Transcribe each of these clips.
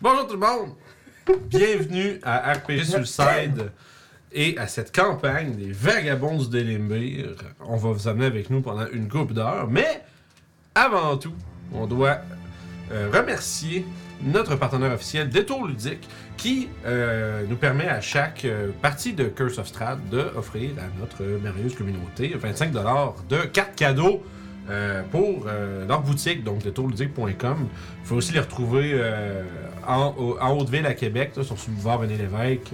Bonjour tout le monde! Bienvenue à RPG Suicide et à cette campagne des Vagabonds du Délimbir. On va vous amener avec nous pendant une coupe d'heures, mais avant tout, on doit euh, remercier notre partenaire officiel Détour Ludique qui euh, nous permet à chaque euh, partie de Curse of Strad de offrir à notre merveilleuse communauté 25$ de cartes cadeaux euh, pour euh, leur boutique, donc détourludique.com. Vous pouvez aussi les retrouver euh, en, au- en Haute-Ville à Québec, là, sur le boulevard René Lévesque.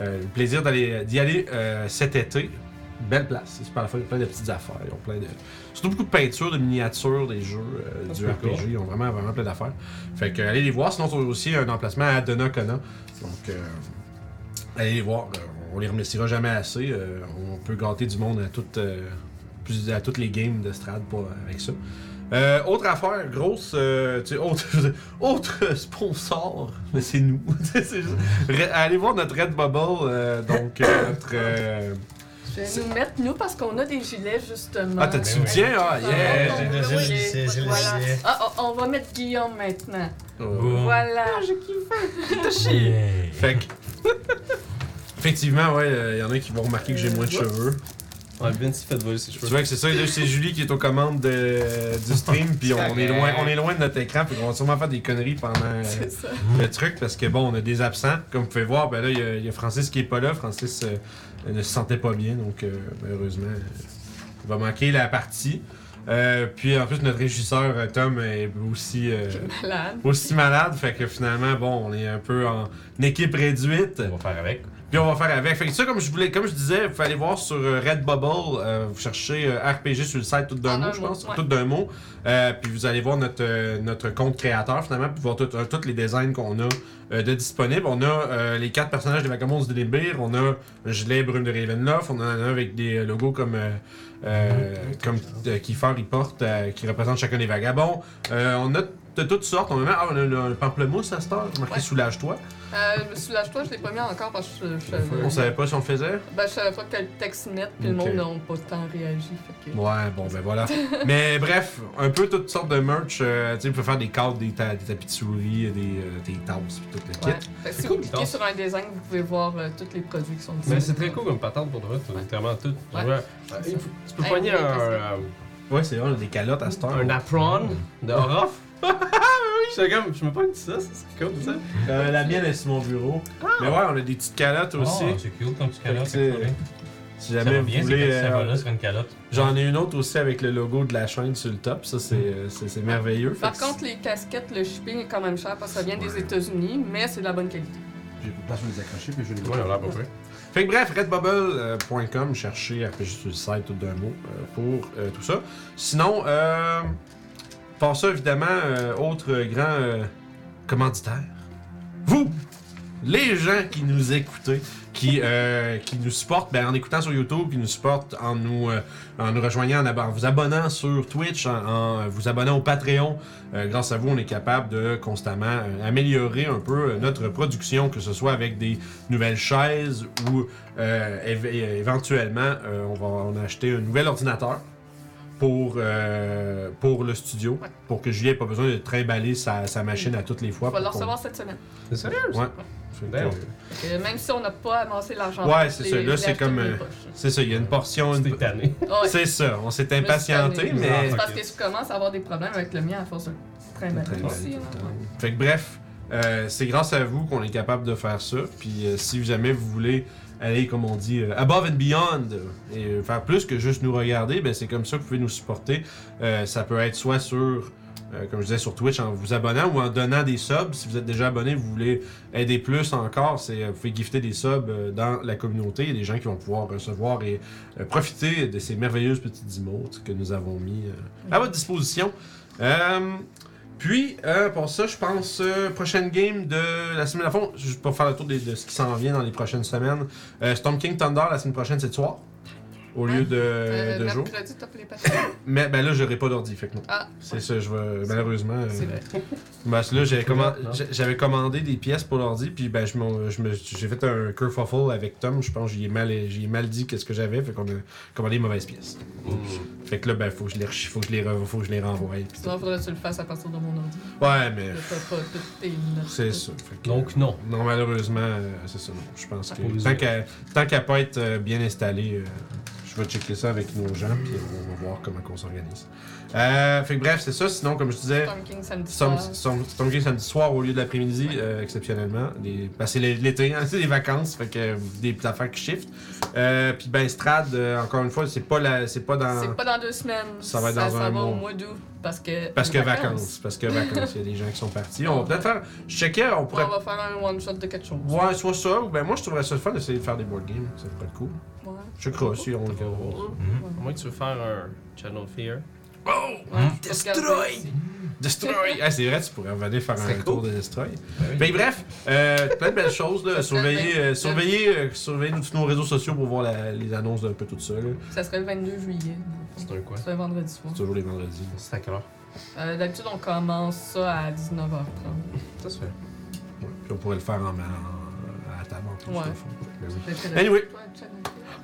Euh, le plaisir d'aller- d'y aller euh, cet été. Belle place, c'est super le fun, il y a plein de petites affaires, ils ont plein de... Surtout beaucoup de peintures, de miniatures, des jeux, euh, Ah, du c'est RPG, cool. ils ont vraiment, vraiment plein d'affaires. Fait que, allez les voir, sinon c'est aussi un emplacement à Donnacona, donc euh, allez les voir, là, on les remerciera jamais assez, Euh, on peut gâter du monde à toutes, euh, plus- à toutes les games de Strad pas avec ça. Euh, autre affaire, grosse, euh, tu sais, autre, je veux dire, autre sponsor, mais c'est nous. C'est juste- Re- allez voir notre Redbubble, euh, donc euh, notre. euh, Je vais nous mettre, nous, parce qu'on a des gilets, justement. Ah, t'as-tu Ben le oui. tien? Ah, yeah! j'ai le Oui. lycée, j'ai le Voilà. lycée. Ah, ah, on va mettre Guillaume maintenant. Oh. Voilà. Ah, j'ai kiffé. J'ai touché. Yeah. Fait que. Effectivement, ouais, il y en a qui vont remarquer que j'ai moins de cheveux. Ouais, Vince il fait voler ses Tu cheveux. vois que c'est ça, là, c'est Julie qui est aux commandes de- du stream, puis on est loin, on est loin de notre écran, puis on va sûrement faire des conneries pendant. euh, C'est ça. le truc parce que bon, on a des absents. Comme vous pouvez voir, ben là, il y a- il y, a Francis qui est pas là. Francis euh, ne se sentait pas bien, donc euh, malheureusement, euh, il va manquer la partie. Euh, puis en plus, notre régisseur euh, Tom est aussi, euh, Malade. aussi malade, fait que finalement, bon, on est un peu en équipe réduite. On va faire avec. Puis on va faire avec. Fait que ça, comme je voulais, comme je disais, vous pouvez aller voir sur euh, Redbubble, euh, vous cherchez euh, RPG sur le site tout d'un En mot, un je mot, pense, ouais. tout d'un mot. Euh, puis vous allez voir notre euh, notre compte créateur finalement, puis voir tout- euh, tous les designs qu'on a euh, de disponibles. On a euh, les quatre personnages des Vagabonds du Délibir, on a le gilet Brume de Ravenloft, on en a un avec des euh, logos comme euh, euh, comme euh, Kiefer, il porte, euh, qui représente chacun des vagabonds. Euh, on a de toutes sortes. On a même ah, on a le, le pamplemousse à cette heure, marqué Ouais. Soulage-toi. Euh, Soulage-toi, je l'ai pas mis encore parce que je, je, On savait pas si on le faisait. ben, je savais pas que t'as le texte net, puis le Ok. monde n'a pas tant réagi. Fait que... Ouais, bon, ben voilà. Mais bref, un peu toutes sortes de merch. euh, tu sais, vous pouvez faire des cadres, des, ta- des tapis de souris, euh, des, euh, des tasses, pis tout le kit. Ouais. Fait que si cool, vous cliquez danse. sur un design, vous pouvez voir euh, tous les produits qui sont Mais disponibles. c'est très cool comme patente pour de vrai, t'as vraiment tout. Tu Ouais. vois, euh, il faut- tu peux poigner un, euh, Ouais, c'est vrai, on a des calottes à cette heure. un apron de Orof. Ah oui, j'étais comme, je me pogne de ça, ça, c'est cool ça. Euh, la mienne est sur mon bureau. Ah! Mais ouais, on a des petites calottes Ah, aussi. Oh, c'est cute comme petit calotte. Fait que, c'est cool. Si Ça jamais va vous bien, voulez. c'est comme ça euh, va là sur une calotte. J'en ai une autre aussi avec le logo de la chaîne sur le top. Ça, c'est euh, c'est- c'est merveilleux. Par Fait que contre, les casquettes, le shipping est quand même cher parce que ça vient des États-Unis, mais c'est de la bonne qualité. J'ai pas place les accrocher, mais je les Moi, il a l'air pas fait. Fait que bref, redbubble.com, cherchez RPG sur le site tout d'un mot euh, pour euh, tout ça. Sinon, euh, par ça, évidemment, euh, autre grand euh, commanditaire, vous, les gens qui nous écoutez, qui, euh, qui nous supportent ben, en écoutant sur YouTube, qui nous supportent en nous, euh, en nous rejoignant, en, ab- en vous abonnant sur Twitch, en, en vous abonnant au Patreon. Euh, grâce à vous, on est capable de constamment euh, améliorer un peu euh, notre production, que ce soit avec des nouvelles chaises ou euh, éve- euh, éventuellement, euh, on va on a acheté un nouvel ordinateur pour, euh, pour le studio, Ouais. pour que Julien n'ait pas besoin de trimballer sa, sa machine à toutes les fois. On va pour le qu'on- recevoir cette semaine. C'est sérieux? Ouais. Fait que, Damn. Fait que Euh, même si on n'a pas amassé l'argent, Ouais, on c'est les- ça. Là, les c'est achète comme, des euh, poches. C'est ça, il y a une portion. une- C'était tanné. Ah ouais. C'est ça, on s'est Je me suis impatienté, tannée. mais. C'est parce que je commence à avoir des problèmes avec le mien à force de traîner Très aussi. bien, hein, tout le ouais. temps. Fait que bref, euh, c'est grâce à vous qu'on est capable de faire ça. Puis euh, si jamais vous voulez aller, comme on dit, euh, above and beyond euh, et euh, faire plus que juste nous regarder, ben c'est comme ça que vous pouvez nous supporter. Euh, ça peut être soit sur, euh, comme je disais, sur Twitch en vous abonnant ou en donnant des subs. Si vous êtes déjà abonné, vous voulez aider plus encore, c'est euh, vous pouvez gifter des subs euh, dans la communauté. Il y a des gens qui vont pouvoir recevoir et euh, profiter de ces merveilleuses petites emotes que nous avons mis euh, à votre disposition. Euh, puis, euh, pour ça, je pense, euh, prochaine game de la semaine à fond, juste pour faire le tour des- de, ce qui s'en vient dans les prochaines semaines. Euh, Storm King Thunder, la semaine prochaine, c'est le soir. au lieu de, Euh, de jour. mercredi, t'as pris les patrons. Mais ben là, j'aurais pas d'ordi, fait que non. Ah, C'est ça, je vais. Malheureusement. euh, c'est vrai. ben, c'est là, j'avais, commen- Non. j'a- j'avais commandé des pièces pour l'ordi, puis ben, je m'en- je me- j'ai fait un kerfuffle avec Tom. Je pense que j'y ai mal, j'y ai mal dit qu'est-ce que j'avais, fait qu'on a commandé les mauvaises pièces. Mm. Fait que là, ben, faut que je les, rechi- faut que je les, re- faut que je les renvoie. puis tout. Sinon, faudrait que tu le fasses à partir de mon ordi. Ouais, mais Là, T'as pas toutes tes notes. c'est ça. Fait que- Donc non. Non, malheureusement, euh, c'est ça. non. Je pense que Provisoire. tant qu'elle tant qu'elle pas être euh, bien installée, euh, je vais checker ça avec nos gens, puis on va voir comment on s'organise. Euh, fait que bref, c'est ça. Sinon, comme je disais, Tom King samedi Storm, soir. Storm- Storm King samedi soir au lieu de l'après-midi, euh, exceptionnellement. Les- ben, c'est les- l'été, hein, c'est les vacances, fait que euh, des affaires qui shift. Euh, puis ben Strad, euh, encore une fois, c'est pas la, c'est pas dans. C'est pas dans deux semaines. Ça va être dans ça un va au mois. mois d'août. Parce que. Parce que vacances. parce que vacances, il y a des gens qui sont partis. On va peut-être faire. Je checkais, on pourrait. On va faire un one shot de quelque chose. Ouais, soit ça, ou ben moi je trouverais ça le fun d'essayer de faire des board games, ça pourrait être cool. Ouais. Je crois si on le fait. À moins que tu veux faire un Channel Fear. Oh! Ouais, je peux regarder aussi. Destroy! ah, c'est vrai, tu pourrais revenir faire un Serait tour de Destroy. Ben Mais bref, euh, plein de belles choses. Là. Ça serait Surveillez, bien. euh, surveillez, euh, surveillez tous nos réseaux sociaux pour voir la- les annonces d'un peu tout ça. là. Ça serait le 22 juillet. C'est un quoi C'est un vendredi soir. C'est toujours les vendredis. C'est à quelle heure Euh, D'habitude, on commence ça à 19h30. Ça se fait. Ouais. Puis on pourrait le faire en, en- à la table en plus. Ouais. dans le fond. Ben oui. Anyway. Anyway.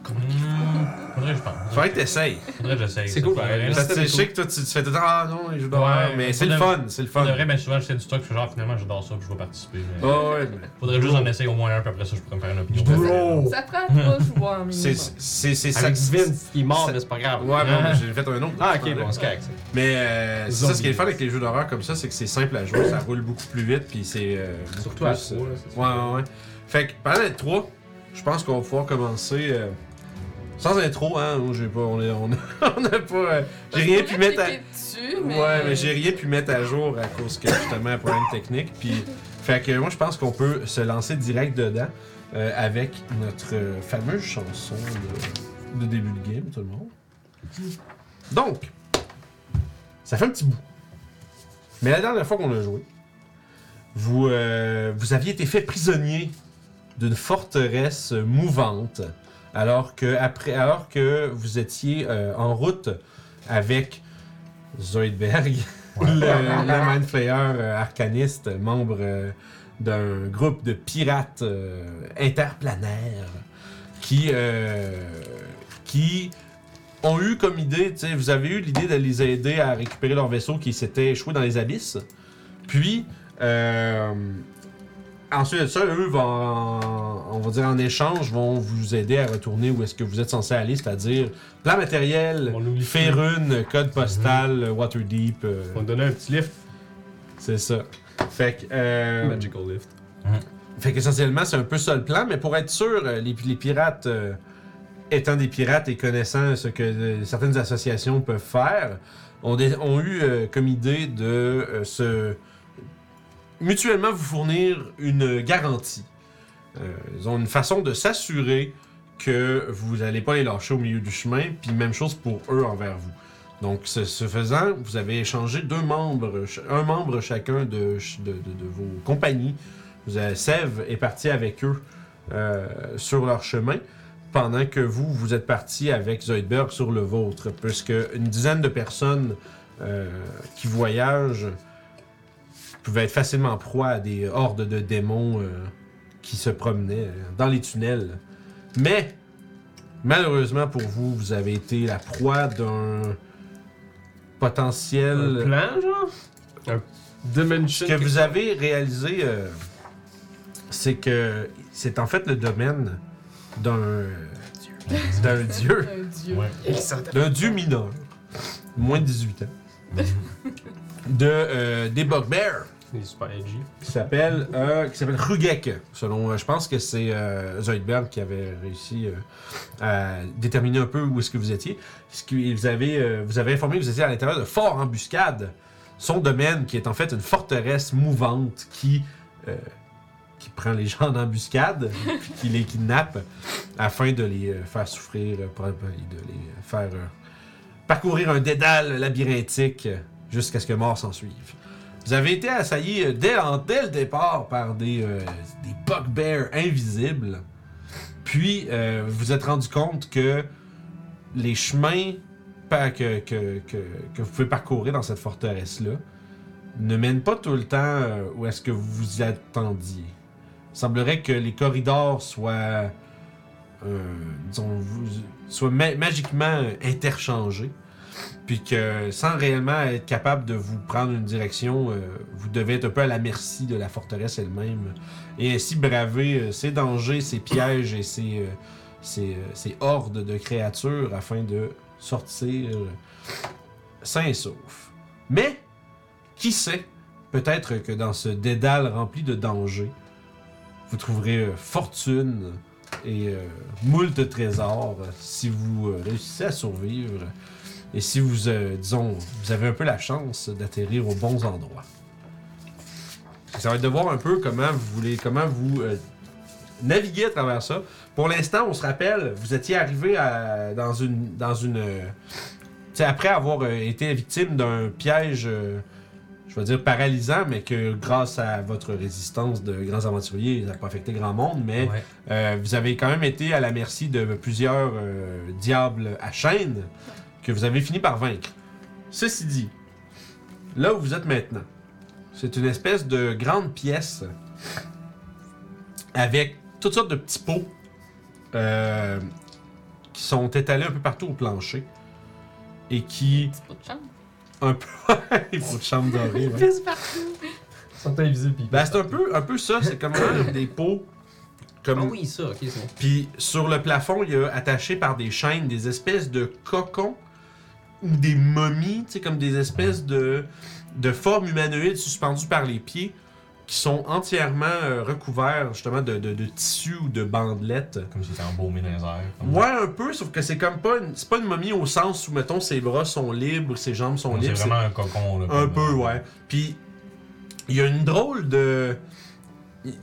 Comment qu'il faut? Hmm. Faudrait que je pense. Faudrait que t'essayes. Faudrait que j'essaye. C'est cool, ça. pareil. Parce Là, que c'était Je sais que toi, tu, tu fais tout le temps, ah non, les jeux d'horreur, Ouais, mais mais c'est le faudrait- fun, c'est le On fun. devrait, mais ben, souvent, je fais du stock, je fais genre, finalement, j'adore ça, puis je vais participer. mais- Ah ouais, mais- Faudrait juste en essayer au moins un, puis après ça, je pourrais me faire une opinion. Bro! Ça prend trois joueurs minimum. C'est c'est- c'est Avec ça- Vince, il est mort, ça- mais c'est pas grave. Ouais, bon, mais j'ai fait un autre. Ah, ok, bon, c'est correct. ça. Mais euh, c'est ça, ce qui est le Zombies. fun avec les jeux d'horreur comme ça, c'est que c'est simple à jouer, ça roule beaucoup plus vite, puis c'est. euh, beaucoup Surtout à plus, trois, euh, là, c'est Ouais, ouais, ouais. Fait que pendant les trois, je pense qu'on va pouvoir commencer. euh, sans intro, hein, moi, j'ai pas, on est, on a, on a pas, euh, j'ai Parce rien qu'on pu a mettre à, cliqué dessus, mais... ouais, mais j'ai rien pu mettre à jour à cause que justement un problème technique, puis, fait que moi je pense qu'on peut se lancer direct dedans euh, avec notre euh, fameuse chanson de, de début de game, tout le monde. Donc, ça fait un petit bout. Mais la dernière fois qu'on a joué, vous, euh, vous aviez été fait prisonnier d'une forteresse mouvante, alors que, après, alors que vous étiez euh, en route avec Zoidberg, le, le Mind Flayer euh, arcaniste, membre euh, d'un groupe de pirates euh, interplanaires qui, euh, qui ont eu comme idée, tu sais, vous avez eu l'idée de les aider à récupérer leur vaisseau qui s'était échoué dans les abysses. Puis, euh, ensuite de ça, eux vont, en- on va dire en échange, vont vous aider à retourner où est-ce que vous êtes censé aller, c'est-à-dire plan matériel, On l'oublie Férune, code postal, euh, Waterdeep, euh, On te donnait un petit lift. c'est ça. Fait que, euh, Magical lift. fait qu'essentiellement, c'est un peu ça le plan, mais pour être sûr, euh, les, les pirates, euh, étant des pirates et connaissant ce que euh, certaines associations peuvent faire, ont, dé- ont eu euh, comme idée de euh, se mutuellement vous fournir une garantie. Euh, ils ont une façon de s'assurer que vous n'allez pas les lâcher au milieu du chemin, puis même chose pour eux envers vous. Donc, ce, ce faisant, vous avez échangé deux membres, ch- un membre chacun de ch- de- de- de vos compagnies vous avez- Sève Euh, est parti avec eux euh, sur leur chemin, pendant que vous, vous êtes parti avec Zoidberg sur le vôtre, puisque une dizaine de personnes euh, qui voyagent pouvaient être facilement en proie à des hordes de démons euh, qui se promenaient euh, dans les tunnels. Mais, malheureusement pour vous, vous avez été la proie d'un potentiel... Un plan, genre Euh, Un dimension. Ce que vous avez réalisé, euh, c'est que c'est en fait le domaine d'un d'un dieu, Un dieu. Ouais. d'un dieu mineur, moins de 18 ans, de euh, des bugbears Il est super edgy. qui s'appelle euh, qui s'appelle Rugek. Selon, euh, je pense que c'est euh, Zoidberg qui avait réussi euh, à déterminer un peu où est-ce que vous étiez. Ce qui- vous avez euh, vous avez informé que vous étiez à l'intérieur de Fort Embuscade, son domaine qui est en fait une forteresse mouvante qui euh, qui prend les gens d'embuscade puis qui les kidnappe afin de les euh, faire souffrir, euh, pour- et de les faire euh, parcourir un dédale labyrinthique euh, jusqu'à ce que mort s'en suive. Vous avez été assailli euh, dès, en- dès le départ par des, euh, des bugbears invisibles. Puis, euh, vous vous êtes rendu compte que les chemins pa- que, que- que- que vous pouvez parcourir dans cette forteresse-là ne mènent pas tout le temps euh, où est-ce que vous vous attendiez. Il semblerait que les corridors soient, euh, disons, vous- soient ma- magiquement interchangés, puis que sans réellement être capable de vous prendre une direction, euh, vous devez être un peu à la merci de la forteresse elle-même, et ainsi braver euh, ses dangers, ses pièges et ses... euh, ces, euh, ces hordes de créatures afin de sortir euh, sain et sauf. Mais, qui sait, peut-être que dans ce dédale rempli de dangers, vous trouverez euh, fortune et euh, moult trésors euh, si vous euh, réussissez à survivre et si vous, euh, disons, vous avez un peu la chance d'atterrir aux bons endroits. Ça va être de voir un peu comment vous voulez, comment vous euh, naviguez à travers ça. Pour l'instant, on se rappelle, vous étiez arrivé à- dans une. Dans une euh, tu sais, après avoir euh, été victime d'un piège, euh, je vais dire paralysant, mais que grâce à votre résistance de grands aventuriers, ça n'a pas affecté grand monde, mais Ouais. euh, vous avez quand même été à la merci de plusieurs euh, diables à chaîne que vous avez fini par vaincre. Ceci dit, là où vous êtes maintenant, c'est une espèce de grande pièce avec toutes sortes de petits pots euh, qui sont étalés un peu partout au plancher et qui C'est pas de chance. un peu il faut de chambre dorée. ouais. Pisse partout. Sont invisibles pis. hein. Ben, c'est un peu un peu ça, c'est comme des pots comme Ah oui, ça, ok, c'est bon. Puis sur le plafond, il y a attaché par des chaînes des espèces de cocons ou des momies, tu sais, comme des espèces de, de formes humanoïdes suspendues par les pieds qui sont entièrement euh, recouverts justement de, de, de tissus ou de bandelettes. Comme si c'était embaumé dans les airs. comme- Ouais, un peu, sauf que c'est comme pas une, c'est pas une momie au sens où, mettons, ses bras sont libres, ses jambes sont C'est libres. c'est- vraiment un cocon, là. un comme- peu, ouais. Puis, il y a une drôle de.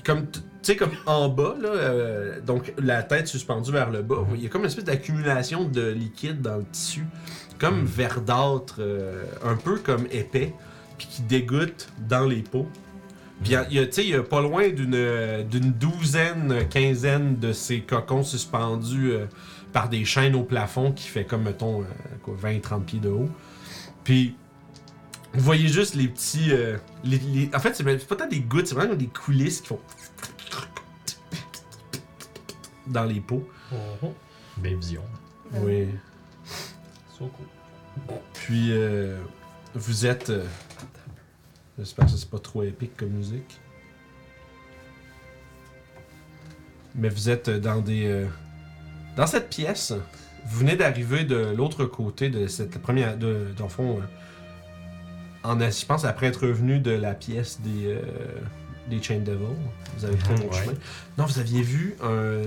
Comme, tu sais, comme en bas, là, euh, donc la tête suspendue vers le bas, Mhm. il y a comme une espèce d'accumulation de liquide dans le tissu, comme Mhm. verdâtre, euh, un peu comme épais, puis qui dégoûte dans les peaux. Puis, il Mhm. y a- il y a, tu sais, il y a pas loin d'une d'une douzaine, quinzaine de ces cocons suspendus euh, par des chaînes au plafond qui fait comme, mettons, euh, quoi, 20-30 pieds de haut. Puis, vous voyez juste les petits. euh, les- les- En fait, c'est même- c'est pas tant des gouttes, c'est vraiment comme des coulisses qui font. dans les pots. Mhm. Belle vision. Oui. So cool. Puis, euh, vous êtes. euh, J'espère que c'est pas trop épique comme musique. Mais vous êtes euh, dans des. euh, Dans cette pièce, vous venez d'arriver de l'autre côté de cette première. De, dans le fond, euh, en, as- je pense après être revenu de la pièce des. euh, des Chain Devil. Vous avez pris un autre Ouais. chemin. Non, vous aviez vu un.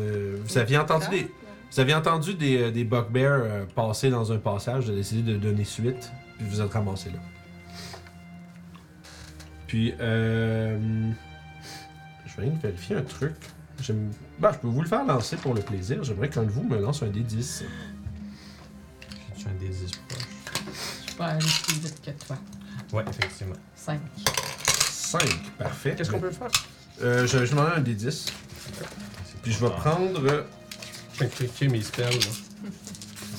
Vous aviez entendu des. Vous avez entendu des, euh, des bugbears euh, passer dans un passage, vous avez décidé de donner suite, puis vous êtes ramassé là. Puis, euh, je vais vérifier un truc. J'aime- Ben, je peux vous le faire lancer pour le plaisir. J'aimerais qu'un de vous me lance un D10. J'ai-tu un D10 proche? Je peux aller plus vite que toi. Ouais, effectivement. 5. 5, parfait. Qu'est-ce qu'on peut faire? Euh, je je demande un D10, C'est puis je trop vais tard. prendre... euh, Je vais cliquer mes spells, là.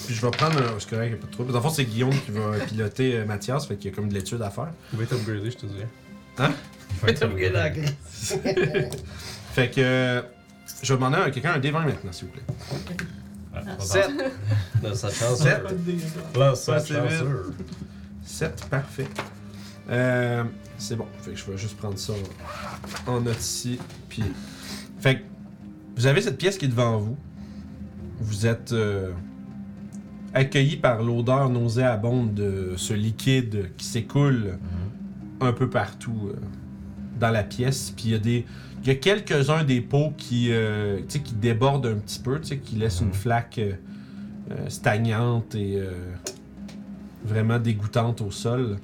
Puis je vais prendre un... oh, C'est correct, y a pas de trouble. Dans le fond, c'est Guillaume qui va piloter euh, Mathias, fait qu'il y a comme de l'étude à faire. Il va être upgradé, je te dirais. Il faut être upgradé, Fait que... euh, Je vais demander à quelqu'un un D20 maintenant, s'il vous plaît. Ah, trop tard. 7! Là, ça Ah, chance. Sept. Là, ça Ouais, c'est chance. vite. 7, parfait. Euh, c'est bon. Fait que je vais juste prendre ça en- en note ici. Puis. Fait que vous avez cette pièce qui est devant vous. Vous êtes euh, accueilli par l'odeur nauséabonde de ce liquide qui s'écoule un peu partout euh, dans la pièce. Puis il y a des. Il y a quelques-uns des pots qui, euh, tu sais, qui débordent un petit peu, tu sais, qui laissent une Mhm. flaque euh, euh, stagnante et euh, vraiment dégoûtante au sol.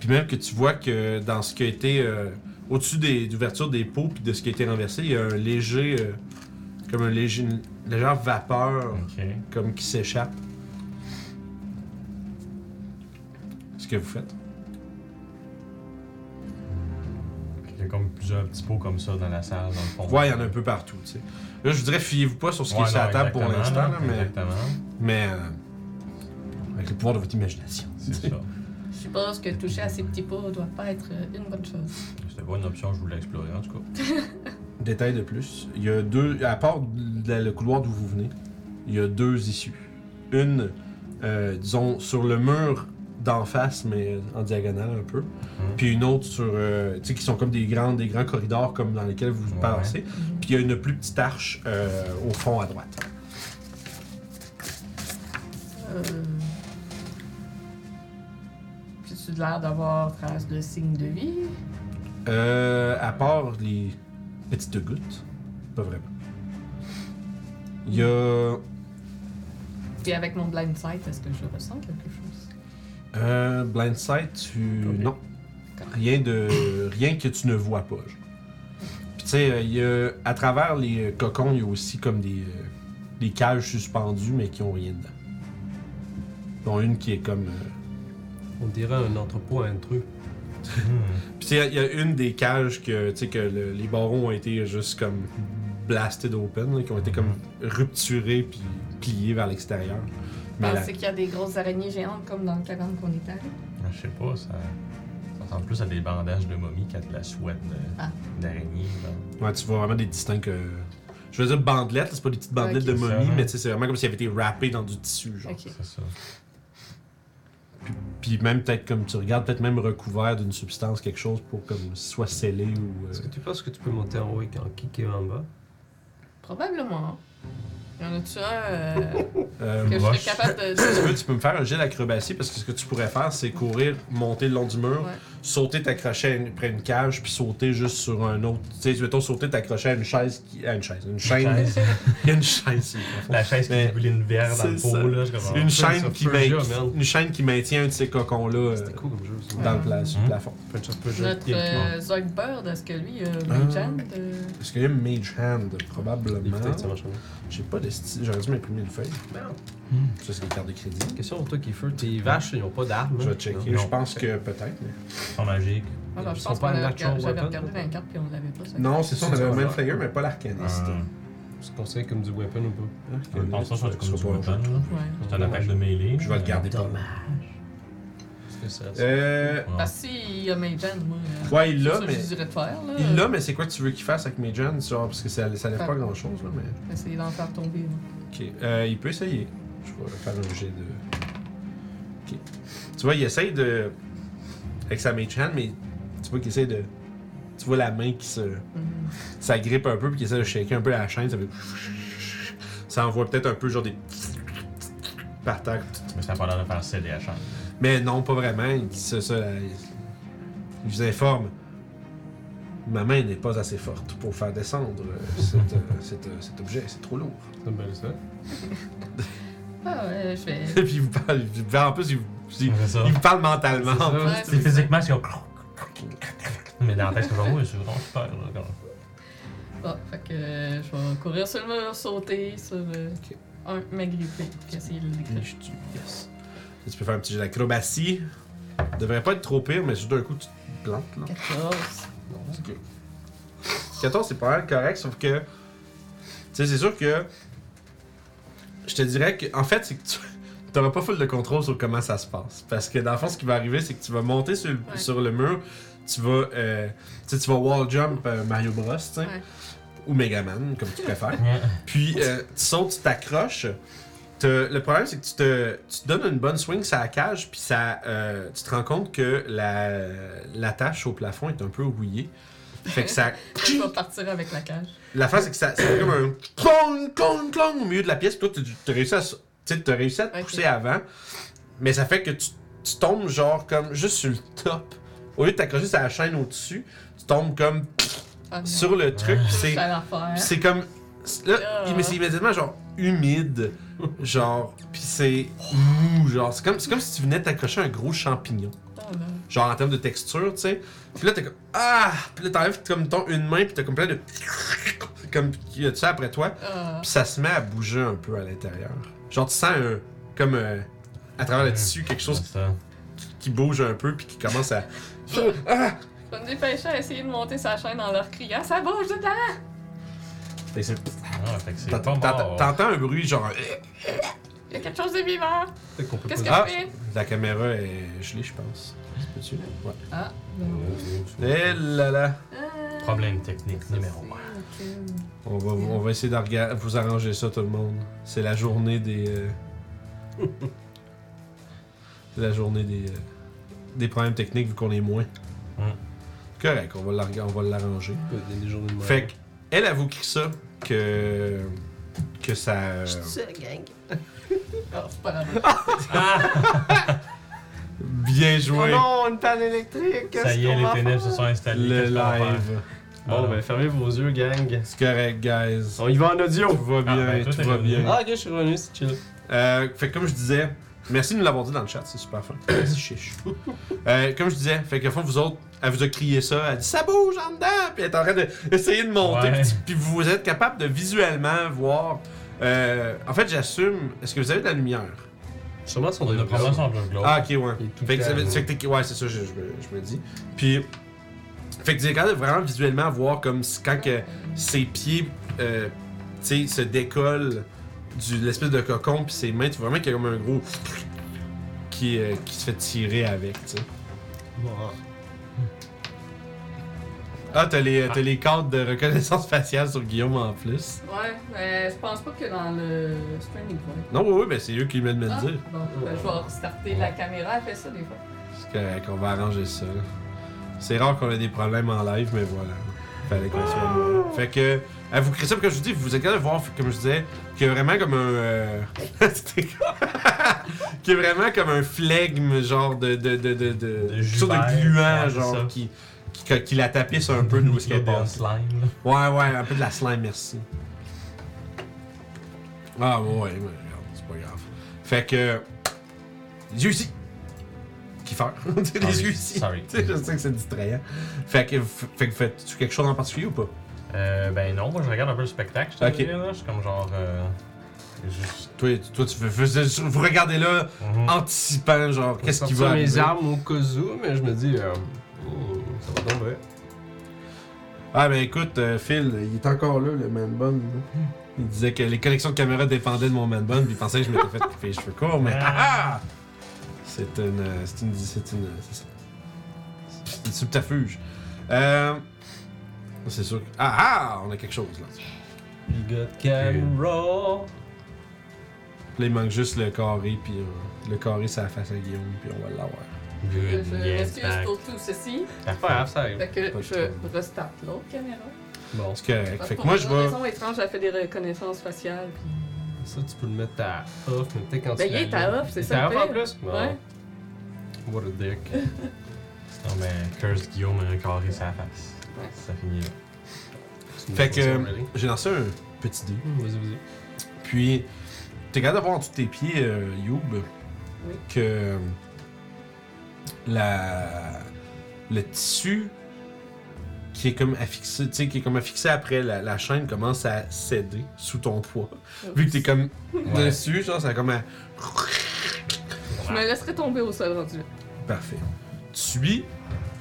Puis même que tu vois que dans ce qui a été euh, au-dessus des ouvertures des pots puis de ce qui a été renversé, il y a un léger, euh, comme un léger, une légère vapeur Ok. comme qui s'échappe. Ce que vous faites. Il y a comme plusieurs petits pots comme ça dans la salle, dans le fond. Ouais, il y en a un peu partout, tu sais. Là, je vous dirais, fiez-vous pas sur ce qui est Ouais, sur la non, table pour exactement, l'instant, là, là, mais, Exactement. mais euh, avec le pouvoir de votre imagination. C'est ça. Je suppose que toucher à ces petits pots doit pas être euh, une bonne chose. C'était pas une option, je voulais explorer en tout cas. Détail de plus, il y a deux, à part de la- le couloir d'où vous venez, il y a deux issues. Une, euh, disons, sur le mur d'en face, mais en diagonale un peu. Puis une autre sur, euh, tu sais, qui sont comme des grands, des grands corridors comme dans lesquels vous Ouais. passez. Puis il y a une plus petite arche euh, au fond à droite. Euh... J'ai-tu l'air d'avoir trace de signes de vie? Euh, à part les petites gouttes, pas vraiment. Il y a Puis avec mon blind sight, est-ce que je ressens quelque chose? Euh, blind sight, tu. Ok. Non. Rien de. Rien que tu ne vois pas. genre. Puis tu sais, euh, il y a. À travers les euh, cocons, il y a aussi comme des. euh, des cages suspendues, mais qui ont rien dedans. Dont une qui est comme. euh, On dirait un entrepôt à intrus. Puis tu sais, il y a une des cages que. Tu sais, que le- les barons ont été juste comme. blasted open, là, qui ont été comme rupturés puis pliés vers l'extérieur. Mais la- Pensez qu'il y a des grosses araignées géantes comme dans le caverne qu'on est allé. Ah, Je sais pas, ça. Ça ressemble plus à des bandages de momie qu'à de la souette de- Ah. d'araignée. genre. Ouais, tu vois vraiment des distincts. euh, Je veux dire bandelettes, c'est pas des petites bandelettes Ok. de momie, Ça, mais tu sais, c'est vraiment comme s'il avait été wrappé dans du tissu, genre. Ok. C'est ça. Puis même peut-être comme tu regardes, peut-être même recouvert d'une substance, quelque chose pour comme soit scellé ou. euh, Est-ce que tu penses que tu peux monter en haut et en kicker en bas Probablement. Il y en a-tu un euh, euh, que je Moche. serais capable de. si tu veux, tu peux me faire un jet d'acrobatie parce que ce que tu pourrais faire, c'est courir, monter le long du mur, Ouais. sauter, t'accrocher à une- près d'une cage, puis sauter juste sur un autre. Tu sais, mettons, sauter, t'accrocher à une chaise qui. À une chaise. Une chaîne. Il y a une chaise, c'est le fond. La chaise qui Mais- brûle une verre dans le C'est pot, ça. là. Je comprends. Une ça, chaîne, qui Persia, maintient- merde. une chaîne qui maintient un de ces cocons-là euh, C'était cool comme jeu aussi. dans le, pla- sur le Mhm. plafond. Punch up Persia. Notre euh, Zogbird, est-ce que lui, euh, Mage Hand, euh, Est-ce qu'il y a Mage Hand Probablement. Peut-être que ça marche pas. J'ai pas de style. J'aurais dû m'imprimer une feuille. Merde. Ça, c'est les cartes de crédit. Question pour toi, Kiefer. Tes vaches, ils n'ont pas d'armes. Je hein? vais checker. Non. Je pense que peut-être. mais- Sont magiques. alors, Ils Ah, je sont pense qu'on pas avait un regardé actual j'avais weapon, regardé dans les cartes puis on l'avait pas. ça. Non, c'est ça, on avait C'est le ça. même player, mais pas l'arcaniste. Euh, C'est considéré comme du weapon ou pas Je pense pas que c'est comme du weapon, Arcaniste, là. Ouais. C'est un attaque de mêlée. Je vais le garder pas. Est-ce que ça. Euh. Ouais. Parce que s'il y a Mage Hand, moi. euh, Ouais, il c'est l'a, ça que mais. Je dirais de faire, là. Il l'a, mais c'est quoi que tu veux qu'il fasse avec Mage Hand genre, Parce que ça, ça lève pas Faire- grand chose, là, mais. Essayer d'en faire tomber. là. Ok. Euh, il peut essayer. Je vais faire un jet de. Ok. Tu vois, il essaye de. Avec sa Mage Hand, mais tu vois qu'il essaye de. Tu vois la main qui se. Mhm. ça grippe un peu puis qu'il essaie de shaker un peu la chaîne, ça fait... Ça envoie peut-être un peu genre des... par terre. Mais ça a pas l'air de faire céder la chaîne. Mais non, pas vraiment. Il dit ça, ça, il- il vous informe. Ma main n'est pas assez forte pour faire descendre euh, cet, euh, cet, euh, cet objet, c'est trop lourd. C'est une belle ça. Ah ouais, je vais. puis il vous parle, il vous- en plus il vous, il- C'est ça. il vous parle mentalement. Ah. C'est ça. Ouais, C'est physiquement, c'est comme. Mais dans la tête, c'est comme. Oui, c'est vraiment super, là. comme- Bon, fait que euh, je vais courir sur le mur, sauter sur euh, Ok. un, m'agripper, puis essayer de le décrocher. Niche-tu, yes. Tu peux faire un petit jeu d'acrobatie. Ça devrait pas être trop pire, mais tout d'un coup tu te plantes là. 14. Ok. 14, c'est pas mal correct, sauf que. Tu sais, c'est sûr que. Je te dirais que. En fait, c'est que tu. T'auras pas full de contrôle sur comment ça se passe. Parce que dans le fond, ce qui va arriver, c'est que tu vas monter sur le, Ouais. sur le mur, tu vas. euh, tu sais, tu vas wall jump euh, Mario Bros, tu sais. Ouais. Ou Megaman, comme tu préfères. Ouais. Puis euh, tu sautes, tu t'accroches. Te- le problème, c'est que tu te, tu te donnes une bonne swing sur la cage, puis ça, euh, tu te rends compte que la, l'attache au plafond est un peu rouillée. Fait que ça. Je vais partir avec la cage. la fin, c'est que ça, ça fait comme un clong, clong, clong au milieu de la pièce. Toi, tu tu réussis à, s- tu sais, t'as réussi à te Ok. pousser avant, mais ça fait que tu, tu tombes genre comme juste sur le top. Au lieu de t'accrocher sur la chaîne au-dessus, tu tombes comme Ah, non. sur le truc, puis c'est. Je vais la faire. Puis c'est comme. Là, il- mais c'est immédiatement genre humide, genre, puis c'est mou, genre. C'est comme, c'est comme si tu venais t'accrocher un gros champignon. Ah, là. Genre en termes de texture, tu sais. Puis là, t'es comme. Ah! Puis là, t'enlèves comme ton une main, puis t'as comme plein de. Comme tu sais, après toi. Ah. Puis ça se met à bouger un peu à l'intérieur. Genre, tu sens un. Comme. euh, à travers le Mm. tissu, quelque chose C'est ça. qui bouge un peu, puis qui commence à. Ah! Je vais me dépêcher à essayer de monter sa chaîne en leur criant Ça bouge de là Fait que c'est- Ah, fait que c'est pas T'entends mort. euh, t'entends un bruit, genre. Il y a quelque chose de vivant. Peut-être qu'on peut Qu'est-ce que Ah. je fais? La caméra est gelée, je pense. Peux-tu? Ouais. Ah, Eh là là. Euh, Problème technique numéro c'est- 1. ok. On va, on va essayer de rega- vous arranger ça, tout le monde. C'est la journée des. euh, C'est la journée des, euh, des problèmes techniques, vu qu'on est moins. Mm. Correct, on va la- on va l'arranger. Il y a des journées de merde. Fait que, elle avoue qui ça que. que ça. euh, Ah, c'est pas grave. Bien joué Oh non, une panne électrique! Ça y est, les ténèbres se sont installées. le qu'est-ce qu'on va faire? live. Bon, Alors. ben, fermez vos yeux, gang. C'est correct, guys. On y va en audio. Tout va bien, ben, toi, tout t'es va revenu. bien. Ah, ok, je suis revenu, c'est chill. Euh, fait que comme je disais, merci de nous l'avoir dit dans le chat, c'est super fun. Merci, chiche. Euh, comme je disais, fait que fois vous autres, elle vous a crié ça, elle dit ça bouge en dedans, puis elle est en train d'essayer de, monter, Ouais. puis tu- puis vous êtes capable de visuellement voir. euh, en fait, j'assume. Est-ce que vous avez de la lumière Sûrement son On a développeur. probablement son bleu globe. Ah, ok, ouais. Oh. Il est tout Fait que, ça calme. veut- fait que t'es- ouais, c'est ça, je, je me, je me dis. Puis, fait que tu es capable de vraiment visuellement voir comme si- quand que ses pieds, euh, tu sais, se décollent du de l'espèce de cocon, puis ses mains, tu vois vraiment qu'il y a comme un gros qui, euh, qui se fait tirer avec, tu sais. Ah, t'as les, t'as les cartes de reconnaissance faciale sur Guillaume en plus. Ouais, mais je pense pas que dans le streaming, quoi. Non, oui, oui, ben c'est eux qui viennent me le Ah, dire. bon, ben, je vais restarter la caméra, elle fait ça des fois. C'est correct, on va arranger ça. C'est rare qu'on ait des problèmes en live, mais voilà. Fallait qu'on soit là. Fait que, à vous créer ça, comme je vous dis, vous êtes capable de voir, comme je disais, qu'il y a vraiment comme un. euh, c'était quoi? qu'il y a vraiment comme un flegme, genre de. de, de, de, de, De une sorte jubère, de gluant, ouais, c'est ça. genre, qui, qui, qui la tapisse un peu d'où est-ce qu'elle bon passe. slime. là. Ouais, ouais, un peu de la slime, merci. Ah, ouais, ouais, regarde, c'est pas grave. Fait que. Les yeux ici! Qui faire? Sorry, les yeux ici! sorry. Tu sais, je sais que c'est distrayant. Fait que, f- fait que faites-tu quelque chose en particulier ou pas? Euh, ben non, moi je regarde un peu le spectacle, je te Ok. dirais, là. Je suis comme genre. euh, juste. Toi, toi tu veux. vous- Vous regardez là, Mhm. anticipant, genre, qu'est-ce qui sortir va arriver. mes armes au cas où, mais je me dis, euh, hmm, ça va tomber. Ah, ben écoute, euh, Phil, il est encore là, le man bun. là. Il disait que les connexions de caméra dépendaient de mon man bun, puis il pensait que je m'étais fait couper les cheveux courts, mais. Ah! ah! C'est une. euh, C'est une. C'est une. C'est ça. C'est une subterfuge. Euh. C'est sûr que. Ah ah! On a quelque chose, là. We got camera. Là, il manque juste le carré, puis euh, le carré, ça face à Guillaume, puis on va l'avoir. Je Good, yes, m'excuse back. pour tout ceci. C'est pas grave, ça arrive. Fait que Pas de je problème. restarte l'autre caméra. Bon, C'est correct. Parce Fait que pour moi, une je vais. raison étrange, elle fait des reconnaissances faciales. puis- ça, tu peux le mettre à off, mais peut-être quand Ben, tu il est l'allumes- à off, c'est Il est ça à le off en pire. plus? Bon. Ouais. What a dick. Non, mais Curse Guillaume a un carré sur la face. Ouais. Ça finit là. Fait que. euh, J'ai lancé un petit dé. Hmm, Vas-y, vas-y. Puis, t'es capable d'avoir en dessous de tes pieds, euh, Youb, Oui. que euh, la, le tissu qui est comme affixé, tu sais, qui est comme affixé après la, la chaîne commence à céder sous ton poids. Vu que t'es comme Ouais. dessus, genre, ça a comme un... Je me laisserai tomber au sol rendu. là. Parfait. Tu subis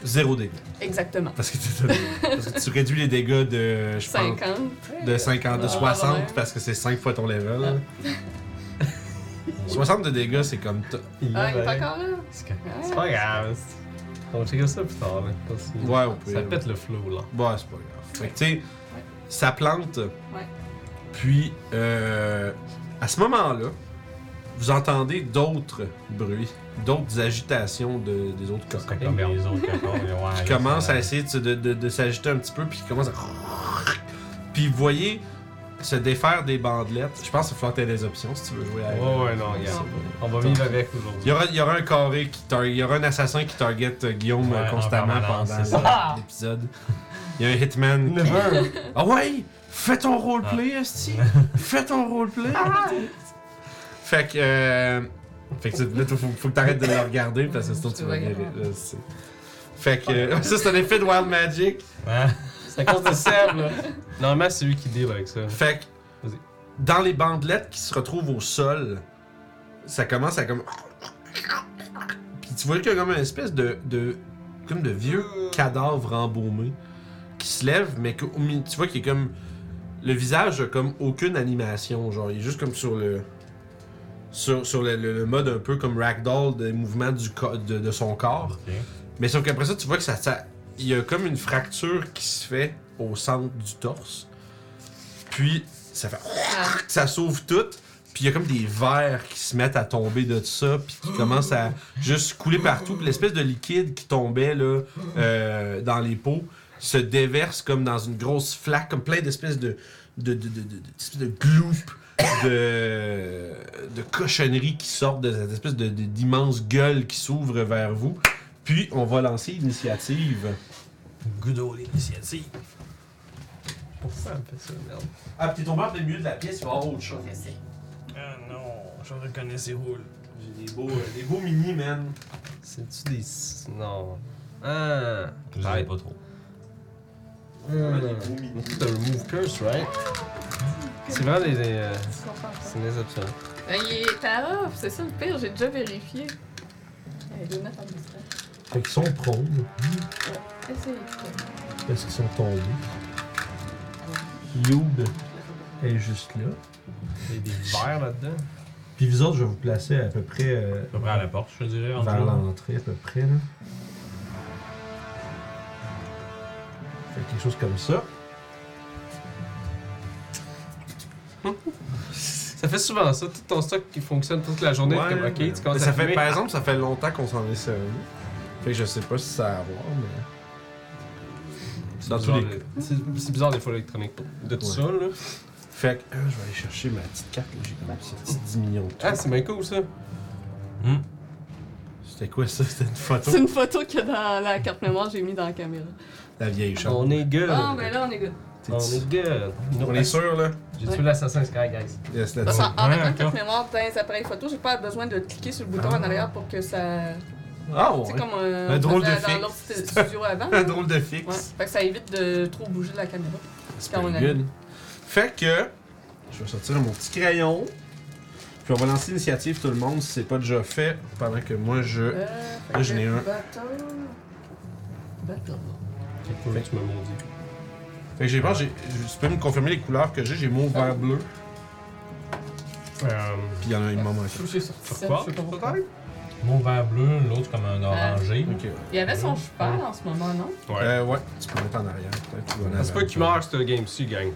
zéro dégâts. Exactement. Parce que, t'es- parce que tu réduis les dégâts de, je pense, 50. de 50, de Ah, 60, ouais. parce que c'est 5 fois ton level. 60 de dégâts, c'est comme... t- Ah, il est Ouais. encore là? C'est que- Ah, C'est pas grave. On va checker ça plus tard, là. Continue. Ouais, au pire. Ça pète le flow, là. Bah, c'est pas grave. Fait que, tu sais, ça plante. Puis, euh, à ce moment-là, vous entendez d'autres bruits, d'autres agitations de- des autres Ça serait coqs. comme les autres cocons, mais ouais, Qui là, commencent ça- à essayer de, se- de- de- de s'agiter un petit peu, puis qui commencent à. Puis, vous voyez se défaire des bandelettes. Je pense qu'il va falloir que t'aies des options si tu veux jouer à Ouais, ouais, non, c'est regarde. bon. On va vivre avec aujourd'hui. Il y, aura, il y aura un carré qui tar- il y aura un assassin qui target euh, Guillaume euh, Ouais, en constamment permanence, pendant c'est ça. le- l'épisode. Il y a un hitman. qui- Ah ouais! Fais ton Ah. roleplay, Esti! Fais ton roleplay! fait que. euh, Fait que c'est- là, faut, faut que t'arrêtes de le regarder parce que sinon tu vas guérir. là, c'est- Fait que. euh, ça, c'est un effet de Wild Magic. Hein? C'est à cause de Seb, là. Normalement, c'est lui qui deal avec ça. Fait que. Euh, Vas-y. Dans les bandelettes qui se retrouvent au sol, ça commence à comme. Puis tu vois qu'il y a comme une espèce de. de comme de vieux cadavre embaumé qui se lève, mais qu'au mi- tu vois qu'il est comme. Le visage a comme aucune animation, genre il est juste comme sur le. sur, sur le, le- le mode un peu comme ragdoll des mouvements du co- de, de son corps. Ok. Mais sauf qu'après ça, tu vois que ça, ça- il y a comme une fracture qui se fait au centre du torse. Puis ça fait ça s'ouvre tout. Puis il y a comme des vers qui se mettent à tomber de ça, puis qui commencent à juste couler partout. Puis l'espèce de liquide qui tombait là, euh, dans les pots se déverse comme dans une grosse flaque, comme plein d'espèces de de de de de, d'espèces de gloop, de de cochonneries qui sortent de cette espèce de de- d'immense gueule qui s'ouvre vers vous. Puis on va lancer l'initiative. Good old initiative. Pourquoi elle fait ça, merde? Ah, puis t'es tombé en plein milieu de la pièce, il va y avoir autre chose. Ah non, je reconnais ces rôles. J'ai des beaux, euh, des beaux mini, man. C'est-tu des. Non. Ah. Je Ouais. sais pas trop. Ah, Hum. beaux mini. C'est un remove curse, right? C'est vraiment des. des, euh, c'est des options. Ben, il est à off, c'est ça le pire, j'ai déjà vérifié. Il y a deux notes en distance. Fait qu'ils sont prônes. Essayez. Est-ce qu'ils sont tombés? Youb est juste là. Il y a des verres là-dedans. Puis vous autres, je vais vous placer à peu près euh, À peu près à la porte, je te dirais. en vers tout cas. l'entrée, à peu près. Là. Fait quelque chose comme ça. Ça fait souvent ça, tout ton stock qui fonctionne toute la journée. Ouais, t'es comme, ok, mais- tu commences mais ça à fait, fumer. Par exemple, ça fait longtemps qu'on s'en est servi. Fait que je sais pas si ça a à voir, mais. C'est Dans tous bizarre, les le- c'est- C'est bizarre des fois l'électronique de tout Ouais. ça, là. Fait que euh, je vais aller chercher ma petite carte. là. J'ai comme ces petits 10 millions de Ah, trucs. c'est bien cool ça. Hmm. C'était quoi ça? C'était une photo? C'est une photo que dans la carte mémoire, j'ai mis dans la caméra. La vieille chambre. On est good. Bon, ben là, on est good. T'es- On est good. On est sûr, là? J'ai tué l'Assassin's Sky, guys. Yes, Parce let's qu'en go. en mettant Ouais, la carte encore. mémoire dans les appareils photo, j'ai pas besoin de cliquer sur le bouton en arrière pour que ça. Ah C'est ouais. comme euh, Un on drôle de faisait dans fixe. l'autre stu- studio avant. Un là. drôle de Ouais. fixe. Fait que ça évite de trop bouger la caméra. C'est Quand on pas a- good. Fait que je vais sortir mon petit crayon. Puis on va lancer l'initiative tout le monde si c'est pas déjà fait pendant que moi je. Euh, fait Là, j'en ai que un. Battle. Battle. Quelqu'un tu m'as maudit. Fait que j'ai peur, j'ai- tu peux me confirmer les couleurs que j'ai, j'ai mauve, vert, bleu. Euh, Puis il y en a un moment. Je suis sorti ça, Pourquoi? je sais pas pourquoi. Peut-être? Mon vert bleu, l'autre comme Ah, un orangé. Ok. Il y avait son cheval en ce moment, non? Euh, ouais, tu peux mettre en arrière peut-être. ou en C'est pas avant. qu'il meurt, ce game-ci, gang.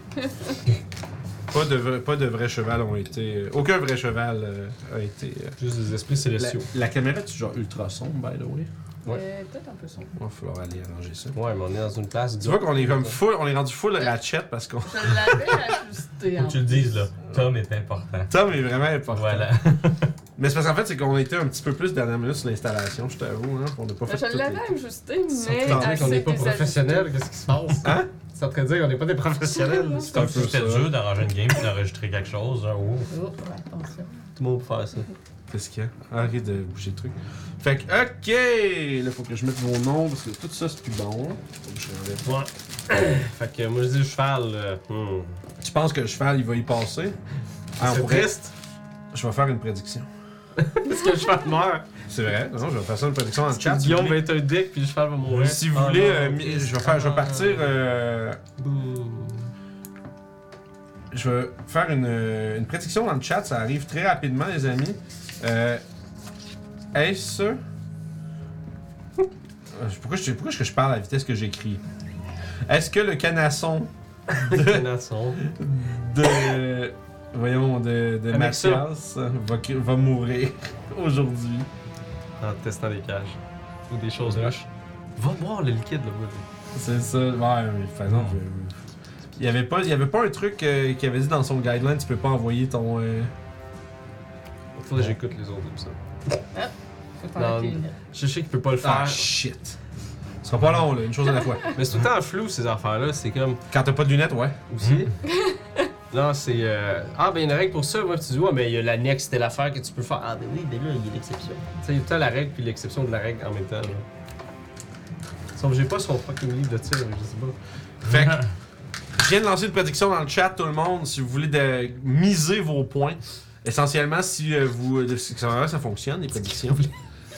Pas de, vrai- pas de vrais cheval ont été. euh, Aucun vrai cheval euh, a été. euh, Juste des esprits La, célestiaux. la caméra est genre ultra sombre, by the way. Ouais. Euh, Peut-être un peu sombre. Il va falloir aller arranger ça. Ouais, mais on est dans une place Tu dure. vois qu'on est comme full, on est rendu full ratchet parce qu'on. Je l'avais ajusté Faut en que tu le dises là. Tom est important. Tom est vraiment important. Voilà. Mais c'est parce qu'en fait, c'est qu'on était un petit peu plus dernière minute sur l'installation, je t'avoue, hein. On n'a pas fait. Je toutes l'avais les- ajusté, C'est mais. en train de dire qu'on assez n'est pas désajusté. professionnel, qu'est-ce qui se passe? Hein? C'est en train de dire qu'on n'est pas des professionnels. là. C'est un peu Si ça. c'était dur d'arranger une game, puis d'enregistrer quelque chose. hein, ouh. Oh, attention. Tout le monde peut faire ça. Qu'est-ce qu'il y a? Arrête de bouger le truc. Fait que, ok! Là, faut que je mette mon nom parce que tout ça, c'est plus bon. Faut que je l'enlève. Ouais. fait que moi je dis cheval. là. Hmm. Tu penses que le cheval, il va y passer? Ah, on C'est pourrait- triste Je vais faire une prédiction. parce que le cheval meurt. C'est vrai, non? Je vais faire ça une prédiction en chat. Si vous Guillaume va voulez, être un dick puis le cheval va mourir. si vous Ah, voulez, non, euh, ok. mi- je, vais faire, je vais partir. euh, Bouh. Je vais faire une, euh, une prédiction dans le chat, ça arrive très rapidement, les amis. Euh, est-ce. Euh, Pourquoi, je, pourquoi est-ce que je parle à la vitesse que j'écris Est-ce que le canasson Canasson. de. voyons, de, de Avec Mathias va, cr- va mourir aujourd'hui En testant des cages. Ou des choses louches. Va boire le liquide là, moi. C'est ça. Ouais, mais par exemple. euh, Il n'y avait, pas- il y avait pas un truc euh, qui avait dit dans son guideline tu peux pas envoyer ton. euh, Faudrait que j'écoute les autres épisodes. Faut t'arrêter. Je sais qu'il peut pas le faire. Ah shit Ce sera pas long, là, une chose à la fois. Mais c'est tout le temps flou ces affaires-là. C'est comme. Quand t'as pas de lunettes, ouais. aussi. non, c'est. euh, Ah, ben, il y a une règle pour ça. Moi, puis tu dis, ouais, mais il y a l'annexe, c'était l'affaire que tu peux faire. Ah, ben oui, ben là, il y a l'exception. Tu sais, il y a tout le temps la règle puis l'exception de la règle en même temps. là. Sauf que j'ai pas son fucking livre de tir, je sais pas. Fait que, je viens de lancer une prédiction dans le chat, tout le monde, si vous voulez de miser vos points. Essentiellement, si euh, vous. de- ça, ça fonctionne, les prédictions.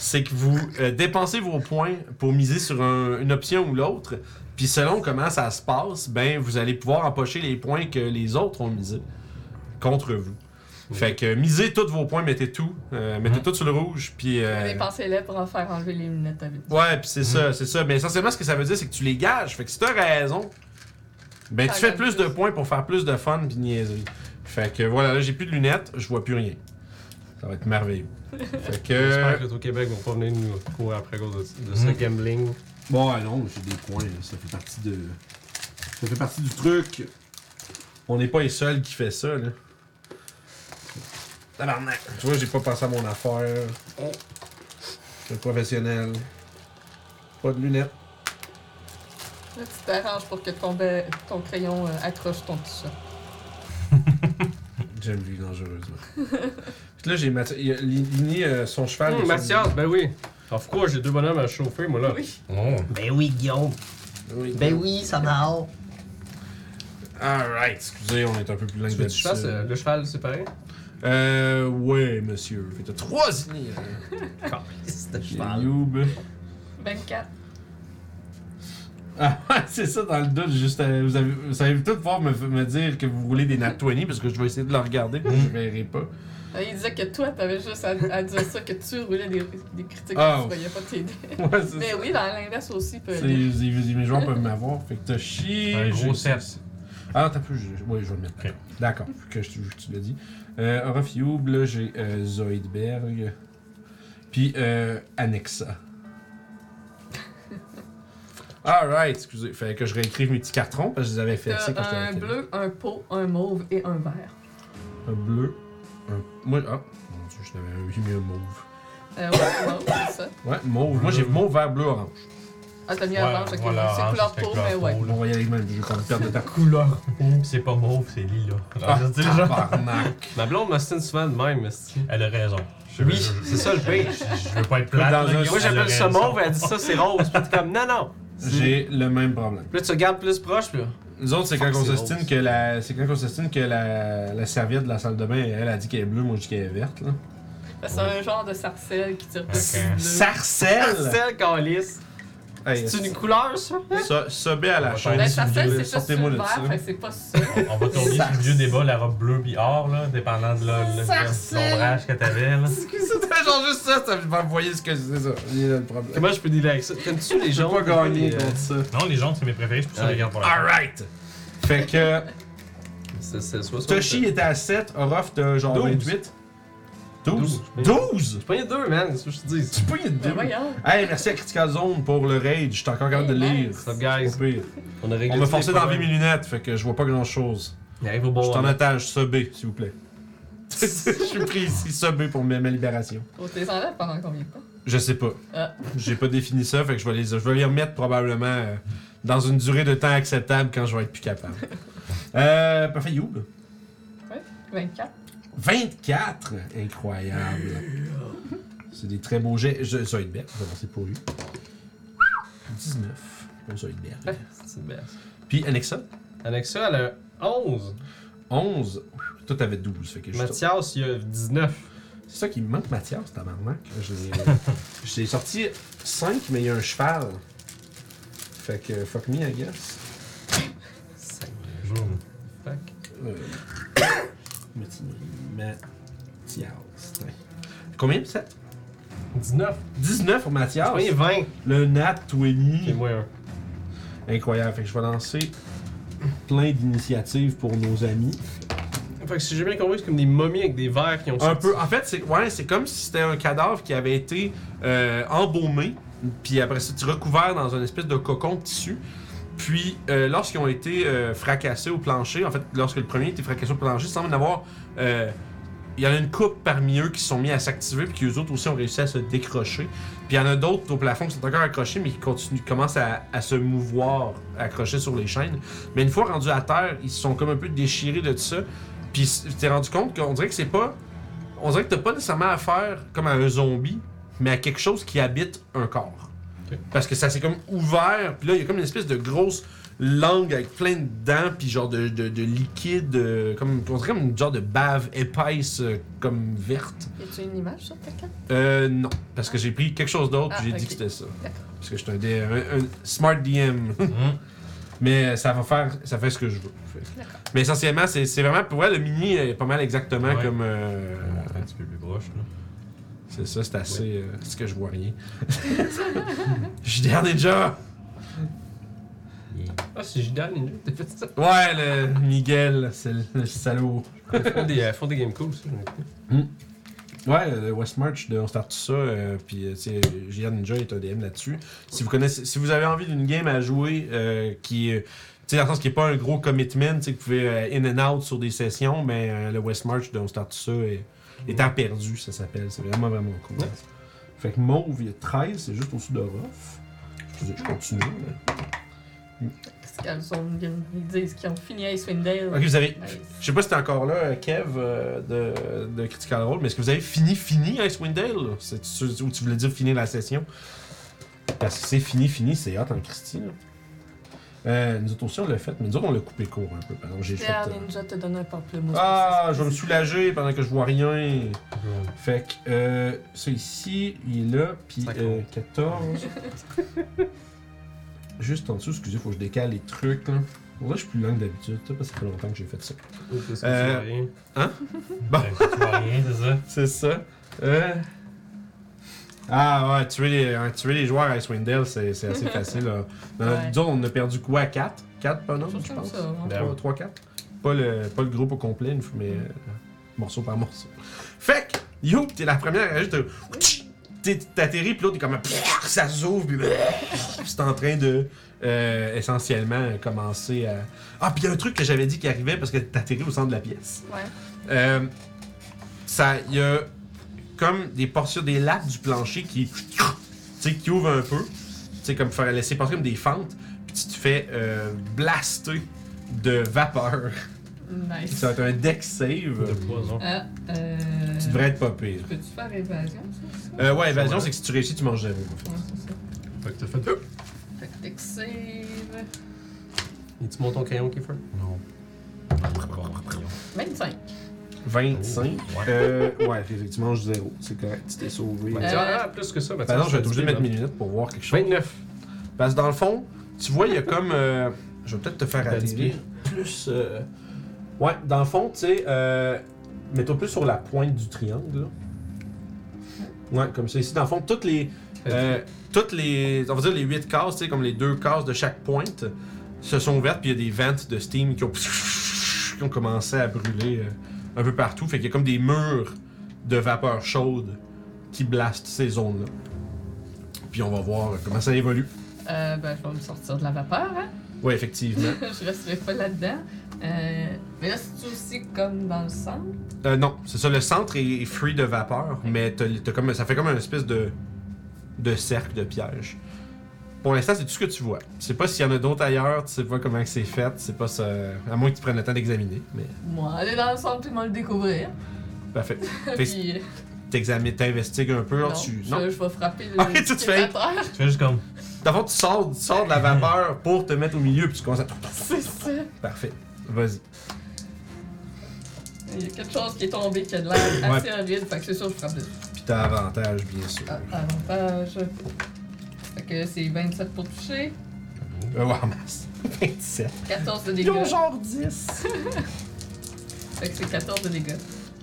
C'est que vous euh, dépensez vos points pour miser sur un- une option ou l'autre. Puis selon comment ça se passe, ben vous allez pouvoir empocher les points que les autres ont misés contre vous. Fait que misez tous vos points, mettez tout. euh, mettez Mm. tout sur le rouge, puis... euh, Dépensez-les pour en faire enlever les lunettes à vide. Ouais, puis c'est Mhm. ça, c'est ça. Mais essentiellement, ce que ça veut dire, c'est que tu les gages. Fait que si t'as raison, ben Ça tu fais gagne plus plus. de points pour faire plus de fun pis niaiserie. Fait que voilà, là j'ai plus de lunettes, je vois plus rien. Ça va être merveilleux. Fait J'espère que. que au Québec vont pas venir nous courir après à cause de, de ce Mhm. gambling. Bon, ouais, non, j'ai des points. là. Ça fait partie de. Ça fait partie du truc. On n'est pas les seuls qui fait ça, là. Tabarnak. Tu vois, j'ai pas pensé à mon affaire. Eh. Je suis professionnel. Pas de lunettes. Là, tu t'arranges pour que ton, ba- ton crayon euh, accroche ton t-shirt. J'aime lui dangereusement. Puis là, j'ai Mathi- il y a Ligny, euh, son cheval. Hum, de- Mathias, ben oui. Of course, j'ai deux bonhommes à chauffer, moi là. Oui. Oh. Ben oui, Guillaume. Oui. Ben oui, ça m'a hâte. Alright, excusez, on est un peu plus loin Tu que veux que je fasse euh, d'habitude. le cheval séparé? Euh, ouais, monsieur. Fait que t'as trois lignes. C'était Ben cheval. Youb. 24. Ah ouais, c'est ça, dans le doute, juste, euh, vous, avez, vous allez tout pouvoir me, me dire que vous roulez des nat 20 parce que je vais essayer de le regarder puis je verrai pas. Euh, Il disait que toi, t'avais juste à, à dire ça, que tu roulais des, des critiques, Ah, que tu voyais pas t'aider. Ouais, c'est Mais ça. oui, dans l'inverse aussi, peut C'est- c'est- mes joueurs peuvent m'avoir. Fait que t'as chié. Un gros j'ai- 7. Ah non, t'as plus. je- Oui, je vais le mettre. Ok. D'accord, vu que je, vu que tu l'as dit. Euh, Orof Youb, là, j'ai euh, Zoidberg. Puis euh, Annexa. Alright, excusez. Fallait que je réécrive mes petits cartons parce que je les avais fait ça quand T'as j'étais un avec elle. bleu, un pot, un mauve et un vert. Un bleu. Un- Moi, ah, mon dieu, je n'avais mis un mauve. Euh, ouais, mauve, c'est ça. Ouais, mauve. Moi, j'ai mauve, vert, bleu, orange. Ah, t'as mis Ouais, orange, ok. voilà, Ah, c'est orange, couleur c'était peau, couleur mais ouais. peau, On va y aller avec même, je vais pas me perdre de temps. Couleur. C'est pas mauve, c'est lila. Ah, Alors, je dis genre, tabarnak! Ma blonde m'astine souvent de même, esti. Elle a raison. Je Oui, veux- je- c'est ça le pire. Je je veux pas être plate. Dans là, un- Guillaume, Moi Elle j'appelle a ça raison. mauve, elle dit ça c'est rose. Puis t'es comme non, non. J'ai le même problème. Puis là tu regardes plus proche, puis là. Nous autres, c'est quand Fuck, on c'est s'estime rose. que la, c'est quand on s'estime que la, la serviette de la salle de bain, elle a dit qu'elle est bleue, moi je dis qu'elle est verte. Là. C'est un genre de sarcelle qui tire plus Ok. bleu. Sarcelle. Sarcelle, calice. Hey, C'est une couleur, ça? so- Sobé à la Ben, chaîne. Ben, sur sarcelle, le- c'est juste sur sortez-moi hein. le de vert, ça. fait que c'est pas ça. On va tourner sur le vieux débat, la robe bleue puis or, là, dépendant de la- le- l'ombrage que t'avais. là. C'était genre juste ça, ça vous voyez ce que c'est ça. Il est là le problème. Comment je peux dealer avec ça? T'aimes-tu les Euh, Je gens? peux pas gagner contre ça. Non, les jaunes, c'est mes préférés, je pour ça que je les garde pour la fin. Alright! Fait que C'est c'est soit soit- Toshi était à 7, Orof t'as genre 12. 28. 12? 12! Douze. J'ai pogné deux, man, c'est ce que je te dis. Tu peux y Ben deux. voyons. Hey, merci à Critical Zone pour le raid, j'étais encore capable de Hey, lire. nice. What's up, guys? Pas pire. On a réglé On m'a tous forcé les d'enlever mes problèmes. lunettes, fait que je vois pas grand chose. Il arrive au Je bon suis en moment. otage, sobé, s'il vous plaît. je suis pris ici, sobé pour ma ma libération. Faut tes enlèves pendant combien de temps? Je sais pas. Ah. J'ai pas défini ça, fait que je vais les, je vais les remettre probablement euh, dans une durée de temps acceptable quand je vais être plus capable. Euh, parfait, Youb. 24. 24! Incroyable! C'est des très beaux jets. Je, Zoidberg, je vais commencer pour lui. 19 pour Ah, Zoidberg. C'est une merde. Puis Annexa, Annexa, elle a 11. 11. Toi, t'avais 12, fait que je suis Mathias, il a 19. C'est ça qui me manque, Mathias, tabarnak. Je l'ai- Je l'ai sorti 5, mais il y a un cheval. Fait que fuck me, I guess. Jaune. Fuck. Euh, Mati- Mathias. ouais. Combien 7 19. 19 pour Mathias. Oui, 20. Le nat 20. Et moi, un. Incroyable. Fait que je vais lancer plein d'initiatives pour nos amis. Fait que si j'ai bien compris, c'est comme des momies avec des verres qui ont Un sorti. peu. En fait, c'est ouais, c'est comme si c'était un cadavre qui avait été euh, embaumé, puis après ça, tu recouvert dans une espèce de cocon de tissu. Puis, euh, lorsqu'ils ont été euh, fracassés au plancher, en fait, lorsque le premier a été fracassé au plancher, il semble y en avoir. euh, il y en a une coupe parmi eux qui se sont mis à s'activer, puis qu'eux autres aussi ont réussi à se décrocher. Puis il y en a d'autres au plafond qui sont encore accrochés, mais qui continuent, commencent à, à se mouvoir, accrochés sur les chaînes. Mais une fois rendus à terre, ils se sont comme un peu déchirés de tout ça. Puis tu t'es rendu compte qu'on dirait que c'est pas. On dirait que t'as pas nécessairement affaire comme à un zombie, mais à quelque chose qui habite un corps. Ok. Parce que ça s'est comme ouvert, puis là, il y a comme une espèce de grosse langue avec plein de dents, puis genre de, de- de liquide, euh, comme, on dirait comme une genre de bave épaisse, euh, comme verte. Y a-tu une image sur ta carte? Euh, non, parce que j'ai pris quelque chose d'autre, puis j'ai Ah, dit ok. que c'était ça. D'accord. Parce que je suis un, D- un- un smart DM. Hum. Mais ça va faire, ça fait ce que je veux. Fait que- D'accord. Mais essentiellement, c'est c'est vraiment pour elle, le mini est pas mal exactement Ouais. comme. euh, un petit peu plus proche, là. c'est ça, c'est assez. euh, c'est que je vois rien. je suis derrière déjà! Ah, si je donne une t'as fait ça. Ouais, le Miguel, c'est le, le salaud. Ils font des, euh, font des games cool, ça. j'en ai écouté. Ouais, le Westmarch, de on start tout ça, euh, puis euh, tu sais, JR Ninja est un DM là-dessus. Si vous connaissez, si vous avez envie d'une game à jouer euh, qui, est- tu sais, dans le sens qui est pas un gros commitment, tu sais, que vous pouvez euh, in and out sur des sessions, mais euh, le Westmarch, de on start tout ça est, est temps perdu, ça s'appelle. C'est vraiment vraiment cool. Ouais. Fait que mauve, il y a 13, c'est juste au-dessus de Rof. Excusez, je continue. là. Parce qu'elles ont, ils disent qu'ils ont fini à Swindale. Ok, vous avez. Nice. Je sais pas si t'es encore là, euh, Kev, euh, de, de Critical Role, mais est-ce que vous avez fini, fini Icewind Dale? C'est ce- ou tu voulais dire finir la session? Parce que c'est fini, fini, c'est hot en Christie, là. Euh, nous autres aussi, on l'a fait, mais nous autres, on l'a coupé court un peu. Par exemple, j'ai fait. Pierre euh, Ninja te donne un pamplemousse. Ah, je vais me soulager pendant que je vois rien. Fait que, euh, ça ici, il est là, puis Ça compte. euh, 14. Juste en dessous, excusez, faut que je décale les trucs, là. Moi, je suis plus lent que d'habitude, ça, parce que ça fait longtemps que j'ai fait ça. Parce que tu Euh, vois rien. Bon. Ben, Euh, tu vois rien, c'est ça? C'est ça. Euh. Ah ouais, tuer les, hein, tuer les joueurs à Icewind Dale, c'est c'est assez facile. là. Dans notre- Ouais. disons, on a perdu quoi 4 4 pas non, Chose je comme pense. ça, hein. ouais. Trois- trois, quatre. Pas le, pas le groupe au complet, une fois, Mm. mais euh, morceau par morceau. Fait que, yo, t'es la première à juste. euh, t'es- T'atterris, puis l'autre est comme. Ça s'ouvre, puis. puis c'est en train de. euh, essentiellement commencer à. Ah, puis il y a un truc que j'avais dit qui arrivait parce que t'atterris au centre de la pièce. Ouais. Euh, ça, il y a comme des portions, des lattes du plancher qui, tu sais, qui ouvrent un peu, tu sais, comme faire laisser passer comme des fentes, puis tu te fais euh, blaster de vapeur. Nice. Ça va être un deck save. poison. Ah, euh... Tu devrais être pas pire. Peux-tu faire évasion, ça? ça? Euh, ouais, évasion, c'est que si tu réussis, tu manges zéro. en fait. Ouais, c'est ça. Fait que t'as fait. Fait que deck save. Et tu montes ton crayon, Kiefer? Non. 25. 25. Oh, Ouais. Euh, ouais, effectivement, je zéro. C'est correct, tu t'es sauvé. Ouais, Bah tu dis, Euh, ah, plus que ça, mais ben non, je vais être obligé de mettre mes lunettes pour voir Ben, quelque chose. 29. Parce que dans le fond, tu vois, il y a comme. euh, je vais peut-être te faire Ben, atterrir. Plus. euh, ouais, dans le fond, tu sais. Euh, Mets-toi plus sur la pointe du triangle. là. Ouais, comme ça. Ici, dans le fond, toutes les. euh, toutes les. On va dire les 8 cases, tu sais, comme les deux cases de chaque pointe, se sont ouvertes, puis il y a des ventes de steam qui ont, qui ont commencé à brûler euh, un peu partout. Fait qu'il y a comme des murs de vapeur chaude qui blastent ces zones-là. Puis on va voir comment ça évolue. Euh, ben, je vais me sortir de la vapeur, hein. Ouais, effectivement. je resterai pas là-dedans. Euh, mais là, c'est aussi comme dans le sang. Euh, non, c'est ça. Le centre est est free de vapeur, mais t'as- t'as comme, ça fait comme une espèce de, de cercle de piège. Pour l'instant, c'est tout ce que tu vois. Tu sais pas s'il y en a d'autres ailleurs, tu sais pas comment que c'est fait, c'est pas ça. À moins que tu prennes le temps d'examiner, mais Moi, aller dans le sang, puis m'en le découvrir. parfait. Fait que puis, euh, t'examines, t'investigues un peu, non, tu. je, Non. je vais frapper le Ah, tu te petit fais- à terre. Tu fais juste comme. D'abord, tu sors, tu sors de la vapeur pour te mettre au milieu, puis tu commences à. C'est ça. Parfait. Vas-y. Il y a quelque chose qui est tombé qui a de l'air assez horrible. Fait que c'est sûr, que je frappe dessus. Puis t'as avantage, bien sûr. Ah, avantage. Fait que c'est 27 pour toucher, Euh, ouais, en masse. 27. 14 de Ils ont dégâts. genre 10. Fait que c'est 14 de dégâts.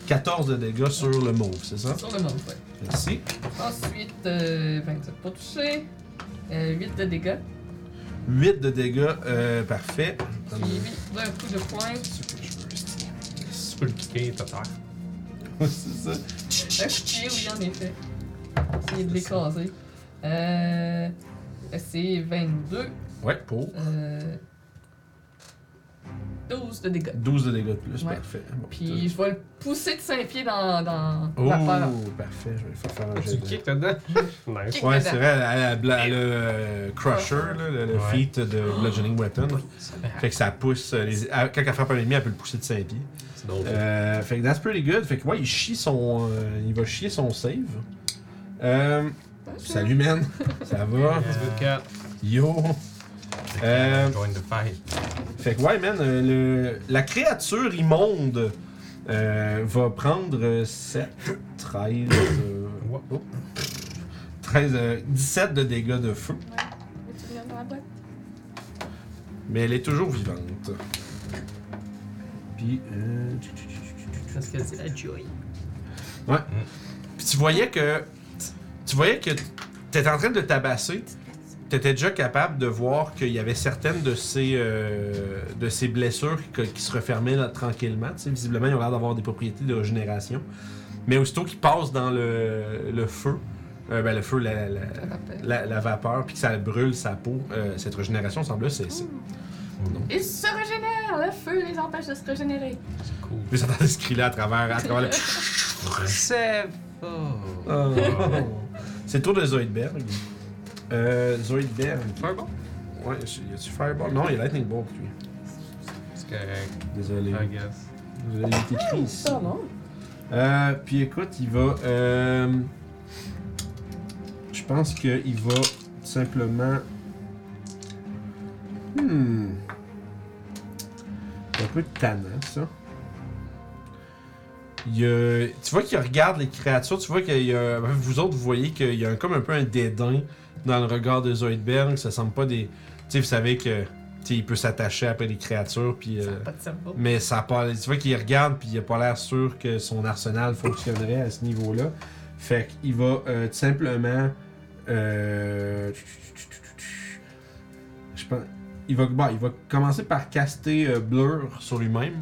14 de dégâts sur le mauve, c'est ça? Sur le monde, ouais. Merci. Ensuite, euh, 27 pour toucher, euh, 8 de dégâts, 8 de dégâts, euh, parfait. Je vais suivi d'un coup de poing, Si tu peux le kicker, t'as terre. prendre- C'est ça. un coup de pied, oui, hein. en effet. Essayer de l'écraser. Euh, c'est 22, Ouais, pour euh, 12 de dégâts. 12 de dégâts de plus, Ouais. parfait. Bon, Puis je vais le pousser de 5 pieds dans, dans t'as- Oh, la peur. parfait, je vais lui faire faire un Tu jet. le de- kicks là-dedans? nice. Kick Ouais, dedans. c'est vrai, elle a, elle a- elle a le euh, crusher, là, le, le Ouais. feat de Oh. bludgeoning weapon. Fait que ça pousse, euh, les, à- quand elle frappe un ennemi, elle peut le pousser de 5 pieds. C'est drôle. Euh, fait que that's pretty good. Fait que ouais, il chie son, euh, il va chier son save. Euh, salut man, ça va? That's good cat. Yo! Euh, Join the fight. Fait que ouais, man, euh, le- la créature immonde euh, va prendre euh, 7, 13, euh, Ouais. oh, 13, euh, 17 de dégâts de feu. Tu viens dans la boîte? Mais elle est toujours vivante. Puis, euh, Parce que c'est la joy. Puis tu voyais que. Tu voyais que t'étais en train de le tabasser. T'étais déjà capable de voir qu'il y avait certaines de ces, euh, de ces blessures qui, qui se refermaient là, tranquillement. Tu sais, visiblement, ils ont l'air d'avoir des propriétés de régénération. Mais aussitôt qu'ils passent dans le, le feu, euh, ben, le feu, la, la- la- la vapeur, puis que ça brûle sa peau, euh, cette régénération semble cesser. Ils se régénèrent! Le feu les empêche de se régénérer. Vous entendez ce cri-là à travers, à travers le... C'est. Oh. Oh. C'est le tour de Zoidberg. Euh, Zoidberg. Fireball? Ouais, y a-tu Fireball? Non, il y a Lightning Bolt, lui. C'est correct, Désolé. I guess. Désolé, il est écrit ici. Ça, Ah, non? Euh, puis écoute, il va. euh, je pense qu'il va simplement. Hmm. C'est un peu tannant, ça. Il y a- tu vois qu'il regarde les créatures, tu vois qu'il y a. Vous autres, vous voyez qu'il y a un- comme un peu un dédain dans le regard de Zoidberg. Ça semble pas des. Tu sais, vous savez que. tu sais, il peut s'attacher après les créatures, puis. Ça euh, n'a pas de cerveau. mais ça a pas, tu vois qu'il regarde puis il a pas l'air sûr que son arsenal fonctionnerait à ce niveau-là. Fait qu'il va euh, tout simplement. euh, je pense. Il va, bah, il va commencer par caster euh, Blur sur lui-même.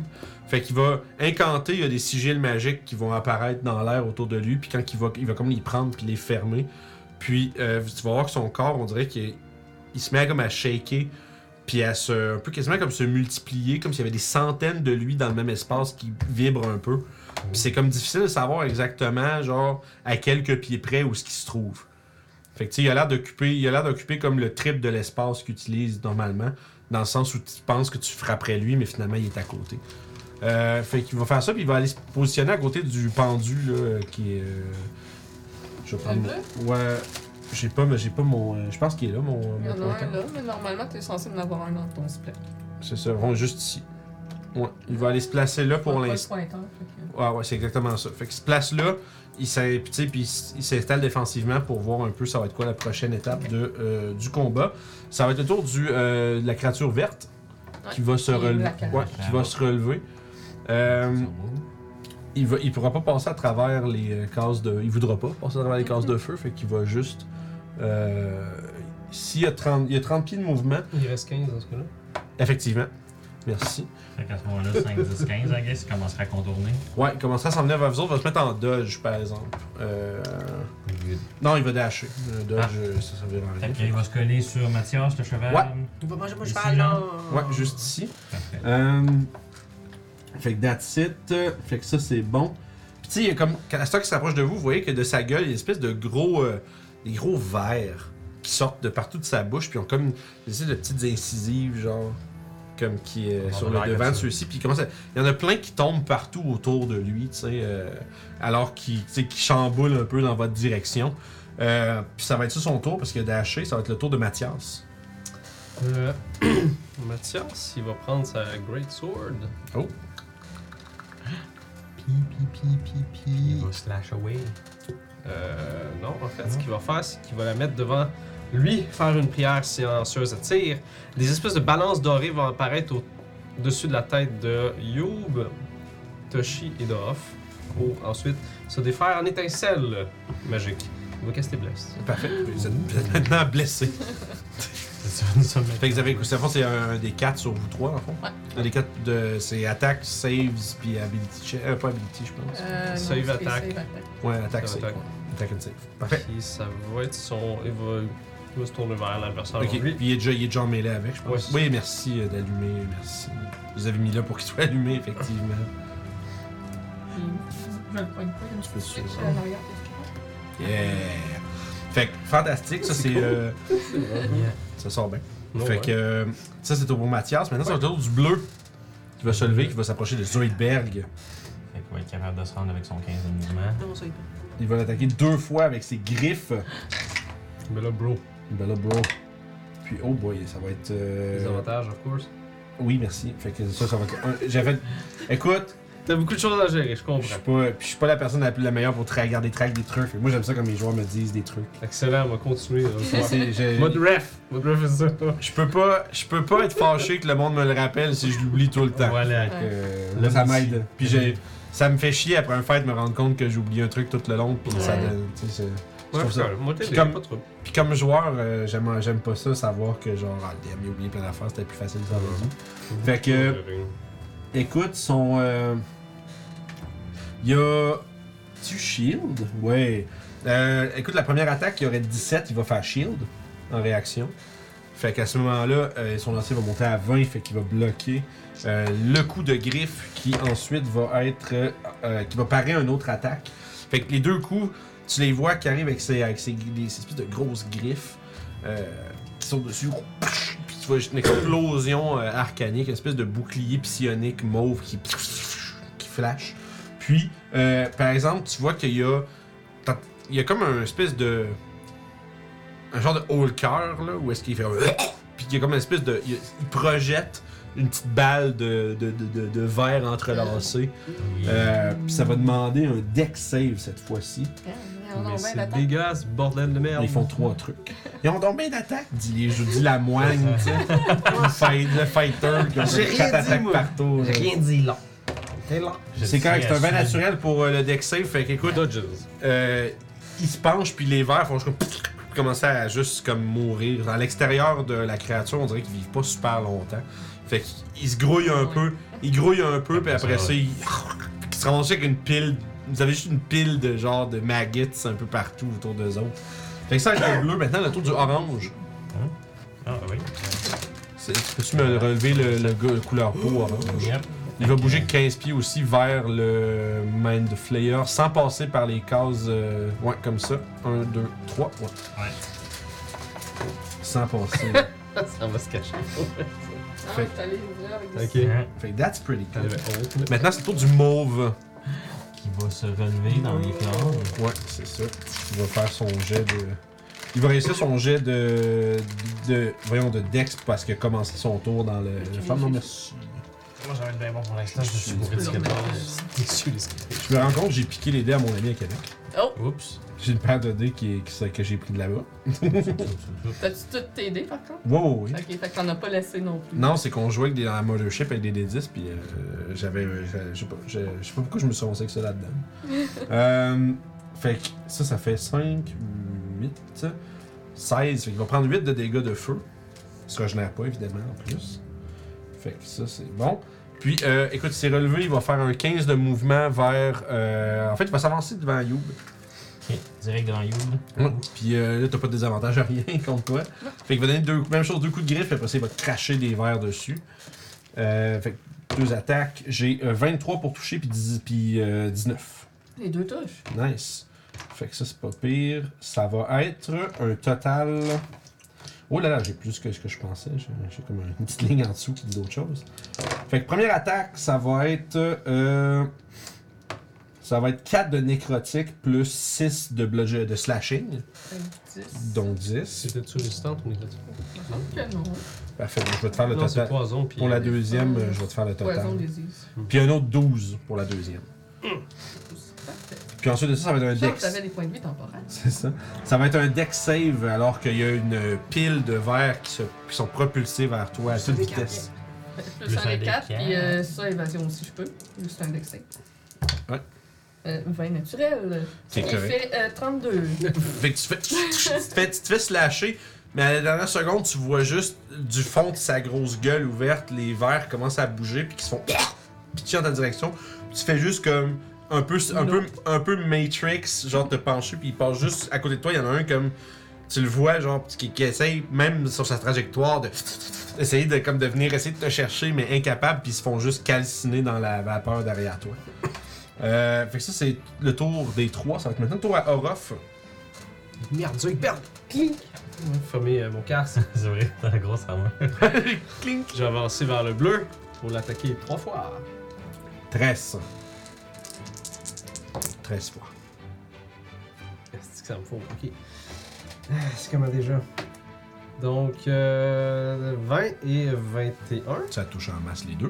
Fait qu'il va incanter, il y a des sigils magiques qui vont apparaître dans l'air autour de lui. Puis quand il va, il va comme les prendre puis les fermer. Puis euh, tu vas voir que son corps, on dirait qu'il il se met à comme à shaker puis à se, un peu quasiment comme se multiplier, comme s'il y avait des centaines de lui dans le même espace qui vibrent un peu. Puis c'est comme difficile de savoir exactement, genre, à quelques pieds près où ce qui se trouve. Fait que tu sais, il a l'air d'occuper, il a l'air d'occuper comme le triple de l'espace qu'il utilise normalement, dans le sens où tu penses que tu frapperais lui, mais finalement il est à côté. Euh, fait qu'il va faire ça, puis il va aller se positionner à côté du pendu là, qui est. euh, Je vais prendre. mon- Ouais. J'ai pas, mais j'ai pas mon. euh, Je pense qu'il est là, mon. Il y mon en a pointeur. un là, mais normalement, t'es censé en avoir un dans ton split. C'est ça, vont juste ici. Ouais, il va aller se placer là pour Pas le l'instant. pointeur, fait Ouais, ouais, c'est exactement ça. Fait qu'il se place là, il s'in- puis tu sais, puis il s- il s'installe défensivement pour voir un peu ça va être quoi la prochaine étape de, euh, du combat. Ça va être le tour du, euh, de la créature verte qui va se qui est relever. black. Ouais, qui va se relever. Euh, il, va, il pourra pas passer à travers les euh, cases de. Il voudra pas passer à travers les Mm-hmm. cases de feu, fait qu'il va juste. Euh, S'il y a 30 il y a 30 pieds de mouvement, Il reste 15 dans ce cas-là. effectivement. Merci. Fait qu'à ce moment-là, 5, 10, 15, I guess, il commencerait à contourner. Ouais, il commencera à s'en venir vers vous autres, va se mettre en dodge par exemple. Euh... Good. Non, il va dasher. Le dodge, Ah. euh, ça servira à Fait rien. qu'il va se coller sur Mathias, le cheval. Ouais. On va manger mon Ici, cheval, là. là. Ouais, juste ici. Parfait. Euh... Fait que that's it. Fait que ça, c'est bon. Puis tu sais, il y a comme. Quand Astor qui s'approche de vous, vous voyez que de sa gueule, il y a une espèce de gros. euh, des gros verres qui sortent de partout de sa bouche, puis ils ont comme des espèces de petites incisives, genre. Comme qui est On sur en le a devant comme de ça. ceux-ci. Puis il commence à- Il y en a plein qui tombent partout autour de lui, tu sais. euh, alors qu'il tu sais, qu'il chamboule un peu dans votre direction. Euh, puis ça va être ça son tour, parce que Daché, ça va être le tour de Mathias. Euh, Mathias, il va prendre sa Great Sword. Oh. Pi, pi, pi, pi, Il pi. va slash away. Euh, non, en fait, ce qu'il va faire, c'est qu'il va la mettre devant lui, faire une prière silencieuse à tir. Des espèces de balances dorées vont apparaître au-dessus de la tête de Youb, Toshi et Dorof pour ensuite se défaire en étincelles magiques. Il va caster Bless. Parfait. Vous êtes- vous êtes maintenant blessé. C'est ça, nous sommes Fait que vous avez, c'est- en fait, c'est un, un des 4 sur vous 3, en fond. Ouais. Un des 4 de. C'est attaque, saves, puis ability. check- euh, pas ability, je que, pense. euh, non, Save c'est attack. save attack. Ouais, attaque, Ça save. va Attaque. attaque. attaque and save. Parfait. Puis ça va être son. Il va, il va se tourner vers l'adversaire. Ok, puis Lui. il est, déjà, il est déjà emmêlé avec, je Ouais, pense. c'est oui, merci euh, d'allumer, merci. Vous avez mis là pour qu'il soit allumé, effectivement. Puis, Je le pointe pas, Tu peux je suivre. me à l'arrière, qu'est-ce que je Yeah! Fait que, fantastique, ça c'est. euh, ça sort bien. Ouais, fait Oh, ouais. que, euh, ça c'est au bon Mathias. Maintenant, c'est au tour du bleu qui va se lever, qui va s'approcher de Zoidberg. Fait qu'il va être capable de se rendre avec son 15 de mouvement. Non, ça y est pas. Il va l'attaquer deux fois avec ses griffes. Mais là, bro. Ben là, bro. Puis, oh boy, ça va être. euh, Les avantages, of course. Oui, merci. Fait que ça, ça va être. un- J'avais. Écoute, T'as beaucoup de choses à gérer, je Je suis comprends. pas, puis je suis pas la personne la plus la meilleure pour traquer des tracks, des trucs. Fait que Moi, j'aime ça quand mes joueurs me disent des trucs. Excellent, on va continuer. on va Tu voir. sais, j'ai- Mode ref. Mode ref, c'est ça. Je peux pas, je peux pas être fâché que le monde me le rappelle si je l'oublie tout le temps. Voilà. Fait que, euh, Le ça petit. m'aide. Puis j'ai, ça me fait chier après un fight de me rendre compte que j'ai oublié un truc tout le long. Puis ça, Ouais. donne- tu sais, c'est- je Ouais, trouve ça. ça. Moi, t'es Puis comme... comme- pas trop. Puis comme joueur, euh, j'aime, j'aime pas ça savoir que genre, ah, damn, j'ai oublié plein d'affaires, c'était plus facile de faire Fait que- Écoute, son. euh, Il y a. Tu shield Ouais. Euh, écoute, la première attaque, il y aurait 17, il va faire shield en réaction. Fait qu'à ce moment-là, euh, son lancer va monter à 20, fait qu'il va bloquer euh, le coup de griffe qui ensuite va être. euh, euh, qui va parer une autre attaque. Fait que les deux coups, tu les vois qui arrivent avec ces, avec ces- des- ces espèces de grosses griffes euh, qui sont dessus. Puis tu vois juste une explosion euh, arcanique, une espèce de bouclier psionique mauve qui, qui flash. Puis, euh, par exemple, tu vois qu'il y a. t'as- Il y a comme un espèce de. Un genre de holker, là, où est-ce qu'il fait. Puis il y a comme une espèce de. Il, il projette une petite balle de, de, de, de- de verre entrelacé. Euh, puis ça va demander un deck save cette fois-ci. Ah, Mais c'est dégueulasse, ce bordel de merde. Ils font trois trucs. Ils ont tombé d'attaque, dit, les, je dis la moigne, tu sais. le, fight- le fighter qui a fait J'ai rien quatre dit, attaques moi. partout. là. dit là. T'es là. C'est correct, c'est un vin naturel pour euh, le deck save. Fait qu'écoute, Dodges. euh, il se penche, puis les verres font juste comme pfff, commencer à juste comme mourir. À l'extérieur de la créature, on dirait qu'ils vivent pas super longtemps. Fait qu'ils se grouillent un Ouais. peu, ils grouillent un peu, puis Après ça, après ça, ils, ils se ramassent avec une pile. Vous avez juste une pile de genre de maggots un peu partout autour d'eux autres. Fait que ça, avec le bleu, maintenant, le tour du orange. Ah oui. C'est- Peux-tu me relever le, le gars- le couleur peau orange? Yep. Il va bouger 15 pieds aussi vers le Mind Flayer sans passer par les cases. euh, ouais, comme ça. 1, 2, 3. Ouais. Ouais. Sans passer. Ça va se cacher. Ah, Fait- Ok. Hein, fait que that's pretty cool. T'avais honte, là. Maintenant, c'est le tour du mauve. Qui va se relever dans les flammes. Ouais, c'est ça. Il va faire son jet de. Il va réussir son jet de. de voyons, de Dex parce qu'il a commencé son tour dans le. le femme, non, merci. Moi j'avais le bien bon pour l'instant, je me suis bourré de peux leur 14. Déçu, les skis. Je me rends compte, j'ai piqué les dés à mon ami à Québec. Oh, Oups. J'ai une paire de dés qui, qui- que j'ai pris de là-bas. T'as-tu tout t'aider par contre? Wow, oui. Ok, fait que t'en as pas laissé non plus. Non, c'est qu'on jouait avec des, dans la mothership avec des D10, puis euh, j'avais. euh, j'avais- Je sais pas, je- je sais pas pourquoi je me suis ramassé avec ça là-dedans. euh, fait que ça, ça fait 5, 8, 16. Fait qu'il va prendre 8 de dégâts de feu. Il se régénère pas, évidemment, en plus. Fait que ça, c'est bon. Puis, euh, écoute, il s'est relevé, il va faire un 15 de mouvement vers. euh, en fait, il va s'avancer devant Youb. Ok, direct devant Youb. Puis euh, là, t'as pas de désavantage à rien contre toi. Fait qu'il va donner deux, même chose, deux coups de griffe, puis après ça, il va te cracher des verres dessus. Euh, fait que deux attaques. J'ai euh, 23 pour toucher, puis, 10 puis, euh, 19. Les deux touches. Nice. Fait que ça, c'est pas pire. Ça va être un total. Oh là là, j'ai plus que ce que je pensais. J'ai j'ai comme une petite ligne en dessous qui dit d'autres choses. Fait que première attaque, ça va être. euh, ça va être 4 de nécrotique plus 6 de, bludge- de slashing. Un, dix. Donc 10. C'était-tu résistante ou négatif? Il me semble que non. Parfait, donc je vais te faire Ah, le Non, c'est total. poison, puis... Pour la deuxième, euh, je vais te faire le Poison total. disease. Puis un autre 12 pour la deuxième. Parfait. Puis ensuite de ça, ça va être un Je pense que t'avais dex. des points de vie temporaires. C'est ça. Ça va être un dex save alors qu'il y a une pile de verres qui, se- qui sont propulsés vers toi à toute vitesse. Plus un un des des quatre, quatre. puis euh, ça, évasion aussi, je peux. Juste un deck save. Ouais. Euh, 20 naturel. C'est Il correct. fait euh, 32. Fait que tu, fais, tu, te fais, tu te fais slasher, mais à la dernière seconde, tu vois juste du fond de sa grosse gueule ouverte, les verres commencent à bouger, puis qui se font pitcher en ta direction. Puis tu fais juste comme un peu, un peu, un peu Matrix, genre te pencher, puis il passe juste à côté de toi. Il y en a un comme. Tu le vois, genre, qui, qui essaye, même sur sa trajectoire, de essayer de, comme de venir essayer de te chercher, mais incapable, puis ils se font juste calciner dans la vapeur derrière toi. Euh, fait que ça, c'est le tour des trois. Ça va être maintenant le tour à Orof. Merde, ils perdent! Clink! Fermé euh, mon casque. C'est vrai, t'as la grosse armure. Clink. J'ai avancé vers le bleu pour l'attaquer trois fois. 13. 13 fois. Est-ce que ça me faut? Ok. Ah, C'est comment déjà? Donc, euh, 20 et 21. Ça touche en masse les deux.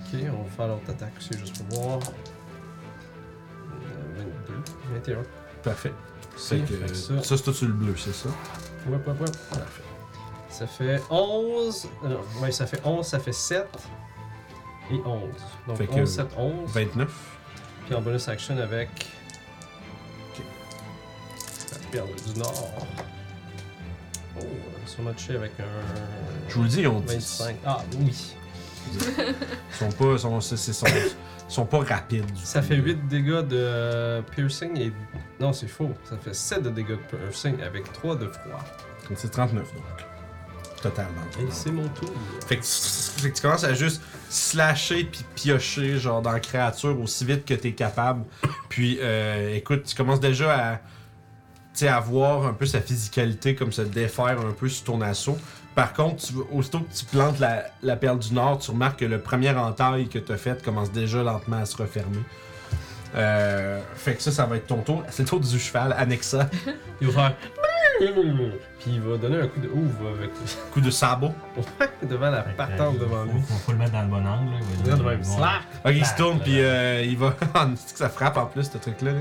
Ok, on va faire l'autre attaque aussi, juste pour voir. Euh, 22, 21. Parfait. C'est Ok, que fait que ça. ça, c'est tout sur le bleu, c'est ça? Ouais, ouais, ouais. Parfait. Ça fait 11. euh, Non, ouais, ça fait 11, ça fait 7. Et 11. Donc Fait que 11, 7, 11. 29. Puis en bonus action avec. Ok. La perle du Nord. Oh, on va sûrement toucher avec un. Je vous le dis, ils ont 10. 25. Ah oui. Ils sont pas, sont, c'est- c'est- sont, sont pas rapides. du Ça tout. fait 8 dégâts de piercing et. Non, c'est faux. Ça fait 7 de dégâts de piercing avec 3 de froid. Donc, C'est 39, donc. Totalement. Et c'est mon tour. Fait que, tu- fait que tu commences à juste slasher puis piocher genre dans la créature aussi vite que t'es capable. Puis euh, écoute, tu commences déjà à, tu sais, à voir un peu sa physicalité comme se défaire un peu sur ton assaut. Par contre, tu, aussitôt que tu plantes la, la perle du Nord, tu remarques que le premier entaille que t'as fait commence déjà lentement à se refermer. Euh, fait que ça, ça va être ton tour. C'est le tour du cheval, Annexa. Il va faire. Puis il va donner un coup de ouf avec Coup de sabot. devant la Fait que, patente euh, devant faut- lui. Faut, faut le mettre dans le bon angle. là, il va Là, donner devant le lui. bon- Slap! Ok, il se tourne, puis euh, il va. C'est que ça frappe en plus, ce truc-là. là.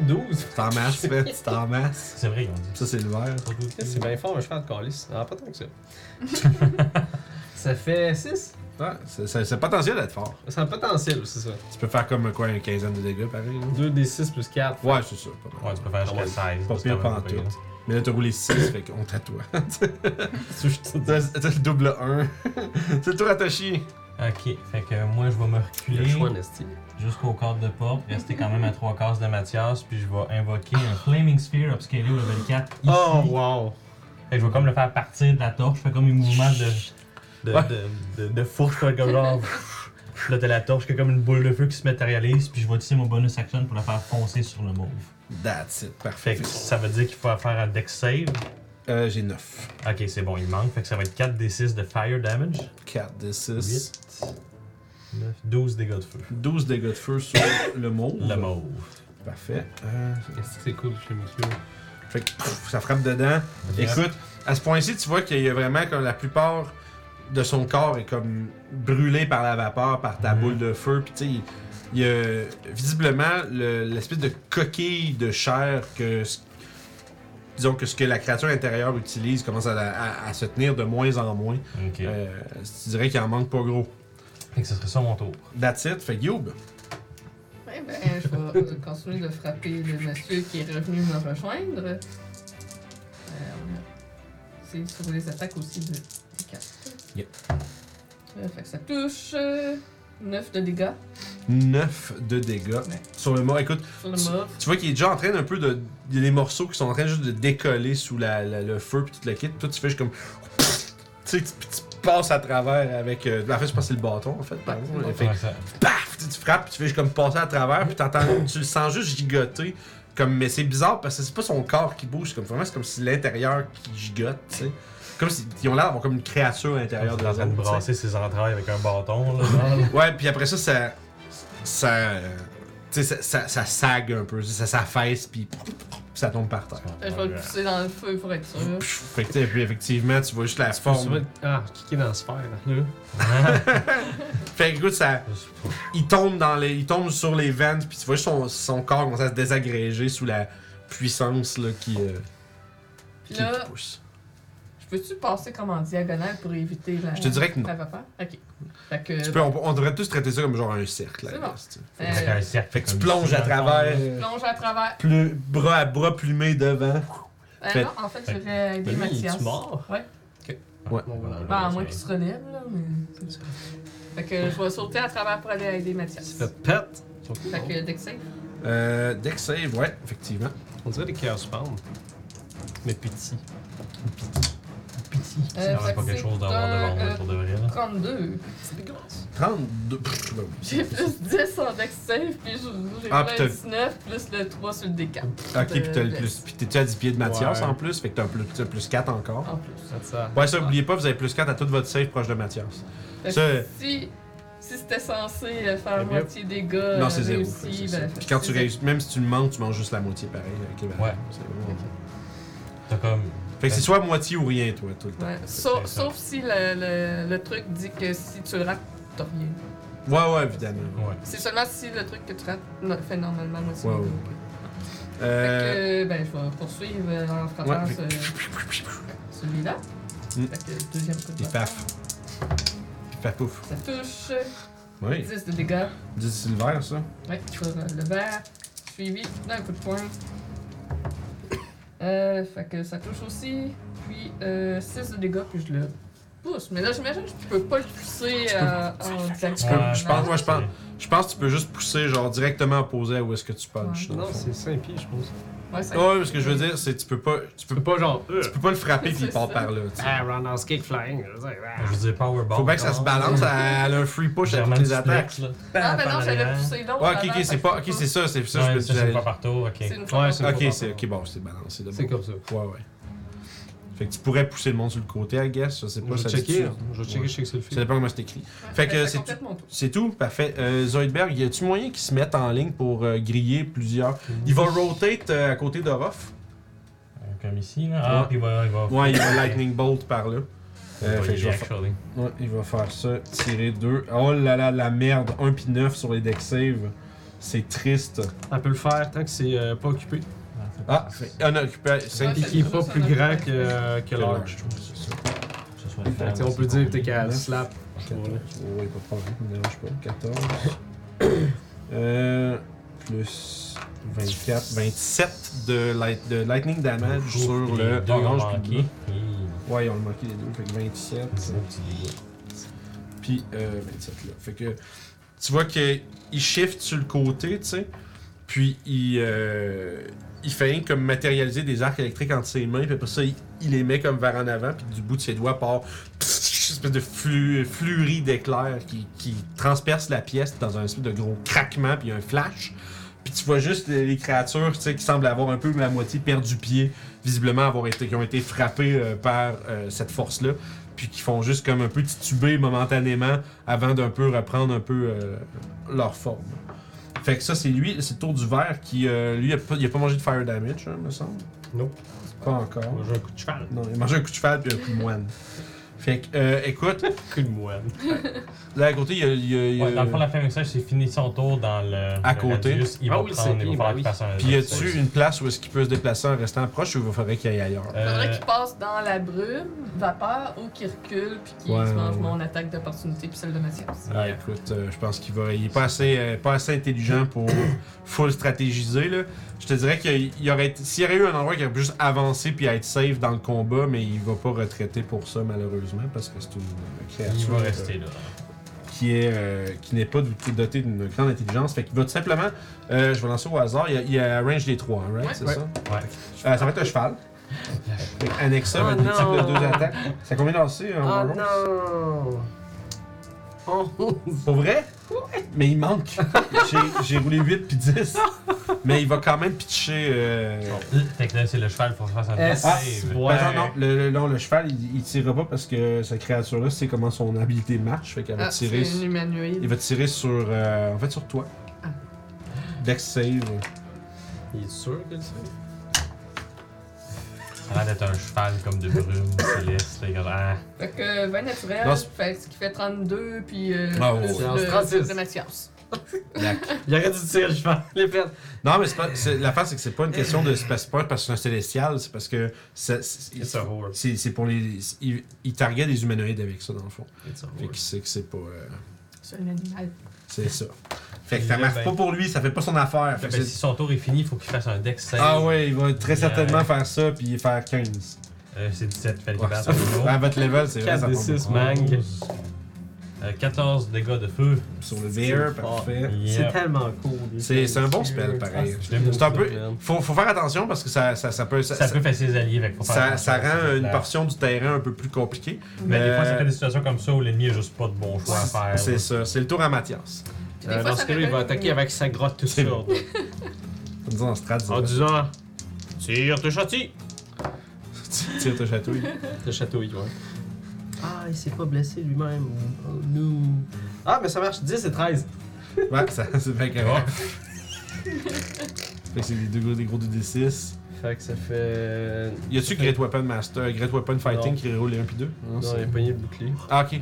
12. Tu t'en masses, fait, tu t'en masses. C'est vrai, ils ont dit. Ça, c'est le vert. Chris, C'est bien fort un cheval de calice. Ah, pas tant que ça. ça fait 6. Ouais, c'est- c'est c'est potentiel d'être fort. C'est un potentiel, c'est ça. Tu peux faire comme quoi, une quinzaine de dégâts, pareil. là. 2 des 6 plus 4. Ouais, c'est ça. pas mal. Ouais, tu peux faire jusqu'à Ouais, 16. pas c'est pire quand même pantoute. pire. Mais là, t'as roulé 6, fait qu'on tatoue. C'est juste T'as t'as le double 1. c'est le tour à Toshi. Ok, fait que moi je vais me le reculer choix, Nasty. jusqu'au cadre de porte, rester quand même à trois cases de Mathias, puis je vais invoquer un Flaming Sphere upscalé au level 4 ici. Ah. Oh, wow. Fait que je vais comme le faire partir de la torche, je fais comme un mouvement de, de, Ouais. de, de, de fourche, je fais comme genre. Là, de la torche, que comme une boule de feu qui se matérialise, puis je vais utiliser mon bonus action pour la faire foncer sur le mauve. That's it, Fait parfait. que ça veut dire qu'il faut faire un deck save. Euh, J'ai 9. Ok, c'est bon, il manque. Fait que ça va être 4 d 6 de fire damage. 4 des 6. 8, 9, 12 dégâts de feu. 12 dégâts de feu sur le mot. Le mauve. Parfait. Euh, Nasty, c'est cool, chez monsieur. Fait que pff, ça frappe dedans. Écoute, à ce point-ci, tu vois qu'il y a vraiment comme la plupart de son corps est comme brûlé par la vapeur, par ta Mhm. boule de feu. Puis tu sais, il y a visiblement le- l'espèce de coquille de chair que, ce- disons que ce que la créature intérieure utilise commence à, la- à- à se tenir de moins en moins. Ok. Euh, tu dirais qu'il en manque pas gros. Fait que ce serait ça mon tour. That's it, fait que Youb. Eh ben, je vais euh, continuer de frapper le monsieur qui est revenu me rejoindre. Euh, c'est sur les attaques aussi de des quatre. Yep. Euh, fait que ça touche euh, 9 de dégâts 9 de dégâts Ouais. sur le mort. Écoute, sur le mort. Tu vois qu'il est déjà en train un peu de. Il y a des morceaux qui sont en train juste de décoller sous la, la- le feu, puis tout le kit. Toi, tu fais juste comme. Tu sais, tu- puis tu passes à travers avec. euh, en fait, je pense que c'est le bâton, en fait, pardon. Ouais, c'est le Fait que, Ouais, ça- paf Tu tu frappes, puis tu fais juste comme passer à travers, puis t'entends- tu le sens juste gigoter. Comme, mais c'est bizarre parce que c'est pas son corps qui bouge, c'est comme vraiment c'est comme si l'intérieur qui gigote, tu sais. Comme si, ils ont l'air d'avoir comme une créature à l'intérieur de en train de la brasser ses entrailles avec un bâton. Là. Ouais, puis après ça, ça. Ça. euh, Tu sais, ça, ça, ça sague un peu, ça s'affaisse, puis ça tombe par terre. Euh, je Oh, vais le pousser dans le feu pour être sûr. Fait que, tu sais, puis effectivement, tu vois juste la Souvent- forme. Ah, kicker dans la sphère. Ben, Là. Fait que, écoute, ça, il tombe dans les, il tombe sur les ventes, puis tu vois juste son, son corps commence à se désagréger sous la puissance là, qui, euh, Puis qui, là, qui pousse. je peux-tu passer comme en diagonale pour éviter la. Je te dirais que non. La vapeur? Ok. Fait que. Tu peux- on, on devrait tous traiter ça comme genre un cercle. C'est là, bon. c'est- Avec euh, un cercle. Fait que tu comme plonges ça, à dans le fond, travers, là. euh, plonge à travers. plu- bras à bras plumés devant. Euh, Fait- non, en fait, je vais Ben, aider lui, il Mathias. est-tu mort? Ouais. Ouais. Bon, voilà. Bah, à moins qu'il se relève, là, mais. c'est ça. Fait que je vais sauter à travers pour aller aider Mathias. Ça fait pète. Ils sont cool, Fait non? que deck save. Euh, deck save, ouais, effectivement. On dirait des chaos spawn. Mais petit. Petit. Euh. Ça reste pas quelque chose d'avoir devant moi pour de vrai. là. 32. 32. pff, ben oui. J'ai plus 10 en deck save, puis je- j'ai Ah, plein puis t'as- 19, plus le 3 sur le D4. Ok, puis t'as le plus. Puis t'es-tu à 10 pieds de Mathias Ouais. en plus? Fait que t'as un plus, t'as plus 4 encore. En plus. C'est ça. Ouais, ça, oubliez pas, vous avez plus 4 à toute votre save proche de Mathias. Fait que Ça- Euh, si, si c'était censé euh, faire Eh bien, moitié des dégâts, euh, non, c'est zéro. fait que réussi, c'est ça. ben, Puis quand c'est tu zéro. réussis, même si tu le manques, tu manges juste la moitié pareil. ok, ben, Ouais. c'est bon. T'as comme. Fait que c'est soit à moitié ou rien, toi, tout le temps. Ouais. Sauf, ça. sauf si le, le- le truc dit que si tu le rates, tutoriel. Ouais, ouais, évidemment. Ouais. C'est seulement si le truc que tu rates no- fait normalement, moi, c'est Ouais, ouais, bon. ouais. Fait Euh, que, ben, je vais poursuivre euh, en frappant Ouais, ce- celui-là. Mm. Fait que, deuxième coup de Et bâton. paf. Puis paf pouf. Ça touche Oui. 10 de dégâts. 10 silver, ça. Ouais, sur euh, le vert. Suivi d'un coup de poing. Euh, fait que ça touche aussi. Puis euh, 6 de dégâts, puis je le pousse. Mais là, j'imagine que tu peux pas le pousser euh, en Tu attaquant. peux- Ouais, je pense, ouais, je pense. Je pense que tu peux juste pousser, genre, directement opposé à où est-ce que tu punches. Ouais. dans le Ah, Non, fond. c'est 5 pieds, je pense. Ouais, Ah, ça- Ouais, ce que je veux dire, c'est que tu peux pas, tu peux, C'est pas genre. euh, tu peux pas le frapper puis il C'est part ça. par là. tu sais. Ah, roundhouse kick flying. je veux dire, ah. Je veux dire, Powerball. Faut bien que ça se balance, à- elle a un free push à German toutes les attaques. Suplex, là. Ah, mais Par non, en j'avais arrière. poussé l'autre. Ouais, ok, avant, ok, fait c'est que pas, je ok, peux c'est ça, c'est ça, Ouais, je peux ça, c'est pas partout, ok. C'est une fois Ouais, par c'est tour. Ok, c'est, ok, bon, c'est balancé de C'est bon. comme ça. Ouais, ouais. Fait que tu pourrais pousser le monde sur le côté, I guess, je sais pas, Je ça vais dit- checker. hein. Je vais checker, Ouais. je sais que c'est le Ça film. dépend comment c'est écrit. Ouais, Fait que ça c'est- complète mon tour. C'est tout, parfait. Euh, Zoidberg, y a-tu moyen qu'ils se mettent en ligne pour euh, griller plusieurs Il va rotate euh, à côté d'Orof. Euh, Comme ici, là. Ah, Ouais. puis il va. Il va Ouais, il va lightning bolt par là. Il Euh, va fait que y je vais aller, faire- actually. ouais, il va faire ça, tirer 2. Oh là là, la merde, 1 puis 9 sur les deck save. C'est triste. On peut le faire tant que c'est euh, pas occupé. Ah, un occupé. cinq- Et qu'il est pas plus grand que, euh, que C'est large. large, je trouve, c'est ça. Que ce soit Fait que, faible, tu sais, on c'est peut dire compliqué. peut-être qu'elle slap. je vois, 14. là. Ouais, pas de problème, ne dérange pas. 14. euh, plus 24, 27 de, light, de lightning damage Ouf, sur puis le deux orange ont puis le manqué. bleu. Ouais, on le manqué les deux, fait que 27. Puis euh, 27 là. Fait que tu vois qu'il shift sur le côté, tu sais. Puis il, euh, il fait comme matérialiser des arcs électriques entre ses mains. Puis après ça, il, il les met comme vers en avant. Puis du bout de ses doigts part pss, une espèce de flu, flurrie d'éclairs qui, qui transperce la pièce dans un espèce de gros craquement. Puis un flash. Puis tu vois juste les les créatures tu sais, qui semblent avoir un peu la moitié perdu pied, visiblement avoir été, qui ont été frappées euh, par euh, cette force-là, puis qui font juste comme un peu tituber momentanément avant d'un peu reprendre un peu euh, leur forme. Fait que ça, c'est lui, c'est le tour du vert qui, euh, lui, a pas, il a pas mangé de fire damage, hein, me semble. Non. Pas encore. Moi, J'ai un coup de cheval. Non, il a mangé un coup de cheval puis un coup de moine. Fait que, euh, écoute, Coup de moine. là à côté, il y a. il y a- il y a- Ouais, dans le fond, la fin message, c'est fini son tour dans le. euh, À le côté. radius. Il Ah va oui, c'est prendre, il bien, va falloir bah qu'il fasse un. Puis y a-tu une place où est-ce qu'il peut se déplacer en restant proche ou il faudrait qu'il aille ailleurs? Euh, Faudrait qu'il passe dans la brume, vapeur, ou qu'il recule, puis qu'il Ouais, se mange ouais. mon attaque d'opportunité, puis celle de Mathias. Ah, écoute, euh, je pense qu'il va. Il est pas assez, euh, pas assez intelligent pour full stratégiser. Là. Je te dirais qu'il il aurait été- S'il y aurait eu un endroit qui aurait pu juste avancer puis être safe dans le combat, mais il va pas retraiter pour ça malheureusement parce que c'est une euh, créature. Il va euh, rester là. qui est euh, qui n'est pas doté- doté d'une grande intelligence. Fait qu'il va tout simplement. euh, je vais lancer au hasard. Il y a, il y a range des trois, hein, right? Ouais. c'est Ouais. ça? Ouais. Euh, ça va être un cheval. Fait que Annexa va Oh être des types de non. deux attaques. Ça combien de lancers en Oh Warlord? non! Oh, Pour vrai? Mais il manque. J'ai- J'ai roulé 8 puis 10. Mais il va quand même pitcher. euh, Fait que là, c'est le cheval, faut que je fasse un Eh, death ah, ben save. non, non, le, le- non, le cheval, il, il tirera pas parce que cette créature-là, c'est comment son habilité marche. Fait qu'elle va Ah, c'est tirer. une sur- humanoïde. Il va tirer sur. euh, en fait, sur toi. Dex save. Il est sûr que c'est Ça a l'air d'être un cheval comme de brume céleste. là, il regarde, ah. Fait que 20 naturel, Non, c'est- fait, ce qui fait 32, puis euh, Ah, ouais, plus ouais. le- 36. de Mathias. Il aurait dû tirer le cheval, les pertes. Non, mais c'est pas. c'est- L'affaire, c'est que c'est pas une question de. C'est pas- c'est pas parce que c'est un célestial, c'est parce que. ça- c'est- It's a whore. C'est c'est pour les. Il, il target les humanoïdes avec ça, dans le fond. It's a Fait whore. qu'il sait que c'est pas. euh, C'est un animal. C'est ça. Fait que Il ça l'a marche bien. pas pour lui, ça fait pas son affaire. Fait Ben, que si c'est- son tour est fini, faut qu'il fasse un deck save. ah ouais, il va très Euh, certainement faire ça puis faire 15. Euh, c'est 17, fallait Ouais, qu'il batte ça- à Ah, votre level, c'est vrai, ça 4 tombe des 6 beaucoup. mangue. Onze. Euh, 14 dégâts de feu. Sur le VR, C'est parfait. C'est Yeah. tellement cool. les C'est- c'est un bon pertes. spell, pareil. Ah, C'est C'est un peu. spell. Faut, faut faire attention parce que ça, ça, ça peut. Ça, Ça, peut faire ses alliés, fait qu'il faut faire ça- ça attention. rend une Là. portion du terrain un peu plus compliquée. Mais des fois, ça Euh, fait des situations comme ça où l'ennemi a juste pas de bon choix à faire. C'est là. ça, c'est le tour à Mathias. Puis des Euh, fois, Dans ça ce cas-là, il rappelle va attaquer une- avec sa grotte tout C'est seule. En disant en strat, Oh, En dis- disant Tire tes châtis! tire ta chatouille. Le château, ouais. Ah, il s'est pas blessé lui-même. Oh, no. Ah, mais ça marche 10 et 13. Ouais, ça, c'est bien grave. Oh. Fait que c'est des deux gros, des gros 2d6. Fait que ça fait. Y a-tu Great Weapon Master, Great Weapon Fighting Non. qui roule les 1 puis 2 Non, il a pogné le bouclier. Ah, ok.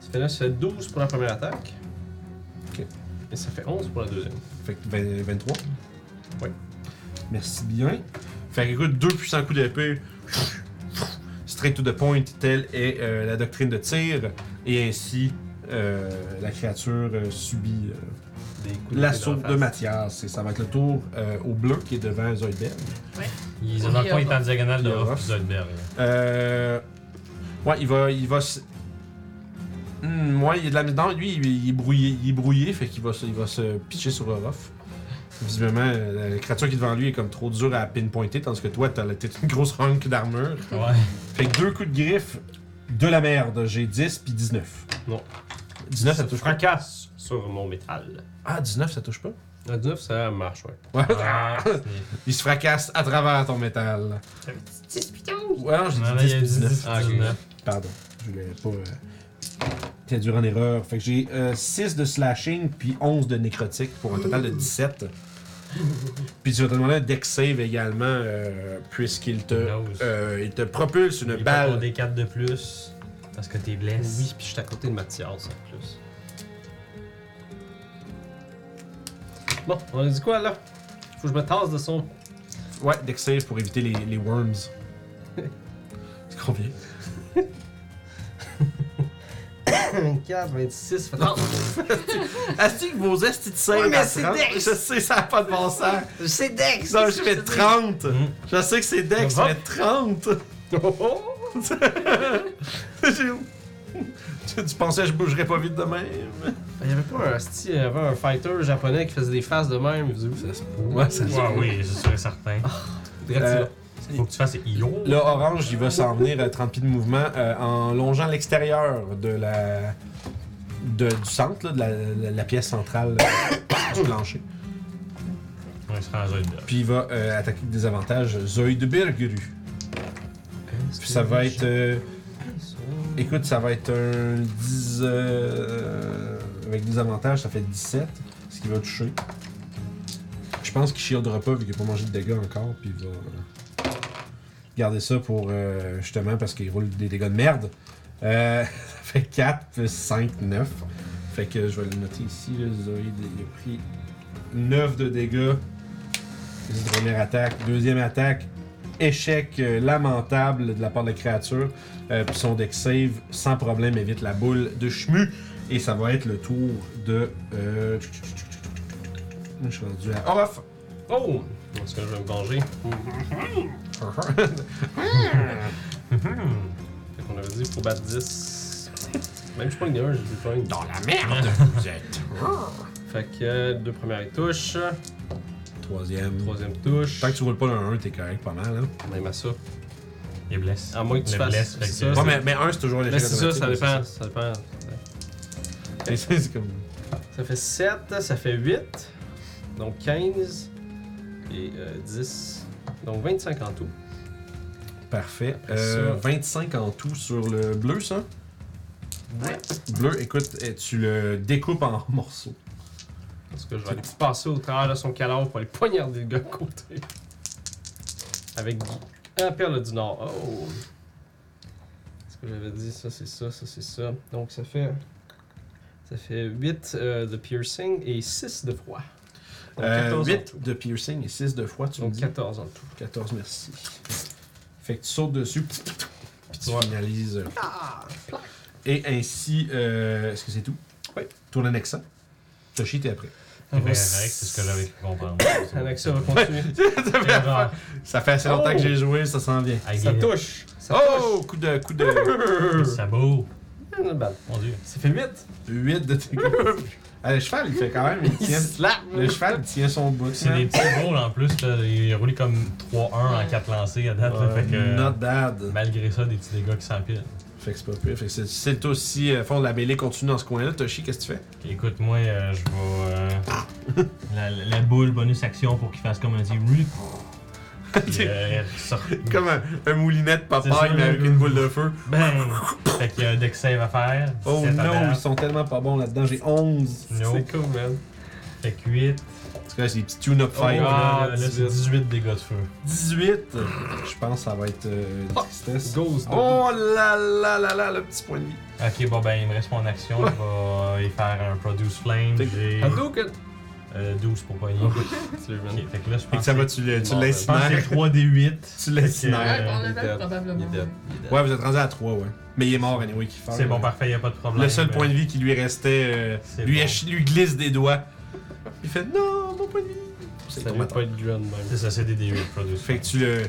Ça Ça fait là, ça fait 12 pour la première attaque. Ok. Et ça fait 11 pour la deuxième. Fait que vingt- 23. Ouais. Merci bien. Fait que écoute, deux puissants coups d'épée. Straight to the point, telle est euh, la doctrine de tir. Et ainsi, euh, la créature euh, subit euh, Des coups l'assaut dans de la face. Mathias. Et ça va être le tour euh, au bleu qui est devant Zoidberg. Ils ont dans le coin, ils sont en diagonale de Il y a Ruff Ruff. et Zoidberg. Euh, ouais, il va. Il va se- Hmm, ouais, il y a de la. Non, lui, il, il est brouillé, il est brouillé, fait qu'il va, se- il va se pitcher sur Orof. Visiblement, euh, la créature qui est devant lui est comme trop dure à pinpointer, tandis que toi, t'as la- t'es une grosse rank d'armure. Ouais. Fait que deux coups de griffe, de la merde. J'ai 10 puis 19. Non. 19, ça touche pas. Fracasse sur mon métal. Ah, 19, ça touche pas. À 19, ça marche, ouais. Ouais. Ah, c'est- Il se fracasse à travers ton métal. Ouais, non, j'ai Non, non, il dit 10 y a puis 19. 10, Ah, ok. 19. Pardon, je voulais pas. Euh, t'es dur en erreur. Fait que j'ai 6 de slashing puis 11 de nécrotique pour un total de 17. Puis tu vas te demander un deck save également, euh, puisqu'il te, Nose. euh, il te propulse une Il va pour balle. des 4 de plus. Parce que t'es blessé. Oui, puis je suis à côté de Mathias en plus. Bon, on a dit quoi là? Faut que je me tasse de son. Ouais, deck save pour éviter les, les worms. C'est combien 24, 26, 30. Est-ce que vos estis de save Ouais, mais à c'est 30? dex. Je sais, ça n'a pas de bon sens. C'est Dex! Non, je fais 30. Mm. Je sais que c'est dex, Ça va? mais 30. J'ai- tu, tu pensais que je bougerais pas vite de même? Il y avait pas un style, il y avait un fighter japonais qui faisait des faces de même. Vous savez, ça se Ouais, ça Ouais, oui, c'est sûr et certain. Euh, Faut que tu fasses IO. Le orange, il va s'en venir à 30 pieds de mouvement euh, en longeant l'extérieur de la. de- du centre, là, de la, la- la pièce centrale euh, du plancher. On se rend à Zoidberg. Puis il va euh, attaquer avec des avantages Zoidbergru. Puis ça va être. euh, écoute, ça va être un 10. euh, avec des avantages, ça fait 17, ce qui va toucher. Je pense qu'il shieldera pas vu qu'il n'a pas mangé de dégâts encore, puis il va euh, garder ça pour euh, justement parce qu'il roule des dégâts de merde. Euh, ça fait 4 plus 5, 9. Fait que je vais le noter ici, le Zoïd, il a pris 9 de dégâts. C'est une première attaque. Deuxième attaque, échec euh, lamentable de la part de la créature. Euh, puis son deck save, sans problème, évite la boule de chmu. Et ça va être le tour de. euh, Je suis rendu à Orof. Oh! Est-ce que je vais me venger? Fait qu'on avait dit faut battre 10. Même je pogne de 1, j'ai plus pogne. Dans la merde, vous êtes. Fait que euh, deux premières touches, Troisième. troisième touche. Tant que tu roules pas dans un, t'es correct pas mal. Hein? Même à ça. Il est blessé. À moins que tu Le fasses blesse, fait que ça, Ouais, c'est- mais, mais un, c'est toujours Mais l'échec c'est ça, ça automatique, dépend. Ça dépend. C'est ça. C'est- c'est comme. Ça fait 7, ça fait 8, donc 15 et euh, 10, donc 25 en tout. Parfait. Euh, 25 en tout sur le bleu, ça? Bleu, écoute, eh, tu le découpes en morceaux. Parce que je vais aller passer au travers de son cadavre pour aller poignarder le gars de côté. Avec Guy. Ah, Perle du Nord. Oh! Ce que j'avais dit, ça c'est ça, ça c'est ça. Donc ça fait. Ça fait 8 de piercing et 6 de froid. Donc Euh, 14 en tout. 8 de piercing et 6 de froid, tu me Donc dis? 14 en tout. 14, merci. Fait que tu sautes dessus, puis tu finalises. euh, Et ainsi, euh, est-ce que c'est tout? Oui. Tourne annexa. Toshi, t'es après. Ah, C'est bien correct, c'est ce que j'avais pu comprendre. Alexa va continuer. Ça fait- ça fait Oh. assez longtemps que j'ai joué, ça s'en vient. ça touche! Ça Oh! Coup de. Coup de. Sabot. touche! Une balle. Mon dieu. Ça fait 8! 8 de tes coups. Ah, le cheval, il fait quand même. Il tient, slap! le cheval, il tient son bout. hein. C'est man. des petits rôles en plus. Là. Il roulé comme 3-1 en 4 lancés à date. là, Euh, fait que, Not bad. malgré ça, des petits dégâts qui s'empilent. Fait que c'est pas pire. Fait que c'est- c'est le tour si euh, fond de la mêlée continue dans ce coin-là. Toshi, qu'est-ce que tu fais? Écoute, moi, euh, je vais. euh, la, la- la boule bonus action pour qu'il fasse comme un petit. Puis, euh, il sort- Comme un, un moulinet de C'est papaye, ça, mais le- avec une boule de feu. Bang! Ben, Fait qu'il y a un deck save à faire. Oh 17 à non, ils date. sont tellement pas bons là-dedans. J'ai 11. No. C'est cool, man. Fait que 8. En tout cas, c'est des petits tune-up Oh, fight. là, là, dix-huit. c'est 18 dégâts de feu. 18. euh, Je pense que ça va être euh, Ah, tristesse. Ghost. Oh là là là là, le petit point de vie. Ok, bon, ben, il me reste mon action. Je vais y faire un Produce Flame. T'es- J'ai Hadouken! euh, 12 pour pogner. Oh, Ok, Tu le mènes. fait que là, je Fait que pense ça va, que tu le- tu Bon, ben, je pense que c'est l'incinères. 3d8. Tu l'incinères. Ouais, on euh, il est avait dead. Il est probablement. dead. Il est dead. Ouais, vous êtes rendu à 3, ouais. Mais il est mort, anyway, qui fait. C'est bon, parfait, y a pas de problème. Le seul point de vie qui lui restait, euh, C'est lui, bon. ach- lui glisse des doigts. Il fait Non, mon point de vie. C'est Ça ton doit matin. pas être grand même. C'est ça, c'est des D8 Produce Fait que tu le,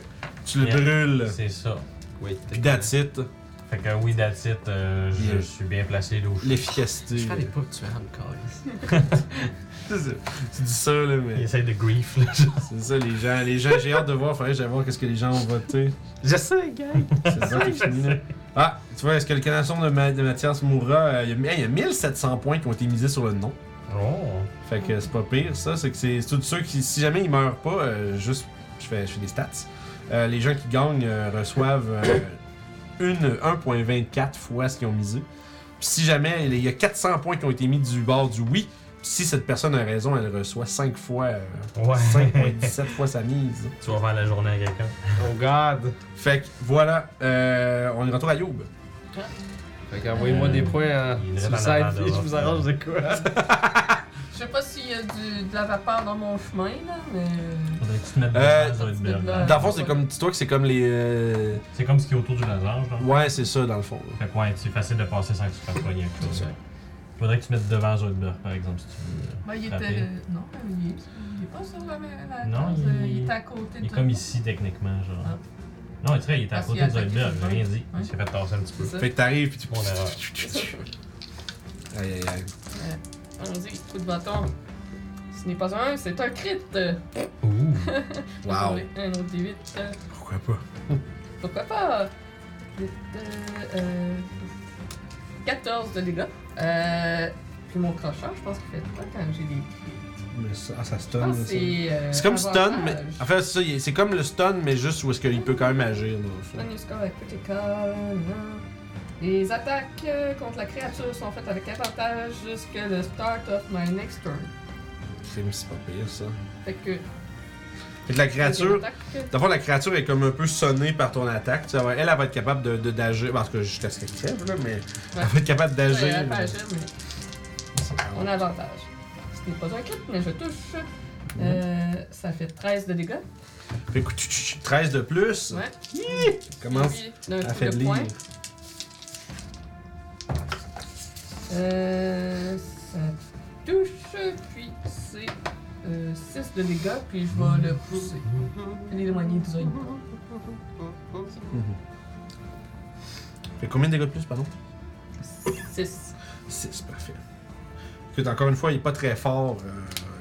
tu le Yeah. brûles. C'est ça. Oui, Puis that's it. Fait que oui, that's it, euh, je Yeah. suis bien placé là où je suis. L'efficacité. Je fallais pas que tu aies encore C'est ça. Tu dis ça, là, Il mais. essaie de grief, là. genre. C'est ça, les gens. Les gens j'ai hâte de voir. Faudrait que j'aille voir qu'est-ce que les gens ont voté. Je sais, gars! C'est ça qui finit, là. Ah, tu vois, est-ce que le canasson de, Ma- de Mathias Moura. euh, Il y, a- hey, il y a 1700 points qui ont été misés sur le nom. Oh. Fait que c'est pas pire, ça. C'est que c'est tous ceux qui, si jamais ils meurent pas, euh, juste, je fais, je fais des stats. Euh, les gens qui gagnent euh, reçoivent euh, une 1.24 fois ce qu'ils ont misé. Puis si jamais il y a 400 points qui ont été mis du bord du oui, puis si cette personne a raison, elle reçoit 5 fois, euh, Ouais. 5.17 fois sa mise. Tu vas faire la journée à quelqu'un. Oh god! Fait que voilà, euh, on est retour à Youb. Fait qu'envoyez-moi Euh, des points en il est sur dans le la site, merde, puis je vous là. arrange de quoi? Je sais pas s'il y a du- de la vapeur dans mon chemin, là, mais. Faudrait que tu te mettes Euh, dedans, ça va être bien. dedans. Dans le fond, c'est comme, dis-toi que c'est comme les. euh, C'est comme ce qui est autour du laser, genre. Ouais, c'est ça, dans le fond. Fait que ouais, c'est facile de passer sans que tu te fasses pogner avec C'est ça. ça. Faudrait que tu te mettes devant Zoidberg, par exemple, si tu veux. Ben, il était. Frappé. Non, il est, il est pas sur la même. la Non, case, il- euh, il est à côté Il est de. comme ici, techniquement, genre. Ah. Non, il est vrai, il est à Parce côté qu'il de a attaqué Zoidberg, j'ai rien dit. Ouais. Il s'est fait tasser un petit peu. C'est ça. Fait que t'arrives, puis tu. Mon erreur. Aïe, aïe, aïe. Allons-y, coup de bâton. Ce n'est pas un, c'est un crit. Ouh. Wow. Un autre D8. euh, Pourquoi pas? Pourquoi pas? Euh, euh, 14 de dégâts. Euh, puis mon crocheur, je pense qu'il fait quoi quand j'ai des. Mais ça, ah, ça Je stun. pense ça. que c'est. euh, C'est comme stun, mais. avantage. En fait, c'est ça, il- c'est comme le stun, mais juste où est-ce qu'il peut quand même agir. dans le fond. Stun, you score a critical. non. hein. Les attaques euh, contre la créature sont faites avec avantage jusqu'à le start of my next turn. C'est c'est pas pire, ça. Fait que. Fait que la créature. Attaque, D'abord, la créature est comme un peu sonnée par ton attaque. Tu sais, elle, elle va être capable de- de- d'agir. Parce que jusqu'à ce qu'elle crève, là, mais. Elle va être capable ouais, d'agir. elle peut agir, mais- Ah On a avantage. Ce n'est pas un crit, mais je touche. Mhm. Euh, ça fait 13 de dégâts. Fait que tu- tu- tu- 13 de plus. Ouais. Commence Puis, d'un à coup de faiblir. poing, euh, ça touche, puis c'est euh, 6 de dégâts, puis je vais le pousser. L'éloigner du zone. Fait combien de dégâts de plus, pardon 6. 6, parfait. Écoute, encore une fois, il est pas très fort. euh,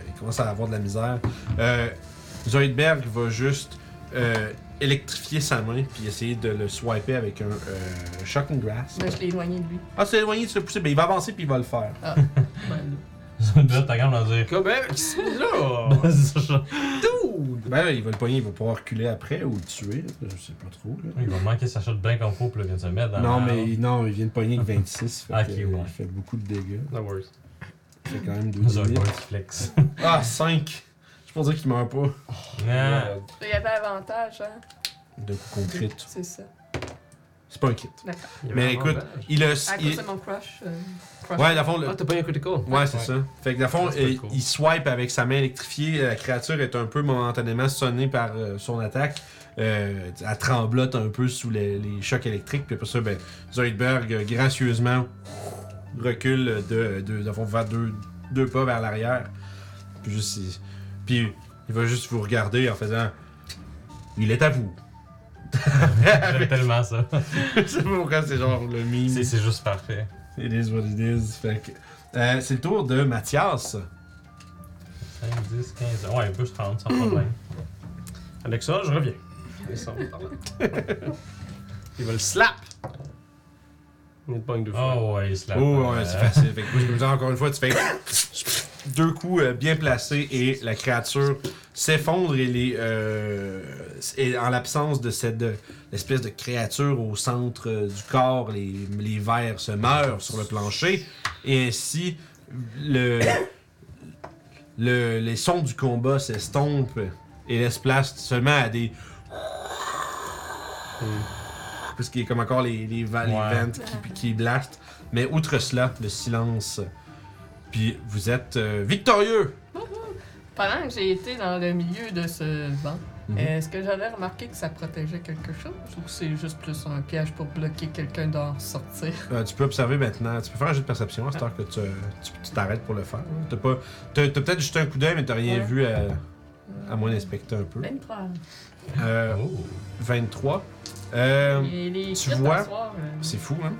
il commence à avoir de la misère. Euh, Zoidberg va juste euh, électrifier sa main puis essayer de le swiper avec un euh, Shocking Grass. Mais Ben, je l'ai éloigné de lui. Ah, tu t'es éloigné, tu l'as poussé. Ben, il va avancer puis il va le faire. Ben, Zoidberg, t'as quand même dire. Comme ben, qu'est-ce que c'est là! C'est ça, genre. Dude! Ben, là, il va le poigner, il va pouvoir reculer après ou le tuer. là, Je sais pas trop. Là. Il va manquer sa shot bien comme faut, puis là, il vient de se mettre dans Non, la- mais il- non, il vient de poigner avec 26. Fait Euh, Ok, que, ouais. euh, Il fait beaucoup de dégâts. No worries. Il fait quand même 2 dégâts. Zoidberg qui flex. Ah, 5 Je pense dire qu'il meurt pas. Ah. Non. Il y avait avantage, hein? De coup concret. C'est ça. C'est pas un crit. D'accord. Il y a Mais vraiment écoute, dommage. Il a. À il- cause de mon crush. euh, crush. Ouais, dans le fond, le- Ah, t'as pas eu un critical? Ouais, c'est ça. Fait que, dans le fond, Ça, c'est pas il, cool. il swipe avec sa main électrifiée. La créature est un peu momentanément sonnée par euh, son attaque. Euh, elle tremblote un peu sous les, les chocs électriques. Puis après ça, ben, Zoidberg, euh, gracieusement, recule de, de, dans le fond, vers deux, deux pas vers l'arrière. Puis, juste, il, puis il va juste vous regarder en faisant Il est à vous. J'aime tellement ça. Je sais pas pourquoi c'est genre le mime. C'est c'est juste parfait. It is what it is. Fait que, euh, c'est le tour de Mathias. 5, 10, 15. Ouais, il peut se rendre sans problème. Avec ça, je reviens. Il sort par là. Il va le slap! Il est pogne deux fois. Oh, ouais, il se lave. Oh, ouais, c'est facile. Fait que, oui, je vous dis encore une fois, tu fais deux coups euh, bien placés et la créature s'effondre et les euh, et en l'absence de cette de- l'espèce de créature au centre euh, du corps, les, les vers se meurent sur le plancher et ainsi le le- les sons du combat s'estompent et laissent place seulement à des. Parce qu'il y a comme encore les, les, va- les Ouais. vents qui, qui blastent. Mais outre cela, le silence. Puis vous êtes euh, victorieux! Pendant que j'ai été dans le milieu de ce vent, Mhm. est-ce que j'avais remarqué que ça protégeait quelque chose ou c'est juste plus un piège pour bloquer quelqu'un d'en sortir? Euh, tu peux observer maintenant. Tu peux faire un jeu de perception à cette heure que tu tu- tu t'arrêtes pour le faire. hein. T'as pas- t'as- t'as peut-être jeté un coup d'œil, mais t'as rien Ouais. vu à, à moins d'inspecter un peu. 23. Euh, Oh. 23. Euh, Et les tu crits vois, d'en soir, euh, c'est fou, hein?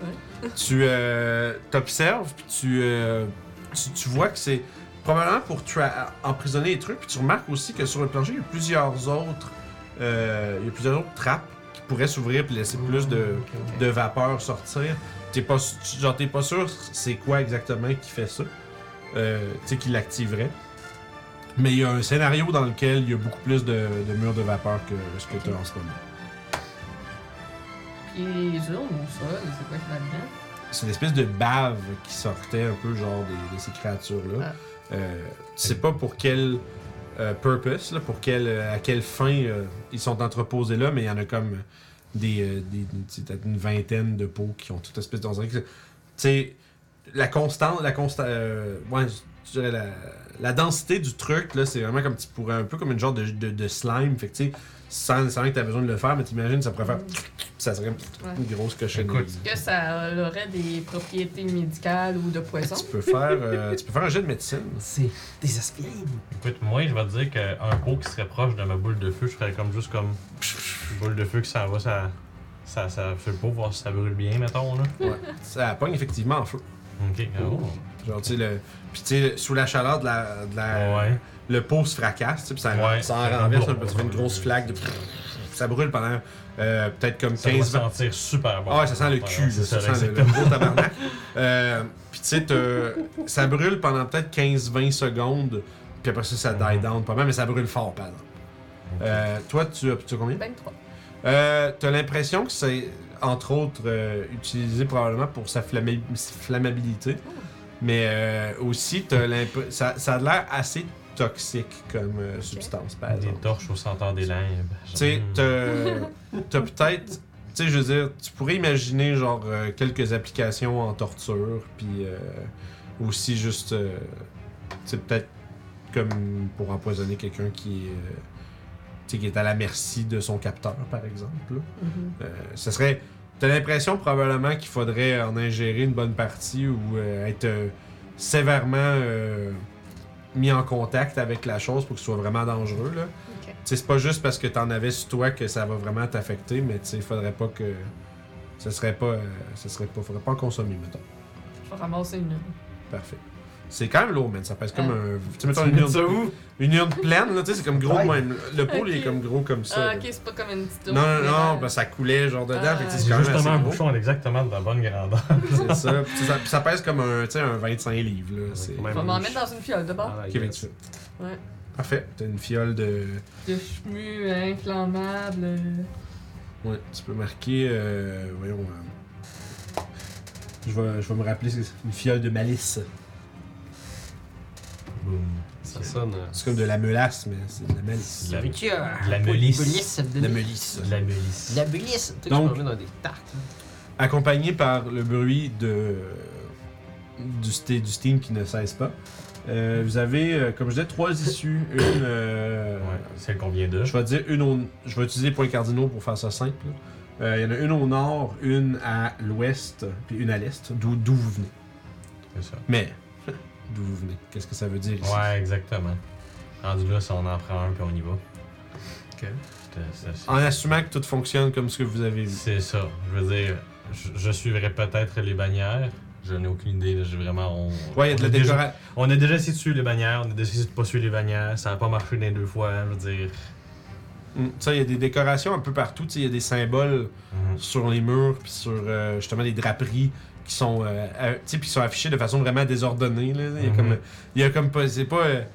Tu euh, t'observes, puis tu, euh, tu, tu vois que c'est probablement pour tra- emprisonner les trucs, puis tu remarques aussi que sur le plancher, il y a plusieurs autres, euh, il y a plusieurs autres trappes qui pourraient s'ouvrir puis laisser plus de, Euh, de vapeur sortir. T'es pas, su- tu- genre, t'es pas sûr c'est quoi exactement qui fait ça, euh, tu sais, qui l'activerait. Mais il y a un scénario dans lequel il y a beaucoup plus de, de murs de vapeur que ce que tu as en ce moment. Puis les urnes au sol, c'est quoi qui va dedans? C'est une espèce de bave qui sortait un peu genre des- de ces créatures-là. Euh, tu sais pas pour quel euh, purpose, là, pour quel, euh, à quelle fin euh, ils sont entreposés là, mais il y en a comme des, euh, des- des- tu sais, peut-être une vingtaine de pots qui ont toute espèce d'on dirait que c'est- Tu sais, la constante, la consta, euh, ouais, je dirais la, la densité du truc, là, c'est vraiment comme tu pourrais un peu comme une genre de, de, de slime. Fait que tu sais, sans, sans que tu besoin de le faire, mais t'imagines, ça pourrait faire. Ça serait une grosse cochonnerie. Écoute, Est-ce que ça aurait des propriétés médicales ou de poison? Tu peux faire, euh, tu peux faire un jet de médecine. C'est des aspirines. Écoute, moi, je vais te dire qu'un pot qui serait proche de ma boule de feu, je ferais comme juste comme. Une boule de feu qui s'en va, ça. Ça, ça fait pas voir si ça brûle bien, mettons, là. Ça pogne effectivement en feu. Ok, oh. Genre, tu sais, le- puis tu sais, sous la chaleur de la, de la- Ouais. le pot se fracasse, tu sais, puis ça, Ouais. Euh, ça en renverse, un peu, ça fait une grosse flaque de, ça brûle pendant euh, peut-être comme Ça doit 15 20 sentir super bon. Ah ouais, ça sent le cul, là, C'est ça, ça, sent le- le, exactement. gros tabarnak. Euh, puis tu sais, t'as- ça brûle pendant peut-être 15-20 secondes, puis après ça, ça Mhm. die down pas mal, mais ça brûle fort, par exemple. Euh, toi, tu as, tu as combien? 23. Euh, t'as l'impression que c'est, entre autres, euh, utilisé probablement pour sa flammi- flammabilité. Mais euh, aussi, t'as l'imp- ça, ça a l'air assez toxique comme euh, substance, par Des exemple. torches au senteur des limbes. Hmm. Tu sais, t'as, t'as peut-être... Tu sais, je veux dire, tu pourrais imaginer, genre, euh, quelques applications en torture, puis euh, aussi juste... euh, tu sais, peut-être comme pour empoisonner quelqu'un qui, est, euh, tu sais, qui est à la merci de son capteur, par exemple. là. Mhm. Euh, ce serait. T'as l'impression probablement qu'il faudrait en ingérer une bonne partie ou euh, être euh, sévèrement euh, mis en contact avec la chose pour que ce soit vraiment dangereux. Là. Ok. T'sais, C'est pas juste parce que t'en avais sur toi que ça va vraiment t'affecter, mais il faudrait pas que. Ce serait pas. euh, ce serait pas. Faudrait pas en consommer, mettons. Je vais ramasser une urne. Parfait. C'est quand même lourd, man. Ça pèse comme Ah. un. Tu sais, mettons une urne, où? une urne pleine, là, tu sais, c'est comme gros de même. Le pot, il est Ok. comme gros comme ça. Ah, là. ok, c'est pas comme une petite urne. Non, non, non, funéraire. parce que ça coulait genre dedans, Ah. fait que c'est J'ai quand même justement assez un gros. bouchon exactement de la bonne grandeur. C'est ça. Puis ça, puis ça pèse comme un, tu sais, un 25 livres. Là. C'est... quand même. Je vais m'en mettre dans une fiole de Ah, bord. Ok, 28. Ouais. Parfait. T'as une fiole de. De chemu inflammable. euh, Ouais, tu peux marquer. euh, Voyons. euh, Je, vais, je vais me rappeler, c'est une fiole de malice. Boum. Ça sonne. euh, C'est comme de la melasse, mais c'est de la malice. De la- De la melice. ça me De la donne. melice. De la mélisse. De la melice. Tu Donc- Donc... dans des tartes. Accompagné par le bruit de. Du, sté- du steam qui ne cesse pas. euh, vous avez, euh, comme je disais, trois issues. Une. euh, Ouais, celle qu'on vient de. Je vais dire une au... Je vais utiliser les points cardinaux pour faire ça simple. là. Euh, Il y en a une au nord, une à l'ouest, puis une à l'est, d'où d'où vous venez. C'est ça. Mais, d'où vous venez, qu'est-ce que ça veut dire ici? Ouais, exactement. Rendu là, si on en prend un puis on y va. Ok. C'est- c'est- c'est- En assumant que tout fonctionne comme ce que vous avez vu. C'est ça. Je veux dire, je, je suivrai peut-être les bannières. Je n'ai aucune idée. là, J'ai vraiment. On, Ouais, il y a de on la déjà- décoration. On a déjà essayé de suivre les bannières. On a déjà essayé de pas suivre les bannières. Ça n'a pas marché les deux fois. hein, je veux dire. Hmm, Ça, il y a des décorations un peu partout. tu sais, Il y a des symboles Mhm. sur les murs, puis sur euh, justement les draperies qui sont, euh, à- tu sais, puis qui sont affichées de façon vraiment désordonnée. là. Il y a Mhm. comme, il y a comme pas, c'est pas, euh, tu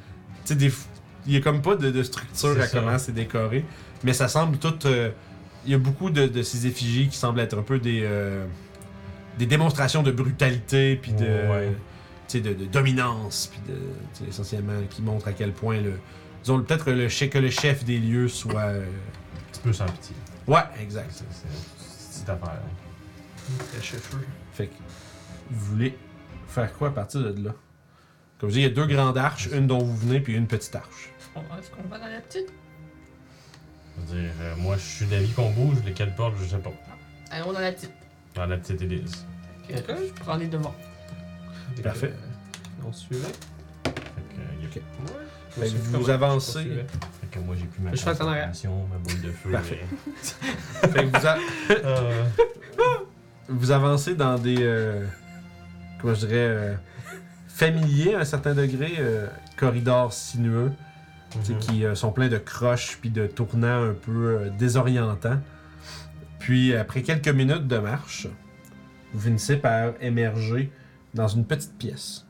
sais, des, f- il y a comme pas de, de structure C'est à ça. comment c'est décoré, mais ça semble tout, euh, il y a beaucoup de, de ces effigies qui semblent être un peu des, euh, des démonstrations de brutalité puis de, Ouais. tu tu sais, de, de dominance, puis de, tu sais, essentiellement qui montre à quel point le, disons peut-être le chef- que le chef des lieux soit, euh, Un petit peu sans pitié. ouais, exact. C'est c'est une petite affaire. hein. Le cheveu. Fait que vous voulez faire quoi à partir de là Comme je dis, il y a deux grandes arches, une dont vous venez, puis une petite arche. On- Est-ce qu'on va dans la petite? Je veux dire, euh, moi, je suis d'avis qu'on bouge, lesquelles portes, je sais pas. Allons dans la petite. Dans la petite église. Ok, Je prends les devants. Parfait. Euh, on suivait. Fait que, euh, y a- Fait que Ben, vous hein. avancez. fait que moi, j'ai plus ma Je fais en arrière. concentration, ma boule de feu. Parfait. Fait que vous, a- Euh, vous avancez dans des, euh, comment je dirais, euh, familiers à un certain degré, euh, corridors sinueux, tu sais, mhm. qui euh, sont pleins de croches puis de tournants un peu euh, désorientants. Puis après quelques minutes de marche, vous finissez par émerger dans une petite pièce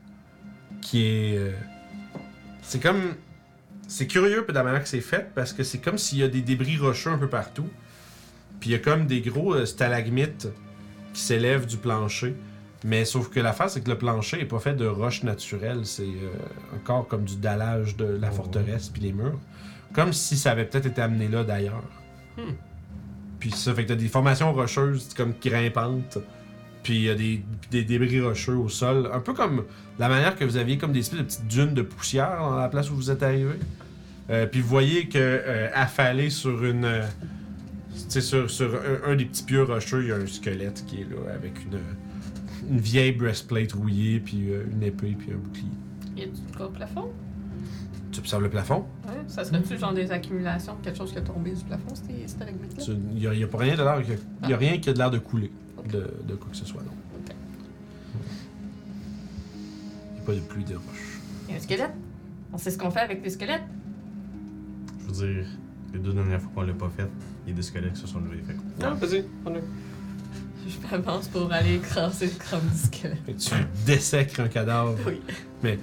qui est, euh, c'est comme, c'est curieux de la manière que c'est fait parce que c'est comme s'il y a des débris rocheux un peu partout. Puis il y a comme des gros euh, stalagmites qui s'élèvent du plancher. Mais sauf que l'affaire, c'est que le plancher est pas fait de roches naturelles. C'est euh, encore comme du dallage de la Oh. forteresse puis les murs. Comme si ça avait peut-être été amené là d'ailleurs. Hmm. Puis ça fait que t'as des formations rocheuses comme grimpantes. Puis il y a des, des débris rocheux au sol. Un peu comme la manière que vous aviez comme des espèces de petites dunes de poussière dans la place où vous êtes arrivé. Euh, puis vous voyez que euh, affalé sur une. euh, tu sais, sur, sur un, un des petits pieux rocheux, il y a un squelette qui est là avec une, une vieille breastplate rouillée, puis euh, une épée, puis un bouclier. Y a du au plafond? Tu observes le plafond. Ouais, ça serait-tu genre des accumulations de quelque chose qui a tombé du plafond, c'était c'était avec mes Tu- Il n'y a, il y a pas rien de l'air. que- Il y a rien qui a de l'air de couler de, de quoi que ce soit, non. Ok. Il n'y a pas de pluie de roche. Y'a un squelette? On sait ce qu'on fait avec les squelettes? Je veux dire, les deux dernières fois qu'on l'a pas fait, il y a des squelettes qui se sont levés. Fait que- Non, vas-y, on a. Je m'avance pour aller écraser le crâne du squelette. Fait que tu dessèques un cadavre. Oui. Mais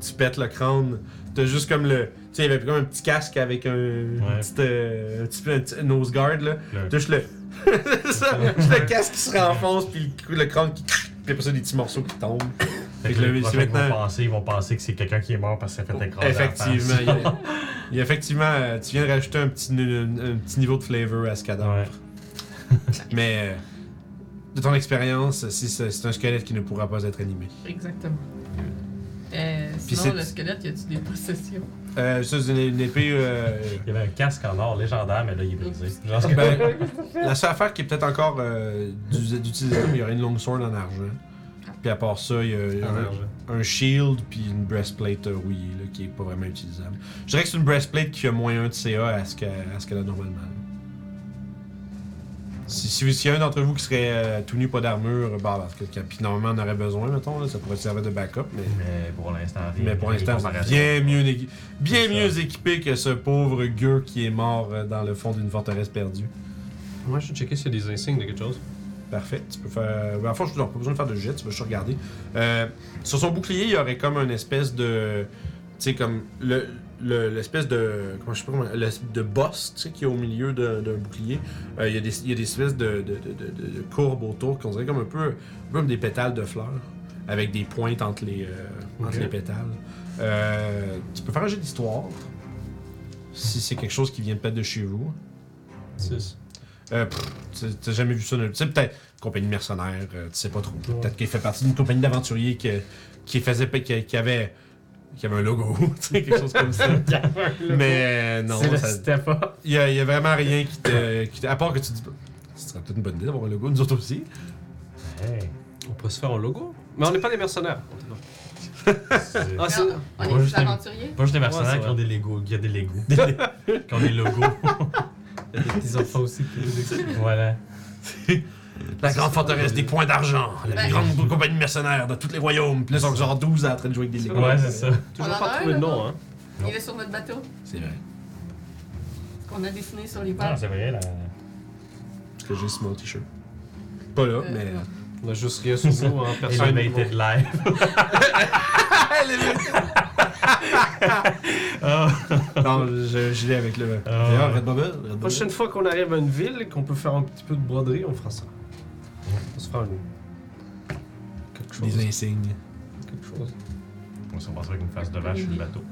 tu pètes le crâne. T'as juste comme le. Tu sais, il y avait comme un petit casque avec un, une Ouais. petite, euh, un petit peu un petit nose guard, là. Le- Touche le. C'est ça, juste le casque qui se renfonce, puis le, cou- le crâne qui. Puis après ça, des petits morceaux qui tombent. Fait Fait que que là, les prochains c'est qui vont maintenant- penser, ils vont penser que c'est quelqu'un qui est mort parce que Oh, ça fait un crâne. effectivement. Il y a, il y a effectivement. euh, Tu viens de rajouter un petit, nu- un, un petit niveau de flavor à ce cadavre. Ouais. Mais. euh, de ton expérience, si c'est c'est un squelette qui ne pourra pas être animé. Exactement. Euh, Puis sinon, c'est- le squelette, y a-tu des possessions? Euh, ça, c'est une, une épée. euh, Il y avait un casque en or légendaire, mais là, il est brisé. Genre, c'est- Ben, la seule affaire qui est peut-être encore euh, d'us- d'utilisation, il y aurait une longue sword en argent. Puis à part ça, il y a un, un shield puis une breastplate euh, rouillée là, qui est pas vraiment utilisable. Je dirais que c'est une breastplate qui a moins 1 de CA à ce que- à ce qu'elle a normalement. Si, si, s'il y a un d'entre vous qui serait euh, tout nu, pas d'armure, bah, parce que, que- puis normalement on aurait besoin, mettons, là, ça pourrait servir de backup, mais. Mais pour l'instant, rien. Mais pour Les l'instant, vous êtes comparaisons. bien mieux, équi- bien C'est ça. mieux équipé que ce pauvre gueux qui est mort euh, dans le fond d'une forteresse perdue. Moi, je vais checker s'il y a des insignes de quelque chose. Parfait. Tu peux faire. Ben, en fait, je n'ai pas besoin de faire de jet, tu peux juste regarder. Euh, sur son bouclier, il y aurait comme une espèce de. Tu sais, comme. le- le- L'espèce de. Comment je sais pas comment. l'es- De boss, tu sais, qui est au milieu de- d'un bouclier. Euh, il, y a des, il y a des espèces de, de- de- de- de- de courbes autour qu'on dirait comme un peu, un peu comme des pétales de fleurs. Avec des pointes entre les, euh, entre Ok. les pétales. Euh, tu peux faire un jet d'histoire. Si c'est quelque chose qui vient peut-être de chez vous. 6. Euh, pff, t'as- T'as jamais vu ça nulle Tu sais, peut-être une compagnie mercenaire, euh, tu sais pas trop. Peut-être qu'il fait partie d'une compagnie d'aventuriers qui, qui faisait pa- qui, qui avait qui avait un logo, tu sais, quelque chose comme ça. Mais euh, non, c'est ça- le step up. il y, a- il y a vraiment rien qui te, qui te- À part que tu dis. Ce serait peut-être une bonne idée d'avoir un logo, nous autres aussi. Hey, On peut se faire un logo. Mais on n'est pas des mercenaires. c'est- Ah, c'est- Non, on Moi, est des juste un- aventuriers? Pas juste des Ouais, mercenaires c'est qui vrai. ont des Legos, qui ont des Legos, qui ont des logos. Il y a des petits enfants aussi qui nous écoutent. voilà. La grande forteresse des points d'argent, la plus grande compagnie mercenaire de tous les royaumes. Puis là, ils sont genre 12 à en train de jouer avec des C'est Legos. Ouais, c'est ça. Toujours en a pas un, trouvé de là, nom, hein. Non. Il est sur notre bateau C'est vrai. qu'on a dessiné sur les Ah, pages. c'est vrai, là. Parce que j'ai sur mon t-shirt. Pas là, Euh, mais. non. On a juste rien sur nous, hein. Personne. Elevated Life. Ah, euh, Non, je, je l'ai avec le. Ah. D'ailleurs, Redbubble, La Redbubble. prochaine fois qu'on arrive à une ville et qu'on peut faire un petit peu de broderie, on fera ça. On se fera un... Quelque chose. Des insignes. Quelque chose. chose. On s'en passerait qu'une face de vache sur le bateau.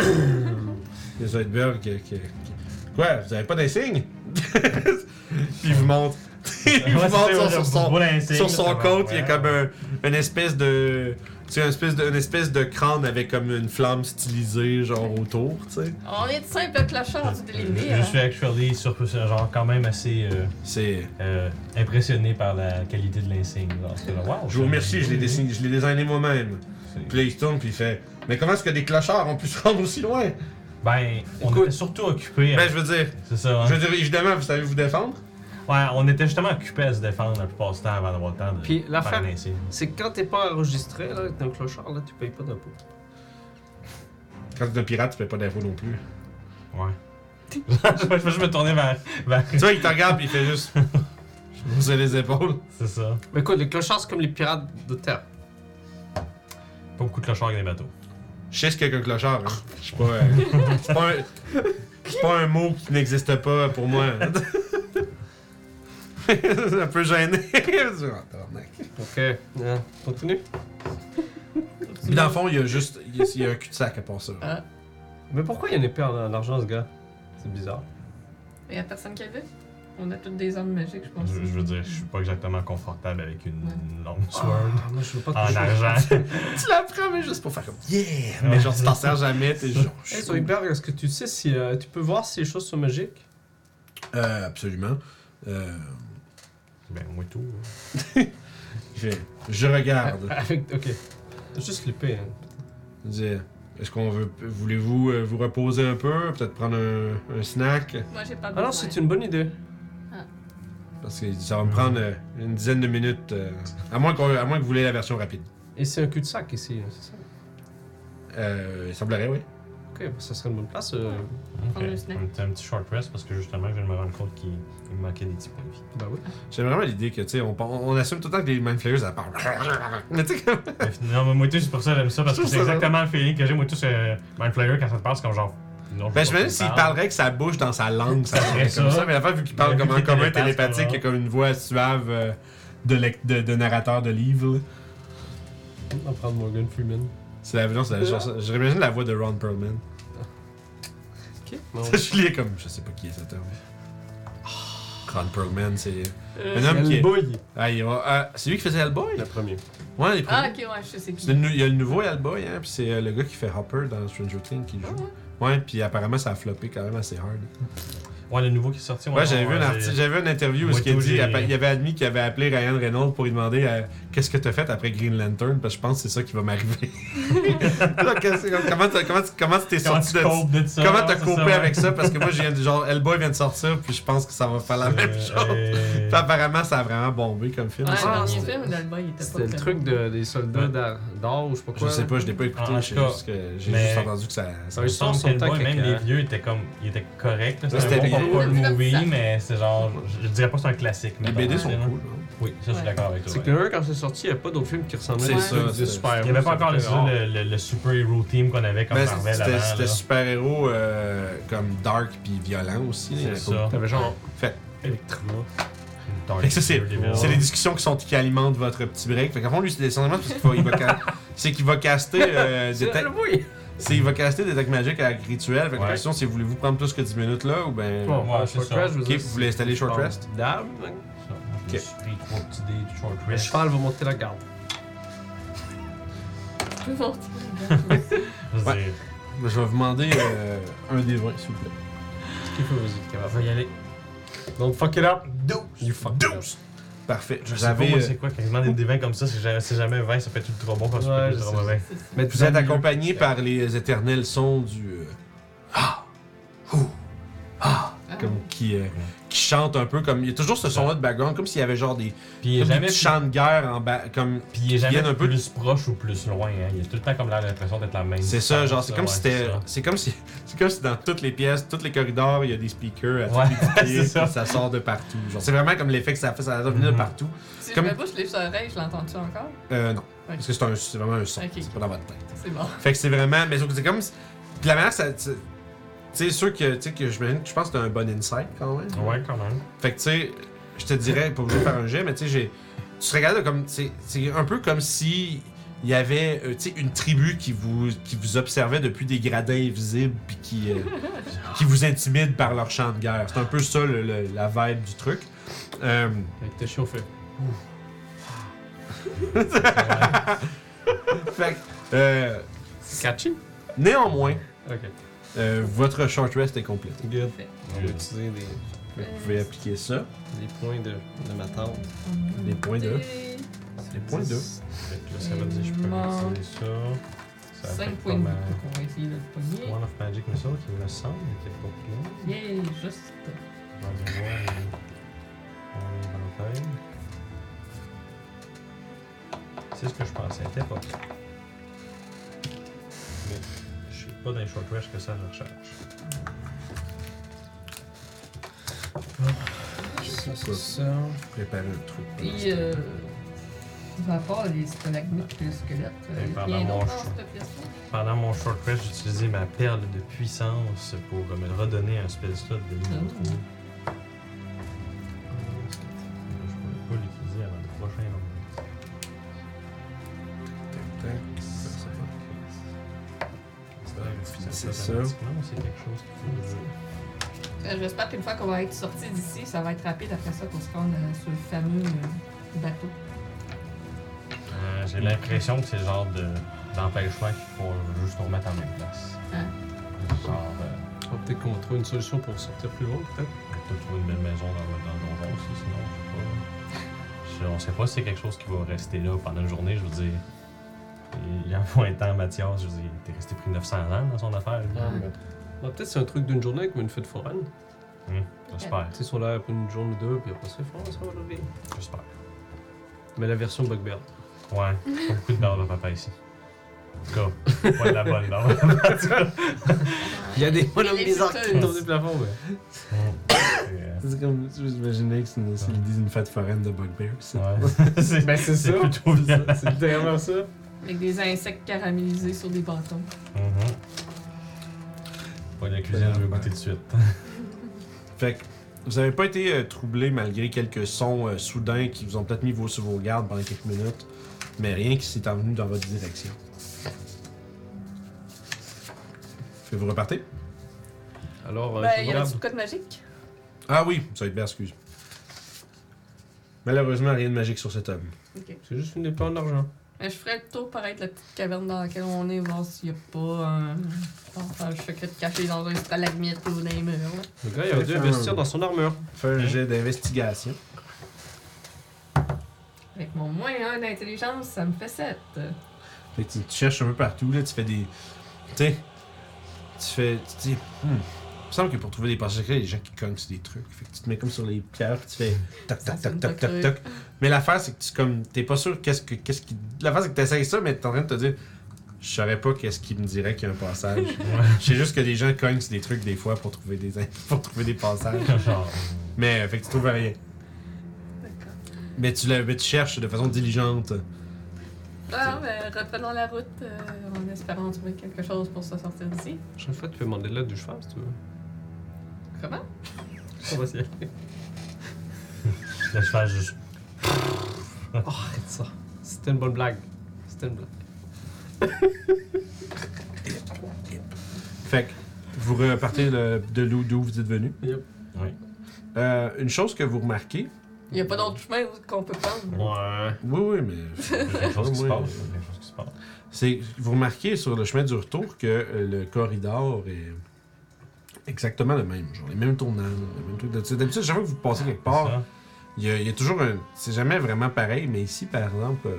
Il y a Zoidberg qui, qui- qui- Quoi, vous avez pas d'insigne? il vous montre. il vous Ouais, c'est ça, ouais, montre sur- sur je son, vois l'insigne, sur ça son va, côte, il y a ouais. comme un- une espèce de. Tu sais, une espèce de, une espèce de crâne avec comme une flamme stylisée, genre autour, tu sais. On est de simples clochards du Je, délire. je suis actually sur, genre quand même assez euh, C'est. euh, impressionné par la qualité de l'insigne. Genre, c'est genre, wow, Je vous remercie, je l'ai dessiné, je l'ai designé moi-même. C'est- Puis là, il se tourne, puis il fait. Mais comment est-ce que des clochards ont pu se rendre aussi loin? Ben, on Écoute. était surtout occupé. Ben, je veux dire. C'est ça. hein? Je veux dire, évidemment, vous savez vous défendre? Ouais, on était justement occupé à se défendre la plupart du temps avant d'avoir le temps de Puis faire l'affaire, un insigne. c'est que quand t'es pas enregistré, là, t'es un clochard, là, tu payes pas d'impôts. Quand t'es un pirate, tu fais pas d'infos non plus. Ouais. je, je me tournais vers. vers- tu vois, il te regarde, puis il fait juste. Je vous ai les épaules. C'est ça. Mais écoute, les clochards, c'est comme les pirates de terre. Pas beaucoup de clochards avec des bateaux. Je sais ce qu'est un clochard. Hein. Je suis pas. euh, c'est pas un- c'est pas un mot qui n'existe pas pour moi. Ça peut gêner. Ok, euh, continue. Mais dans le fond, il y a juste. Il y a, il y a un cul-de-sac à part ça. Ah. Mais pourquoi il en est pas en en argent, ce gars C'est bizarre. Il y a personne qui avait. On a toutes des armes magiques, je pense. Je, je veux dire, je suis pas exactement confortable avec une longue sword Ah, moi, je veux pas en toucher. argent. Tu l'apprends, mais juste pour faire comme. Yeah! Mais genre, tu t'en sers jamais, t'es genre. je Hey, suis Zoidberg, est-ce que tu sais si euh, tu peux voir si les choses sont magiques cool. Euh, absolument. Euh, ben, moi tout. hein. je, je regarde. Avec, ok. Juste le P. hein. Je dis, Est-ce qu'on veut. Voulez-vous euh, vous reposer un peu? Peut-être prendre un, un snack? Moi, j'ai pas Ah non, c'est une bonne idée. Parce que ça va me prendre euh, une dizaine de minutes. euh, à, moins qu'on- à moins que vous voulez la version rapide. Et c'est un cul-de-sac ici, hein, c'est ça Euh, il semblerait, oui. Ok, bah, ça serait une bonne place. euh, Ok. Prendre un snack. Un, petit- un petit short rest parce que justement, je viens de me rendre compte qu'il il me manquait des petits points de vie. Bah oui. J'aime vraiment l'idée que, tu sais, on, on assume tout le temps que les Mind Flayers, ça parle. Mais tu sais, comme- Mais fin- non, mais moi tout, c'est pour ça que j'aime ça parce que Je trouve c'est ça exactement le feeling que j'ai. Moi tout, c'est Mind Flayer quand ça te passe comme genre. Non, Ben, je me demande s'il parlerait que sa bouche dans sa langue, ça serait Ça. comme ça. Mais la fois, vu qu'il parle Vu comme en qu'il commun télépathe, télépathique, genre. il y a comme une voix suave euh, de, lec- de, de narrateur de livre. là. On va prendre Morgan Freeman. C'est la, non, c'est la, genre, ça- j'imagine la voix de Ron Perlman. Ok. Oh. je lis comme, je sais pas qui est cet homme. Ron Perlman, c'est un homme qui est. Hellboy. Ah, il va- ah, c'est lui qui faisait Hellboy? euh, Le premier. Ouais, les premiers. Ah, ok, ouais, je sais C'est qui. le nou- Il y a le nouveau Hellboy, hein, puis c'est euh, le gars qui fait Hopper dans Stranger Things qui le Ah, joue. ouais. Ouais, puis apparemment ça a floppé quand même assez hard. Ouais, le nouveau qui est sorti. Ouais, j'avais non, vu, un j'ai- article- j'avais une interview où Moi, ce qu'il tout, dit, j'ai- appa- il avait admis qu'il avait appelé Ryan Reynolds pour lui demander euh, qu'est-ce que t'as fait après Green Lantern, parce que je pense que c'est ça qui va m'arriver. Là, qu'est-ce que- comment t'as- comment tu- comment tu t'es Comment sorti tu de ça? copes de ça? Comment t'as c'est copé ça, ouais. avec ça? Parce que moi, je viens du genre, Hellboy vient de sortir, puis je pense que ça va faire la même Euh, chose. euh, Puis apparemment, ça a vraiment bombé comme film. Ouais, ça. le Ah, dernier c'était- film, d'Alba, il était pas C'était le très truc de- des soldats Ouais. d'ar- d'or ou je sais pas Je quoi. sais pas, je l'ai pas écouté, En j'ai tout cas, juste, que- j'ai mais- juste entendu que ça. ça- Ah, ils Il sont semble que le sont boy, caca. même les vieux étaient comme. Ils étaient corrects. là. C'était C'était un bon bien. popcorn Ouais. movie, mais c'est genre. Je, je dirais pas que c'est un classique. Les mettons, BD tu sont sais, là. cool. hein. Oui, ça, je suis Ouais. d'accord avec toi. C'est ouais. que le 1, quand c'est sorti, il n'y a pas d'autres films qui ressemblaient C'est à ça, des c'était- super Il n'y avait pas encore le, le. le, le, le super-héros team qu'on avait comme Ben, Marvel c'était avant. c'était là. super-héros euh, comme dark puis violent aussi. là, il y en a C'est pas ça. T'avais genre Fait. Electra. Dark Fait que ça, c'est Daredevil. c'est les discussions qui, sont, qui alimentent votre petit break. Fait qu'en fond, lui, c'est essentiellement parce qu'il va, il va ca- c'est qu'il va caster euh, C'est Detect- Hellboy. c'est- il va caster des techs magiques avec rituel. Fait que la Ouais. question, c'est voulez-vous prendre plus que 10 minutes là ou ben. Bon, Ouais, c'est Short ça. Rest, je veux Ok, dire, vous voulez c'est- installer Short Bon, Rest? Dame. hein. Ça, Je me suis pris trois petits dés du short Le rest. cheval va monter la garde. Plus fort. Je veux Ouais. dire, Je vais vous demander euh, un des 20, s'il vous plaît. Ce qu'il faut, vas-y, On capable. va y aller. Don't fuck it up. 12! You fuck. Parfait. Je Vous sais pas, avez, moi, euh, c'est quoi quasiment des- des vins comme ça. C'est jamais, c'est jamais 20, ça peut être trop bon quand ça Ouais, peut être je trop sais, mauvais. Mais vous êtes accompagné par les éternels sons du. euh, comme qui, euh, qui chantent un peu comme. Il y a toujours ce son-là de background, comme s'il y avait genre des, Puis il est comme des jamais, petits chants de guerre en bas. Comme puis il est jamais viennent un peu- plus proche ou plus loin. Hein. Il a tout le temps comme l'air- l'impression d'être la même. C'est ça, distance, genre, c'est là, comme ouais, si c'était. ça. C'est comme si. C'est comme si dans toutes les pièces, tous les corridors, il y a des speakers à Ouais, tous les pieds, c'est ça. puis ça sort de partout. Genre, c'est vraiment comme l'effet que ça fait, ça va venir de Mhm. partout. Si Comme- je me bouche les oreilles, je l'entends-tu encore? Euh, non. Ouais. Parce que c'est, un, c'est vraiment un son, Ok. c'est pas dans votre tête. C'est bon. Fait que c'est vraiment. Mais c'est comme. si- Puis la manière, ça. Tu tu sais, sûr que. Tu sais, que je me- je pense que t'as un bon insight quand même. Ouais, quand même. Fait que tu sais, je te dirais, pas obligé de faire un jet, mais tu sais, j'ai. Tu te regardes comme. C'est c'est un peu comme si il y avait euh, tu sais, une tribu qui vous, qui vous observait depuis des gradins invisibles puis qui, euh, qui vous intimide par leur chant de guerre. C'est un peu ça le- le- la vibe du truc. Euh, Fait que t'es chauffé. fait que, euh, Catchy. néanmoins, Ok. euh, votre short rest est complété. Good. On va Good. utiliser des, Fait que Vous pouvez appliquer ça. des points de, de ma tante. Hum. Des points de. Des points de. Fait que là, ça veut dire que je peux Mort. utiliser ça. Ça fait 5 points comme de vie. un Donc on va essayer de le pogner. One of Magic Missile qui me semble, qui est pas plein. Yeah, juste. On va aller voir mon- mon inventaire. C'est ce que je pensais, était pas ça. Mais je suis pas dans les short rest que ça je recherche. Ça, ça, Ça. Préparer le truc. Puis, euh, par rapport à les stalagmites et les squelettes, Et euh, il y a par rien la d'autre manche. dans cette pièce-là? Pendant mon short rest, j'utilisais ma perle de puissance pour euh, me redonner un spell slot de niveau Oh. 3. Je pourrais pas l'utiliser avant le prochain round. C'est ça. automatiquement, C'est quelque chose qu'il faut. Euh, J'espère qu'une fois qu'on va être sorti d'ici, ça va être rapide après ça qu'on se rende euh, sur le fameux euh, bateau. Euh, J'ai l'impression que c'est le genre de- d'empêchement qu'il faut juste remettre en même place. Hein? Genre, euh, On va peut-être qu'on trouve une solution pour sortir plus loin, peut-être. on peut trouver une belle maison dans le dans le donjon aussi, sinon, je sais pas. Je- on sait pas si c'est quelque chose qui va rester là pendant une journée, je veux dire. Il y a un temps, Mathias, je veux dire, il était resté pris 900 ans dans son affaire, lui. Ah, mais- Bah, peut-être c'est un truc d'une journée comme une fête foraine. Hum, j'espère, Tu sais, sur l'air pour une journée ou deux, puis après c'est fort, ça va lever. j'espère. Mais la version bugbear. Ouais, pas beaucoup de barbe à papa ici. En tout cas, pas de la bonne barbe à papa, tu vois. Il y a des bonhommes les bizarres qui futeuses. tombent du plafond, mais. Hum, C'est comme. J'imaginais que c'est une, c'est l'idée d'une fête foraine de Bugbear. c'est- c'est, euh, ouais. Ben, c'est C'est ça. plutôt bien. C'est c'est littéralement ça. Avec des insectes caramélisés sur des bâtons. Mm-hmm. Pas de la cuisine, je vais goûter de suite. Fait que vous avez pas été euh, troublé malgré quelques sons euh, soudains qui vous ont peut-être mis vos sur vos gardes pendant quelques minutes, mais rien qui s'est envenu dans votre direction. Fait que vous repartez? Alors, euh, ben, je il y vais a grave. du code magique. Ah oui, ça va être bien, excuse. Malheureusement, rien de magique sur cet homme. C'est juste une épée en argent. Ben, je ferais le tour paraître la petite caverne dans laquelle on est, voir s'il n'y a pas un passage secret caché dans un stalagmite ou dans les murs. là. Le gars, il aurait dû investir dans son armure. Fais un jet d'investigation. Avec mon moins 1 d'intelligence, ça me fait 7. Fait que tu, tu cherches un peu partout, là, tu fais des. Tu sais. Tu fais. Tu te dis. Hmm. Il me semble que pour trouver des passages secrets, il y a des gens qui cognent sur des trucs. Fait que tu te mets comme sur les pierres, puis tu fais toc, Ça toc, sonne toc, toc, pas toc, creux. toc. Mais l'affaire, c'est que tu comme. T'es pas sûr qu'est-ce que. Qu'est-ce qui. L'affaire, c'est que t'essayes ça, mais t'es en train de te dire. Je saurais pas qu'est-ce qui me dirait qu'il y a un passage. Je sais juste que des gens cognent sur des trucs des fois pour trouver des, pour trouver des passages. Genre, Mais, euh, fait que tu trouves rien. Mais tu, la- mais tu cherches de façon diligente. Ah, ben, reprenons la route euh, en espérant trouver quelque chose pour se sortir d'ici. Chaque fois, tu peux demander de l'aide du cheval si tu veux. Comment? On va essayer. le cheval juste. Oh, arrête ça. C'était une bonne blague. C'était une blague. Fait que vous repartez le- de l'eau d'où vous êtes venu. Yep. Oui. Euh, une chose que vous remarquez. Il n'y a pas d'autre chemin qu'on peut prendre. Ouais. Oui, oui, mais. Il y a quelque chose qui se Ouais. passe. Il y a quelque chose qui se passe. C'est, vous remarquez sur le chemin du retour que euh, le corridor est exactement le même. Genre, les mêmes tournages, les mêmes trucs. de- D'habitude, chaque fois que vous passez quelque part, Ça, Il y, a, il y a toujours un. C'est jamais vraiment pareil, mais ici, par exemple, euh,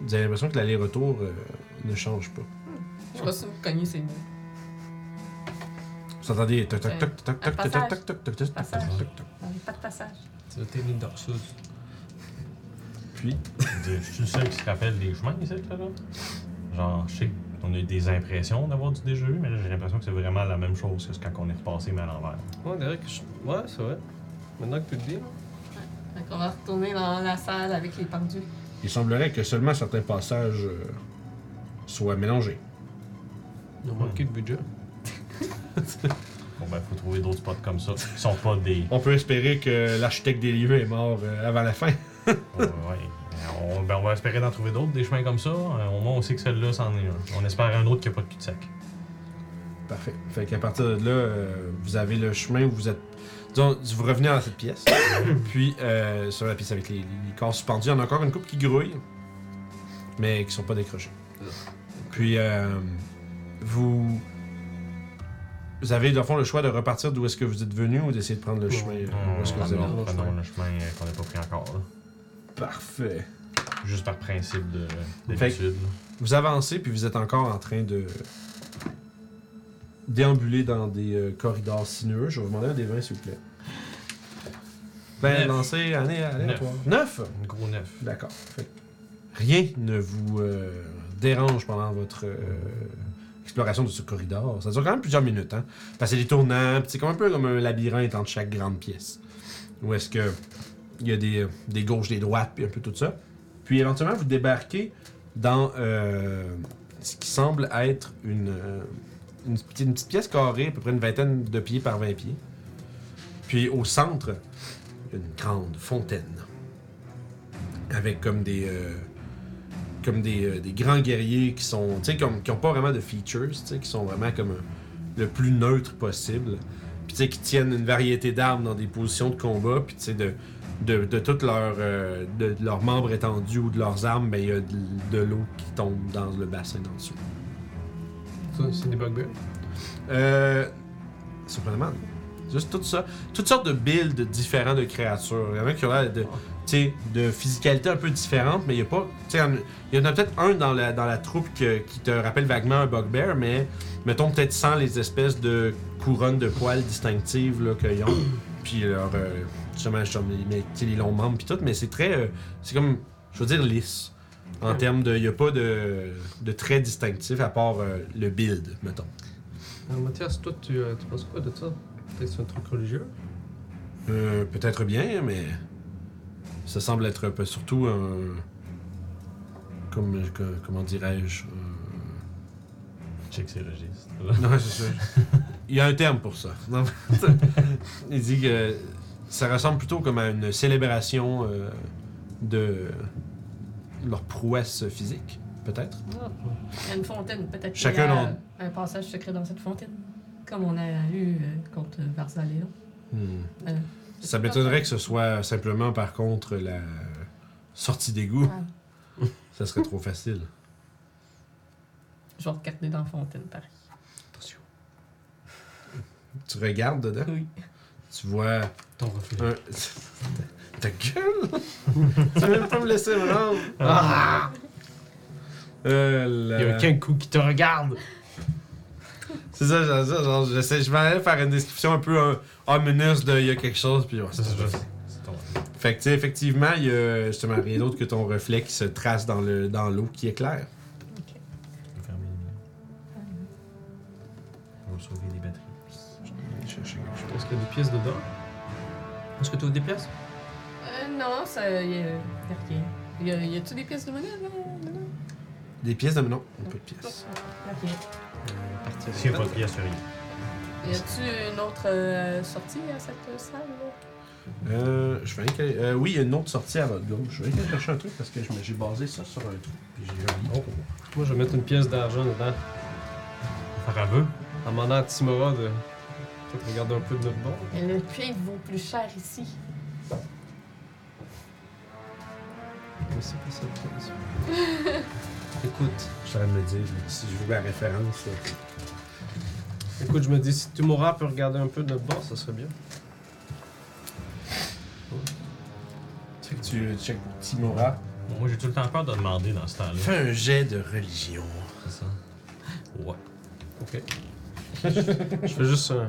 vous avez l'impression que l'aller-retour euh, ne change pas. Je sais pas si vous connaissez nous. Vous entendez. toc, toc, toc, toc, Un toc, toc, toc, toc, toc, toc, toc, Passage. toc, toc, toc. On n'a Ben, pas de passage. Tu vas t'aider Dark Souls. Puis, Je suis le seul qui se rappelle des chemins ici, là. là? Genre, je sais qu'on a eu des impressions d'avoir du déjà vu, mais là, j'ai l'impression que c'est vraiment la même chose que quand on est repassé, mais à l'envers. Ouais, Derek, je... Ouais, c'est vrai. Maintenant que tu le dis. Fait qu'on va retourner dans la salle avec les pendus. il semblerait que seulement certains passages euh, soient mélangés. Ils ont manqué de budget. Bon, ben, faut trouver d'autres spots comme ça qui sont pas des. On peut espérer que l'architecte des lieux est mort euh, avant la fin. Ouais, ouais. On, ben, on va espérer d'en trouver d'autres, des chemins comme ça. Euh, Au moins, on sait que celle-là, c'en est un. On espère un autre qui a pas de cul-de-sac. Parfait. Fait qu'à partir de là, euh, vous avez le chemin où vous êtes. Disons, vous revenez dans cette pièce, puis euh, sur la pièce avec les, les corps suspendus, il y en a encore une coupe qui grouille, mais qui sont pas décrochés. Puis, euh, vous. Vous avez, dans le fond, le choix de repartir d'où est-ce que vous êtes venu ou d'essayer de prendre le chemin. euh, où est-ce que vous avez Prenons prenons le chemin euh, qu'on n'a pas pris encore. là. Parfait. Juste par principe de- Fait que- d'habitude. là. Vous avancez, puis vous êtes encore en train de déambuler dans des euh, corridors sinueux. Je vais vous demander un des 20, s'il vous plaît. Ben, Neuf. lancez, allez, allez, Neuf. toi. Neuf? Un Gros neuf. D'accord. Fait que Rien ne vous euh, dérange pendant votre euh, exploration de ce corridor. Ça dure quand même plusieurs minutes, hein? Parce que c'est des tournants, puis c'est comme un peu comme un labyrinthe entre chaque grande pièce. Où est-ce que il y a des, des gauches, des droites, puis un peu tout ça. Puis éventuellement, vous débarquez dans euh, ce qui semble être une, euh, une, petite, une petite pièce carrée, à peu près une vingtaine de pieds par 20 pieds. Puis au centre, une grande fontaine avec comme des euh, comme des, euh, des grands guerriers qui sont tu sais comme qui ont pas vraiment de features tu sais qui sont vraiment comme euh, le plus neutre possible puis tu sais qui tiennent une variété d'armes dans des positions de combat puis tu sais de de, de toutes leurs euh, de, de leurs membres étendus ou de leurs armes ben il y a de, de l'eau qui tombe dans le bassin d'en dessous Ça, c'est des bugbears. euh, Superman. Juste tout ça. Toutes sortes de builds différents de créatures. Il y en a qui ont l'air de, tu sais, de physicalité un peu différente, mais il n'y a pas. tu sais, Il y en a peut-être un dans la, dans la troupe que- qui te rappelle vaguement un bugbear, mais mettons peut-être sans les espèces de couronnes de poils distinctives là, qu'ils ont. Puis leur. euh, justement, je les, mais, tu sais, les longs membres, puis tout, mais c'est très. euh, c'est comme. Je veux dire lisse. En termes de. Il n'y a pas de, de traits distinctifs à part euh, le build, mettons. Alors, Mathias, toi, tu, euh, tu penses quoi de ça Peut-être que c'est un truc religieux Euh, peut-être bien, mais ça semble être euh, surtout un. Comme, euh, que- comment dirais-je euh, Check ses registres. Non, c'est ça. Il y a un terme pour ça. Non, Il dit que ça ressemble plutôt comme à une célébration euh, de leur prouesse physique, peut-être. Il y a une fontaine, peut-être. qu'il Ah. Chacun y a dans- Un passage secret dans cette fontaine. Comme on a eu euh, contre Varsaléon. Hmm. Euh, Ça m'étonnerait que ce soit simplement, par contre, la sortie d'égout. Ah. Ça serait trop facile. Je vais regarder dans la fontaine, pareil. Tu regardes dedans, Oui. tu vois Ton reflet. Un- Euh, Ta gueule! tu veux pas me laisser me rendre? Ah Euh, Il y a là. un Kenku qui te regarde C'est ça, genre, ça, genre, j'essaie, je m'allais faire une description un peu euh, ominous de il y a quelque chose, puis ouais, ça, ça, ça. C'est ton- Fait que, tu sais, effectivement, il y a justement rien d'autre que ton reflet qui se trace dans le dans l'eau qui éclaire. Je vais fermer les lumières. On va sauver les batteries. Je pense qu'il y a des pièces dedans. Est-ce que tu ouvres des pièces Euh, non, ça. Il y a, il y a rien. Il y a- il Y a-tu des pièces de monnaie, là dedans? Des pièces de. Non, pas de pièces. Il y a rien. Euh, S'il n'y a pas de pièce, rien. Y a-tu une autre euh, sortie à cette euh, salle, là Euh, je vais aller caler- euh, oui, il y a une autre sortie à votre gauche. Je vais aller caler chercher un truc parce que je me- j'ai basé ça sur un truc, puis j'ai un livre. Moi, je vais mettre une pièce d'argent dedans. Faire un vœu. En demandant à Timora de. Peut-être regarder un peu de notre bord. Et Le cuivre vaut plus cher ici. Mais c'est pas ça le point, ça. Écoute, Je suis en train de me dire, si je veux la référence. euh, là. écoute, je me dis, si Timora peut regarder un peu de notre bord, ça serait bien. Tu sais que tu euh, check pour Timora. Bon, moi, j'ai tout le temps peur de demander dans ce temps-là. Fais un jet de religion. C'est ça. Ouais. Ok. je fais juste un.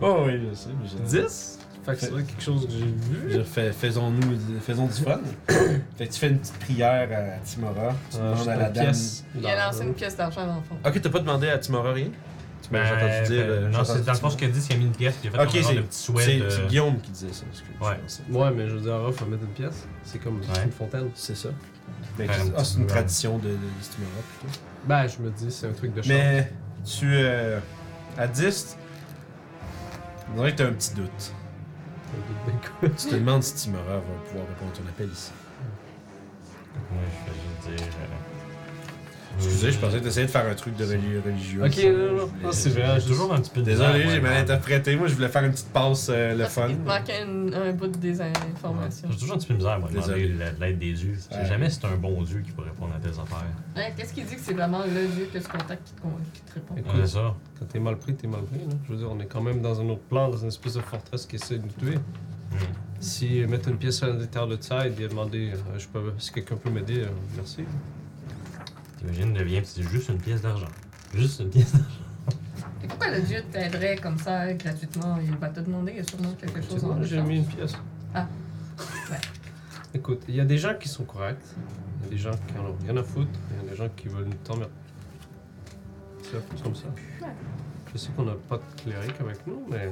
Oh oui, je sais, mais j'ai 10 Fait que c'est vrai quelque chose que j'ai vu. Je fais- faisons-nous, faisons du fun. fait que tu fais une petite prière à Timora. Tu Euh, demandes juste à la une dame. pièce Il a lancé d'argent. une pièce d'argent dans le fond. Ok, t'as pas demandé à Timora rien? Tu m'as Ben, entendu dire. fait- euh, non, j'ai c'est entendu dans le fond ce Timora. qu'elle dit, c'est qu'elle a mis une pièce, puis elle a fait Ok, un genre c'est- de petit souhait. C'est de- c'est Guillaume qui disait ça, excuse Ouais. Ouais, mais je veux dire, ah, faut mettre une pièce. C'est comme Ouais. une fontaine. C'est ça. Faire un Ah, petit c'est une peu, tradition de, de, de Timora plutôt. Ben, je me dis, c'est un truc de chance. Mais tu. euh, à 10, on dirait que t'as un petit doute. Un truc de goût. tu te demandes si Timora va pouvoir répondre à ton appel ici. Ok. Moi, je vais juste dire. euh, Excusez, je euh, pensais que t'essayais de faire un truc de reli- religieux. Ok, ça. non, non, non, c'est Ah, j'ai vrai. juste- toujours un petit peu de. Désolé, misère, j'ai ouais, mal ouais. interprété. Moi, je voulais faire une petite passe euh, le Parce fun. qu'il te manque un, un bout des informations. J'ai toujours un petit peu de misère, moi, de Désolé. demander la- l'aide des dieux. Je sais Ouais. jamais si c'est un bon dieu qui peut répondre à tes affaires. Ouais, Qu'est-ce qu'il dit que c'est vraiment le dieu que tu contactes qui te, con- qui te répond? Écoute, Ouais, c'est ça. quand t'es mal pris, t'es mal pris. Là. Je veux dire, on est quand même dans un autre plan, dans une espèce de forteresse qui essaie de nous tuer. Mm. Si euh, mettre une pièce à l'intérieur de ça et de demander euh, je peux, si quelqu'un peut m'aider, euh, merci. T'imagines, le bien, c'est juste une pièce d'argent. Juste une pièce d'argent. Et pourquoi le dieu t'aiderait comme ça euh, gratuitement? Il va te demander, il y a sûrement quelque Tu chose vois, en J'ai mis échange. une pièce. Ah. Ouais. Écoute, il y a des gens qui sont corrects, il y a des gens qui en ont rien à foutre, il y a des gens qui veulent nous t'emmerder. C'est la force comme ça. Je sais qu'on n'a pas de cléric avec nous, mais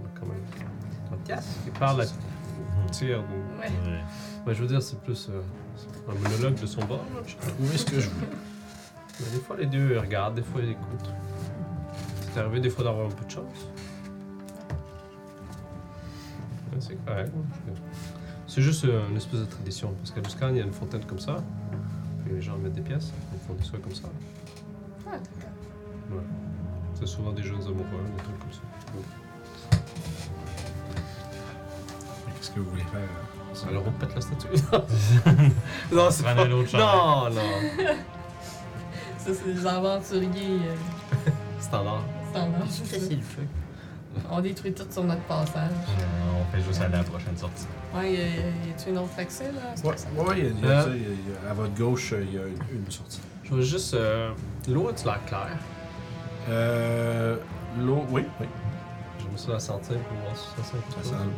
on a quand même un podcast qui parle à tiers. donc- Ouais. Ouais. Ouais, je veux dire, c'est plus euh, un monologue de son bord. là, je crois. Où est-ce que je Mais des fois, les deux euh, regardent, des fois, ils écoutent. C'est arrivé des fois d'avoir un peu de chance. Ouais, c'est correct. hein, je veux dire. C'est juste euh, une espèce de tradition. Parce qu'à Luscan, il y a une fontaine comme ça. Puis les gens mettent des pièces, ils font des soins comme ça. Ah, d'accord. C'est souvent des jeunes amoureux, des trucs comme ça. Qu'est-ce que vous voulez faire? euh? Alors on pète la statue. non, c'est Prends pas... un autre chandail. Non, non. Ça, c'est des aventuriers euh, Standard. standards. Ça, c'est le feu. On détruit tout sur notre passage. Euh, On fait juste aller à la prochaine sortie. Ouais, y a- y a-tu une autre accès, là? Ouais, ouais, il y a- il y a Euh. ça, il y a- il y a- à votre gauche, euh, il y a une, une sortie. Je veux juste... euh, L'eau, tu l'air claire. Euh, L'eau, oui, oui, J'aimerais ça la sentir pour voir si ça sent ça quelque sent chose.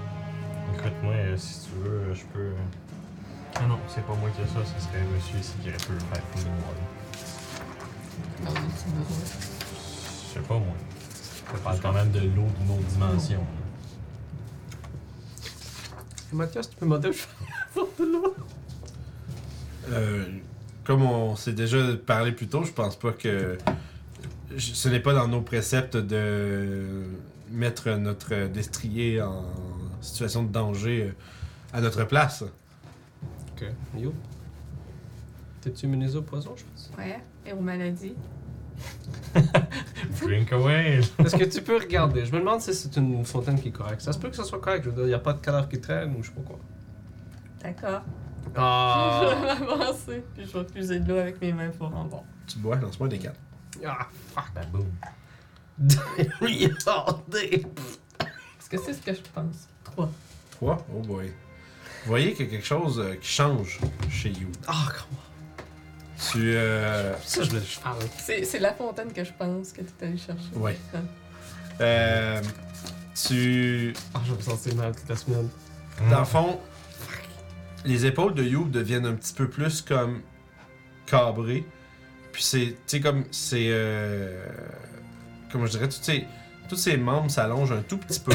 Écoute, moi, euh, si tu veux, euh, je peux. euh, Ah non, c'est pas moi qui ai ça, ce serait un monsieur ici qui aurait pu le faire fumer moi. Non, c'est besoin. Je sais pas, moi. Ça parle quand même de l'eau d'une autre dimension. là. Et Mathias, tu peux m'aider je Euh, comme on s'est déjà parlé plus tôt, je pense pas que je- ce n'est pas dans nos préceptes de mettre notre euh, destrier en situation de danger euh, à notre place. Ok. Yo. T'es-tu mené au poison, je pense? Ouais, et aux maladies. Drink away! Est-ce que tu peux regarder? Je me demande si c'est une fontaine qui est correcte. Ça se peut que ça soit correct. Je veux dire, y a pas de cadavre qui traîne ou je sais pas quoi. D'accord. Je Ah! vais m'avancer, puis je vais puiser de l'eau avec mes mains pour en boire. Tu bois, lance-moi des cartes. ah! Bah boum. Regardez! Est-ce que c'est ce que je pense? Trois. Quoi? Oh boy. Vous voyez qu'il y a quelque chose euh, qui change chez You. Ah, comment? Tu. euh, Ça, je voulais le faire. C'est c'est la fontaine que je pense que tu es allé chercher. Ouais. Ah. euh, tu. Ah, je vais me sentir mal toute la semaine. Dans le fond, les épaules de Youb deviennent un petit peu plus comme cabrées. Puis c'est, tu sais, comme c'est, euh, comment je dirais, tu sais, tous ses membres s'allongent un tout petit peu.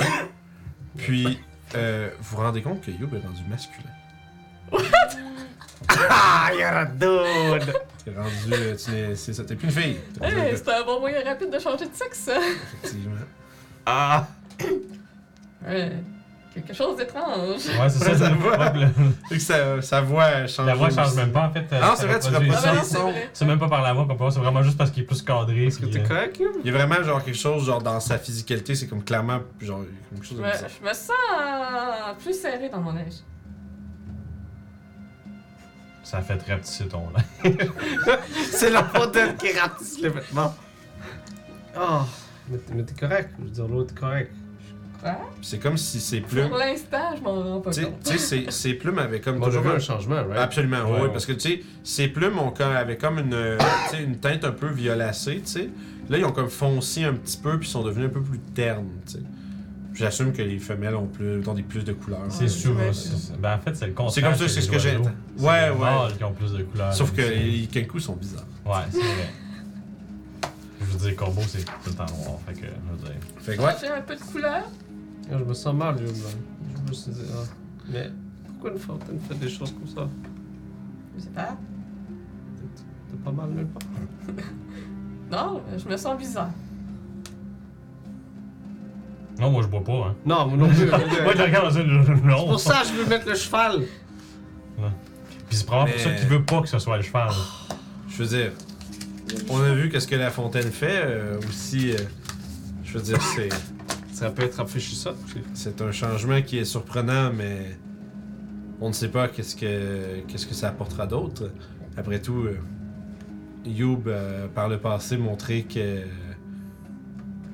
puis euh, vous vous rendez compte que Youb est rendu masculin. Ah, you're a dude! T'es rendu, euh, tu n'es, c'est ça, t'es plus une fille. T'es rendu un Hey, gars, c'est un bon moyen rapide de changer de sexe, ça! effectivement. Ah! Ouais. Quelque chose d'étrange. Ouais, c'est Ça ça, c'est le va. problème. Fait que sa, sa voix change. La voix change aussi. même pas en fait. euh, Non, ça c'est vrai, tu reproduit reproduis Ah, son ben non, c'est son. vrai. C'est même pas par la voix qu'on peut voir, c'est vraiment juste parce qu'il est plus cadré. Est-ce que puis, t'es euh, correct, Yo? Il y a vraiment genre quelque chose genre dans sa physicalité, c'est comme clairement genre quelque chose Je de me, bizarre. je me sens plus serré dans mon linge. Ça fait très petit c'est ton là. C'est la fontaine qui ratisse les vêtements. Ah! Mais t'es- mais t'es correct. Je veux dire, l'autre est correct. Quoi? Puis C'est comme si ses plumes Pour l'instant, je m'en rends pas Tu sais- compte. tu sais, ses, ses plumes avaient comme Bon, j'ai toujours vu un- un changement, right? Absolument, oui, Ouais, ouais. parce que tu sais, ses plumes ont comme, avaient comme une, euh, tu sais, une teinte un peu violacée, tu sais. Là, ils ont comme foncé un petit peu, puis sont devenus un peu plus ternes, tu sais. J'assume que les femelles ont, plus, ont des plus de couleurs. C'est souvent ouais. ça. Ben en fait, c'est le contraire. C'est comme ça, c'est chez ce les que oiseaux. j'entends. C'est Ouais, les ouais. mâles qui ont plus de couleurs. Sauf que aussi. les kenkus sont bizarres. Ouais, c'est vrai. Je veux dire, corbeau, c'est tout le temps noir. Fait que, je veux dire. Fait que ouais, J'ai un peu de couleur. Ah, je me sens mal, Youb, là. Je me suis dit, ah, mais pourquoi une fontaine fait des choses comme ça Je sais pas. T'es pas mal nulle part. Non, je me sens bizarre. Non, moi, je bois pas, hein. Non, moi non plus. Moi, je regarde dans une. Non. Pour ça, je veux mettre le cheval. Puis c'est probablement pour ça Mais- qu'il veut pas que ce soit le cheval. Je veux dire, on a vu qu'est-ce que la fontaine fait euh, aussi. euh, je veux dire, c'est, Ça peut être rafraîchissant. c'est un changement qui est surprenant, mais on ne sait pas qu'est-ce que, qu'est-ce que ça apportera d'autre. Après tout, euh, Youb, euh, par le passé, montré que,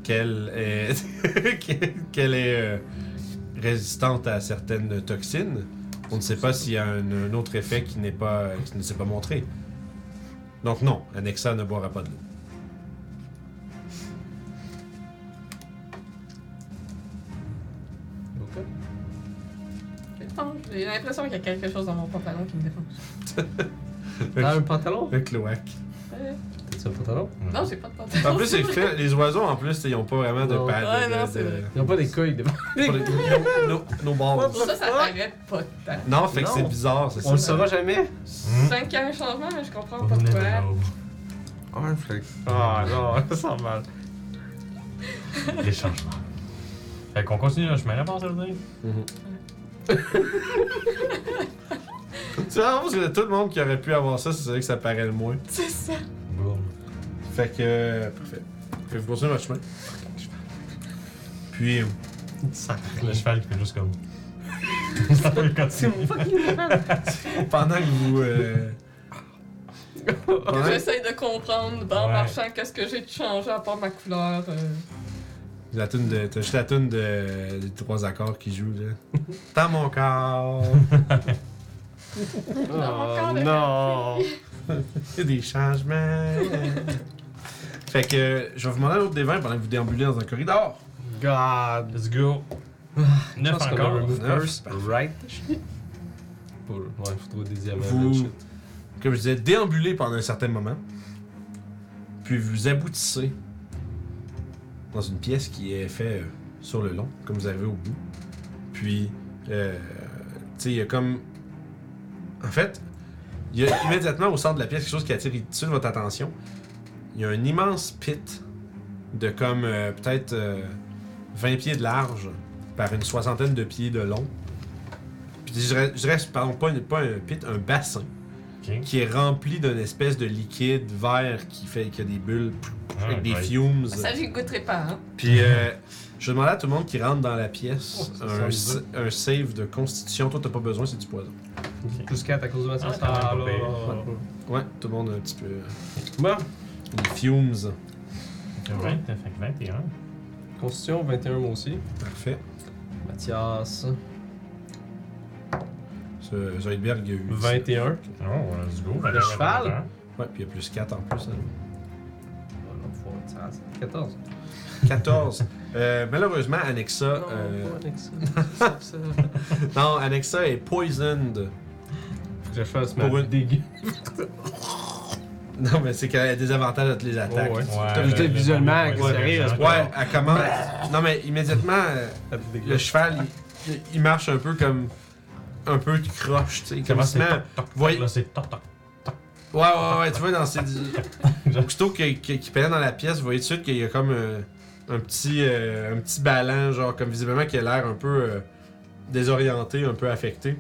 qu'elle est, qu'elle est euh, résistante à certaines toxines. On ne sait pas s'il y a un, un autre effet qui, n'est pas, euh, qui ne s'est pas montré. Donc non, Annexa ne boira pas de l'eau. Ok. Non, J'ai l'impression qu'il y a quelque chose dans mon pantalon qui me dérange. T'as un pantalon? Le cloaque. Euh, T'as-tu un pantalon? non, j'ai pas de pantalon. En plus, les, fla- les oiseaux, en plus, ils n'ont pas vraiment de Non. pattes. Ouais, de- non, de- c'est vrai. Ils ont pas des couilles devant. Pour les- nos- nos- nos balles. Ça, ça paraît pas tant. Non, fait que Non. c'est bizarre, c'est On ça. le saura jamais? Hmm. 5 ans de changement, mais je comprends pas Vous venez de pourquoi. là-haut. Ouais, fait Ah non, ça sent mal. Les changements. Fait qu'on continue le chemin hein, là, pense je veux dire. Tu vois, parce que tout le monde qui aurait pu avoir ça, c'est celui que ça paraît le moins. C'est ça. Boum. Fait que. euh, Parfait. Fait que vous poursuivez votre chemin. Puis, euh, Le cheval qui fait juste comme. Ça peut continuer. pendant que vous. euh, pendant- J'essaye de comprendre en Ouais. marchant qu'est-ce que j'ai de changé à part ma couleur. euh. la toune de- T'as juste la tune de, des trois accords qui joue, là. Dans mon corps, Oh encore le non! il y a des changements. fait que euh, je vais vous demander à l'autre des vins pendant que vous déambulez dans un corridor. God! Let's go. Neuf Je pense qu'on a encore. remove Neuf. first, right? Pour- Ouais, faut trouver des diamants. Vous- and shit. comme je disais, déambuler pendant un certain moment. Puis vous aboutissez dans une pièce qui est faite euh, sur le long, comme vous avez au bout. Puis, euh, tu sais, il y a comme. En fait, il y a immédiatement au centre de la pièce quelque chose qui attire tout de votre attention. Il y a un immense pit de comme euh, peut-être euh, 20 pieds de large par une soixantaine de pieds de long. Puis je dirais, je dirais, pardon, pas, une- pas un pit, un bassin Ok. qui est rempli d'une espèce de liquide vert qui fait qu'il y a des bulles Ah, avec des ouais. fumes. Ça, j'y goûterai pas, hein. Puis euh, je demandais à tout le monde qui rentre dans la pièce Oh, ça un, sa- semble un save de constitution. Toi, t'as pas besoin, c'est du poison. Plus 4 à cause de ma science. Ah, quand même pas pire. Ouais, tout le monde a un petit peu. euh, Bon, des fumes. Fait que 20, fait que 21. Constitution 21 moi aussi. Parfait. Mathias. Ce Zoidberg, il y a eu. 21. Oh, let's go. Le cheval? Ouais, puis il y a plus 4 en plus. hein. Voilà, faut avoir ça, c'est 14. 14. Euh, malheureusement, Annexa. euh, Non, pas avec ça. C'est ça. non, Annexa est poisoned. Faut que je fasse Pour ma une- dégue. Non, mais c'est qu'elle a des avantages à toutes les attaques. Oh, ouais. Ouais, Peut-être le- le visuellement, bon que point ça rire, intéressant. c'est Ouais, elle commence. Non, mais immédiatement. euh, Ça te dégue. Le cheval, il, il marche un peu comme. un peu de croche, tu sais. Comme Comment il se c'est met- toc, toc, toc, voyez- Là, c'est toc, toc. Ouais, ouais, ouais, tu vois, dans ces. Plutôt qu'il que, qu'il pénètre dans la pièce, vous voyez tout de suite qu'il y a comme euh, un petit. euh, un petit ballon, genre, comme visiblement qu'il a l'air un peu euh, désorienté, un peu affecté.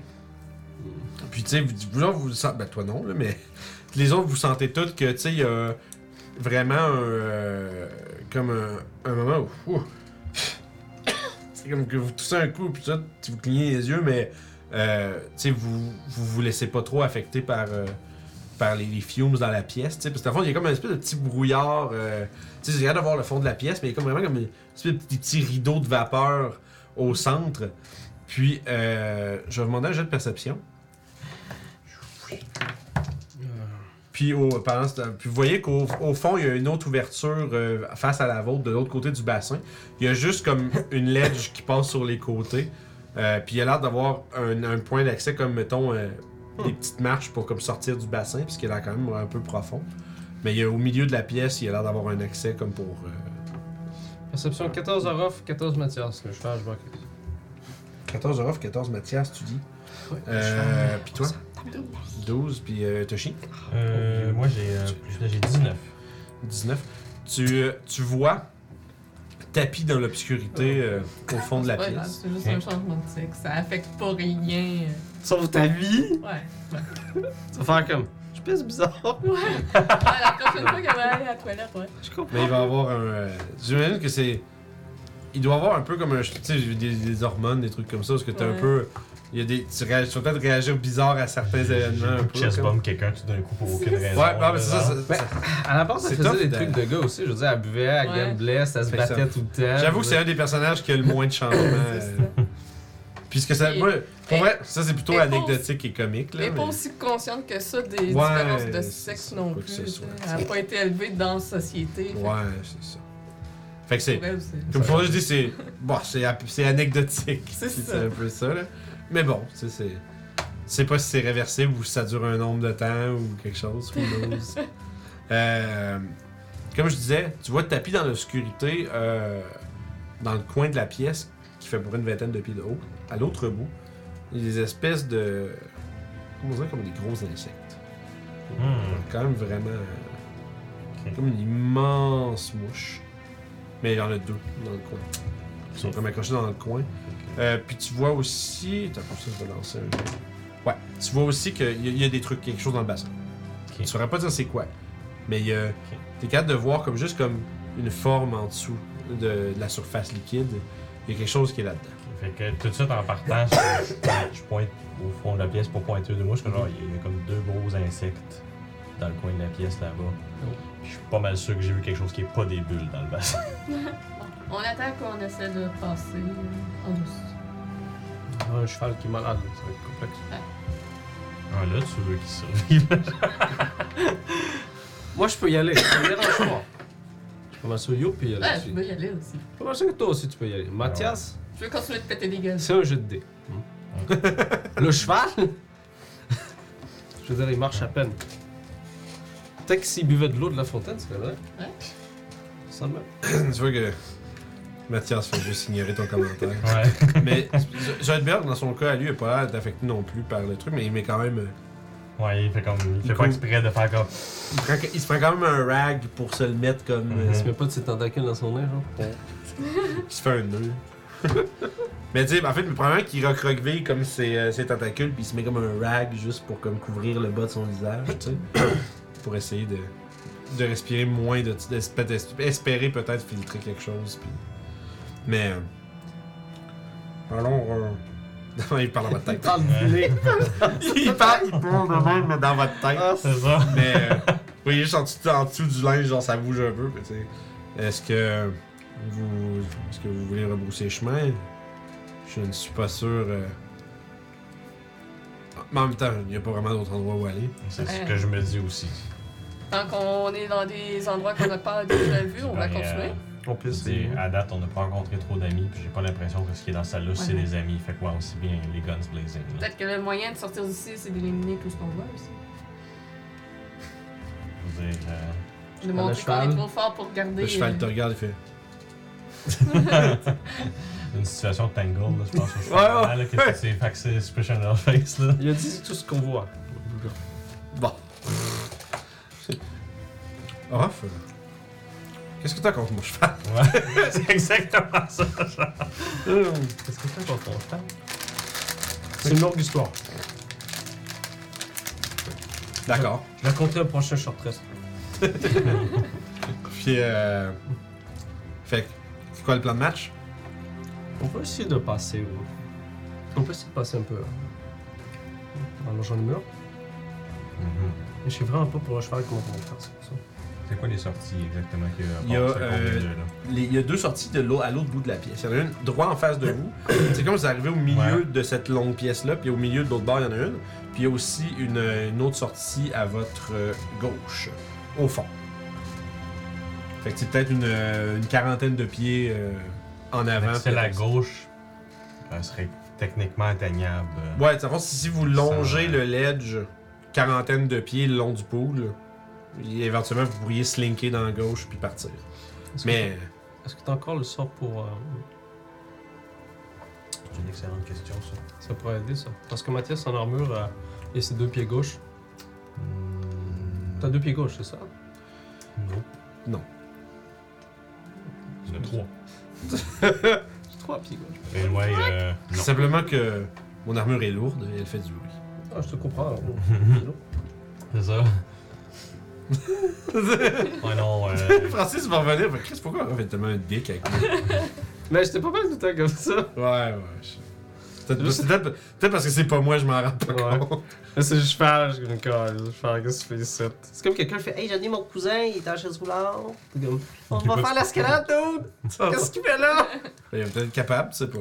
Puis, tu sais, vous, vous autres, vous le sentez. Ben, toi, non, là, mais. Les autres, vous sentez toutes que, tu sais, il y a vraiment un. euh, comme un, un moment où. ouh. C'est comme que vous toussez un coup, puis tout, puis vous clignez les yeux, mais. euh, tu sais, vous, vous vous laissez pas trop affecter par. euh, par les, les fumes dans la pièce, tu sais, parce qu'à fond, il y a comme un espèce de petit brouillard, euh, tu sais, j'ai l'air de voir le fond de la pièce, mais il y a comme vraiment comme une espèce de petit, petit rideau de vapeur au centre. Puis, euh, je vais vous demander un jet de perception. Puis, au, pendant ce temps- puis vous voyez qu'au au fond, il y a une autre ouverture euh, face à la vôtre, de l'autre côté du bassin. Il y a juste comme une ledge qui passe sur les côtés. Euh, puis il y a l'air d'avoir un, un point d'accès comme, mettons, euh, des petites marches pour comme sortir du bassin, puisqu'il a l'air quand même un peu profond. Mais il y a, au milieu de la pièce, il a l'air d'avoir un accès comme pour... euh, Perception 14 Orof, 14 Mathias. Le cheval, je vois que. 14 Orof, 14 Mathias, tu dis. Ouais, Euh, puis toi? 12, puis euh, Toshi? Euh, moi, j'ai euh, plus- j'ai 19. 19. Tu, euh, tu vois tapis dans l'obscurité euh, au fond de la Ouais, pièce. c'est juste un changement de sexe. Ça affecte pas rien. Sauf ta vie, Ouais. tu vas faire comme. Je pisse bizarre. Ouais. Ah, la prochaine fois qu'elle va aller à la toilette, ouais. Je comprends. Mais il va avoir un. euh, J'imagine que c'est. Il doit avoir un peu comme un. Tu sais, j'ai vu des, des hormones, des trucs comme ça, parce que t'as un Ouais. peu. Il y a des, tu, réagis- tu vas peut-être réagir bizarre à certains événements. Un peu, Chest comme- bomb quelqu'un tout d'un coup pour aucune Ouais, raison. ouais, mais c'est ça. genre. ça- Ben, ça- À la base, ça C'est faisait tough des de- trucs de gars aussi. Je veux dire, elle buvait, elle Ouais. gamblait, ça se Fait que ça- battait tout le temps. J'avoue que c'est un des personnages qui a le moins de changement. euh, C'est ça. Puisque ça. Et- Moi, pour et- vrai, ça c'est plutôt et- anecdotique et comique. Là, Elle est pas mais- aussi consciente que ça des différences de sexe c'est- non quoi plus. que ce tu sais. soit. Elle n'a pas été élevée dans la société. fait que Ouais, c'est ça. Fait que c'est. pour elle, c'est- Comme pour moi, je dis, c'est. Bon, c'est ap- c'est anecdotique. C'est Puis ça. un peu ça, là. Mais bon, tu sais, c'est. Je sais pas si c'est réversible ou si ça dure un nombre de temps ou quelque chose. who knows. Euh, comme je disais, tu vois le tapis dans l'obscurité, euh, dans le coin de la pièce, qui fait pour une vingtaine de pieds de haut, à l'autre bout, il y a des espèces de. Comment dire, comme des gros insectes. Hmm. Quand même vraiment. euh, Comme une immense mouche. Mais il y en a deux dans le coin. Ils sont comme accrochés dans le coin. Euh, puis tu vois aussi. Attends, comme ça, je vais lancer un. Ouais. Tu vois aussi qu'il y, a- il y a des trucs, quelque chose dans le bassin. Ok. Tu saurais pas dire c'est quoi. Mais il y a. T'es capable de voir comme juste comme une forme en dessous de, de la surface liquide. Il y a quelque chose qui est là-dedans. Fait que tout de suite en partant, je, je pointe- je pointe au fond de la pièce pour pointer aux deux mouches. que Genre, il y a- il y a comme deux gros insectes dans le coin de la pièce là-bas. Oh. Puis Je suis pas mal sûr que j'ai vu quelque chose qui est pas des bulles dans le bassin. On attend qu'on essaie de passer euh, en douce. Ah, Un cheval qui est malade, ça va être complexe. Ah là, tu veux qu'il survive. Moi, je peux y aller. Ça me dérange pas. Je suis pas mal sûr que Yo peut y aller Ouais, aussi. je peux y aller aussi. Je suis pas mal sûr que toi aussi, tu peux y aller. Mathias, Je veux continuer de péter des gueules. c'est un jeu de dés. Hein. Le cheval Je veux dire, il marche à peine. Peut-être que s'il buvait de l'eau de la fontaine, c'est vrai. Ouais. Ça me- tu vois que. Mathias fait juste ignorer ton commentaire. Ouais. mais Zoidberg, dans son cas, lui, il a pas l'air d'affecté non plus par le truc, mais il met quand même. Ouais, il fait comme. Il fait Cool. pas exprès de faire comme. Il, prend- il se prend quand même un rag pour se le mettre comme. Mhm. euh, Il se met pas de ses tentacules dans son nez, genre. Il se fait un nœud. mais tu sais, en fait, le premier qu'il recroqueville comme ses, euh, ses tentacules, puis il se met comme un rag juste pour comme couvrir le bas de son visage, tu sais. pour essayer de, de respirer moins, de, d'esp- d'esp- espérer peut-être filtrer quelque chose. Puis... Mais. euh, Parlons. euh, non, il parle dans votre tête. Ouais. il parle, il parle de même, mais dans votre tête. C'est ça. Mais euh, vous voyez juste en dessous, en dessous du linge, genre ça bouge un peu, mais tu sais. Est-ce que vous. Est-ce que vous voulez rebrousser chemin? Je ne suis pas sûr. euh. Ah, Mais en même temps, il n'y a pas vraiment d'autre endroit où aller. C'est ce que je me dis aussi. Tant qu'on est dans des endroits qu'on n'a pas déjà vus, Ah, on va Mais, euh, continuer. On je peut veux dire, à date, on n'a pas rencontré trop d'amis, puis j'ai pas l'impression que ce qui est dans celle-là, c'est Ouais. des amis. Fait que ouais, aussi bien les guns blazing. là. Peut-être que le moyen de sortir d'ici, c'est d'éliminer tout ce qu'on voit aussi. Je veux dire, De euh, prends le montrer qu'on cheval. est trop fort pour garder. Le cheval te euh, regarde, il fait. euh, une situation de tangle, là, je pense que je suis Ouais, pas ouais, mal, là, que c'est fait que c'est expression de leur face, là. Il a dit tout ce qu'on voit. Bon. Ruff, euh, qu'est-ce que t'as contre mon cheval? Ouais, c'est exactement ça. Qu'est-ce que c'est qu'on ton cheval? C'est une longue histoire. D'accord. Je raconterai au prochain short rest. Puis, euh. Fait que, c'est quoi le plan de match? On peut essayer de passer. euh, On peut essayer de passer un peu. euh, En longeant le mur. Mais je sais vraiment pas pour le cheval comment on va faire, c'est pour ça. C'est quoi les sorties exactement qu'il Il y a, à part celles qu'on euh, vient de, là? Les- il y a deux sorties de l'eau à l'autre bout de la pièce. Il y en a une droit en face de vous. C'est comme si vous arrivez au milieu Ouais. de cette longue pièce-là, puis au milieu de l'autre bord, il y en a une. Puis il y a aussi une, une autre sortie à votre euh, gauche, au fond. Fait que c'est peut-être une, euh, une quarantaine de pieds euh, en avant. Celle à peut-être. gauche euh, serait techniquement atteignable. euh, Ouais, de toute façon, si si vous longez Ça- le ledge quarantaine de pieds le long du pool, éventuellement, vous pourriez slinker dans la gauche puis partir. Est-ce que Mais... t'as- Est-ce que t'as encore le sort pour. euh, C'est une excellente question, ça. ça pourrait aider ça Parce que Mathias en armure, euh, il a ses deux pieds gauche. Hmm, T'as deux pieds gauche, c'est ça Non. Non. Il y en a trois. J'ai trois pieds, quoi. Et ouais, euh, C'est non. Simplement que mon armure est lourde et elle fait du bruit. Ah, je te comprends. C'est ça. Ouais, non, euh, Francis va revenir. Fait, Chris, pourquoi on fait tellement un dick avec moi? Mais j'étais pas mal tout le temps comme ça. Ouais, ouais. je- Peut-être c'est peut-être- peut-être parce que c'est pas moi, je m'en rends pas Ben, Ouais. compte. Là, c'est je parle, je suis comme, je parle, qu'est-ce que tu fais ici? C'est comme quelqu'un fait Hey, j'ai amené mon cousin, il est en chaise roulante. T'es comme, On va faire l'escalade, dude! Ça va. Qu'est-ce qu'il fait là? Il est peut-être capable, tu sais pas.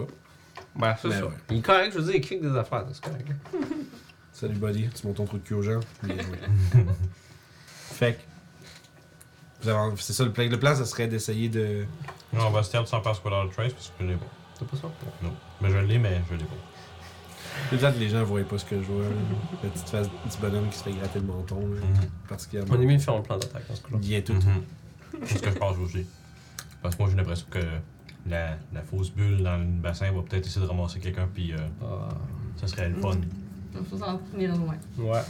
Ben, c'est Ben ça. ouais. Il est correct, je veux dire, il kick des affaires, c'est correct. Salut, buddy. Tu montes ton trou de cul aux gens. Bien joué. fait que. vous avez- C'est ça le plan. Le plan, ça serait d'essayer de. non, on va se perdre sans faire Squad Trace parce que je l'ai pas. T'as pas ça? Non. Mais je l'ai, mais je l'ai pas. C'est peut-être que les gens voient pas ce que je vois. là. La petite face du petit bonhomme qui se fait gratter le menton, là, particulièrement. On est mieux faire un plan d'attaque dans ce coup-là. Bien tout. Mhm. C'est ce que je pense aussi. Parce que moi, j'ai l'impression que la, la fausse bulle dans le bassin va peut-être essayer de ramasser quelqu'un, puis euh, ça serait le fun. Il faut s'en tenir loin. ouais.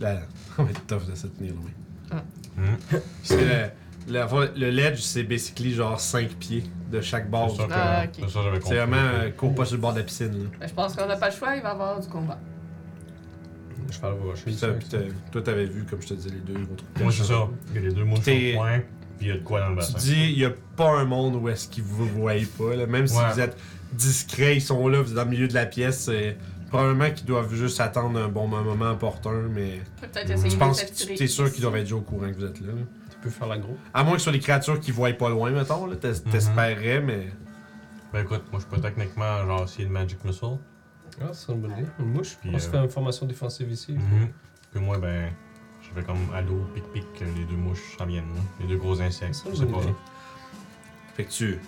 Là, on va être tough de se tenir loin. Mhm. C'est le, le, le ledge, c'est basically genre 5 pieds de chaque bord. C'est ça que, Ah, ok. c'est ça que j'avais compris. C'est vraiment, euh, cours pas sur le bord de la piscine. Là. Ben, je pense qu'on n'a pas le choix, il va y avoir du combat. Je parle au rocher. Puis ça, puis t'as- toi, t'avais vu, comme je te disais, les deux gros trucs. Moi, c'est ça. Il y a les deux mouches sur T'es- le point, puis il y a de quoi dans le Tu bassin. dis, il y a pas un monde où est-ce qu'ils vous voient pas. là. Même si Ouais. vous êtes discret, ils sont là, vous êtes dans le milieu de la pièce. c'est Probablement qu'ils doivent juste attendre un bon moment opportun, mais On peut peut-être essayer je de pense que tu- s'attirer t'es sûr ici. qu'ils doivent être déjà au courant que vous êtes là. là. Tu peux faire l'agro. À moins que ce soit des créatures qui voient pas loin, mettons. là, t'es- Mhm. T'espérais, mais. Ben écoute, moi, je peux techniquement genre essayer le Magic Missile. Ah, c'est une bonne idée. Une mouche. Puis, on se euh, fait une formation défensive Mm. ici. Mhm. Que moi, ben, je fais comme ado, pic-pic, que les deux mouches s'en viennent, là. les deux gros insectes. C'est je une sais bonne pas. idée. Fait que tu.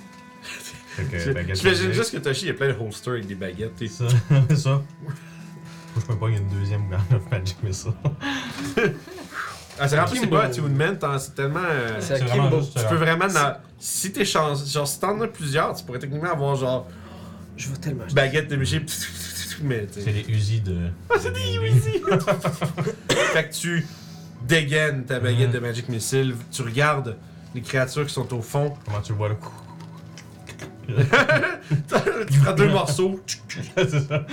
Fait que, ben, qu'est-ce que je J'imagine dis? juste que Toshi, il y a plein de holsters avec des baguettes. t'es- Ça, c'est ça. Moi, je peux pas une deuxième Grand of Magic Missile. Ah, c'est rempli, c'est Kimbo. pas Attunement, t'en- c'est tellement. euh, C'est C'est à vraiment Kimbo. juste, Tu euh, peux vraiment. na- Si t'es chanceux, genre si t'en as plusieurs, tu pourrais techniquement avoir genre Je veux tellement. Bah, baguette déméchée, mais tu C'est sais. les Uzi de. Ah, c'est des Uzi! Fait que tu dégaines ta baguette Mhm. de Magic Missile, tu regardes les créatures qui sont au fond, Comment tu le vois là tu prends deux morceaux, C'est ça.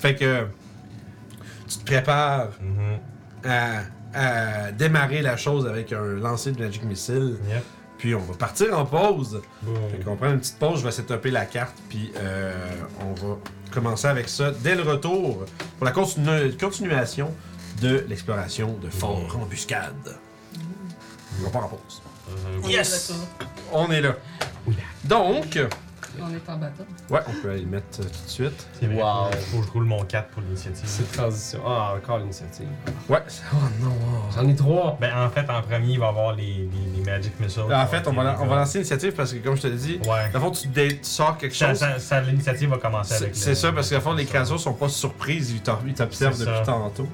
fait que tu te prépares Mhm. à, à démarrer la chose avec un lancer de Magic Missile, Yep. puis on va partir en pause. Boom. Fait qu'on prend une petite pause, je vais setuper la carte, puis euh, on va commencer avec ça dès le retour pour la continu- continuation de l'exploration de Fort Embuscade. On part en pause. Euh, On est Yes! de retour. On est là. Donc, On est en bateau. ouais, on peut aller le mettre euh, tout de suite. C'est vrai. Wow. Faut que je roule mon 4 pour l'initiative. C'est transition. Ah, encore l'initiative. Ouais. Oh non. J'en ai trois. Bah, Ben, en fait, en premier, il va y avoir les, les, les Magic Missiles. En fait, on va, lan- on va lancer l'initiative parce que, comme je te l'ai dit, Ouais. dans le fond, tu, dé- tu sors quelque Ça, chose. ça, ça- l'initiative va commencer C'est avec. c'est le- ça, parce qu'à fond, les ça. créatures sont pas surprises, ils t'en- ils t'observent C'est depuis ça. tantôt.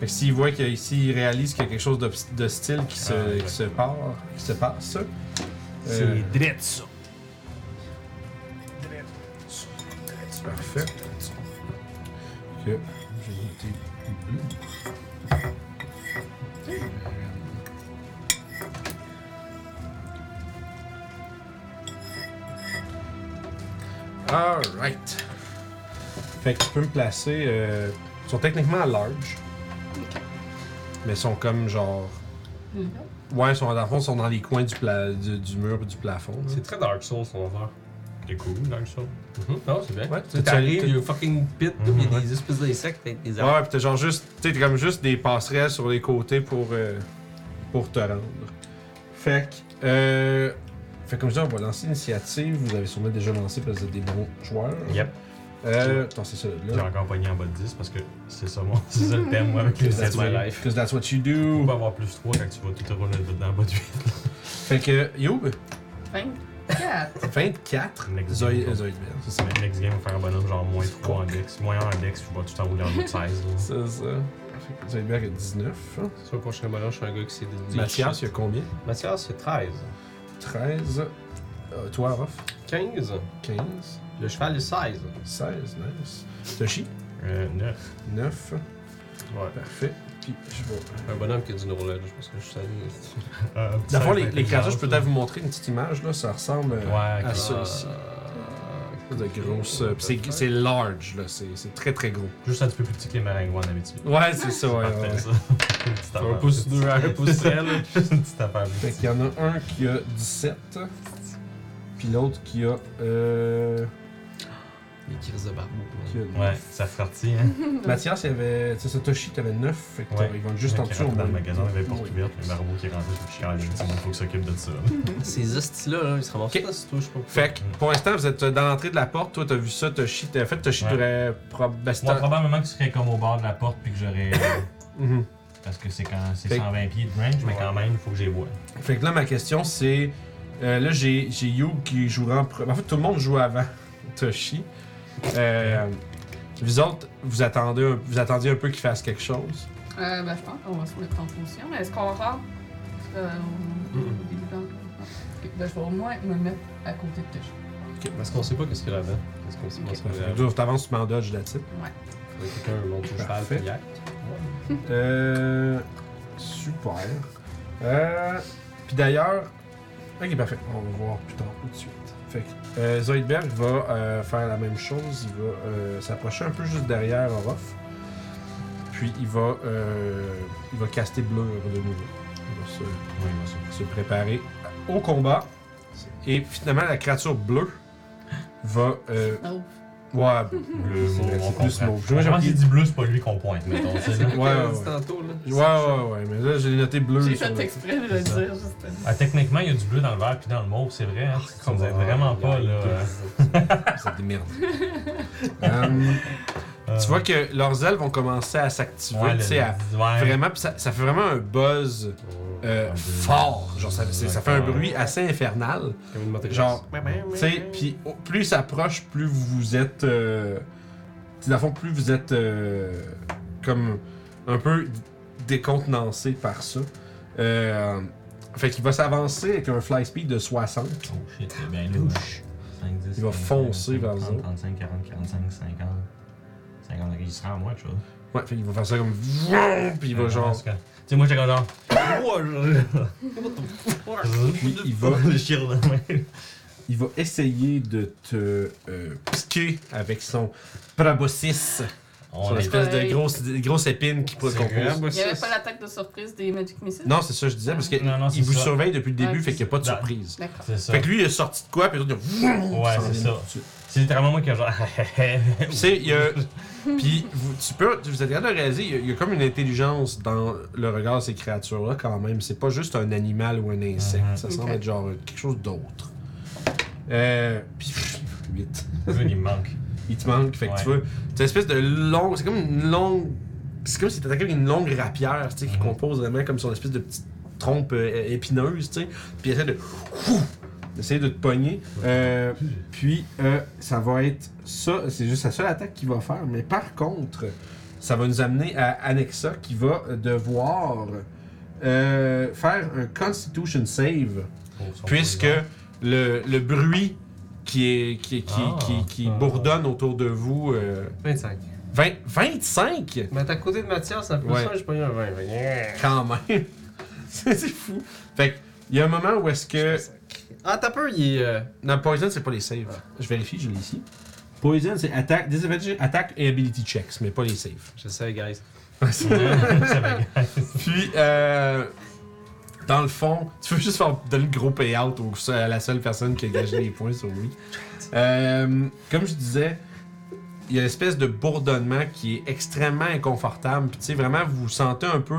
Fait que s'ils voient qu'ici, ils réalisent qu'il y a quelque chose d'obs- d'hostile qui, se, Ah, ouais. qui, se part, qui se passe. Euh, C'est drette, ça. Parfait. Ok. J'ai noté. Alright. Fait que tu peux me placer. euh, ils sont techniquement à large. Mais ils sont comme genre. Ouais, ils sont dans le fond, ils sont dans les coins du, pla- du, du mur et du plafond. là. C'est très Dark Souls, son affaire. C'est cool, dans le show. Non, c'est bien. Mm-hmm. Ouais, Tu sais, T'arrives, il y a un fucking pit, puis il y Mm-hmm. a des espèces d'insectes avec des arbres. Ouais, pis t'as genre juste. T'sais, t'as comme juste des passerelles sur les côtés pour, euh, pour te rendre. Fait que. Euh, fait que comme je dis, on va lancer l'initiative. Vous avez sûrement déjà lancé parce que vous êtes des bons joueurs. Yep. Euh, attends, c'est ça J'ai là. encore pogné en bas de 10 parce que c'est ça, mon. C'est ça le thème, moi, avec les That's my initiatives. life. Because that's what you Tu peux do. avoir plus 3 quand tu vas tout te rouler dans le bas de 8. Fait que, Youb, 24. 24. Next Zoï, game. euh, Zoïdberg, c'est ça. Mais next game, faire un bonhomme genre moins 3 en dex. Moins 1 en dex, tu vas tout enrouler en bas de 16. là. C'est ça. Fait que Zoidberg a 19. hein. Sur le prochain bonheur, je suis un gars qui s'est dédié. Mathias, il y a combien Mathias, c'est 13. 13. Euh, toi, Ruff 15. 15. Le cheval est 16. 16, nice. Toshi Euh, 9. 9. Ouais. Parfait. Puis je vais. Un bonhomme qui a du knowledge, je pense que je suis allé. Euh, Dans le fond, ça, les, ça, les ça, créatures, je ça. peux peut-être vous montrer une petite image, là. Ça ressemble euh, Ouais, ok. à ça ici. De grosse. euh, puis c'est- c'est large, là. C'est c'est très, très gros. Juste un petit peu plus petit que les maringouins en Abitibi. Ouais, c'est ça, ouais. Parfait, ouais. ça. Une petite affaire. Un pouce deux, un pouce C'est ça. elle. Juste une petite affaire. Fait qu'il y en a un qui a 17, puis l'autre qui a. Euh, Les crises de barbeau. qui a Ouais, ça fartit, hein. Mathias, il y avait. Tu sais, Satoshi, t'avais 9, fait que Ouais. ils vont juste en Qui dessous. rentre au dans le moins. magasin, il y avait les portes Oui. ouvertes, le marabout qui est rentré, je suis quand même, il faut qu'il s'occupe de ça. là. Ces hosties-là, là, ils se ramassent Ok. pas si toi, je pense. Fait que pour l'instant, vous êtes euh, dans l'entrée de la porte. Toi, t'as vu ça, Toshi. t'as- En fait, Toshi Ouais. devrait. prob- ben, c'est Moi, un- probablement que tu serais comme au bord de la porte puis que j'aurais. euh, Mhm. parce que c'est quand c'est Fait- 120 pieds de range, mais quand même, il faut que j'y voie. Fait que là, ma question, c'est. euh, là, j'ai j'ai Youb qui jouera en premier. En fait, tout le monde joue avant Toshi. Euh, vous autres, vous attendez un, vous attendiez un peu qu'il fasse quelque chose. Euh, ben, je pense qu'on va se mettre en position. Mais est-ce qu'on rentre euh, au- au début de l'entrée? Ok, Ben, je vais au moins me mettre à côté de Toshi. Parce qu'on sait pas qu'est-ce qu'il y a là-dedans. Parce qu'on sait pas Ok. ce qu'il y a Fait que là-dedans. là, T'avances, tu m'en dodges là-dessus. Faudrait que Quelqu'un monte au cheval, Parfait. puis yak. Euh. Super. Euh. Puis d'ailleurs. Ok, parfait. On va voir plus tard, tout de suite. Fait que. euh, Zoidberg va euh, faire la même chose. Il va euh, s'approcher un peu juste derrière Orof. Puis il va. euh, il va caster Blur de nouveau. Il va se Oui, bien sûr. se préparer au combat. Et finalement, la créature bleue va. euh, Oh. ouais, Bleu, Mm-hmm. c'est mauve, vrai, on c'est plus comprend. mauve. Je pense J'ai- qu'il dit bleu, c'est pas lui qu'on pointe, mettons. tu sais, là. Ouais, ouais, dit ouais. tantôt, là. Ouais, ouais, ouais, mais là, j'ai noté bleu. J'ai sur fait le- exprès de le C'est ça. dire, juste. Ah, techniquement, il y a du bleu dans le vert puis dans le mauve, c'est vrai. Hein? Ah, ça nous aide vraiment pas, là. euh, Vous êtes des merdes. Hum, euh, tu vois que leurs ailes vont commencer à s'activer, ouais, tu sais, le- à- ouais. Vraiment, pis ça, ça fait vraiment un buzz euh, Un buzz. fort. Genre, ça, c'est- ça fait un Ouais. bruit assez infernal. Comme une motrice. Genre, Tu sais, puis au- plus il s'approche, plus vous êtes. Euh, tu sais, dans le fond, plus vous êtes euh, comme un peu décontenancé par ça. Euh, fait qu'il va s'avancer avec un fly speed de 60. Oh shit, c'est bien là. hein. 5, 10, Il va foncer vers vous autres. 35, 40, 45, 50. 50, il sera à moi, tu vois. Ouais, fait qu'il va faire ça comme. vroom, Puis il Ah, va Ouais, genre. parce que- Tu sais, moi, j'étais comme genre. Puis il va, le chien là. ouais. il va essayer de te euh, piquer avec son proboscis. On Son est- espèce de grosse, grosse épine qui peut C'est grave, composer. Il n'y avait pas ça. l'attaque de surprise des Magic Missiles? Non, c'est ça, que je disais, parce qu'il Non, non, c'est vous ça. surveille depuis le début, Ouais, fait qu'il n'y a pas de c'est- surprise. D'accord. C'est ça. Fait que lui, il est sorti de quoi, puis l'autre, il a... Ouais, s'en c'est vient ça. dessus. C'est littéralement moi qui a genre. Puis, tu sais, il y a- puis vous, tu peux, vous êtes capable de réaliser, il y a- il y, a comme une intelligence dans le regard de ces créatures-là, quand même. C'est pas juste un animal ou un insecte. Mhm. Ça Ok. semble être genre euh, quelque chose d'autre. Euh, puis, 8. Il me manque. Il te manque, fait que Ouais. tu vois, c'est une espèce de longue, c'est comme une longue, c'est comme si t'attaquais avec une longue rapière, tu sais, qui Mhm. compose vraiment comme son espèce de petite trompe euh, épineuse, tu sais, puis il essaie de, Ouh! essayer de te pogner. Euh, puis euh, ça va être ça, c'est juste la seule attaque qu'il va faire, mais par contre, ça va nous amener à Annexa qui va devoir euh, faire un Constitution save Oh, son puisque poison. le, le bruit qui, est, qui, qui, Ah. qui, qui bourdonne autour de vous. euh, 25. 20 25 Mais t'es à côté de Mathias, c'est un peu Ouais. ça, j'ai pas eu un 20. Fait que, yeah. Quand même C'est c'est fou Fait que, il y a un moment où est-ce que. Ah, t'as peur, il est. euh, Non, Poison, c'est pas les saves. Ah, Je vérifie, je l'ai ici. Poison, c'est attaque, disadvantage, attaque et ability checks, mais pas les saves. Je sais, guys. Ça va, guys. Puis, euh, dans le fond, tu peux juste faire donner le gros payout au seul- à la seule personne qui a gagné les points sur lui. Euh, comme je disais, il y a une espèce de bourdonnement qui est extrêmement inconfortable. Puis, tu sais, vraiment, vous vous sentez un peu.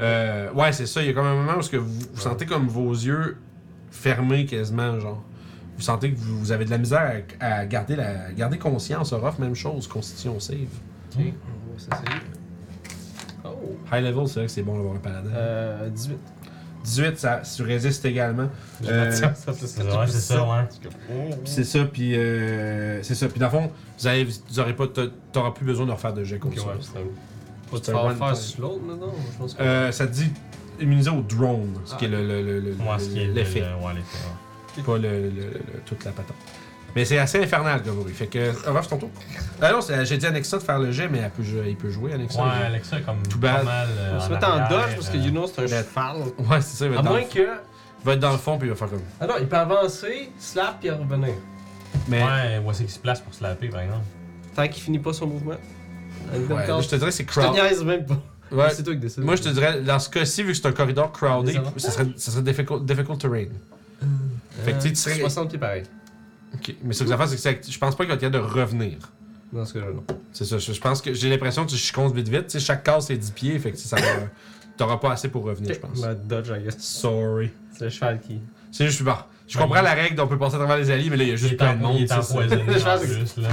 euh, ouais, c'est ça. Il y a comme un moment où ce que vous, vous sentez comme vos yeux fermés quasiment, genre. Vous sentez que vous, vous avez de la misère à, à garder, la, garder conscience. Orof, même chose, Constitution Save. On va s'essayer. Oh. High level, c'est vrai que c'est bon d'avoir un paladin. Euh, 18. 18, ça, tu résistes également. J'ai Euh, Mathias, ça oh. fait C'est ouais, c'est ça, ouais. Puis c'est ça, puis euh, c'est ça. Puis dans le fond, vous avez, vous aurez pas, t'a- t'auras plus besoin de refaire de jet Ok, contre ouais, ça. c'est un. Faut C'est tu un vas one time. faire sur l'autre, non, non, je pense que. Euh, ça te dit immuniser au drone, ce qui Ah. est le, le, le, le- Moi, ce qui est le- l'effet, le- Ouais, l'effet. ouais. pas le, le- le- le- toute la patente. Mais c'est assez infernal comme bruit. Fait que, Orof, ton tour. Ah non, c'est- j'ai dit à Nexa de faire le jet, mais elle peut, jou- il peut jouer, Alexa. Ouais, Alexa, comme Too pas bad. mal. euh, On se met en arrière, dodge parce que euh, you know c'est un mais- cheval. Ouais, c'est ça, il va À être, dans, moins que. il va être dans le fond, puis il va faire comme. Ah non, il peut avancer, slap puis revenir. Mais, ouais, Ouais, voici qu'il se place pour se laver, par exemple. Tant qu'il finit pas son mouvement. là, je te dirais que c'est Je te crowd. niaise même pas. Ouais. C'est toi qui décide. Moi, je te dirais, dans ce cas-ci, vu que c'est un corridor crowded, Désavantage. ça serait, ça serait difficult, difficult terrain. Fait que tu sais, tu serais- 60 Euh, pieds pareil. Ok. Mais ce que ça fait, c'est que c'est- je pense pas qu'il va être capable de revenir. Dans ce cas-là, non. C'est ça. Je je pense que j'ai l'impression que je compte vite vite. Tu sais, chaque case, c'est 10 pieds. Fait que ça va- T'auras pas assez pour revenir, je pense. Bah, dodge, I guess. Sorry. C'est le cheval qui. C'est juste, bon, je comprends la règle, on peut passer à travers les alliés, mais là, il y a Il juste est plein de en- monde. il est tu sais, c'est- empoisonné en pense que- plus, là.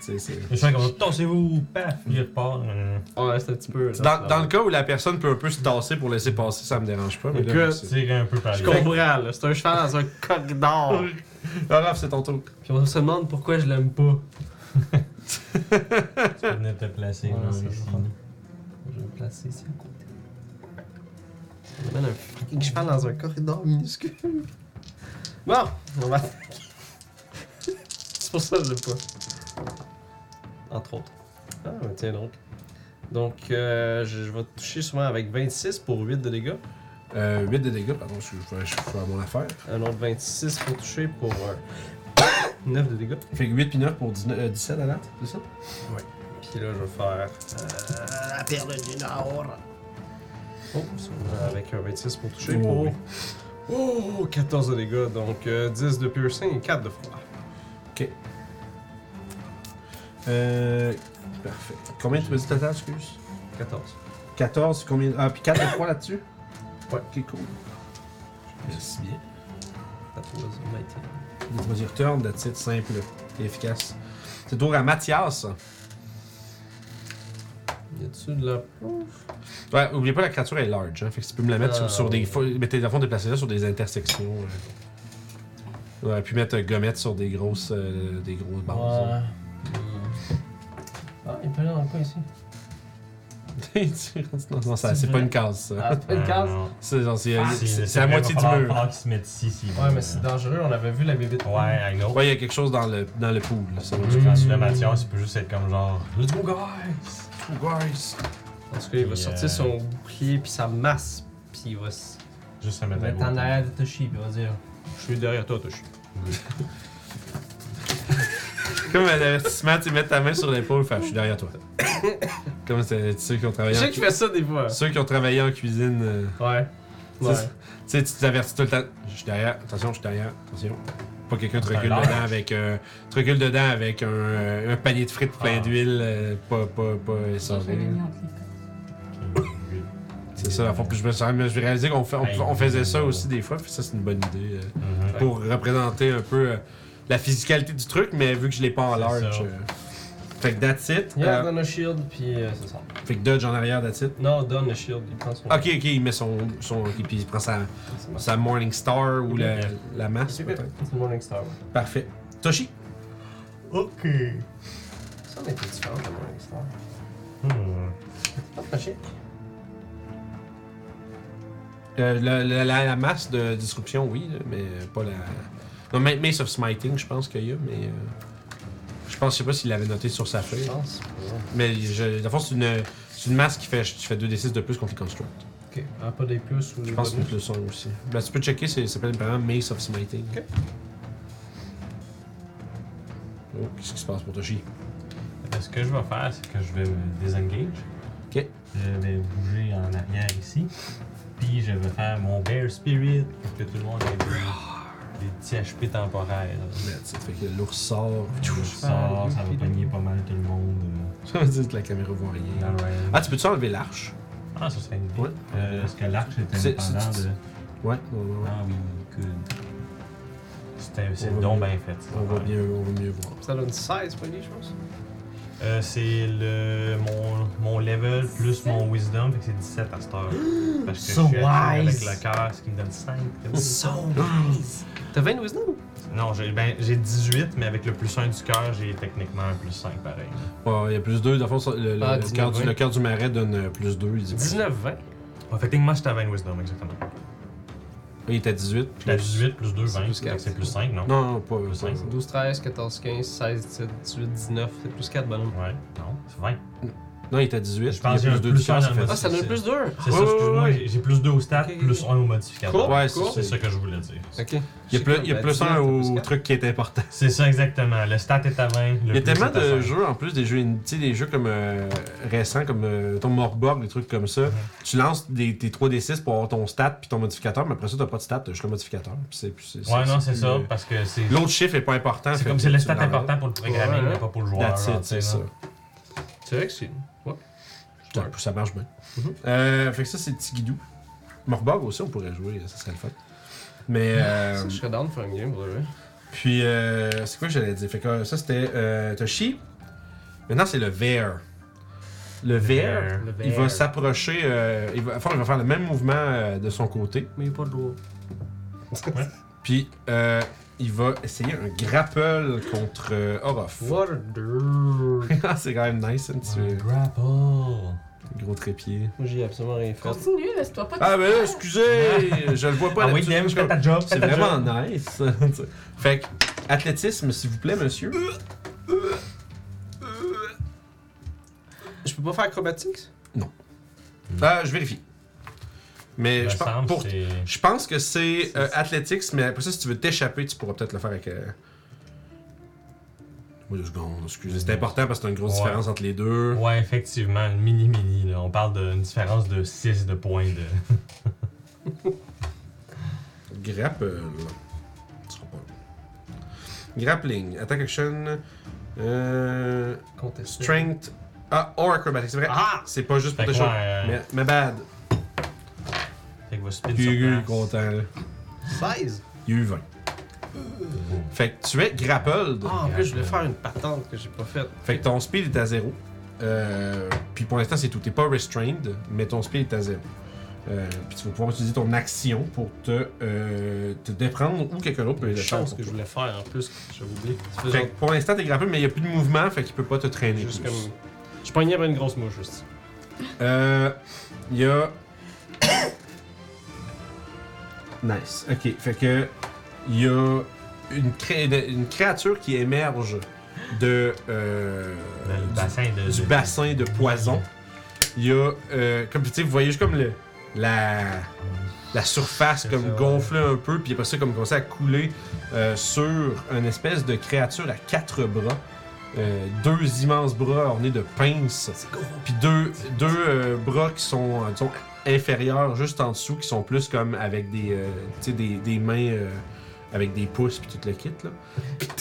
c'est- c'est- Les gens comme tossez-vous, paf, il repart. euh, Ouais, c'est un petit peu. Dans, dans le cas où la personne peut un peu se tasser pour laisser passer, ça me dérange pas. Mais là, Écoute, c'est- Tire un peu par Je les- comprends, là. C'est un cheval dans un corridor. Olaf, Ah, c'est ton tour. Puis on se demande pourquoi je l'aime pas. Tu venais te placer. Ouais, là, c'est ici. ça. Je vais me placer ici à côté. On amène un fucking cheval dans un corridor minuscule. Bon, on va attaquer. C'est pour ça que je l'aime pas. Entre autres. Ah, mais tiens donc. Donc, euh, je, je vais toucher souvent avec 26 pour 8 de dégâts. Euh, 8 de dégâts, pardon, je je- je fais mon affaire. Un autre 26 pour toucher pour euh, 9 de dégâts. Fait que 8 puis 9 pour 19, euh, 17 à date, c'est ça? Puis là, je vais faire. euh, La perle du Nord. Oh, ça va avec un 26 pour toucher. Oh, pour... oui. Oh, 14 de dégâts, donc euh, 10 de piercing et 4 de froid. Euh, parfait. Combien tu m'as dit total, excuse? 14. 14, combien? Ah, puis 4 de 3 là-dessus? Ouais. Ok, cool. Merci bien. La pause, on va être- Des produits return, that's it, simple et efficace. C'est tour à Mathias. Y a-tu de la. Ouais, oubliez pas, la créature est large, hein, fait que tu peux me la mettre sur, Ah, sur des... ouais. fo- Mettez la fond déplacer là sur des intersections. euh. Ouais, puis mettre euh, gommette sur des grosses... euh, des grosses bases. hein. Ah, il peut aller dans le coin ici. non, non, ça- c'est pas une case, ça. Ah, c'est pas une Euh, case. non. C'est genre, c'est- Ah, c'est- c'est- c'est à vrai, moitié va du falloir- mur. falloir qu'il se mette ici, s'il Ouais, veut. mais c'est dangereux, on avait vu la bébé. Ouais, I know. Ouais, il y a quelque chose dans le, dans le pool, là, c'est bon. Quand tu la Mathias, il peut juste être comme genre Let's go, guys! Parce qu'il va Puis, sortir euh, son bouclier puis sa masse, puis il va se. Juste se Il mettre va à être en côté. arrière de Toshi, puis il va dire Je suis derrière toi, Toshi. Comme un avertissement, tu mets ta main sur l'épaule, fait, je suis derrière toi. Comme c'est tu sais, qui ont Je travaillé en sais qu'il fait ça des fois. Ceux qui ont travaillé en cuisine, euh, Ouais. tu Ouais. sais, tu sais, tu t'avertis tout le temps. Je suis derrière, attention, je suis derrière, attention. Pas quelqu'un te C'est un recule lard. dedans avec un. Tu recules dedans avec un, euh, un panier de frites plein Ah. d'huile, euh, pas, pas, pas Ça, je essoré. l'avais mis entre les C'est ça, la fois que je me suis je vais réaliser qu'on fait, on, on faisait ça aussi des fois, puis ça c'est une bonne idée. euh, Mhm. pour représenter un peu euh, la physicalité du truc, mais vu que je l'ai pas en C'est large. ça. euh, fait que that's it. Yeah, Euh, donne le shield, puis euh, c'est ça. fait que Dodge en arrière, that's it. Non, donne le shield, il prend son. Ok, ok, il met son. son ok, puis il prend sa, C'est bon. sa Morning Star ou la, la masse, C'est bien. peut-être. C'est Morningstar. ouais. Parfait. Toshi. Ok. Ça, on était différent de Morningstar. Hmm. Pas de chien. Euh, la, la- la- la masse de disruption, oui, là, mais euh, pas la. Non, Ma- Mace of Smiting, je pense qu'il y a, mais. euh, je pense, je sais pas s'il l'avait noté sur sa Je feuille. pense. Mais je, dans le fond, c'est une, c'est une masse qui fait, tu fais 2d6 de plus contre les constructs. Ok. Ah, pas des plus ou des Je pense que bonus. c'est le son aussi. Ben, tu peux checker, c'est- ça s'appelle vraiment Mace of Smiting. Ok. Oh, qu'est-ce qui se passe pour Toshi? Euh, Ce que je vais faire, c'est que je vais me désengage. Ok. Je vais bouger en arrière ici. Puis je vais faire mon Bear Spirit pour que tout le monde ait des, des petits HP temporaires. Ça fait que l'ours sort. Je sors, ça va pogner pas mal tout le monde. Ça veut dire que la caméra voit euh, dans rien. le range. Ah, tu peux-tu enlever l'arche? Ah, ça serait une idée. Ouais. Euh, Est-ce que l'arc est C'est- indépendant c'est- de. Ouais, ouais, ouais, ouais. Ah oui, good. C'était- C'est On va donc mieux- bien fait. cette On va affaire. mieux, on va mieux voir. Ça donne 16 poignées, je pense. Euh, c'est le mon, mon level plus mon wisdom, fait que c'est 17 à cette heure. Parce que So je suis attiré avec wise. le cœur, ce qui me donne 5. So nice. T'as 20 de wisdom? Non, j'ai ben, j'ai 18, mais avec le plus 1 du cœur, j'ai techniquement un plus 5 pareil. Ouais, il y a plus 2. Dans le fond, ça- le, le- Ah, le 19, cœur du, ouais. le cœur du marais donne euh, plus 2. Il dit 19, 20. Ouais, fait que techniquement, j'étais à 20 wisdom, exactement. Ah, Il était à 18. J'étais à 18 plus 2, C'est 20. plus fait que C'est quatre. plus 5, non? Non, non, pas. Plus pas- 5. 12, 13, 14, 15, 16, 17, 18, 19. C'est plus 4 bonhommes. Ouais, non, c'est 20. Non, il était à 18. Je pense il y a qu'il y plus a un 2 de plus chance, un ça fait dans Ah, ça donne c'est- plus 2! C'est Ouais, ouais, ça, excuse-moi, ouais. j'ai- j'ai plus 2 au stat, plus 1 au modificateur. Cool. Ouais, Cool. c'est C'est ça. ça que je voulais dire. Ok. Il y a plus, ben, il y a plus un au Plus truc qui est important. C'est ça exactement, le stat est à 20. le Il y a plus tellement est à de 5. jeux, en plus des jeux indie, des jeux comme euh, récents, comme euh, ton Morborg, des trucs comme ça. Tu lances des, tes 3D6 pour avoir ton stat puis ton modificateur, mais après ça, t'as pas de stat, t'as juste le modificateur. Puis c'est- puis c'est- Ouais, non, c'est c'est plus, ça, euh, parce que c'est. L'autre chiffre est pas important. C'est fait comme que c'est le tu stat l'enlèves. important pour le programming, Ouais. mais pas pour le joueur. That's genre, it, tu sais, c'est ça. là. C'est vrai que c'est. Putain, Ça marche bien. Mhm. Euh, fait que ça, c'est Tigidou. Morborg aussi, on pourrait jouer, ça serait le fun. Mais. euh, Ça, je serais down pour un game, pour le vrai. Puis, euh, c'est quoi que j'allais dire? Fait que euh, ça, c'était euh, Toshi. Maintenant, c'est le ver. Le ver, ver. Le euh, il va vert. s'approcher. euh, il, va- enfin, il va faire le même mouvement euh, de son côté. Mais il n'y a pas de droit. Puis, euh, il va essayer un grapple contre euh, Orof. What a dirt. Ah, c'est quand même nice, hein, tu Un es- Grapple. Gros trépied. Moi, j'y ai absolument rien fait. Continue, laisse-toi pas te Ah, ben là, excusez! je le vois pas Ah oui, d'habitude, Nim, je fais ta job, C'est fais ta vraiment job. nice. fait que, athlétisme, s'il vous plaît, monsieur. Je peux pas faire acrobatique? Ah, je vérifie. Mais Il me je pense, semble pour, que c'est- Je pense que c'est euh, Athletics, mais après ça, si tu veux t'échapper, tu pourras peut-être le faire avec. Euh... Moi, deux secondes, excusez. C'est important parce que t'as une grosse Ouais. différence entre les deux. Ouais, effectivement, une mini-mini, là. On parle d'une différence de 6 de points de. Grapple. Ce sera pas long. Grappling, attack action, euh, Contesté. strength, ah, or acrobatic, c'est vrai. Ah! C'est pas juste pour Fait tes que choses. ouais, euh, Mais, mais bad. Fait que va spin Il est sur place. content, là. 16! Il y a eu 20. Fait que tu es grappled. Ah, en plus, je voulais faire une patente que j'ai pas faite. Fait que ton speed est à zéro. Euh, puis pour l'instant, c'est tout. T'es pas restrained, mais ton speed est à zéro. Euh, puis tu vas pouvoir utiliser ton action pour te, euh, te déprendre ou quelqu'un d'autre peut le Une faire. chose pour que je toi. voulais faire en plus, que j'avais oublié. Ça fait Fait que pour l'instant, t'es grappé, mais il n'y a plus de mouvement, fait qu'il peut pas te genre, traîner. juste plus. comme. Je pognais après une grosse mouche, juste. Euh, Il y a. nice. Ok. Fait que. Il y a une, cré- une- une créature qui émerge de. euh, Dans le du- bassin de. euh, du de- bassin de poison. Il y a, euh, comme tu sais, vous voyez juste comme le, la, la surface C'est comme ça, ouais. gonfler un peu, puis après ça, comme commencer à couler euh, sur une espèce de créature à quatre bras. Euh, deux immenses bras ornés de pinces, puis deux, deux euh, bras qui sont, euh, disons, inférieurs juste en dessous, qui sont plus comme avec des, euh, tu sais, des, des mains euh, avec des pouces, puis tout le kit. Là.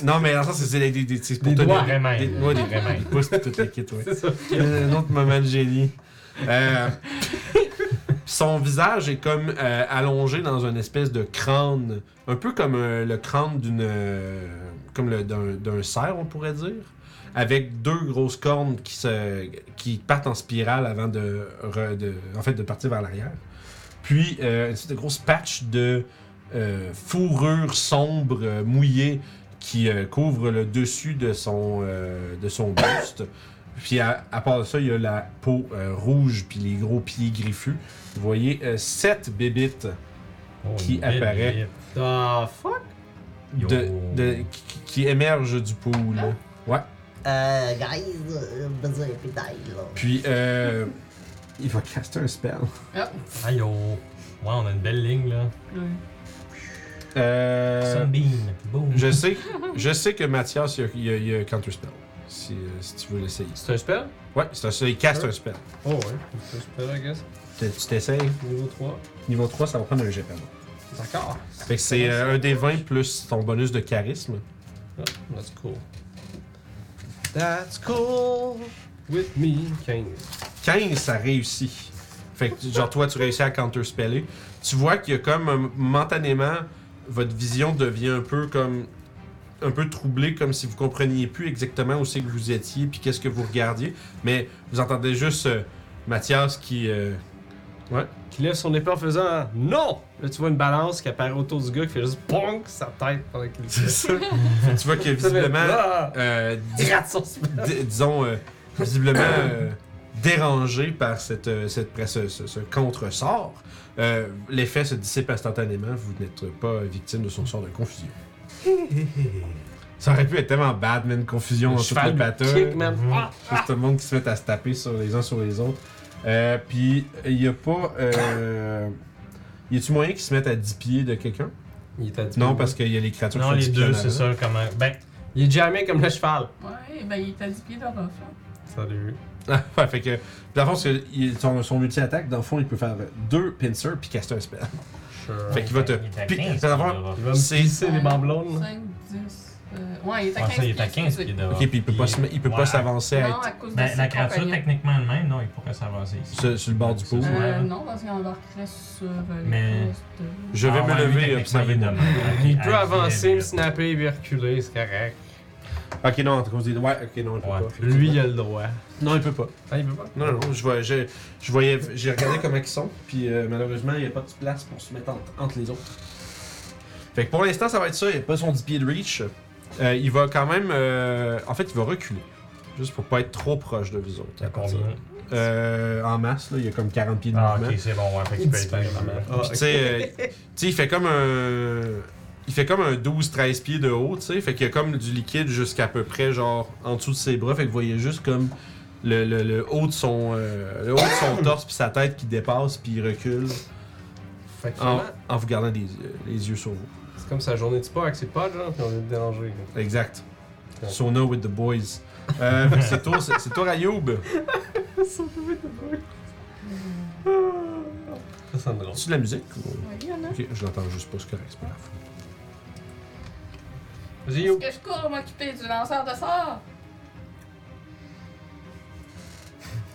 Non, mais en sens, c'est des, des, des- c'est pour Des tenir- doigts. Des mains, des- là. ouais, Des des- mains. des pouces, puis tout le kit, ouais. Euh, un autre moment de génie. Euh, son visage est comme euh, allongé dans une espèce de crâne, un peu comme euh, le crâne d'une, euh, comme le- d'un d'un cerf, on pourrait dire, avec deux grosses cornes qui se, qui partent en spirale avant de, re- de- en fait, de partir vers l'arrière. Puis euh, une espèce de grosse patch de euh, fourrure sombre euh, mouillée qui euh, couvre le dessus de son, euh, de son buste. Puis à, à part de ça, il y a la peau euh, rouge puis les gros pieds griffus. Vous voyez euh, sept bébites Oh, qui une belle apparaît. bite. Ah, fuck! de, Yo. de- qui, qui- qui émergent du pool. Euh, guys, euh, besoin de pédale, là. Puis euh, Il va caster un spell. Aïe, oh. Ouais, on a une belle ligne, là. euh, Sunbeam. Boom. je sais, je sais que Mathias, il y a- il y a, il y a counter spell. Si, euh, si tu veux l'essayer. C'est un spell? Ouais, c'est ça. Il caste un spell. Oh, ouais. C'est un spell, I guess. Tu tu t'essayes. Niveau 3. Niveau 3, ça va prendre un jet, pardon. D'accord. Fait que c'est euh, un des 20 plus ton bonus de charisme. Ah, that's cool. That's cool with me, 15. 15, ça réussit. Fait que, genre, toi, tu réussis à counterspeller. Tu vois qu'il y a comme, un- momentanément, votre vision devient un peu comme. un peu troublée, comme si vous compreniez plus exactement où c'est que vous étiez, puis qu'est-ce que vous regardiez. Mais vous entendez juste euh, Mathias qui. euh, Qui lève son épée en faisant Non! Là, tu vois une balance qui apparaît autour du gars qui fait juste PONG sa tête pendant qu'il le fait. tu vois que visiblement. Ah! euh, Il rate son spell. D- disons, euh, visiblement, euh, dérangé par cette, euh, cette, presse- ce, ce contre-sort, euh, l'effet se dissipe instantanément. Vous n'êtes pas victime de son sort de confusion. Ça aurait pu être tellement bad, man, confusion Le dans toute cheval la me bataille. kick, man. Ah! Juste tout le monde qui se met à se taper sur les uns sur les autres. Euh, Puis, il n'y a pas. Euh, y a-tu moyen qu'ils se mettent à 10 pieds de quelqu'un Il est à dix Non, pieds. parce qu'il y a les créatures Non, qui les sont 10 pieds en deux, avant. c'est ça, comment. Ben, Il est jamais comme le cheval. Ouais, ben il est à 10 pieds d'un enfant. Salut. Ah, ouais, fait que, dans le fond, c'est- il- son, son multi-attaque, dans le fond, il peut faire deux pincers puis caster un spell. Sure. Fait qu'il va te. est à pi- 15 ça va- pieds dehors. Il va me C'est- pisser des bamblons. là. 5, 10. Euh, ouais, il est à Ah, 15 ça, il est à 15 pieds excusez. dehors. Ok, puis il peut pas se met- il peut Ouais. pas s'avancer à Non, être à cause de Ben, ses la créature, compagnons. techniquement, elle-même, non, il pourrait s'avancer ici. sur, sur le bord du C'est pool. ça. Euh, ouais. non, parce qu'il embarquerait sur euh, Mais- les postes. Je vais Ah, me ouais, lui, lever et techniquement, observer il est demain. demain. Il Ah, peut est avancer, me là. snapper, me reculer, c'est correct. Ok, non, entre cause des. Ouais, ok, non, il peut Ouais. pas. effectivement. Lui, il a le droit. Non, il peut pas. Ah, il peut pas? Non, non, je voyais, j'ai, je voyais, j'ai regardé comment ils sont, puis euh, malheureusement, il n'y a pas de place pour se mettre entre, entre les autres. Fait que pour l'instant, ça va être ça, il n'y a pas son 10 pieds de reach. Euh, il va quand même. euh, en fait, il va reculer. Juste pour pas être trop proche de vous autres. à T'as partir de là. combien? Euh, en masse, là, il y a comme 40 pieds de Ah, mouvement. ok, c'est bon, ouais, fait qu'il peut être disparaît, là. maman. Puis, tu sais, euh, tu sais, il fait comme un. Il fait comme un 12-13 pieds de haut, tu sais. Fait qu'il y a comme du liquide jusqu'à peu près, genre, en dessous de ses bras. Fait que vous voyez juste comme le, le- le haut de son, euh, le haut de son torse, puis sa tête qui dépasse, puis il recule Fait en, que finalement, en vous gardant des- euh, les yeux sur vous. c'est comme sa journée de sport avec ses potes, genre, puis on est dérangé. là. Exact. Sona with the boys. Euh, fait que c'est toi, c'est c'est toi, Rayoub. Ça, ça me drôle. Tu de la musique ou- Ouais, il y en a. Ok, je l'entends juste pas, c'est correct, c'est pas grave. Vas-y, Est-ce yo. que je cours m'occuper du lanceur de sorts?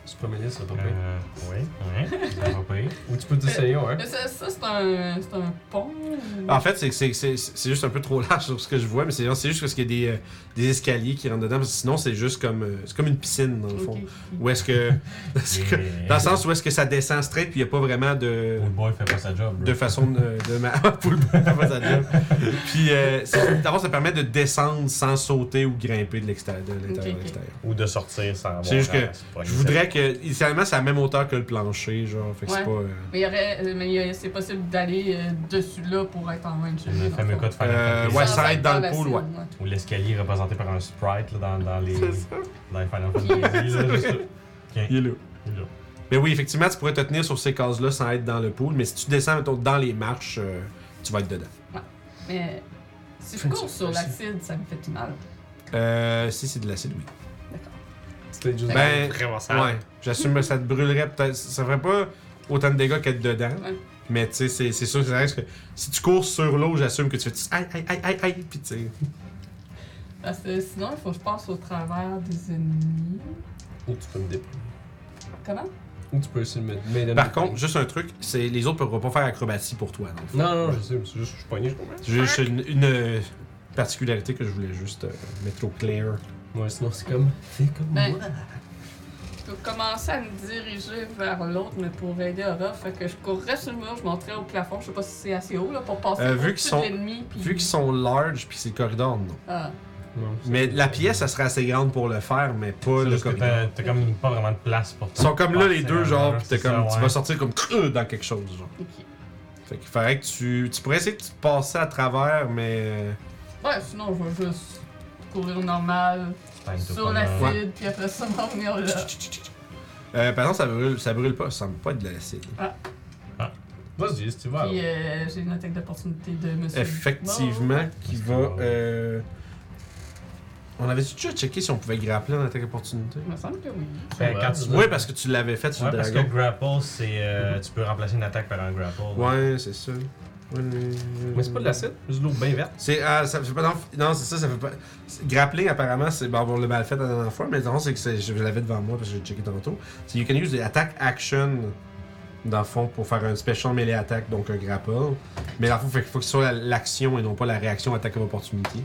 Tu peux m'aider, ça va pas pire. Euh, oui, oui, ça va pas pire. Ou tu peux t'essayer, ouais. Mais Ça, ça, c'est un, c'est un pont. ou- Ah, En fait, c'est- c'est c'est- c'est juste un peu trop large sur ce que je vois, mais c'est c'est juste parce qu'il y a des, euh, des escaliers qui rentrent dedans, parce que sinon, c'est juste comme, euh, c'est comme une piscine, dans le fond. Ok. Où est-ce que. parce que- Dans le sens où est-ce que ça descend straight, puis il n'y a pas vraiment de. Old boy fait pas sa job. bro. Euh, De façon de. de ma... pour le bon, c'est pas ça, job. Puis, euh, c'est- d'abord, ça permet de descendre sans sauter ou grimper de l'extérieur. de l'intérieur Ok, à ok. l'extérieur. Ou de sortir sans avoir. C'est juste à que se pogner Je voudrais que. Initialement, c'est à la même hauteur que le plancher, genre. Fait que c'est Ouais. pas. euh, Mais, il y aurait, euh, mais il y a- c'est possible d'aller euh, dessus là pour être en main de C'est le fameux cas de faire Euh, la ouais, fantasy. ça aide dans le pool, ouais. Ou l'escalier représenté par un sprite là, dans, dans les. Dans les Final Fantasy. là, juste- Ok, Il est là. il est là. Mais oui, effectivement, tu pourrais te tenir sur ces cases-là sans être dans le pool, mais si tu descends mettons, dans les marches, euh, tu vas être dedans. Mais si je cours sur l'acide, ça me fait du mal. Euh, si c'est de l'acide, oui. C'était juste Ben, vraiment sale. Ouais, j'assume que ça te brûlerait peut-être. Ça ferait pas autant de dégâts qu'être dedans. Ouais. Mais tu sais, c'est c'est sûr que ça reste que si tu cours sur l'eau, j'assume que tu fais aïe, aïe, aïe, aïe, aïe, pis tu sais. Parce que sinon, il faut que je passe au travers des ennemis. Ou tu peux me dé- Comment? Ou tu peux essayer de me m'aider à me Par déployer. contre, juste un truc, c'est les autres pourront pas faire acrobatie pour toi. ben. non. Non, non, je sais, mais c'est juste, je suis poigné, je comprends. C'est juste une, une, euh, particularité que je voulais juste euh, mettre au clair. Ouais, sinon c'est comme. Fais comme Ben. moi. Je peux commencer à me diriger vers l'autre, mais pour aider Aura, fait que je courrais sur le mur, je monterais au plafond, je sais pas si c'est assez haut là, pour passer Euh, vu au-dessus qu'ils sont- de l'ennemi. puis- Vu qu'ils sont large puis c'est corridor, non. Ah. Non, c'est- Mais la pièce, ça serait assez grande pour le faire, mais pas C'est le juste que corridor. t'as t'as comme pas vraiment de place pour Ils sont comme là, les deux, genre, pis tu t'es comme, tu vas sortir comme creux dans quelque chose, genre. ok. Fait qu'il faudrait que tu. Tu pourrais essayer de te passer à travers, mais. Ouais, sinon je vais juste courir normal, sur l'acide, Ouais. puis après ça m'en venir là. Euh, par exemple, ça brûle, ça brûle pas, ça semble pas être de l'acide. Vas-y, si tu vas. Puis euh, j'ai une attaque d'opportunité de monsieur. Effectivement, qui va. euh, On avait déjà checké si on pouvait grappler en attaque opportunité. Il me semble que oui. Ben, quand tu Oui, parce que tu l'avais fait sur euh, Ouais, le parce que dragon. grapple, c'est. euh, Tu peux remplacer une attaque par un grapple. Ouais, c'est ça. Ouais, euh, Mais c'est pas de l'acide, juste de l'eau bien verte. C'est ah, ça fait pas non, non, c'est ça, ça fait pas. c'est- Grappling apparemment, c'est bon, on l'a mal fait la dernière fois, mais le fond, c'est que c'est- je l'avais devant moi parce que j'ai checké tantôt. C'est you can use the attack action dans le fond pour faire un special melee attack donc un grapple. Mais dans le fond, fait qu'il faut que ce soit la- l'action et non pas la réaction attaque à opportunité.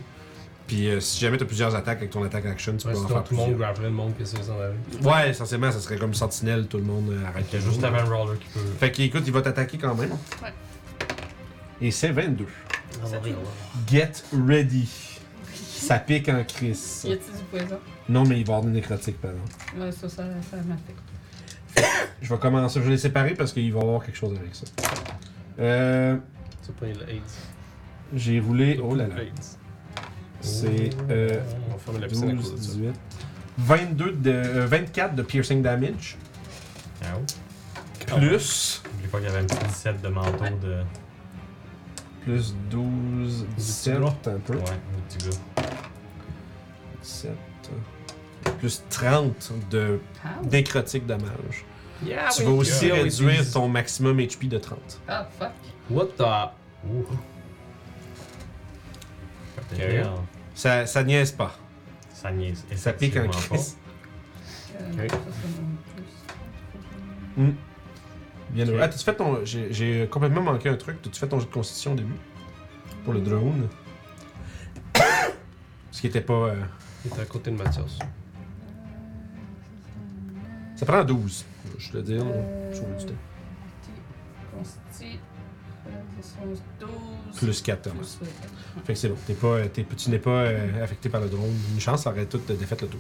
Puis euh, si jamais t'as plusieurs attaques avec ton attaque action, tu Ouais, peux en sinon, faire tout le monde plusieurs. graverait le monde que c'est dans la rue. Ouais, essentiellement, ça serait comme sentinelle, tout le monde euh, arrête. Fait que juste avant un roller qui peut. Fait qu'écoute, il va t'attaquer quand même. Ouais. Et c'est 22. Ah, Get ready. Ça pique en crise. Y a-t-il du poison? Non, mais il va y avoir des nécrotiques, pardon. Ouais, ça, ça, ça m'affecte. Je vais commencer, je vais les séparer parce qu'il va y avoir quelque chose avec ça. Euh, C'est pas le 8. j'ai roulé. Oh là là. C'est euh, On va fermer la piscine à 12, cause de ça. 18. 22 de, euh, 24 de piercing damage. Ah oui. Plus. J'oublie pas qu'il y avait un petit 17 de manteau de. Plus 12, 17. gros. Un peu. Ouais, le petit gars. 17. euh, Plus 30 de Ah, oui. nécrotique damage. Yeah, tu Ah oui. vas aussi Yeah, oui, réduire please. ton maximum HP de 30. Ah, fuck. What the? Ouh. Ok. Derrière, Ça, ça niaise pas. Ça niaise. Ça pique un effectivement kiss. Euh, Ok. ça, c'est mon plus. Bien Ok. Ah, t'as-tu fait ton. J'ai j'ai complètement manqué un truc. T'as-tu fait ton jeu de constitution au début Pour le drone Ce qui était pas. euh, Il est à côté de Mathias. Ça prend 12. Je te le dis, Euh, je trouve du temps. Consti. euh, c'est 11, 12. Plus 14. Plus, euh, Fait que c'est bon. T'es pas, euh, t'es- tu n'es pas euh, affecté par le drone. Une chance, ça aurait tout euh, défait le tour.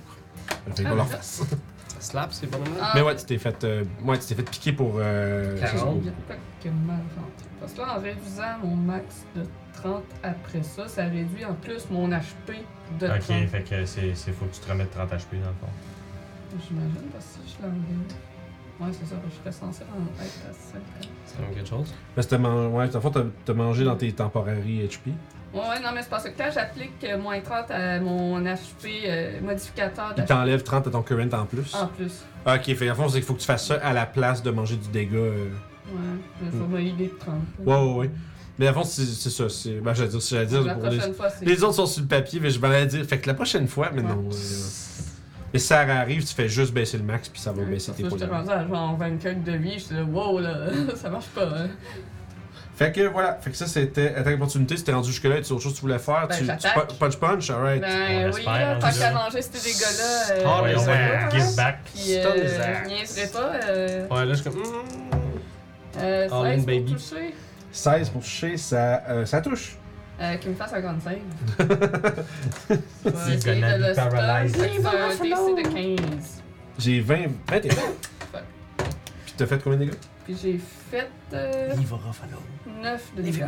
Fait qu'on Ah, leur ouais. fasse. Ça slap, c'est bon. là? Ah, Mais ouais, tu t'es fait, euh, ouais, tu t'es fait piquer pour. euh, Quarante. chose- Il y a pas que mal rentré. Parce que là, en réduisant mon max de 30 après ça, ça réduit en plus mon HP de 30. pas. Ok, fait que c'est c'est- faut que tu te remettes 30 HP dans le fond. J'imagine, parce que si je l'enlève. Ouais, c'est ça, parce que je serais censé en être à 50. C'est quand même quelque chose. Mais c'était man- ouais, dans le fond, t'as- t'as mangé dans tes temporary HP. Ouais, ouais, non, mais c'est parce que quand j'applique euh, moins 30 à mon HP euh, modificateur Il d'HP t'enlève 30 à ton current en plus. en plus. Ok, fait en fond, c'est qu'il faut que tu fasses ça à la place de manger du dégât. euh. Ouais, il faut m'aider de 30. là. Hmm. Ouais, ouais, ouais. Mais en fond, c'est c'est ça. c'est- Ben, j'allais dire, j'allais dire La pour les... prochaine fois, c'est. les autres sont sur le papier, mais je vais dire. Fait que la prochaine fois, mais Ouais. non. euh, Mais si ça arrive, tu fais juste baisser le max, puis ça va baisser tes Parce points. que J'étais de vie. rendu à genre 24 de vie, j'étais là, wow, là, ça marche pas. hein. Fait que voilà, fait que ça c'était attaque d'opportunité, c'était rendu jusque-là, tu autre chose que tu voulais faire, Ben, tu, tu j'attaque. pu- punch punch, alright. Ben oui, l'espère, là, hein, tant déjà. qu'à manger ces Oh, Ah, dégâts-là. euh, les Voyons, on va airs, pas, give hein. back. Puis, Stun les euh, airs. je niaiserais pas. Euh, Ouais, là, je suis comme. hmm. euh, All in, 16 pour baby. toucher. 16 pour toucher, ça, euh, ça touche. Euh, Qu'il me fasse un grand save. Je vais He's essayer gonna de be le stun. paralyzed. C'est un DC de 15. J'ai 20, 21. Puis t'as fait combien de dégâts? Puis j'ai fait euh, va 9 de dégâts.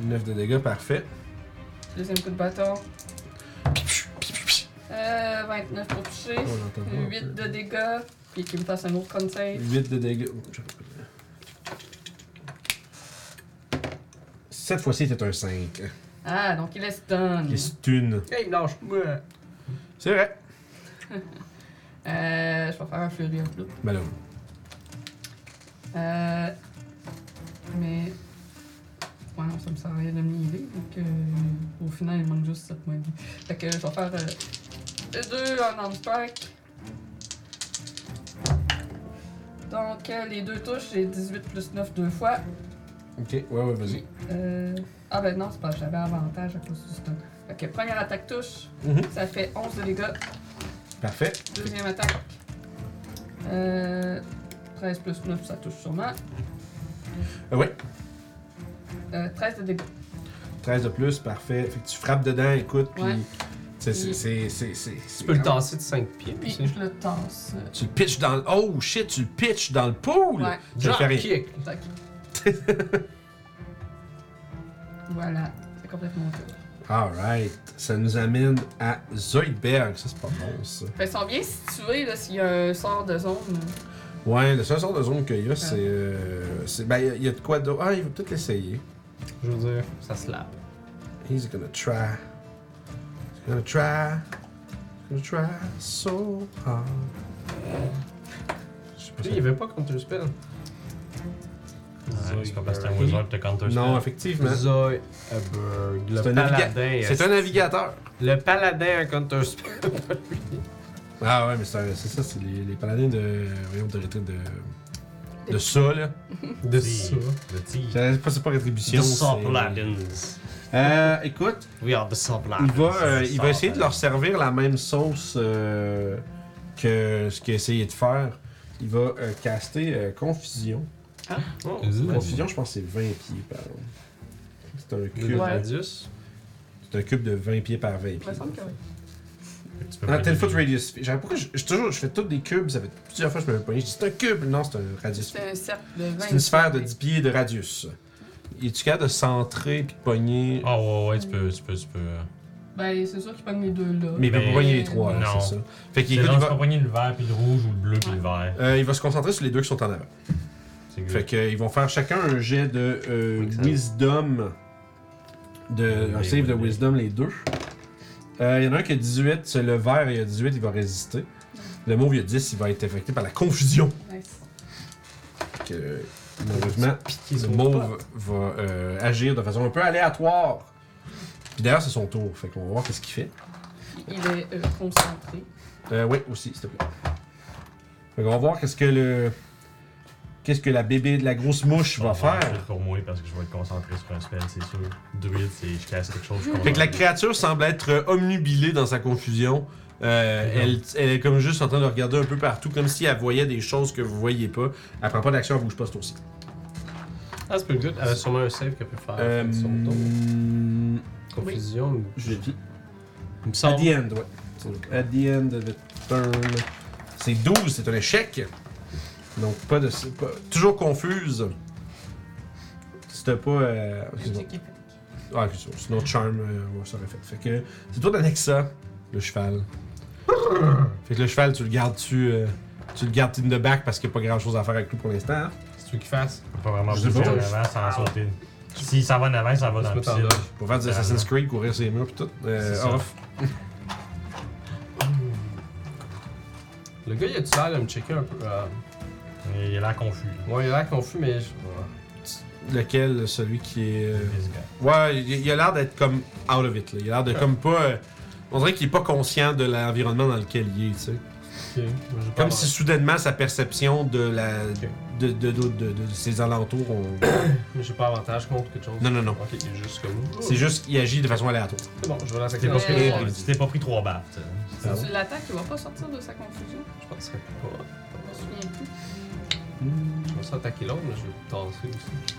9 de dégâts, parfait. Deuxième coup de bâton. Euh, 29 pour toucher. On l'entend pas, un 8 peu. de dégâts. Puis qu'il me fasse un autre con save. 8 de dégâts. Oh, Cette fois-ci, c'était un 5. Ah, donc il est stun. Qui stun. Hey, il me lâche. Ouais. C'est vrai. Euh, je vais faire un fleurir là. Ben là, Euh, mais. Ouais, non, ça me sert à rien de me niaiser, Donc, euh, au final, il manque juste 7 points de vie. Fait que je vais faire euh, les deux en arm strike. Donc, euh, les deux touches, j'ai 18 plus 9 deux fois. ok, ouais, ouais, vas-y. Euh, ah, ben non, c'est pas, j'avais avantage à cause du stun. Fait que première attaque touche, Mhm. ça fait 11 de dégâts. Parfait. Deuxième attaque. Euh, 13 plus 9, ça touche sûrement. Ah ouais. Euh, 13 de dégâts. 13 de plus, parfait. Fait que tu frappes dedans, écoute, puis. Ouais. tu sais, c'est- c'est- c'est- c'est- Tu c'est- peux le tasser de 5 pieds. Puis aussi. je le tasse. Tu le pitches dans le. Oh shit, tu le pitches dans le pool! Ouais. Ça fait rien. kick. Tac. voilà, c'est complètement tout. Alright. Ça nous amène à Zoidberg. Ça, c'est pas bon, ça. Fait, ils sont bien situés là, s'il y a un sort de zone. Ouais, le seul sort de zone qu'il y a, c'est. euh, c'est- ben, il y a- il y, a de quoi d'autre. Ah, il va peut-être l'essayer. Je veux dire, ça slap. He's gonna try. He's gonna try. He's gonna try so hard. Je sais pas si- Tu sais, il y avait pas counter spell. Ouais, C'est pas parce que t'es un wizard que counter Non, effectivement. Zoidberg. Le C'est un, naviga- paladin. c'est un navigateur. Le paladin à counter spell. Ah ouais, mais c'est un- c'est ça, c'est les, les paladins de. Voyons, de retraite de. De ça, là. De Le tigre. C'est pas, c'est pas rétribution. c'est- Euh, écoute, We are the subladins. il va, euh, c'est il ça, va essayer de euh. leur servir la même sauce euh, que ce qu'il a essayé de faire. Il va euh, caster euh, Confusion. Oh, Confusion, je pense que c'est 20 pieds par. C'est un Le cube. Ouais. radius. C'est un cube de 20 pieds par 20 Il me pieds. semble que oui. Fait que tu peux Non, t'as le foot prendre- radius. J'avais- Pourquoi je, je- toujours, je fais tous des cubes, ça fait plusieurs fois que je me pogné. C'est un cube, non, c'est un radius. C'est un cercle de 20. C'est une sphère de 10 pieds de radius. Et tu capable de centrer puis de pogner. Ah ouais, ouais, tu peux, tu peux, tu peux. euh, Ben, c'est sûr qu'il pogne les deux là. mais il peut mais- pas pogner les trois, là, ben, non. c'est ça. Fait qu'il C'est écoute, genre, il tu peux va, pogner le vert, puis le rouge, ou le bleu, puis le vert. euh, il va se concentrer sur les deux qui sont en avant. C'est good. Fait qu'ils vont faire chacun un jet de euh, Excellent. wisdom. De, un Oui, save de oui. wisdom, les deux. Euh, Il y en a un qui a 18, c'est le vert, il a 18, il va résister. Le mauve, il a 10, il va être affecté par la confusion. Nice. que, euh, malheureusement, le mauve va euh, agir de façon un peu aléatoire. Puis d'ailleurs, c'est son tour, fait qu'on va voir qu'est-ce qu'il fait. Il est euh, concentré. Euh, oui, aussi, s'il te plaît. Fait qu'on va voir qu'est-ce que le. Qu'est-ce que la bébé de la grosse mouche va Ça faire. Pour moi, parce que je vais être concentré sur un spell, c'est sûr. Druid, c'est je casse quelque chose. je Fait que la concentre. créature semble être euh, omnubilée dans sa confusion. Euh, D'accord. elle, elle est comme juste en train de regarder un peu partout, comme si elle voyait des choses que vous voyez pas. Elle prend pas d'action, elle bouge pas ce tour-ci. Ah, c'est pas good. Elle a sûrement un save qu'elle peut faire. Euh, sur Ah, son tour. Confusion. ou- je l'ai dit. Il me At semble. the end, ouais. At the end of the turn. C'est 12, c'est un échec. Donc, pas de. c'est pas- toujours confuse. C'était pas. euh, Check excuse-moi. it. Ah, excuse-moi, sinon Charm, euh, ouais, ça aurait fait. Fait que c'est toi d'Annexa, le cheval. fait que le cheval, tu le gardes, tu, euh, tu le gardes in the back parce qu'il n'y a pas grand chose à faire avec lui pour l'instant. hein. C'est tu qui fasses. Faut Pas vraiment Je sais bouger pas. en avant sans sauter. Si ça va en avant, ça va dans se le mettre en piscine. dodge. Pour faire du Assassin's Creed, courir ses murs pis tout. Euh, Ah, C'est ça. off. Le gars, il a du l'air de me checker un peu. euh, Il est là confus. là. Ouais, il a l'air confus, mais. je- Lequel, celui qui est. euh, This guy. Ouais, il il a l'air d'être comme out of it. Là. Il a l'air de comme pas. euh, on dirait qu'il est pas conscient de l'environnement dans lequel il est, tu sais. Ok. Moi, j'ai pas Ah, Comme si soudainement sa perception de la Ok. de, de, de, de- de ses alentours, on- Mais j'ai pas avantage contre quelque chose. Non, non, non. Ok, il est juste comme. c'est juste qu'il agit de façon aléatoire. C'est bon, je vais lancer T'es pas quelqu'un. pris Euh, trois- Tu t'es pas pris trois baffes, tu sais. Si tu l'attaques, il va pas sortir de sa confusion. Je penserais pas. Je me souviens plus. Je vais ça attaquer l'autre, mais je vais le tasser aussi.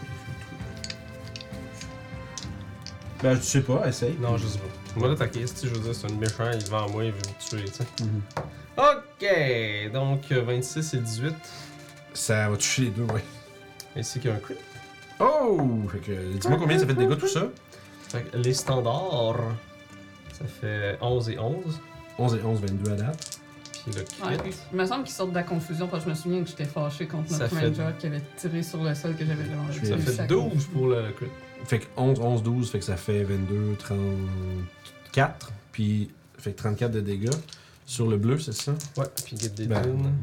Ben, je sais pas, essaye. Non, je sais pas. On va l'attaquer, si je veux dire, c'est un méchant, il va en moi, il veut me tuer, tu sais. Mhm. Ok, donc euh, 26 et 18, Ça va toucher les deux, ouais. ainsi qu'un crit. Oh! Fait que, dis-moi combien ça fait de dégâts tout ça? Fait que les standards, ça fait 11 et 11. 11 et 11, 22 à date. Puis le crit, Ouais, puis il me semble qu'il sort de la confusion parce que je me souviens que j'étais fâché contre Ça notre fait- ranger qui avait tiré sur le sol que j'avais vraiment Ça ça Oui, fait 12 pour le crit. Fait que 11, 11, 12, fait que ça fait 22, 34. Puis, fait que 34 de dégâts. Sur le bleu, c'est ça? Ouais, puis get des Ben, dunes.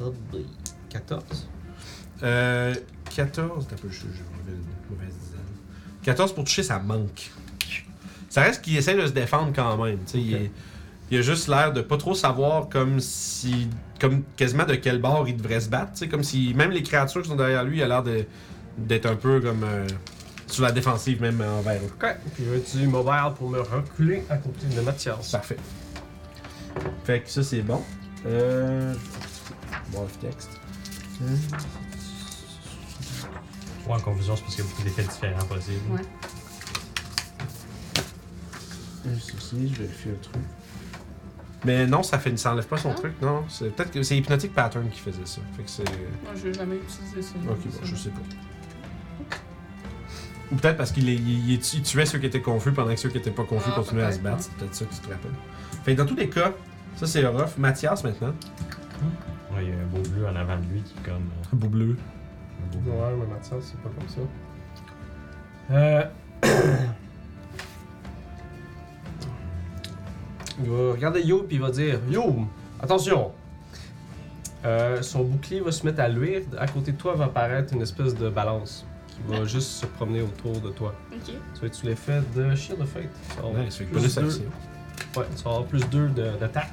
bon. Oh boy. 14. Euh, 14. T'as peu, je, je, je vais- mauvaise dizaine. 14 pour toucher, ça manque. Ça reste qu'il essaie de se défendre quand même. tu sais, Il, Ok. est- il a juste l'air de pas trop savoir comme si. comme quasiment de quel bord il devrait se battre. tu sais, Comme si. Même les créatures qui sont derrière lui, il a l'air de- d'être un peu comme. euh, sur la défensive même euh, envers eux. Ok, puis je vais utiliser mobile pour me reculer à côté de Mathias. Parfait. Fait que ça, c'est bon. Euh. Bon, le texte. Euh, Ouais, en confusion, c'est parce qu'il y a beaucoup d'effets différents possibles. Ouais. Ceci, je vérifie un truc. Mais non, ça fait, ça enlève pas son Non? truc, non. C'est peut-être que c'est Hypnotic Pattern qui faisait ça. Fait que c'est. Moi, je l'ai jamais utilisé ça. Ok, bon, je sais pas. Ou peut-être parce qu'il les- il- il- il tuait ceux qui étaient confus pendant que ceux qui étaient pas confus Ah, continuaient à se peut-être, battre. ouais. C'est peut-être ça que tu te rappelles. Fait que dans tous les cas, ça c'est rough. Mathias maintenant. Ouais, il y a un beau bleu en avant de lui qui est comme. euh, Beau bleu. un beau bleu. Ouais, mais Mathias, c'est pas comme ça. Euh, Il va regarder Yo puis il va dire Yo, attention! Euh, son bouclier va se mettre à luire. À côté de toi va apparaître une espèce de balance qui va juste se promener autour de toi. Ok. Tu vas être sous l'effet de Shield of Fate. Tu vas avoir Nice, fait que plus bonus deux- action. Ouais, tu vas avoir plus 2 d'attaque.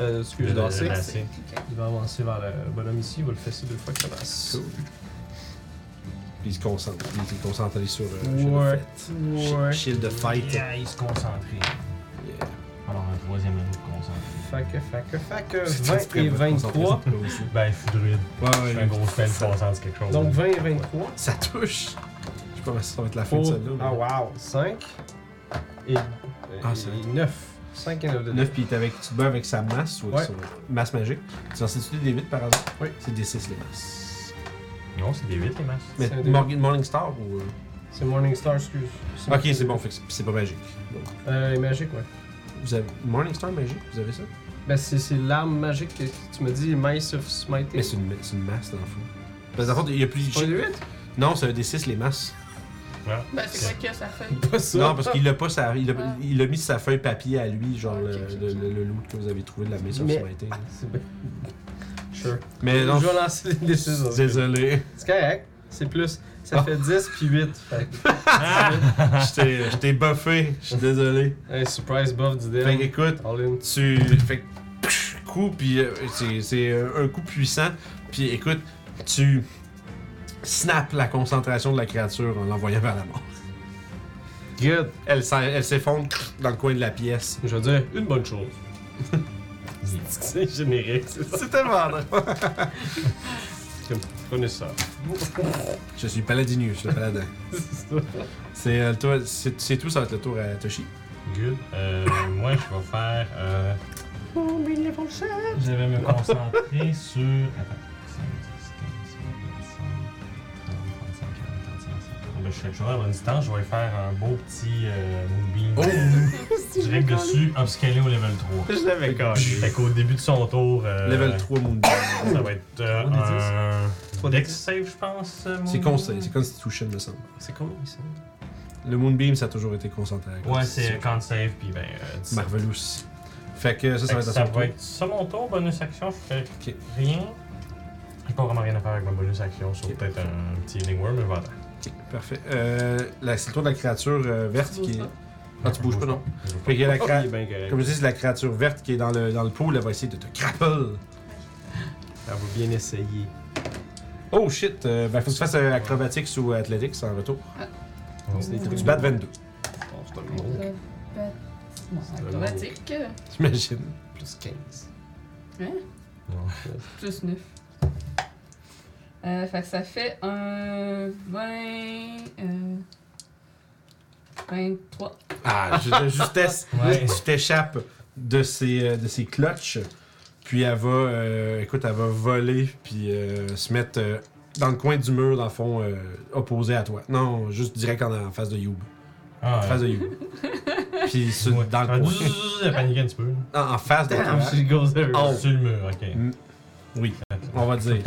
Euh, excuse, De- de- d'assist. de- Merci. Ok. Il va avancer vers le bonhomme ici, il va le fesser deux fois que ça passe. Cool. Puis il se concentre. Il est concentré sur. euh, Ouais. Shield of Fight. Ouais. Shield of Fight. Yeah, il se concentrait. Yeah. Alors, un troisième anneau de concentrer. Fait que, fait que, fait C'est que, très, très 20 et bonne 23. concentration, là aussi. Ben, je suis druide. Ouais, Je ouais, fais un gros spell, je ça- concentre sur quelque chose. Donc 20 et 23. Ça touche. Je Oh. Ah, sais pas si ça va être la fin Pour... de celle-là. mais- Ah wow, 5 et, Ah, c'est vrai. 9. 5 et 9 de 9, puis t'es avec- tu te bats avec sa masse, ou avec Ouais. son masse magique. Tu en sais-tu des 8 par hasard? Oui. C'est des 6 les masses. Non, c'est des 8 les masses. Mais C'est un des- Morgan, Morningstar ou. euh, C'est Morningstar, excuse. Ok, c'est bon, fait que c'est- c'est pas magique. Donc, Euh, magique, ouais. vous avez... Morningstar magique, vous avez ça? Ben, c'est c'est l'arme magique que tu me dis, Mice of Smite. Mais c'est une, c'est une masse dans le fond. Parce que dans le fond, il y a plus. Pas 8? Non, c'est un des 6 les masses. Ben, c'est quoi que ça fait? Pas ça. Non, parce qu'il l'a pas, sa- il Ah. l'a il l'a mis sur sa feuille papier à lui, genre Ok, le, ok, le- ok. le- le loot que vous avez trouvé de la maison Mais- sur Maïté. C'est bien. Sure. Mais non, Je vais lancer les décisions. désolé. C'est correct. C'est plus. Ça Ah. fait 10 puis 8. Fait que- je t'ai- je t'ai buffé, je suis désolé. Hey, surprise buff du Fait que, DM. écoute, All in. tu. Fait que, psh, coup, puis euh, c'est- c'est euh, un coup puissant. Puis écoute, tu snaps la concentration de la créature en l'envoyant vers la mort. Good. Elle s'en- elle s'effondre dans le coin de la pièce. Je veux dire, une bonne chose. c'est générique, c'est ça. C'est tellement drôle. Prenez ça. Je suis paladinus, le paladin. C'est euh, le tour- c'est c'est tout, ça va être le tour à Toshi. Good. Euh, moi, je vais faire. Euh... Je vais me concentrer sur. Attends. 5, 10, 15, 20, 25, 30, 35, 40, 45, 50. Ben, je suis toujours à la bonne distance. Je vais faire un beau petit euh, moonbeam Oh! euh, direct dessus, upscalé au level 3. Je l'avais quand Fait qu'au début de son tour. euh, Level 3 Moonbeam. Ça va être euh, Trois des dix. un Trois des Dex dix. save, je pense. euh, C'est mon- conseil, c'est Constitution, me semble. C'est combien ça? Le Moonbeam, ça a toujours été concentré. à la Ouais, Constitution. c'est con save, puis ben. Euh, dix-sept. Marvelous. Fait que ça, Fait ça va que être à Ça son tour. va être ça mon tour, bonus action, je fais Ok. rien. J'ai pas vraiment rien à faire avec ma bonus action, sauf Ok. peut-être un petit healing word, mais voilà. Ok, Parfait. Euh, là, c'est le tour de la créature euh, verte Tu bouges qui est. pas. Ah, tu bouges pas, non. Je bouge Fait qu'il y a la Oh, cra- il est bien correct. Comme je dis, c'est la créature verte qui est dans le, dans le pool, elle va essayer de te grapple. Elle va bien essayer. Oh shit! Euh, ben, faut que tu fasses euh, acrobatics ou athletics en retour. Oh. C'est des Faut que trucs tu battes 22, Oh, c'est un monstre. Euh, ben, Acrobatique. Acrobatique. j'imagine. Plus 15. Hein? Non. Plus 9. Euh, fait que ça fait un 20. Euh, 23. Ah, ju- de justesse. Ouais. Tu t'échappes de ses, euh, de ses clutches. Puis elle va, euh, écoute, elle va voler, puis euh, se mettre euh, dans le coin du mur, dans le fond, euh, opposé à toi. Non, juste direct en, en face de Youb. Ah, En face de Youb. puis sur- ouais. dans Ah, le coin. zzzz, zzzz, Elle paniquait un petit peu. En, en face de toi. She goes there. Oh. Sur le mur, ok. Oui, on va dire.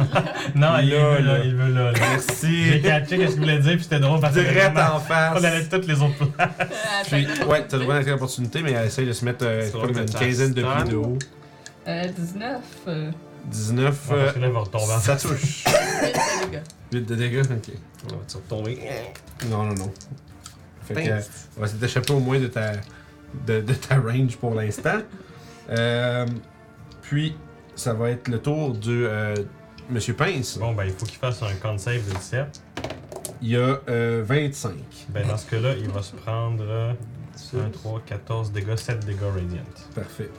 Non, il Là, veut là, là. il veut là. là. J'ai Merci. catché qu'est-ce qu'il voulait dire, puis c'était drôle parce que. Direct vraiment, en face. On allait toutes les autres places. Euh, Ah, Puis, ouais, t'as le droit d'être l'opportunité, mais elle essaye de se mettre euh, C'est comme drôle, une t'as quinzaine de ta pieds de haut. euh, 19. Euh, 19, Ouais, euh, Parce que là, il va retomber en ça touche. huit, les gars. 8 de dégâts, ok. On va te retomber. Non, non, non. Fait que, Thanks. on va essayer d'échapper au moins de ta, de, de ta range pour l'instant. Euh, puis, ça va être le tour du euh, Monsieur Pince. Bon, ben, il faut qu'il fasse un con save de 17. Il y a euh, 25. Ben, dans ce cas-là, il va se prendre euh, 1, 3, 14 dégâts, 7 dégâts radiant. Parfait.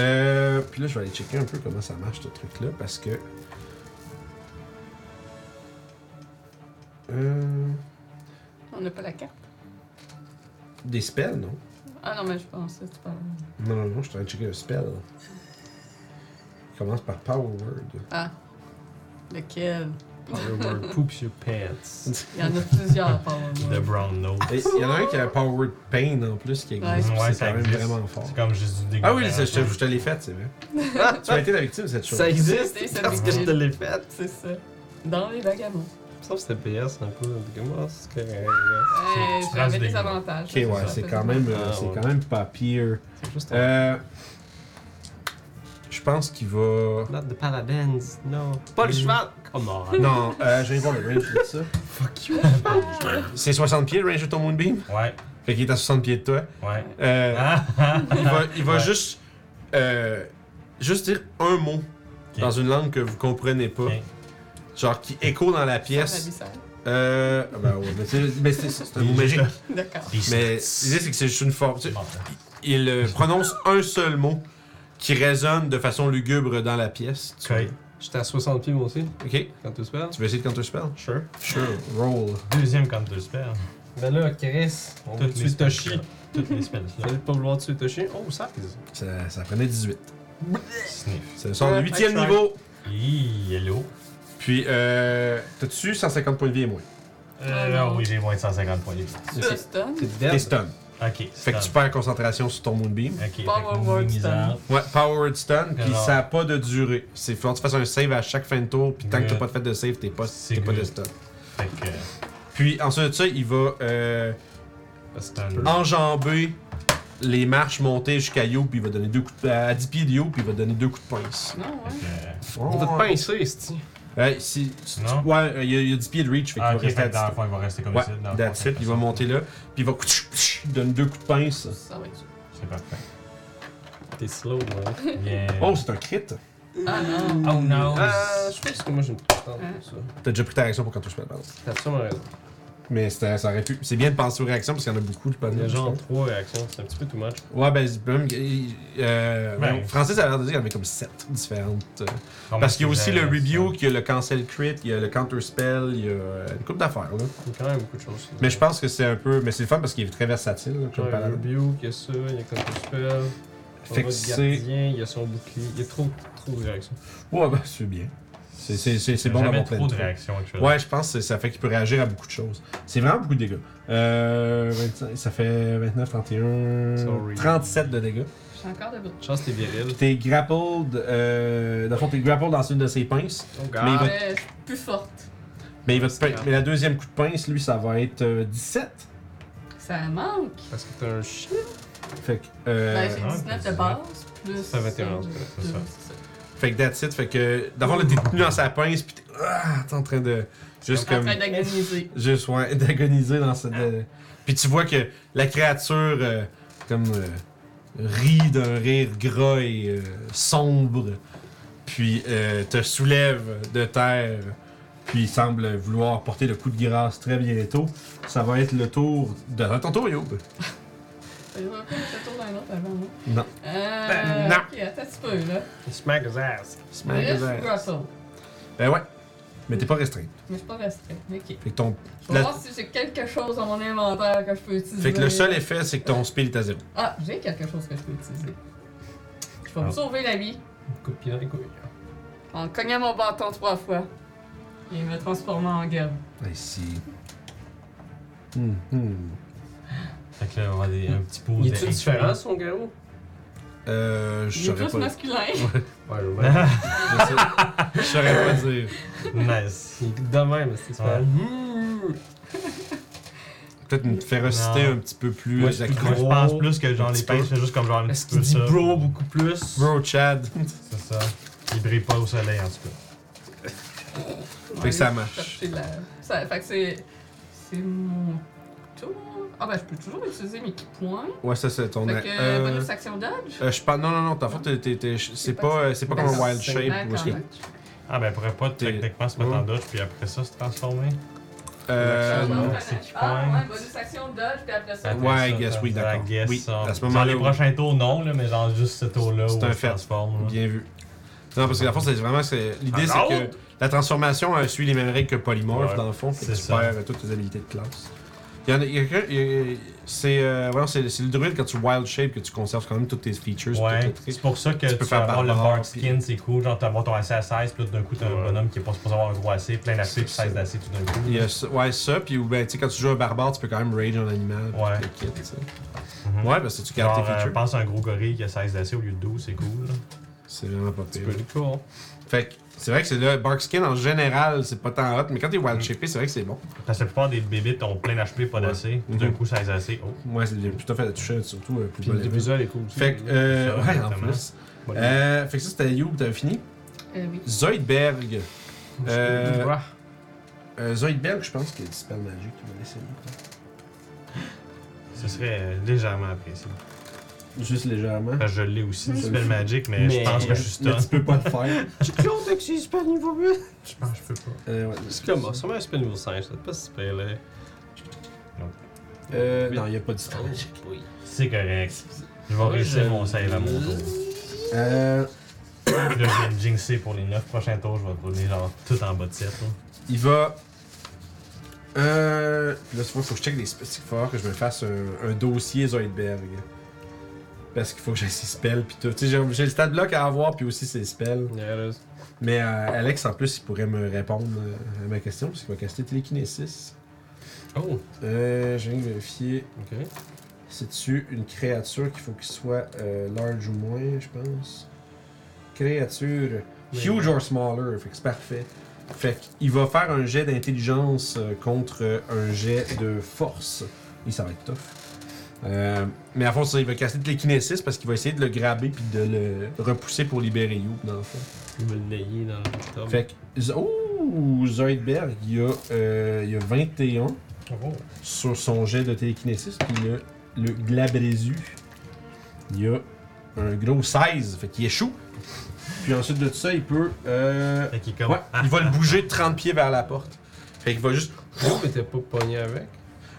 Euh, puis là, je vais aller checker un peu comment ça marche, ce truc-là, parce que... Euh, On n'a pas la carte. des spells, non? Ah non, mais je pensais que tu parles. Non, non, non, je suis en train de checker un spell. Il commence par Power Word. Ah. Lequel Power word poops your pants. Il y en a plusieurs, par The brown nose. Et Il y en a un qui a un Power Word Pain en plus qui existe. Ouais, puis Ouais, c'est ça quand même existe. vraiment fort. C'est comme juste du dégât. Ah oui, ça, je, te- je te l'ai faite, c'est vrai. tu as été la victime de cette chose. Ça C'est existe ça, parce que je te l'ai fait. C'est ça. Dans les vagabonds. Ça, c'était PS un peu. en tout cas, moi, c'est correct. Euh, tu traces J'avais des des gars. avantages. Ok, ouais, c'est quand même, euh, Ah, c'est ouais. quand même pas pire. C'est juste un. Euh, je pense qu'il va. Not the paladins, Mm. non. Pas le cheval! Come on! Non, euh, je vais voir le range de ça. Fuck you! C'est 60 pieds le range de ton Moonbeam. Ouais, Fait qu'il est à 60 pieds de toi. ouais. Euh, Ah, ah, il va, il va Ouais. juste, euh, juste dire un mot Ok. dans une langue que vous comprenez pas, Ok. genre qui écho dans la pièce. Euh, ben ouais, mais c'est, mais c'est, c'est un mot magique. D'accord. Mais l'idée c'est que c'est juste une forme. tu sais, Bon, Il euh, prononce un seul mot qui résonne de façon lugubre dans la pièce. Tu- ok. J'étais à 60 pieds, moi aussi, Ok. quand tu spells. Tu veux essayer de counter spell? Sure. Sure. Roll. Deuxième counter spell. Ben là, Chris, on Toutes va les tuer Toshi. spells. toutes les spells. Vous allez pas vouloir tuer toucher. Oh, 16. Ça, ça prenait 18. Sniff. C'est son Ouais, huitième I tried. niveau. Hi, yellow. Puis, euh, t'as-tu 150 points de vie et moins? Euh, Ah, ah non. oui, j'ai moins de 150 points de vie. Tu stun? C'est T'es dead. stun. Ok, Fait que tu perds concentration sur ton Moonbeam. Ok, fait Power que word moving is stun. out. Ouais, Powered Stun, puis Alors- ça a pas de durée. C'est faut que tu fasses un save à chaque fin de tour, puis tant que t'as Good. pas de fait de save, t'es pas, C'est t'es pas de good. stun. Fait que. euh, Puis ensuite de ça, il va euh, Stun. Ah. enjamber les marches montées jusqu'à You, puis il va donner deux coups de, à 10 pieds de You, puis il va donner deux coups de pince. Non, ouais. Fait que- euh, On va te Ouais. pincer, cest Ouais, si, si- Non? ouais, euh, il y, a- il y a 10 pieds de reach, fait qu'il Ah, va ok, fait rester à que dans le distance. fond, il va rester comme Ouais, ça. dans le that's fond, it, il va monter là, puis il va donner deux coups de pince. Ça va être. C'est parfait. T'es slow, ouais. Bien. Oh, c'est un crit! Ah non! Oh no! Ah, je pense que moi j'ai une petite tente pour ça. T'as déjà pris ta réaction pour quand tu spell, pardon. T'as sûrement raison. Mais c'était- ça aurait pu. C'est bien de penser aux réactions parce qu'il y en a beaucoup, de Il y a panneaux. genre 3 réactions, c'est un petit peu too much. Ouais, ben, c'est même. Euh, Ben. non, Francis avait l'air de dire qu'il y en avait comme 7 différentes. euh, parce qu'il y a aussi le review, qu'il y a le cancel crit, il y a le counter spell, il y a euh, une coupe d'affaires, là. Il y a quand même beaucoup de choses. Mais je pense que c'est un peu. Mais c'est le fun parce qu'il est très versatile, là, Genre, comme il y a paladin. Rubio, il y a ça, il y a Counter Spell, Fait il y que a le c'est. gardien, il y a son bouclier, il y a trop, trop de réactions. Ouais, ben, c'est bien. C'est- C'est c'est- c'est bon Jamais d'avoir plein trop de de trucs. réactions actuellement. Ouais, je pense que ça fait qu'il peut réagir à beaucoup de choses. C'est vraiment beaucoup de dégâts. Euh, 25 ça fait 29, 31, Sorry. 37 de dégâts. J'ai encore de bruit. Je pense que t'es viril. Puis t'es grappled, euh, dans le fond, t'es grappled dans une de ses pinces. Oh Mais Ah, il god. va- Mais je suis plus forte. Mais, il va te C'est pin- grave. mais la deuxième coup de pince, lui, ça va être euh, 17. Ça manque! Parce que t'as un chien. Fait que, euh, Ben, j'ai ouais, 19 de dix-neuf. base, plus. Ça, 21, euh, c'est ça. deux, c'est ça. fait que that's it. Fait que d'abord, là, t'es tenu dans sa pince, puis t'es, ah, t'es en train de. Juste En comme. train d'agoniser. Juste, ouais, d'agoniser dans cette. de- Puis tu vois que la créature, euh, comme. euh, rit d'un rire gras et euh, sombre, puis euh, te soulève de terre, puis semble vouloir porter le coup de grâce très bientôt. Ça va être le tour de. à Ton tour, Youb. Fait que je vais faire le tour d'un autre avant, moi. Non. Euh. Ben, non. Ok, attends un petit peu, là. Il smack his ass. Smack Là, je his suis ass. grapple, Ben ouais. Mais t'es pas restreint. mais je suis pas restreint. Ok. Fait que, ton... Je vais La- voir si j'ai quelque chose dans mon inventaire que je peux utiliser. fait que le seul effet, c'est que ton spell est à zéro. Ah, j'ai quelque chose que je peux utiliser. Je vais me Ah. sauver la vie Coup de pied dans les couilles. en cognant mon bâton trois fois et me transformant en gueule. Ici. Hum, hum. Fait que là, on va avoir des, un petit pot Il de est-tu HP. différent son garou? Euh, je Il est saurais plus pas. masculin. Ouais, je vois. Je saurais pas dire. Nice. Il est de même, c'est Ouais. ça. Mmh. Peut-être une férocité Non. un petit peu plus Moi, je accrue. moi, je pense plus que genre Un les petit peu. pinces, c'est juste comme genre un Est-ce petit qu'il peu dit ça. bro beaucoup plus? Bro, Chad. C'est ça. Il brille pas au soleil en tout cas. Fait que ça marche. Chercher de la... ça- fait que c'est. C'est mon tour. Ah, ben, je peux toujours utiliser mes key points. Ouais, ça, c'est ton. Fait que euh, bonus action dodge. euh, je parle. Non, non, non, t'as fait. t'es- t'es- C'est pas, euh, c'est pas comme un D'accord. wild shape. ou est-ce que- D'accord. Ah ben, elle pourrait pas T'es- techniquement se mettre en dodge puis après ça se transformer. Euh, Action, non. Ah. ouais. c'est key Ah, points. ouais, bonus action dodge, puis après ça. Après Ouais, ça, I guess, oui, I d'accord. guess, Oui, on- à ce Genre moment-là, les oui. prochains tours, non, là, mais genre juste ce tour-là C'est où un on se fait. transforme. là. Bien vu. Non, parce que la force, c'est vraiment. c'est- L'idée, c'est que la transformation euh, suit les mêmes règles que Polymorph, Ouais, dans le fond. Fait que c'est tu ça. perds euh, toutes tes habilités de classe. Il y en a. il y a que- il y a- C'est euh, ouais, non, c'est- c'est le druide, quand tu wild shape, que tu conserves quand même toutes tes features. puis tous Ouais, tes traits. c'est pour ça que Tu tu, peux peux faire avoir le barbare, bark skin, c'est cool. Genre, t'as bon, ton AC à 16, puis là, tout d'un coup, t'as un Ouais. bonhomme qui est pas supposé avoir un gros AC, plein d'AC, puis ça. 16 d'AC tout d'un coup. Il y a ça- ouais, ça, puis ou ben, tu sais, quand tu joues un barbare, tu peux quand même rage un animal. puis Ouais. tu te le quittes, ça. Mhm. Ouais, parce que tu gardes Genre, tes euh, features. pense à un gros gorille qui a 16 d'AC au lieu de 12, c'est cool. là. C'est vraiment pas C'est pire. pretty cool. Fait que c'est vrai que c'est là, bark skin en général, c'est pas tant hot, mais quand t'es Mhm. wild shapé, c'est vrai que c'est bon. Parce que la plupart des bébites ont plein d'HP, pas Ouais. d'AC. Tout d'un Mhm. coup, 16 AC. Oh. Ouais, c'est tout à fait à toucher, surtout euh, plus Puis bas le level. visuel est cool aussi. Fait que, euh, Ça, ouais, en exactement. plus. Bon, Euh, fait que ça, c'était You, t'avais fini. Euh, oui. Zoidberg. euh, Ouais. Euh, Zoidberg, je pense qu'il y a du spell magique qui va laisser Ce serait euh, légèrement apprécié. Juste légèrement. Parce que je l'ai aussi, du spell magic, mais, Mais- je pense que je suis stun. Mais tu peux pas le faire. J'ai toujours que c'est super niveau 8. Je pense que je peux pas. Euh, ouais. C'est comme, oh, sûrement un super niveau 5, ça doit pas si pire là. Euh, non, il n'y a pas de spell Ah, magique. oui. C'est correct. Je vais Ouais, réussir je- mon save à mon tour. Euh, Puis là, je vais me jinxer pour les 9 prochains tours. Je vais tourner genre tout en bas de 7. il va Euh, là, souvent, faut que je check les spells. Il faut falloir que je me fasse un, un dossier Zoidberg. Parce qu'il faut que j'ai ses spells puis tout. Tu sais, j'ai- j'ai le stat block à avoir puis aussi ses spells. Oh! Mais euh, Alex, en plus, il pourrait me répondre euh, à ma question parce qu'il va caster télékinésis. Oh, Euh, je viens de vérifier. ok. C'est-tu une créature qu'il faut qu'il soit euh, large ou moins, je pense? Créature. Oui. Huge or smaller, fait que c'est parfait. Fait qu'il va faire un jet d'intelligence euh, contre euh, un jet de force. Et ça va être tough. Euh, mais à fond, ça, il va casser de l'équinésis parce qu'il va essayer de le grabber puis de le repousser pour libérer You, dans le fond. Il me l'ayez dans le top. Fait que. Z- Ouh! Zoidberg, il y a, euh, il y a 21 Oh, sur son jet de télékinésis. Puis le, le glabrésu, il y a un gros 16. Fait qu'il échoue. Puis ensuite de ça, il peut. euh, Fait qu'il est comme. ouais, il va le bouger de 30 pieds vers la porte. Fait qu'il va juste. Pourquoi t'étais pas pogné avec?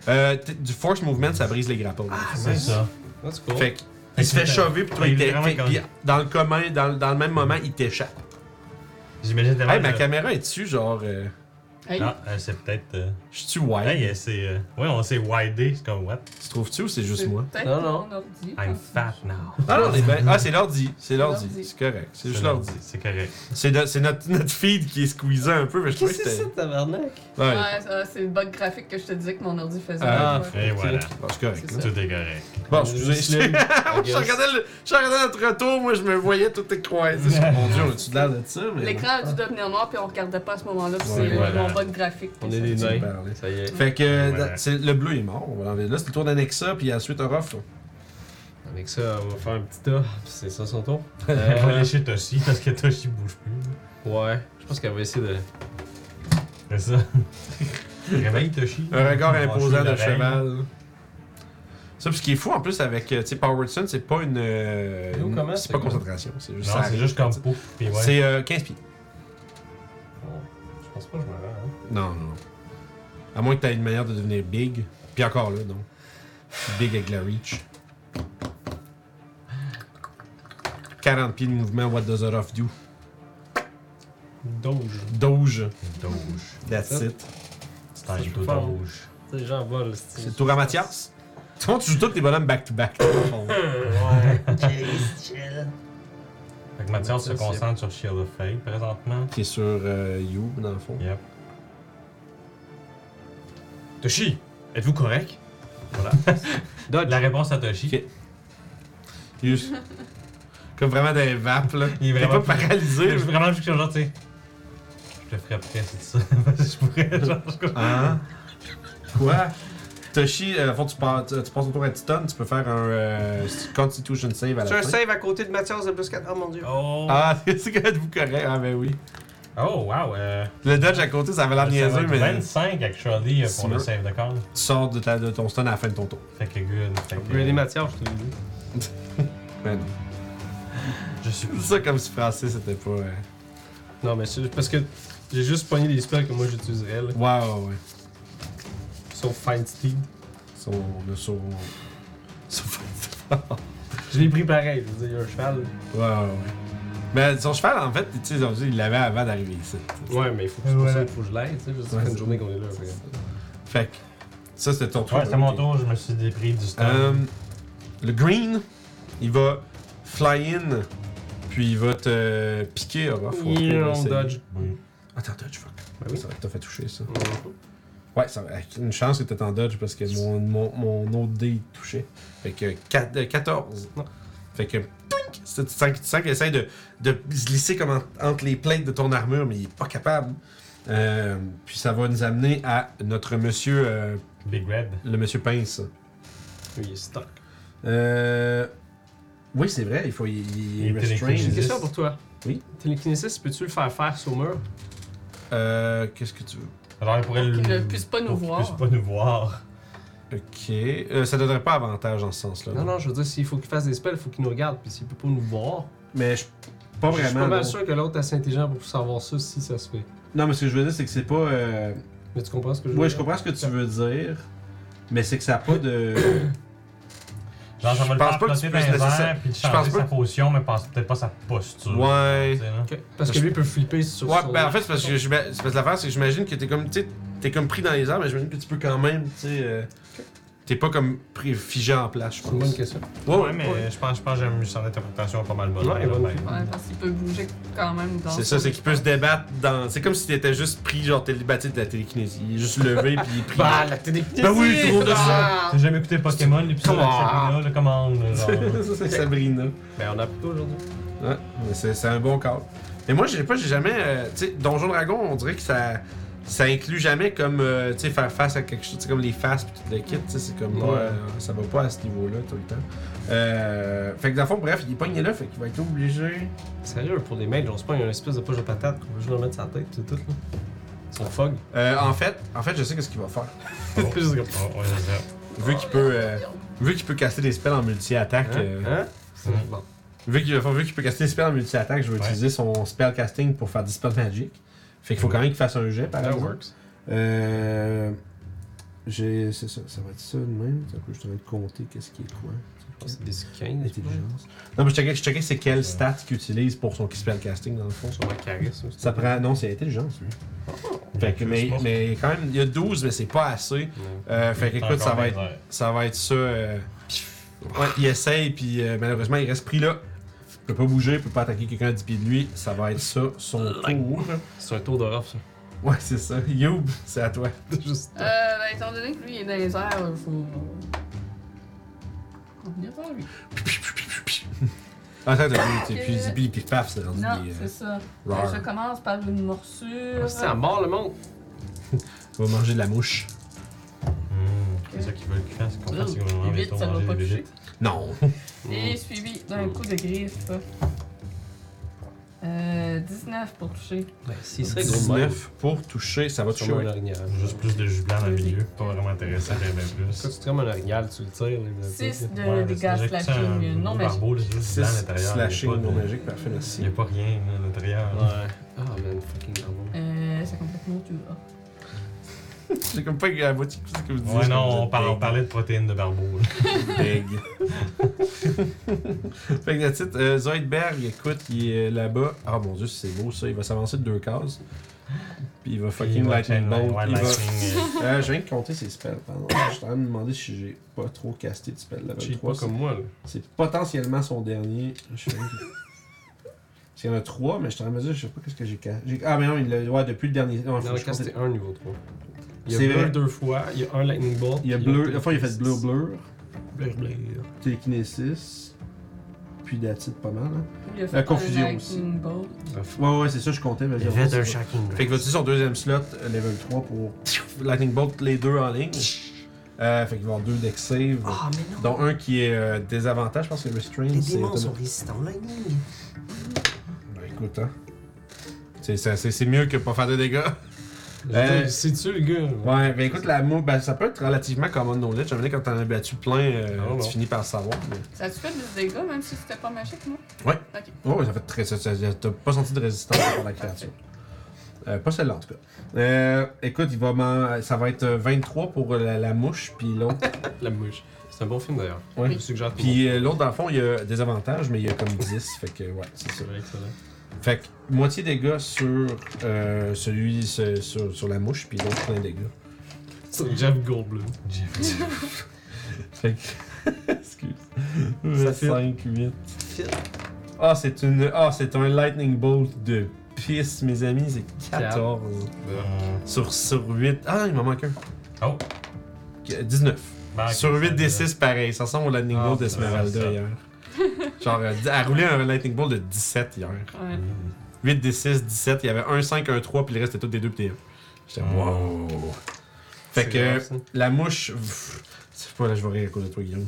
euh, t- du force movement, ça brise les grappes. C'est ça. That's cool. Fait que, il se fait chover, puis toi, il Il est t'é- vraiment fait- comme- puis dans le commun, dans, dans le même moment, il t'échappe. J'imagine tellement. Hey, ma le- caméra est dessus, genre. euh, Hey, Non, euh, c'est peut-être. euh, je suis wild. Hey, euh, c'est. euh, Ouais, on s'est widé. C'est comme, what? Tu trouves-tu ou c'est juste c'est moi? peut-être Non, non. mon ordi, I'm parce que- fat now. Ah non, c'est ben- ah, c'est l'ordi, c'est l'ordi. l'ordi, c'est correct, c'est juste C'est- l'ordi. C'est correct. C'est de- c'est notre, notre feed qui est squeezé un peu, mais je trouvais Qu'est-ce que que c'est c'était... ça, tabarnak? Ouais, Ouais, ça, c'est le bug graphique que je te disais que mon ordi faisait. Ah, Ouais. Et voilà. bon, c'est correct. C'est là. ça. Tout est correct. Bon, excusez, excusez. je, regardais le- je regardais notre retour, moi je me voyais tout écroisé. Mon dieu, on a-tu de l'air de ça? Mais... L'écran a dû devenir noir, puis on regardait pas à ce moment-là, puis Ouais, c'est voilà. mon bug graphique. On qui est ça. des Tu me nains. parlais. Ça y est. Fait que Ouais. dans- c'est- le bleu est mort, on va l'enlever. Là, c'est le tour d'Annexa, puis ensuite Orof. Avec ça, on va faire un petit tas. C'est ça son tour? On va Euh, lécher Toshi parce que Toshi bouge plus. ouais. Je pense qu'elle va essayer de. C'est ça. Réveille Toshi. Un regard Mâcher imposant de l'oreille. cheval. Ça, puis ce qui est fou en plus avec, euh, tu sais, Powerwoodson, c'est pas une... euh, Yo, comment c'est c'est pas quoi? concentration, c'est juste... Non, ça c'est arrive. juste comme pouf. Puis ouais. C'est euh, 15 pieds. Je pense pas que je me rends. hein. Non, non. À moins que tu aies une manière de devenir big. Puis encore là, non. Big avec la reach. 40 pieds de mouvement, what does it off do? Doge. Doge, Doge. that's it. Stage je de parle. doge. Tu sais, genre, vol. C'est le tour à Mathias. Tu vois, tu joues tous tes bonhommes back-to-back. au fond. Jeez, chill. Fait que Mathias se Mathias, concentre sur Shield of Fate présentement. Qui est sur euh, You, dans le fond. Yep. Toshi, êtes-vous correct? Voilà. Dodge. La réponse à Toshi. Ok. You- Comme vraiment d'un vapes, là. Il est T'es pas vraiment- paralysé. Je suis vraiment juste genre, tu sais. Je te frapperais, c'est ça. je pourrais, genre, je crois. Hein? Quoi? Toshi, euh, fond, tu passes, tu passes ton tour à Titan, tu peux faire un euh, Constitution save à la Tu as un fin. save à côté de Mathias de plus 4. Oh mon dieu. Oh! Ah, c'est quand vous correct. Ah, ben oui. Oh, wow! Euh, Le dodge à côté, ça avait Ah, l'air ça va niaiseux, être mais 25 actually euh, C'est pour le mieux. save de call. tu sors de, ta- de ton stun à la fin de ton tour. Fait que good. Fait que, Upgrader Mathias, je te l'ai dit. Ben non. je suis C'est ça comme si français, c'était pas. euh, Non, mais c'est parce que j'ai juste pogné des spells que moi j'utiliserais, là. Ouais, ouais, ouais. Sauf Find Steed. Son. Le son. son- Je l'ai pris pareil, je veux dire, il y a un cheval. Ouais, ouais, ouais. Mais son cheval, en fait, tu sais, comme je dis, il l'avait avant d'arriver ici. Ouais, mais il faut que, Ouais, pour ouais. ça, il faut que je l'aide, tu sais. je veux dire, Ça Ouais, fait c'est- une journée qu'on est là. fait que- Fait que. Ça, c'était ton tour. Ouais, c'était mon tour, je me suis dépris du stun. Euh, le green, il va fly in, puis il va te piquer, Orof. au Il retour, on essayer. dodge. Oui. Attends, dodge, fuck. Ben oui. Ça va te fait toucher, ça. Mhm. Ouais, ça, va- une chance que t'étais en dodge parce que mon, mon, mon autre dé touchait. Fait que quat- euh, 14. Fait que. twink, c'est- Tu sens, tu sens qu'il essaie de, de se glisser comme en- entre les plates de ton armure, mais il est pas capable. Euh, puis ça va nous amener à notre monsieur, euh, Big Red. le monsieur Pince. Oui, Il est stock. Euh, oui, c'est vrai, il faut. Il, il, Il est restrained. J'ai une télékinésique. question pour toi. Oui. Télékinésis, peux-tu le faire faire sur mur? Euh, Qu'est-ce que tu veux Alors, il pourrait Qu'il le- ne puisse pas nous pour qu'il voir. puisse pas nous voir. Ok. Euh, ça donnerait pas avantage dans ce sens-là. Non, non, je veux dire, s'il faut qu'il fasse des spells, il faut qu'il nous regarde, puis s'il peut pas nous voir. Mais je. Pas je vraiment. suis pas mal non. sûr que l'autre est assez intelligent pour savoir ça si ça se fait. Non, mais ce que je veux dire, c'est que c'est pas. euh, Mais tu comprends ce que je veux Ouais, je dire? comprends ce que tu veux dire, mais c'est que ça n'a pas de. Genre, ça va Je le pense faire pas que tu flotter dans puisses les nécessaire- airs, puis de je pense changer pas sa que- potion, mais pense peut-être pas sa posture. Ouais. tu sais, là. Ok. Parce que lui peut flipper sur Ouais, sur- ben en fait, c'est parce que, je- ben, c'est parce que l'affaire, c'est que j'imagine que t'es comme, tu sais, t'es comme pris dans les airs, mais j'imagine que tu peux quand même, tu sais, euh, t'es pas comme pris, figé en place, je C'est une bonne pense. question. Ouais, Ouais, mais je pense, je pense que j'aime son interprétation pas mal bonne. Ouais, là, bonne. ben. Ouais, parce qu'il peut bouger quand même dans. C'est ça, c'est qu'il peut se débattre dans. C'est comme si t'étais juste pris, genre, t'es débattu de la télékinésie. Il est juste levé, puis il est pris. Bah, la télékinésie! Ben oui, trop de Ah! J'ai jamais écouté Pokémon, l'épisode Come avec on. Sabrina, là, commande. Ça, c'est Sabrina. Ben, on a plutôt aujourd'hui. Ouais, mais c'est c'est un bon call. Mais moi, je sais pas, j'ai jamais. euh, tu sais, Donjon Dragon, on dirait que ça. Ça inclut jamais comme. euh, tu sais, faire face à quelque chose. Tu sais, comme les faces puis tout le kit. Tu sais, c'est comme. pas, Ouais. euh, ça va pas à ce niveau-là tout le temps. Euh, fait que dans le fond, bref, il est pogné là, fait qu'il va être obligé. Sérieux, pour des mages, on se prend une espèce de poche de patate qu'on peut juste remettre sur la tête, pis c'est tout, là. Son fog. Euh, en fait, en fait, je sais qu'est-ce qu'il va faire. C'est juste comme- Oh, ouais, c'est ça. Vu qu'il peut. euh, vu qu'il peut casser des spells en multi-attaque. euh, Hein? Hein? Mm. Bon. Vu qu'il vu qu'il peut caster des spells en multi-attaque, je vais Ouais. utiliser son spell casting pour faire des spells magiques. Fait qu'il faut quand même qu'il fasse un jet, par That exemple. works. Euh. J'ai. C'est ça, ça va être ça de même. Ça que je suis en train de compter qu'est-ce qui est quoi. Je pense que Oh, C'est des 15, des Intelligence. Non, mais je checkais, je checkais c'est quel stat qu'il utilise pour son spell casting, dans le fond. Sur ma charisme. aussi. Ça prend. Non, c'est intelligence, lui. Ah. Fait que, Il y a mais, plus, bon. mais quand même, il y a 12, mais c'est pas assez. Ouais. Euh, fait que, écoute, ça va, être, Ouais. ça va être ça. euh, Ouais, il essaye, puis euh, malheureusement, il reste pris là. Il peut pas bouger, il peut pas attaquer quelqu'un à 10 pieds de lui. Ça va être ça, son tour. C'est un tour d'horreur, ça. Ouais, c'est ça. Youb, c'est à toi. Juste. Euh, ben, étant donné que lui il est dans les airs, il faut. On vient par lui. Ah, Attends, t'as vu, puis puis- puis paf, c'est rendu Euh, Non, des. euh, c'est ça. Ben, roar. Je commence par une morsure. Ah, C'est à mort le monde! On va manger de la mouche. Hmm, Mmh, C'est ça qu'ils veulent qu'ils fassent, qu'on fasse qu'on mange des Vite, tours, ça va manger pas des toucher. végétes. Non. Et suivi d'un coup de griffe. Euh, 19 pour toucher. Ben, s'il serait gros de même, 19 pour toucher, ça va toucher. sûrement ouais. un orignal. Juste plus de jus blanc dans le milieu, pas vraiment intéressant, j'aime bien plus. Quand tu te comme un orignal, tu le tires. là, mais- 6 de Ouais, mais dégâts c'est déjà que c'est un slashing non gros magique. barbeau, là, c'est juste blanc à 6 l'intérieur, il y a slashing pas non de- magique, parfait, Il merci. n'y a pas rien là, à l'intérieur. là. Ouais. Ah, man, fucking bravo. Euh, c'est complètement tu vois. J'ai comme pas eu la moitié de ce que vous Ouais, non, on, parle- on parlait de protéines de barbeau. là. Big. fait que la titre, euh, Zoidberg, écoute, il est là-bas. Ah mon dieu, c'est beau ça, il va s'avancer de deux cases. Puis il va fucking Puis, ouais, lightning ouais, bolt. ouais, il va- lightning, euh, Euh, je viens de compter ses spells, pardon. Je suis en train de me demander si j'ai pas trop casté de spells level Cheat 3. pas comme moi, là. Euh, C'est potentiellement son dernier. Je sais pas. Parce qu'il y en a 3, mais je suis en train de me dire, je sais pas qu'est-ce que j'ai casté. Ah, mais non, il l'a. Ouais, depuis le dernier. Non, Il Ah, faut en que a je compte- casté un niveau 3. Il y a C'est bleu vrai. deux fois, il y a un lightning bolt. Il y a puis bleu. Enfin, il a fait bleu bleu, Blur, blur. Télékinésis. Puis d'attitude pas mal, hein. Il a fait La un confusion lightning aussi. bolt. Ouais, ouais, c'est ça, je comptais. Mais j'ai- Fait qu'il va utiliser son deuxième slot, euh, level 3, pour Lightning Bolt les deux en ligne. Euh, fait qu'il va avoir deux deck save. Ah, mais non, Dont un qui est euh, désavantage, je pense que Restrain, les c'est. démons sont automa- résistants au lightning. Ben écoute, hein. C'est- C'est c'est- c'est mieux que pas faire de dégâts. Je veux Euh, dire, C'est-tu le gars? là? Ouais, ben écoute, la mou, ben, ça peut être relativement common knowledge. J'aimerais quand t'en as battu plein, euh, Ah, bon. tu finis par le savoir. mais- Ça a-tu fait des dégâts même si c'était pas magique, non? Ouais. Ok. Oh, ça fait très. ça- ça- T'as pas senti de résistance pour la créature. Euh, pas celle-là en tout cas. Euh, écoute, il va m'en- ça va être euh, 23 pour la, la mouche, puis l'autre. La mouche. C'est un bon film d'ailleurs. Ouais. Je vous suggère tout le Puis euh, l'autre, dans le fond, il y a des avantages, mais il y a comme 10. fait que, ouais, c'est ça. monde. Excellent. Fait que, moitié dégâts sur euh, celui ce- sur, sur la mouche, puis l'autre plein de dégâts. C'est Jeff Goldblum. Fait que. Excuse. Ça fait- 5, 8. Ah, c'est une. Ah, c'est un lightning bolt de pisse, mes amis, c'est 14. euh, Sur, sur 8. Ah, il m'en manque un. Oh. Ah, Que- 19. Barre- sur 8 des 6, pareil. Ça ressemble au lightning Ah, bolt ouais, d'Esmeralda ça. hier. Genre, euh, elle roulait un lightning bolt de 17 hier. euh, Ouais. 8 des 6, 17. Il y avait un 5, un 3, puis le reste c'était tous des 2 puis des 1. J'étais Mm. wow. Fait C'est que grave, ça. la mouche. pff, C'est pas là, je vais rire à cause de toi, Guillaume.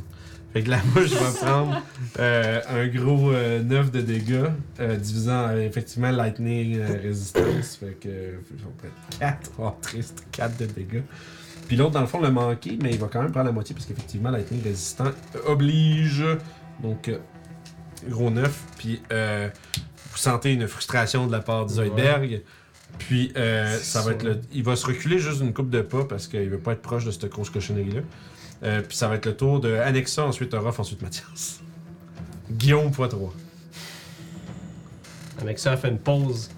Fait que la mouche va prendre euh, un gros euh, 9 de dégâts, euh, divisant euh, effectivement Lightning euh, Résistance. Fait que. euh, ils ont fait 4, oh triste, 4 de dégâts. Puis l'autre, dans le fond, le manqué, mais il va quand même prendre la moitié parce qu'effectivement, Lightning Résistant oblige. Donc, euh, gros 9. Puis euh, vous sentez une frustration de la part de Zoidberg. Puis euh, C'est ça va ça. être le. Il va se reculer juste une coupe de pas parce qu'il veut pas être proche de cette grosse cochonnerie-là. Euh, puis ça va être le tour de Annexa, ensuite Orof, ensuite Mathias. Guillaume fois 3. Avec ça, elle fait une pause.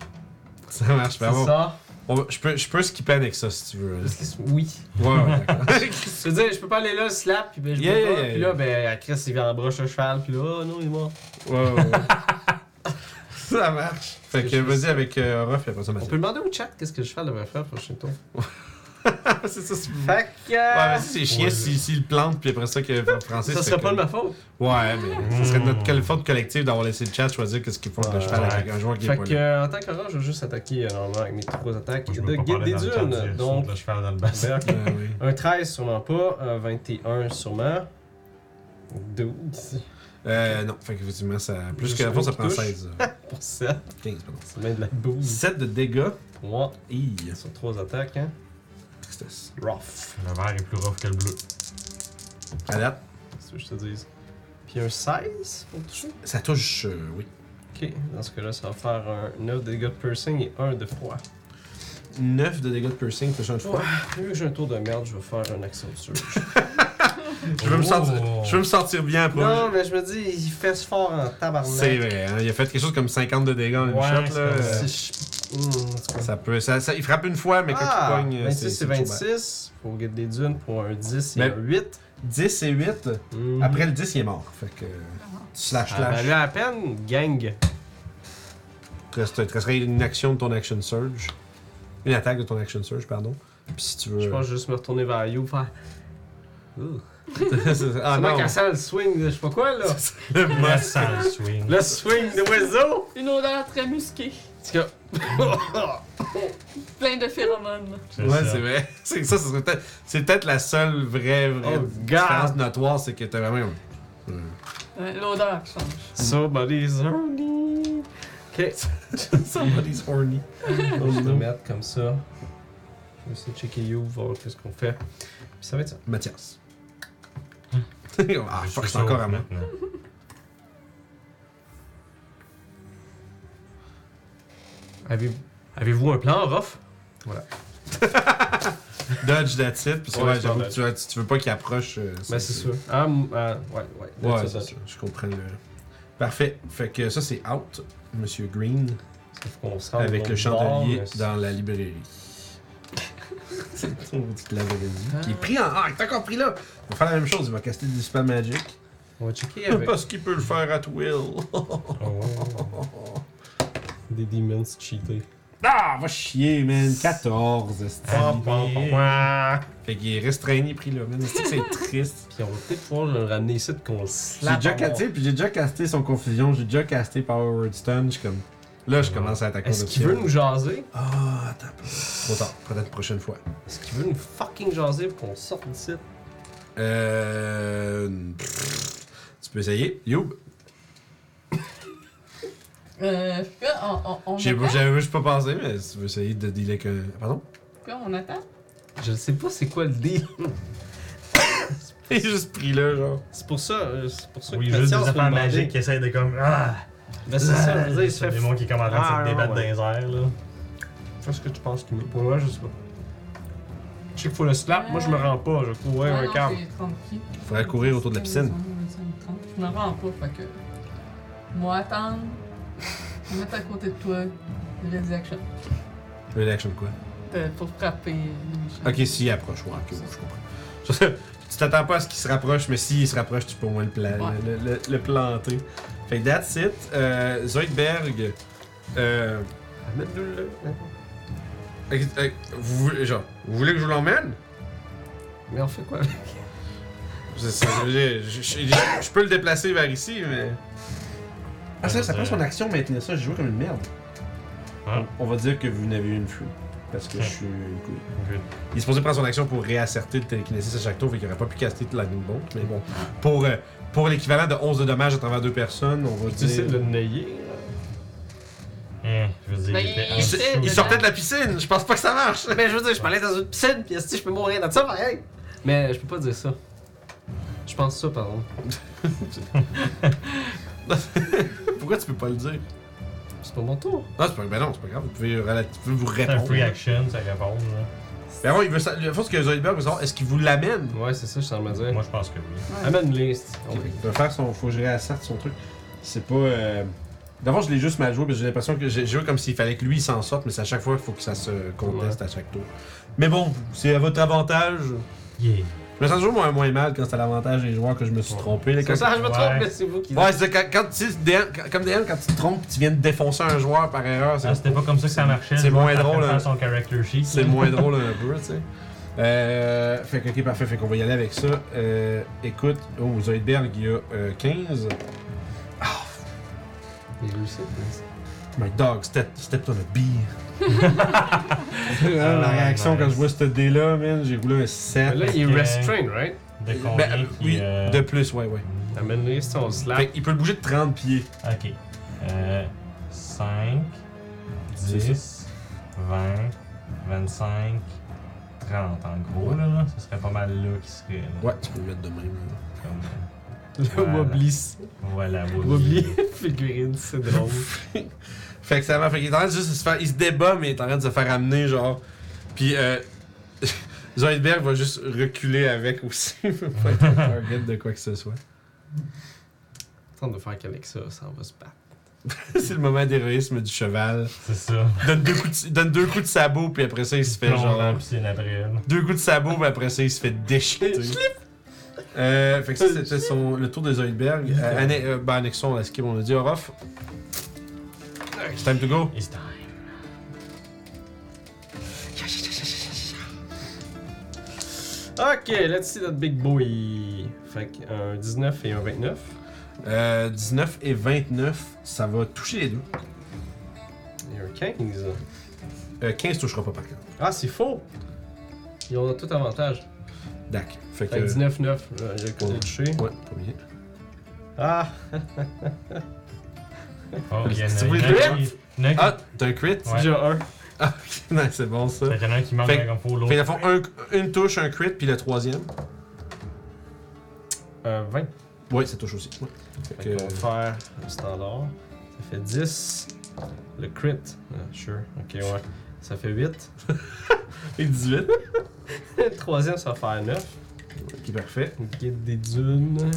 Ça marche pas. Ben, C'est Bon, ça? on va- je, peux, je peux skipper Annexa si tu veux. Parce que- Oui. Ouais, ouais, d'accord. Je veux dire, je peux pas aller là, slap, puis ben, je Yeah, peux yeah, pas. yeah, puis yeah. là, ben, Chris, il vient en broche un cheval, puis là, oh non, il est mort. Ouais, ouais, ouais. ça marche. Fait que vas-y avec euh, Orof et après ça On Mathias. peut demander au chat qu'est-ce que le cheval devrait faire pour le prochain tour. c'est ça, c'est Fait que. Ouais, vas-y, c'est chiant s'il si, le plante, puis après ça, que Francis. ça fait serait pas comme- Hmm. de ma faute. Ouais, mais ça serait notre quelle faute collective d'avoir laissé le chat choisir qu'est-ce qu'il faut que je fasse avec un joueur qui est Fait pas que, là. euh, en tant qu'orange, je vais juste attaquer euh, normalement avec mes trois attaques Moi, je de veux pas guide parler des dans le chat, j'ai dunes. le Donc, saut de cheval dans le bassin. Berk, Ouais, oui. un 13 sûrement pas, un 21 sûrement. 12 Euh, non, fait qu'effectivement, ça. Plus Juste que la fois, ça prend touche. 16. euh, pour 7. 15, pardon. C'est bien de la bouse. 7 de dégâts. 3 Hi, sur 3 attaques, hein. tristesse. Rough. Le vert est plus rough que le bleu. À date, C'est ce que je te dis. Puis un 16 pour toucher. ça touche, euh, oui. Ok, dans ce cas-là, ça va faire un 9 de dégâts de piercing et 1 de froid. 9 de dégâts de piercing, touchant de froid. Vu que j'ai un tour de merde, je vais faire un accent sur. Je veux, me Oh. sentir, je veux me sentir bien après. non, mais je me dis, il fesse fort en tabarnak. C'est vrai, hein, il a fait quelque chose comme 50 de dégâts en une Ouais, shot, c'est là. vrai. euh, Si je- Hmm, en tout cas. Ça peut. Ça, ça- il frappe une fois, mais quand Ah, il pogne. euh, 26 c'est toujours bad. 26 pour Guide des Dunes pour un 10 et Mais- un 8. 10 et 8. Mhm. Ah, ben Après le 10, il est mort. Fait que. euh, Tu slash, ça a slash. valu à peine, gang. Tu reste- tu resterais une action de ton action surge. Une attaque de ton action surge, pardon. Puis si tu veux. Je pense que je vais juste me retourner vers You faire. Ouh. ah c'est moi non! qui sent le swing de je sais pas quoi là. Le Le boss. sale swing. Le swing de Wezo. Une odeur très musquée, C'est que- plein de phéromones. C'est Ouais, ça. c'est vrai. C'est que ça, ça serait peut-être- c'est peut-être la seule vraie, vraie Oh, God. différence notoire, c'est que t'as vraiment. Ouais, L'odeur qui change. Somebody's horny. Ok. Somebody's horny. Je vais me mettre comme ça. Je vais essayer de checker You, voir qu'est-ce qu'on fait. Puis ça va être ça. Mathias. ah, Je fuck, suis c'est encore à sauf moi. maintenant. Avez- Avez-vous un plan, Rof? Dodge that's it. Parce que Ouais, ouais, c'est j'avoue pas que tu, tu- tu veux pas qu'il approche. euh, Ben c'est sûr. Ah, m- ah, ouais, ouais. Ouais, that's it, c'est that's ça. it. Je comprends le. Parfait. Fait que ça, c'est out, Monsieur Green, Sauf qu'on se rend avec au le bord, chandelier mais c'est- dans la librairie. c'est ton petit lavagadi Qui est pris en. Ah, t'as encore pris là Il va faire la même chose, il va caster du spell magic. On va checker avec Parce qu'il peut le faire à will. Oh. des demons cheatés. ah, va chier, man. 14, esti. Fait qu'il est restreigné, pris là, man. Esti, C'est triste. Puis on va peut-être pouvoir le ramener ici qu'on le J'ai slap. déjà en mort. casté, puis j'ai déjà casté son confusion, j'ai déjà casté Power Word Stun, je suis comme... Là, je commence à attaquer Est-ce mon qu'il option. veut nous jaser? Ah, attends un peu. Trop tard, peut-être prochaine fois. Est-ce qu'il veut nous fucking jaser pour qu'on sorte d'ici? Euh... pff, Tu peux essayer, Youb. Euh, on, on, on J'ai- attaque? J'avais juste pas pensé, mais si tu veux essayer de dealer avec un... Pardon? Quoi, on attaque? Je sais pas c'est quoi le deal. Il est juste pris là, genre. C'est pour ça, euh, c'est pour ça Oui, que juste Mathias des m'a affaires demandé. magiques qui essayent de comme. Ah! Ben c'est ça, je veux dire, il se C'est fait le démon qui est comme en train Ah, de se débattre dans les airs, là. Qu'est-ce que tu penses qu'il met? Ouais, ouais, je sais pas. Je sais qu'il faut le slap, moi je me rends pas, je cours ouais, Ah un non, câble. c'est 30 pieds. Faudrait courir autour de la piscine. Je me rends pas, fait que. Moi, attendre. Me mettre à côté de toi. Ready action. Une action quoi? Euh, pour frapper les méchants. Ok, s'il approche, ouais, ok, ouais, je comprends. Je- tu t'attends pas à ce qu'il se rapproche, mais s'il se rapproche, tu peux au moins le, pla- Ouais. le, le- le planter. Fait que that's it. Euh, Zoidberg, euh, Mets-le là. ok, euh, vous, voulez- genre, vous voulez que je vous l'emmène? Mais on fait quoi? C'est- c'est- Je je- je- je- je peux le déplacer vers ici, mais... Ah ça, ça prend son action maintenir ça, j'ai joué comme une merde. Hein? On va dire que vous n'avez eu une fuite, parce que je suis une couille. Good. Il est supposé prendre son action pour réasserter le télékinésis à chaque tour, fait qu'il aurait pas pu caster de Lightning Bolt. Mais bon, pour, euh, pour l'équivalent de 11 de dommages à travers deux personnes, on va Tu sais dire. de le nayer là. Hum, je veux dire, Ben, il était il- en Il, il- s- dessous. il sortait de la piscine, je pense pas que ça marche! Mais je veux dire, je parlais dans une piscine, puis si je peux mourir dans ça, pareil. Mais je peux pas dire ça. Je pense ça, pardon. Pourquoi tu peux pas le dire? C'est pas mon tour. Ah, c'est pas, ben non, c'est pas grave, vous pouvez, rela- vous pouvez vous C'est un répondre. free action, ça répond, là. Mais bon, il veut sa- la force que Zoidberg veut savoir, est-ce qu'il vous l'amène Ouais, c'est ça, je suis en train de dire. Moi, je pense que oui. Amène-les. c'est- on va- Il peut faire son. Faut gérer la carte, son truc. C'est pas. euh, D'abord, je l'ai juste mal joué parce que j'ai l'impression que j'ai joué comme s'il fallait que lui il s'en sorte, mais c'est à chaque fois qu'il faut que ça se conteste à chaque tour. Mais bon, c'est à votre avantage. Yeah. Je me sens toujours moins, moins mal quand c'est à l'avantage des joueurs que je me suis trompé. là, Comme quand- ça, je me Ouais. trompe, mais c'est vous qui. Ouais, c'est quand, quand tu sais, DM, quand- comme DM, quand tu te trompes pis tu viens de défoncer un joueur par erreur, c'est, Ah, C'était pas comme ça que ça marchait. C'est le joueur moins était en train drôle, de hein. faire son character sheet. c'est là. moins drôle un peu, tu sais. Euh, fait que, ok, parfait, fait qu'on va y aller avec ça. Euh, écoute, oh, Zoidberg, il y a euh, 15. Il est réussi, mais- My dog, step, step on a beer. Ah, Euh, la réaction quand nice. je vois ce dé-là, man, j'ai roulé un 7. Mais Là, il est Ok. restrained, right? De combien Ben, euh, Ah. qui, oui, euh, de plus, ouais, ouais. Amène-les, si on se Fait lave. qu'il peut le bouger de 30 pieds. Ok. Euh, 5, 10, 20, 25, 30 en gros. Là, là. Ce serait pas mal là qui serait. là. Ouais, tu peux le mettre de même. là. Comme, euh, Le Voilà. Wobbly. voilà, Wobbly Wobbly. figurine, c'est drôle. Fait que ça va. Fait qu'il est en train de juste se faire. Il se débat, mais il est en train de se faire amener, genre. Puis, euh. Zoidberg va juste reculer avec aussi. Il veut pas être un target de quoi que ce soit. Tente de faire qu'avec ça, ça on va se battre. C'est le moment d'héroïsme du cheval. C'est ça. Donne deux, coups de, donne deux coups de sabot, puis après ça, il se fait Plonge genre. dans la piscine après elle. Deux coups de sabot, puis après ça, il se fait déchiqueter. Euh, fait que ça, c'était son, le tour de Zoidberg. Euh, anne- euh, ben, annexion, on la skip, on a dit Orof. It's time to go. It's time. Ok, let's see that big boy. Fait que un 19 et un 29. Euh, 19 et 29, ça va toucher les deux. Et un 15. Euh, 15 touchera pas par contre. Ah, c'est faux! Ils ont tout avantage. Dac. Fait que. Fait que 19-9, euh, il a le côté Ouais. touché. Ouais, premier. Ah! Oh, il y en Tu a- voulais il y le en a qui- il y en a qui- Ah, t'as un crit? Ouais. Déjà un. Ah, ok, non, c'est bon ça. Fait qu'il y en a un qui manque Fait- comme faut, Fait qu'ils l'autre. font un- une touche, un crit, puis le troisième. Un 20. Ouais, ça touche aussi. Ouais. Euh, Fait Fait que- qu'on va faire le standard. Ça fait 10. Le crit. Ah, sure. Ok, ouais. Ça fait 8. Et 18. le troisième, ça va faire 9. Qui parfait. Guide des dunes.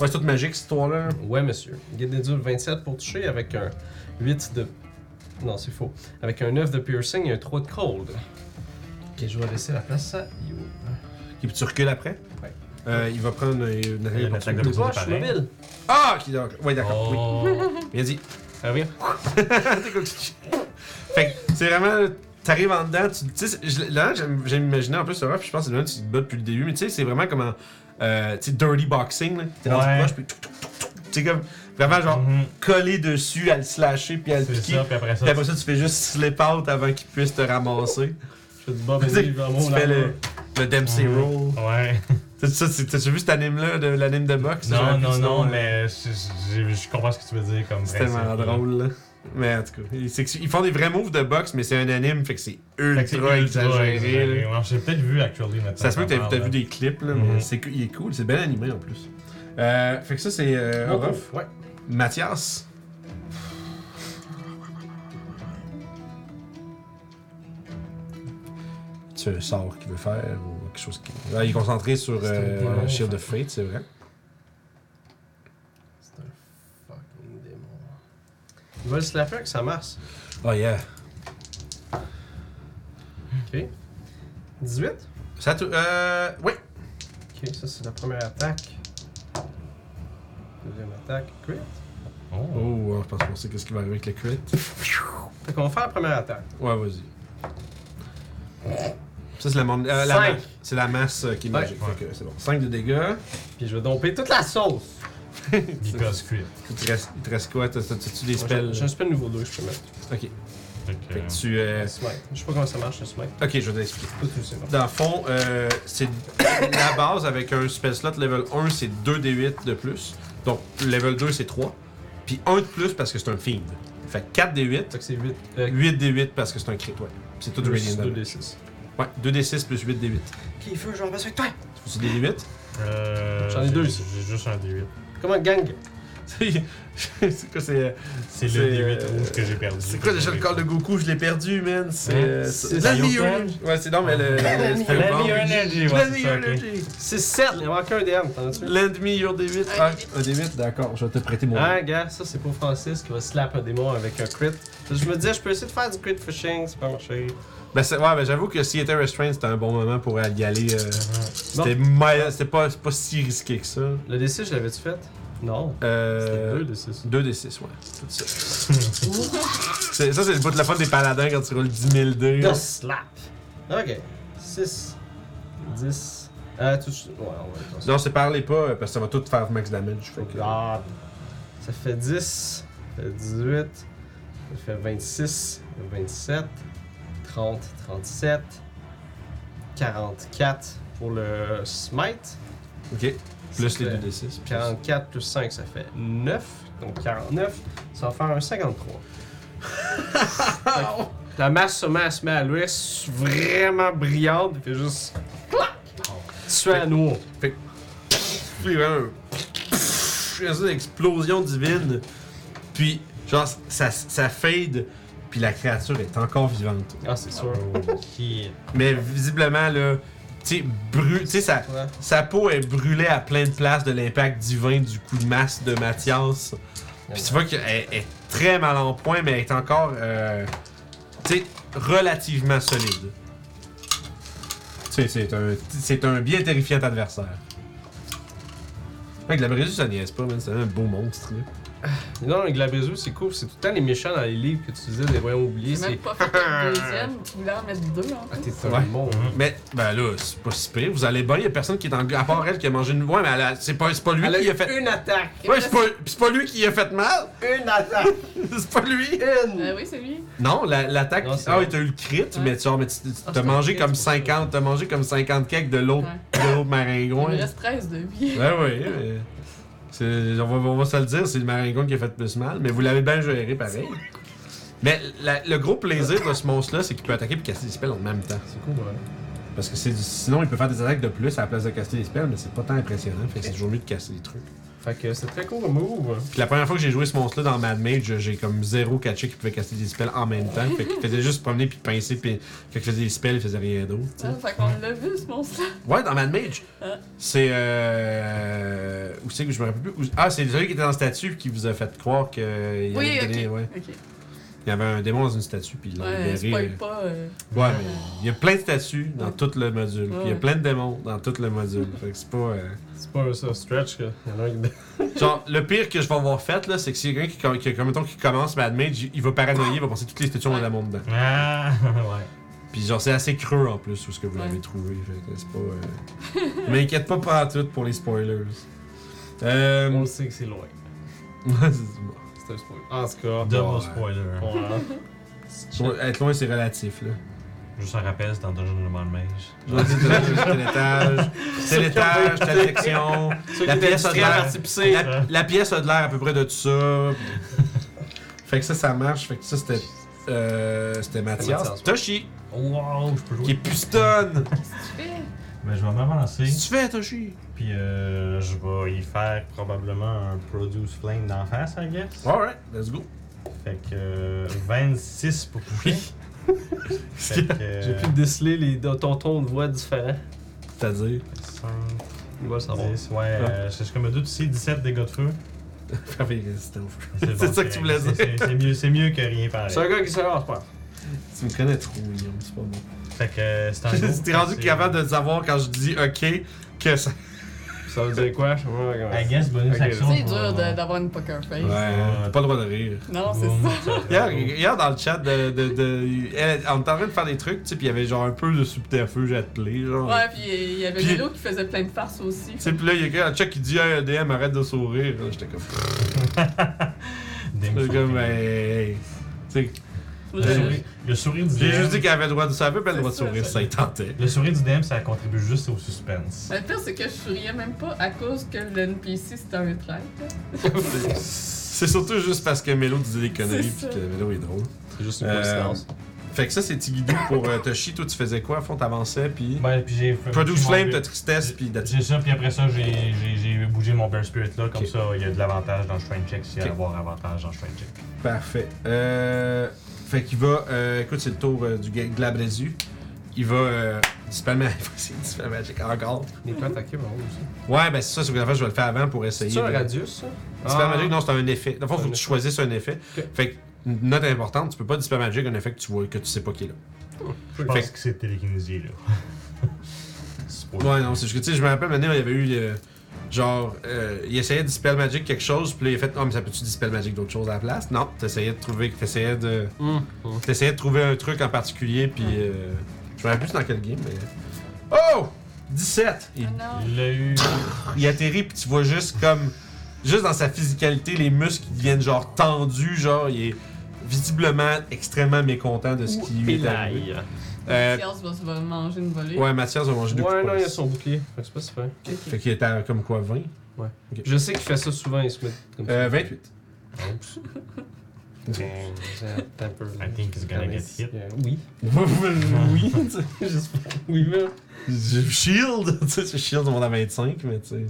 Ouais, c'est tout magique cette histoire-là. Ouais, monsieur. Guide des dunes 27 pour toucher avec un 8 de. Non, c'est faux. Avec un 9 de piercing et un 3 de cold. Ok, je vais laisser la place à Yo. Puis tu recules après. Ouais. Euh, il va prendre euh, une attaque Il y a une attaque de- d'opportunité. Le posé poche pareil. mobile. Ah, qui donc. Ouais, d'accord. Oui. Oh. Il a dit. Ça revient. Fait que c'est vraiment. T'arrives en dedans, tu tu sais, je- là, j'aime j'aime imaginer en plus ce ref, je pense que c'est le même, tu te bats depuis le début, mais tu sais, c'est vraiment comme un. Euh, tu sais, dirty boxing, là. T'es rendu Ouais. proche, puis. tout, tout, tout, tout. Tu sais, comme. Vraiment, genre, Mhm. coller dessus, à le slasher, puis à le C'est piquer. ça, puis après ça. Puis après ça, tu fais juste slip out avant qu'il puisse te ramasser. Je fais du bob tu sais, et tu du amour, fais l'amour. le, le Dempsey Mhm. Roll. Oh, Ouais. T'as- ça, c'est- T'as-tu vu cet anime-là, de l'anime de boxe? J'aurais Non, pu non, dire, non, euh, mais je, je- je comprends ce que tu veux dire comme C'est tellement principe, là. drôle, là. Mais en tout cas, ils, c'est que- ils font des vrais moves de boxe, mais c'est un anime, fait que c'est Fait que c'est ultra exagéré. là. Ouais, J'ai peut-être vu actually maintenant. Ça se peut que t'as qu'on t'as vu parle, des clips, là, mais Mhm. c'est cou- il est cool, c'est bien animé en plus. Euh, fait que ça, c'est euh, Oh, Mon Orof. tour. Ouais. Mathias. Tu as un sort qu'il veut faire ou quelque chose qui. Là, il est concentré sur C'est un euh, démon, Shield fait. of Fate, c'est vrai. C'est un fucking démon. Ils veulent se la faire que ça marche. Oh yeah. Ok. 18. Ça tou- Euh. Oui. Ok, ça c'est la première attaque. Deuxième attaque, crit. là. Oh. Oh, je pense qu'on sait qu'est-ce qui va arriver avec le crit. Fait qu'on va faire la première attaque. Ouais, vas-y. Ça, c'est la, mon- euh, la Cinq. masse. C'est la masse euh, qui est Ouais. magique. Fait que c'est bon. 5 de dégâts. Puis je vais domper toute la sauce. Because crit. Il te reste, il te reste quoi? T'as- t'as- T'as-tu des Moi, spells? J'ai j'ai un spell niveau 2 que je peux mettre. Ok. Fait que, Fait que tu. euh, Un smite. Je sais pas comment ça marche, le smite. Ok, je vais t'expliquer. Tout de suite, Dans le fond, euh, c'est la base avec un spell slot level 1, c'est 2d8 de plus. Donc, level 2, c'est 3. Puis 1 de plus parce que c'est un fiend. Fait que 4d8, Fait que c'est 8. Euh, 8d8 parce que c'est un crit, ouais. C'est tout radiant. damage. 2d6. Ouais, 2d6 plus 8d8. Qui feu, j'en vais avec toi. Faut-tu des d8? euh, J'en ai deux j'ai- ici. J'ai juste un D8. Comment gang? C'est c'est quoi, c'est. euh, C'est C'est, le D8 euh, rouge que j'ai perdu. C'est quoi déjà le corps de Goku Je l'ai perdu, man. C'est. Hein? euh, Let C'est me Sayoten? your energy. Ouais, c'est non, mais le. le- le- Let me your energy, ouais, Let me c'est your ça, ok. energy. C'est 7, il manque un DM, t'en as-tu? Lend me your D8. Un Ah, D8. un D8, d'accord, je vais te prêter mon. Ah, gars, ça c'est pour Francis qui va slap un démon avec un crit. Je me disais, je peux essayer de faire du crit fishing, c'est pas marché. Ben, c'est- ouais, ben j'avoue que s'il était restrained, c'était un bon moment pour y aller. euh, C'était mi- c'était pas, c'est pas si risqué que ça. Le D6, je l'avais-tu fait? Non. Euh, C'était 2 D6. 2 D6, ouais. C'est ça. C'est- ça, c'est le bout de la fun des paladins quand tu roules 10 000 dés. De slap! Ok. 6, 10. Euh, tout de suite. Ouais, on va être dans ça. Non, c'est parlez pas euh, parce que ça va tout faire max damage. Faut que- Ah, Ça fait 10, ça fait 18, ça fait 26, 27, 30, 37, 44 pour le smite. Ok. Plus les Ça 2 fait D6. 44 plus 5, ça fait 9. Donc 49, ça va faire un 53. Fait que La masse se met à se met à l'ouest, vraiment brillante, puis fait juste. Tu es à nous. Puis vraiment, pfff, une explosion divine. Puis, genre, ça, ça fade. Puis la créature est encore vivante. Ah, c'est sûr. Oh, Qui Mais visiblement, là, tu sais, brû- tu sais, ça. Ouais. Sa peau est brûlée à plein de places de l'impact divin du coup de masse de Mathias. Puis tu vois qu'elle est très mal en point, mais elle est encore, euh, tu sais, relativement solide. Tu sais, c'est un, c'est un bien terrifiant adversaire. Fait que la Brésus, ça niaise pas, man. C'est un beau monstre, là. Mais non, le glabrezu, c'est cool. C'est tout le temps les méchants dans les livres que tu disais des voyants oubliés. J'ai C'est. même pas fait le deuxième, tu voulais en mettre deux en Ah, fait. t'es un Ouais. monstre. Mais, ben là, c'est pas si pire. Vous allez bien, y a personne qui est en. À part elle qui a mangé une. Ouais, mais elle a- c'est pas, c'est pas lui Elle a qui a eu fait. une attaque. Ouais, c'est pas, c'est pas lui qui a fait mal. Une attaque. c'est pas lui. Une. Euh, oui, c'est lui. Non, la- l'attaque. Non, c'est ah oui, vrai. t'as eu le crit, mais tu genre, mais tu- tu- Ah, t'as c'est mangé un crit, comme c'est pour ça. 50, t'as mangé comme 50 cakes de l'autre de l'autre Il maringouin. me reste 13 de vie. Ben oui, mais c'est- on, va, on va se le dire, c'est le maringouin qui a fait plus mal, mais vous l'avez bien géré pareil. Mais la- le gros plaisir de ce monstre-là, c'est qu'il peut attaquer et casser des spells en même temps. C'est cool, hein. ouais. Parce que c'est du- sinon, il peut faire des attaques de plus à la place de casser des spells, mais c'est pas tant impressionnant. Fait que c'est toujours mieux de casser des trucs. Fait que c'est très cool comme move. Puis la première fois que j'ai joué ce monstre-là dans Mad Mage, j'ai comme zéro catché qui pouvait casser des spells en même temps. Fait qu'il faisait juste se promener puis pincer, puis quand il faisait des spells, il faisait rien d'autre. tu sais. Ah, fait qu'on l'a vu ce monstre-là. Ouais, dans Mad Mage. Ah. C'est. Euh... Où c'est que je me rappelle plus où- Ah, c'est celui qui était dans la statue puis qui vous a fait croire qu'il avait Oui, donné- ouais. Ok. Il y avait un démon dans une statue puis il l'a Ouais, libéré. spoil pas. euh, Ouais, mais il y a plein de statues dans Ouais. tout le module. Puis il y a Ouais. plein de démons dans tout le module. fait que c'est pas. euh, C'est pas ça, stretch, que. Y'en a un qui. Genre, le pire que je vais avoir fait, là, c'est que si quelqu'un qui, com- qui, comme, mettons, qui commence Mad Mage, il- il va paranoïer, il va penser que toutes les statues ont de la monde dedans. Ah, ouais. Puis genre, c'est assez creux en plus, où ce que vous l'avez Ouais. trouvé. Fait que c'est pas. Euh... M'inquiète pas pas tout pour les spoilers. Euh. On le ouais, sait que c'est loin. c'est C'est un spoil. En tout cas. Ah, Ouais. Double spoiler. Bon, hein. bon. Ouais, Être loin, c'est relatif, là. Juste un rappel, c'est dans Dungeon of Mad Mage. Genre, c'est tel étage, tel étage, telle section. Ceux La pièce a qui de industriels l'air- artificiels. La, la pièce a de l'air à peu près de tout ça. Fait que ça, ça marche. Fait que ça, c'était. Euh, c'était Mathias. Mathias. Toshi, Wow, je peux jouer. qui est pistonne. Qu'est-ce que tu fais? Mais je vais m'avancer, Qu'est-ce que tu fais, Toshi? puis euh, je vais y faire probablement un Produce Flame d'en face, I guess. Alright, let's go. Fait que euh, 26 pour toucher. Fait que. J'ai pu déceler les, ton ton de voix différent. C'est-à-dire. Il va le savoir. 10, ouais. Ah. euh, je, je me doute aussi, 17 dégâts de feu. Frappez résistant au feu. C'est bon, ça que tu voulais dire. c'est- C'est mieux, c'est mieux que rien pareil. C'est un gars qui se lance pas. Tu me connais trop, William, c'est pas bon. Fait que euh, c'est un go. T'es rendu C'est- capable de savoir quand je dis OK que ça. Ça veut dire quoi? Je sais pas comment. I guess bonus Ok. action. C'est je dur vais- de- d'avoir une poker face. Ouais, hein, pas le droit de rire. Non, c'est Boum, ça. ça. Hier, hier, dans le chat, de, de, de- elle- on était en train de faire des trucs, tu sais, pis il y avait genre un peu de subterfuge attelé, genre. Ouais, puis il y avait Puis- Milo qui faisait plein de farces aussi. Tu sais, pis là, il y a quelqu'un dans le chat qui dit Hey, DM, arrête de sourire. Là, J'étais comme. Des J'étais comme, sourires. hey, hey. Tu sais, Le- Le sourire- le sourire du j'ai DM, juste dit qu'elle avait le droit de ça, elle avait pas le droit de C'est ça, sourire, ça. ça, il tentait. le sourire du DM, ça contribue juste au suspense. Le pire, c'est que je souriais même pas à cause que le NPC c'était un traître. C'est surtout juste parce que Mélo disait des conneries C'est pis ça. que Mélo est drôle. C'est juste une une coïncidence. coïncidence. Fait que ça, c'est Tigidou pour euh, Toshi. Toi, tu faisais quoi? À fond, t'avançais, puis... Ben, puis j'ai fait- Produce mon Flame, bear- t'as Tristesse, puis... that's it. J'ai ça, puis après ça, j'ai- j'ai j'ai bougé mon Bear Spirit là, comme Ok. ça, il y a de l'avantage dans le Strength Check s'il y a Ok. à avoir avantage dans le Strength Check. Parfait. Euh, fait qu'il va... euh, écoute, c'est le tour euh, du ga- Glabrezu. Il va... Euh, dispel ma- c'est Dispel Magic encore. Il est pas attaqué, par contre, hein, aussi. Ouais, ben c'est ça, c'est que la fois, je vais le faire avant pour essayer. C'est un de- radius, ça? Dispel Ah. Magic, non, c'est un effet. Dans le fond, C'est faut un que tu effet. choisisses un effet. Ok. Fait que, une note importante, tu peux pas Dispel Magic un effet que tu vois, que tu sais pas qui est là. Je Fait pense que- que c'est télékinésie, là. C'est pas- Ouais, non, c'est juste que, tu sais, je me rappelle, maintenant, il y avait eu, euh, genre, euh, il essayait de dispel magic quelque chose, puis là, il a fait, ah, mais ça peut-tu dispel magic d'autre chose à la place? Non, t'essayais de trouver, t'essayais de, Hum, hum. t'essayais de trouver un truc en particulier, puis euh, je me rappelle plus dans quel game, mais... Oh! 17! Il, Ah non. Il l'a eu. il atterrit, puis tu vois juste comme, juste dans sa physicalité, les muscles qui deviennent, genre, tendus, genre, il est visiblement extrêmement mécontent de ce qui lui est arrivé. Euh, Mathias va se manger une volée. ouais, Mathias a mangé deux coups Ouais, de non, il poing. a son bouclier. Fait que c'est pas super. Fait qu'il était à, comme quoi, 20? Je sais qu'il fait ça souvent, il se met comme ça. Euh, 28. Oups. Bon, Attends un peu. I think he's gonna get hit. Euh, Oui. oui. J'espère. Oui, mais. Shield, tu sais, c'est Shield, on à 25, mais tu sais.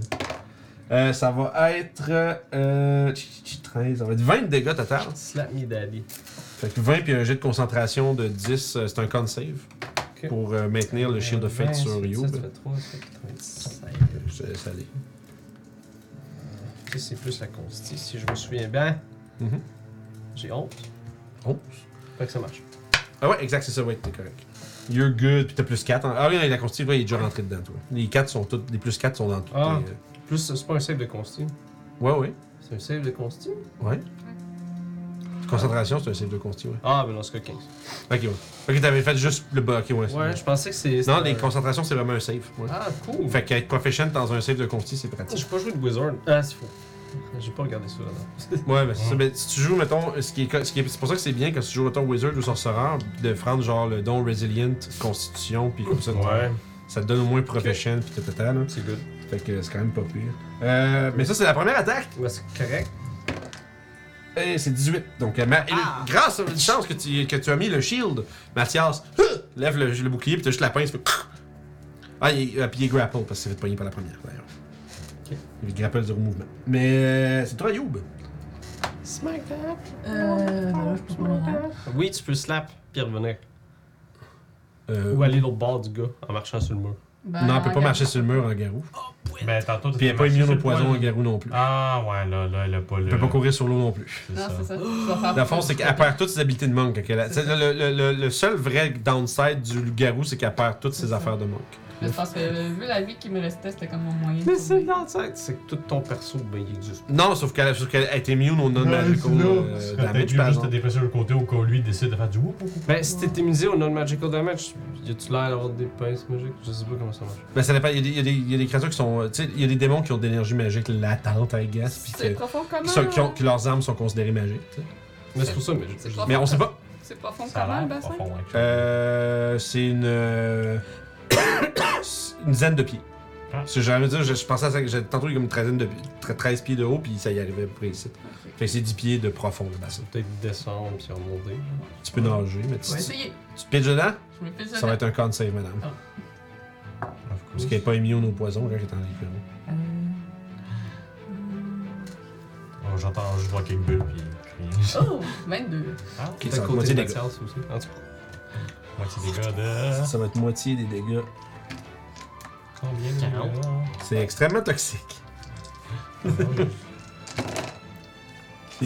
Euh, ça va être. Euh, tch, tch, tch, 13, ça va être 20 de dégâts total. Slap me daddy. Fait que 20 puis un jet de concentration de 10, euh, c'est un con save. Ok. Pour euh, maintenir le Shield of Fate sur Ryu. Ça, ben, ça fait 3, ça fait 37. Je te laisse aller. Ça, c'est plus la consti, si je me souviens bien. Mhm. J'ai 11. Oh. Fait que ça marche. Ah ouais, exact, c'est ça, ouais, t'es correct. You're good, puis t'as plus 4. Ah oui, non, la constitution, il est déjà rentré dedans, toi. Les 4 sont toutes. Les plus 4 sont dans tout. Ah. Plus, c'est pas un save de consti. Ouais, ouais. C'est un save de consti? Ouais. Concentration, c'est un save de consti, ouais. Ah, mais dans ce cas, 15. Ok, ouais. Ok, t'avais fait juste le bas, ok, ouais. c'est- Ouais, je pensais que c'est. Non, c'était les un- concentrations, c'est vraiment un save. Euh, ouais. Ah, cool. Fait qu'être proficient dans un save de consti, c'est J'ai pratique. pas joué de Wizard. Ah, c'est faux. J'ai pas regardé ça, là. Ouais, ben, c'est ça. Ben, si tu joues, mettons, ce qui est, ce qui est- c'est pour ça que c'est bien quand tu joues, mettons, Wizard ou Sorcerer, de prendre genre le don Resilient, Constitution, puis comme ça, ça te donne au moins proficient, puis tata, là. C'est good. Fait que c'est quand même pas pire. Euh, mais ça, c'est la première attaque. Ouais, c'est correct. Et Eh, c'est 18. Donc, euh, ma- et le- Ah. grâce à une chance que tu, que tu as mis le shield, Mathias huh, lève le, le bouclier, puis t'as juste la pince. Fait... Ah, il, euh, puis il est grapple, parce que c'est fait pogner par la première, d'ailleurs. Ok. Il grapple zéro mouvement. Mais euh, c'est toi, Youb. Smack that. Euh, ben là, je peux pas me rendre. Oui, tu peux slap puis revenir. Euh, Ou aller l'autre bord du gars en marchant sur le mur. Ben, non, elle peut pas regarde. marcher sur le mur en garou. Ben, tantôt, Puis elle est pas mieux immune au poison en garou non plus. Ah, ouais, là, là, elle a pas le. Elle peut pas courir sur l'eau non plus. C'est Non, ça. c'est ça. Je vais faire Dans le fond, c'est qu'elle perd toutes ses habiletés de monk. quand elle a- c'est Le, le- le- le seul vrai downside du garou, c'est qu'elle perd toutes ses C'est ça. affaires de monk. Mais c'est parce que euh, vu la vie qui me restait, c'était comme mon moyen. de Mais c'est sauver. dans la tête, c'est que tout ton perso, ben, il existe. Non, sauf qu'elle sauf qu'elle est immune au non-magical euh, Peut-être mieux damage, par juste de exemple. dépêcher le côté au cas où lui décide de faire du whoop. Ben, si t'es immunisé au non-magical damage, y a-tu l'air d'avoir des pinces magiques Je sais pas comment ça marche. Ben, ça dépend. Il y, a des- il y a des- il y a des créatures qui sont. euh, Tu sais, il y a des démons qui ont de l'énergie magique latente, I guess. Puis C'est Ah, que, profond comment? qui sont- qui ont- que leurs armes sont considérées magiques. tu sais. Mais c'est pour ça, mais. C'est profond. Mais on sait pas. C'est profond Ça comment a le l'air bassin? profond, actually. Euh, c'est une. euh, une dizaine de pieds. Ah. Parce que j'allais me dire, je, je pensais à ça. que j'avais- Tantôt, il y a comme une traîne de pieds. tre- 13 pieds de haut, puis ça y arrivait à peu près ici. Fait que c'est 10 pieds de profond, le bassin. Peut-être descendre puis remonter. Tu peux nager, mais tu, Je tu, vais essayer. tu te pitches dedans, Je me fais ça va être un con save, madame. Ah. Of course. Parce qu'elle est pas immune au poison quand elle est en écureuil. Oh, J'entends, je vois quelques bulles, puis rien. Oh! 22. Ah, Ok, Peut-être ça va être côté moitié de des dégâts. Mathias aussi. En tout cas. moitié des gars de. Ça va être moitié des dégâts. Combien de 40? gars? C'est extrêmement toxique. Et-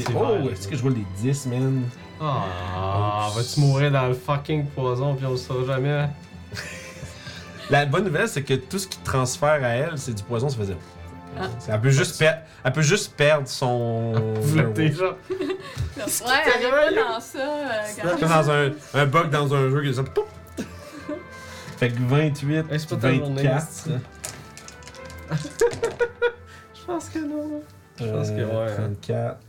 C'est oh, vrai, est-ce là. que je roule des 10, man? Ah, Oups. vas-tu mourir dans le fucking poison puis on le saura jamais? La bonne nouvelle, c'est que tout ce qui transfère à elle, c'est du poison, ça fait zéro. Ah. Elle, peut juste per- elle peut juste perdre son. Ah, Flotter, genre. Ouais, C'est elle est sérieux? pas dans ça. euh, C'est quand comme dans un, un bug dans un jeu qui est ça. pouf. Fait que 28, Hey, c'est pas ta journée, 24. Je pense que non. Je pense que ouais, hein. 34,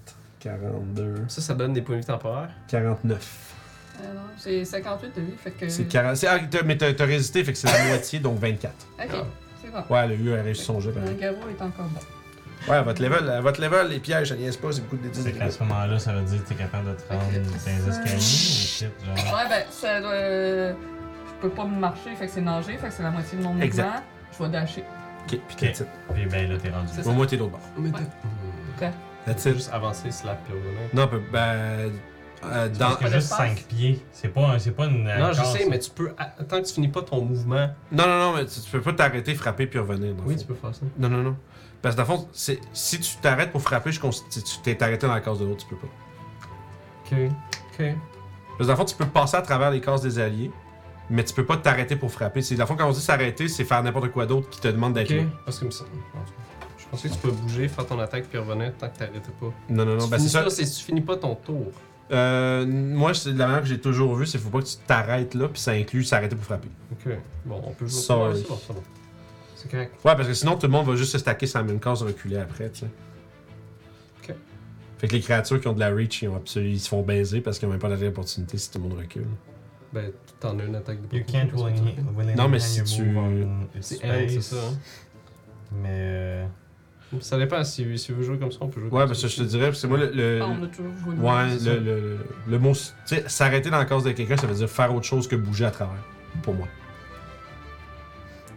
42, Ça, ça donne des points de vie temporaires. 49. Euh, non, J'ai 58 de vie, fait que. C'est 40. c'est- ah, t'as- mais t'as t'as résisté, fait que c'est la moitié, donc 24. Ok, c'est bon. Ouais, elle a eu, elle a réussi son jeu. Le garrot est encore bon. Ouais, à votre level, à votre level, les pièges, ça niaise pas, c'est beaucoup de C'est qu'à 10 ce moment-là, ça veut dire que t'es capable de te rendre dans les escaliers ou shit, genre. Ouais, ben, ça doit. euh, Je peux pas me marcher, fait que c'est nager, fait que c'est la moitié de mon mouvement. Exact. Je vais dasher. Ok, puis that's it. Puis ben là, t'es rendu. C'est Au ça. moins, t'es l'autre bord. Mais Ouais. Quoi? That's C'est it. Hmm. juste avancer, slap, puis revenir. Non, ben, ben, Ah, euh, dans... Parce que juste 5 pieds, c'est pas, un- c'est pas une. Non, je case, sais, mais tu peux. à- Tant que tu finis pas ton mouvement. Non, non, non, mais tu, tu peux pas t'arrêter, frapper, puis revenir. dans le Oui, fond. tu peux faire ça. Non, non, non. Parce que dans le fond, c'est- si tu t'arrêtes pour frapper, je considère- si tu t'es arrêté dans la case de l'autre, tu peux pas. Ok. Ok. Parce que dans le fond, tu peux passer à travers les cases des alliés, mais tu peux pas t'arrêter pour frapper. C'est, dans le fond, quand on dit s'arrêter, c'est faire n'importe quoi d'autre qui te demande d'être Ok. là. Parce que me semble- en tout cas, je pensais que tu peux bouger, faire ton attaque, puis revenir tant que t'arrêtais pas. Non, non, non, Tu ben finis c'est ça. c'est si tu finis pas ton tour. Euh, moi, c'est de la manière que j'ai toujours vu, c'est faut pas que tu t'arrêtes là, puis ça inclut s'arrêter pour frapper. Ok. Bon, on peut jouer. Sorry. Ouais, C'est bon, c'est bon. C'est correct. Ouais, parce que sinon, tout le monde va juste se stacker sur la même case reculer après, tu sais. Ok. Fait que les créatures qui ont de la reach, ils, ont absolu- ils se font baiser parce qu'ils n'ont même pas la vraie opportunité si tout le monde recule. Ben, t'en as une attaque de You can't willingly, willingly Non, mais hand si your tu- move on its C'est elle, c'est space. ça. hein. Mais. euh, Ça dépend. Si, si vous voulez jouer comme ça, on peut jouer Ouais, comme parce ça. que je te dirais, c'est moi le. le- Ah, on a toujours voulu. Euh, ouais, c'est ça. le, le, le, le mot. Tu sais, s'arrêter dans la case de quelqu'un, ça veut dire faire autre chose que bouger à travers, pour moi.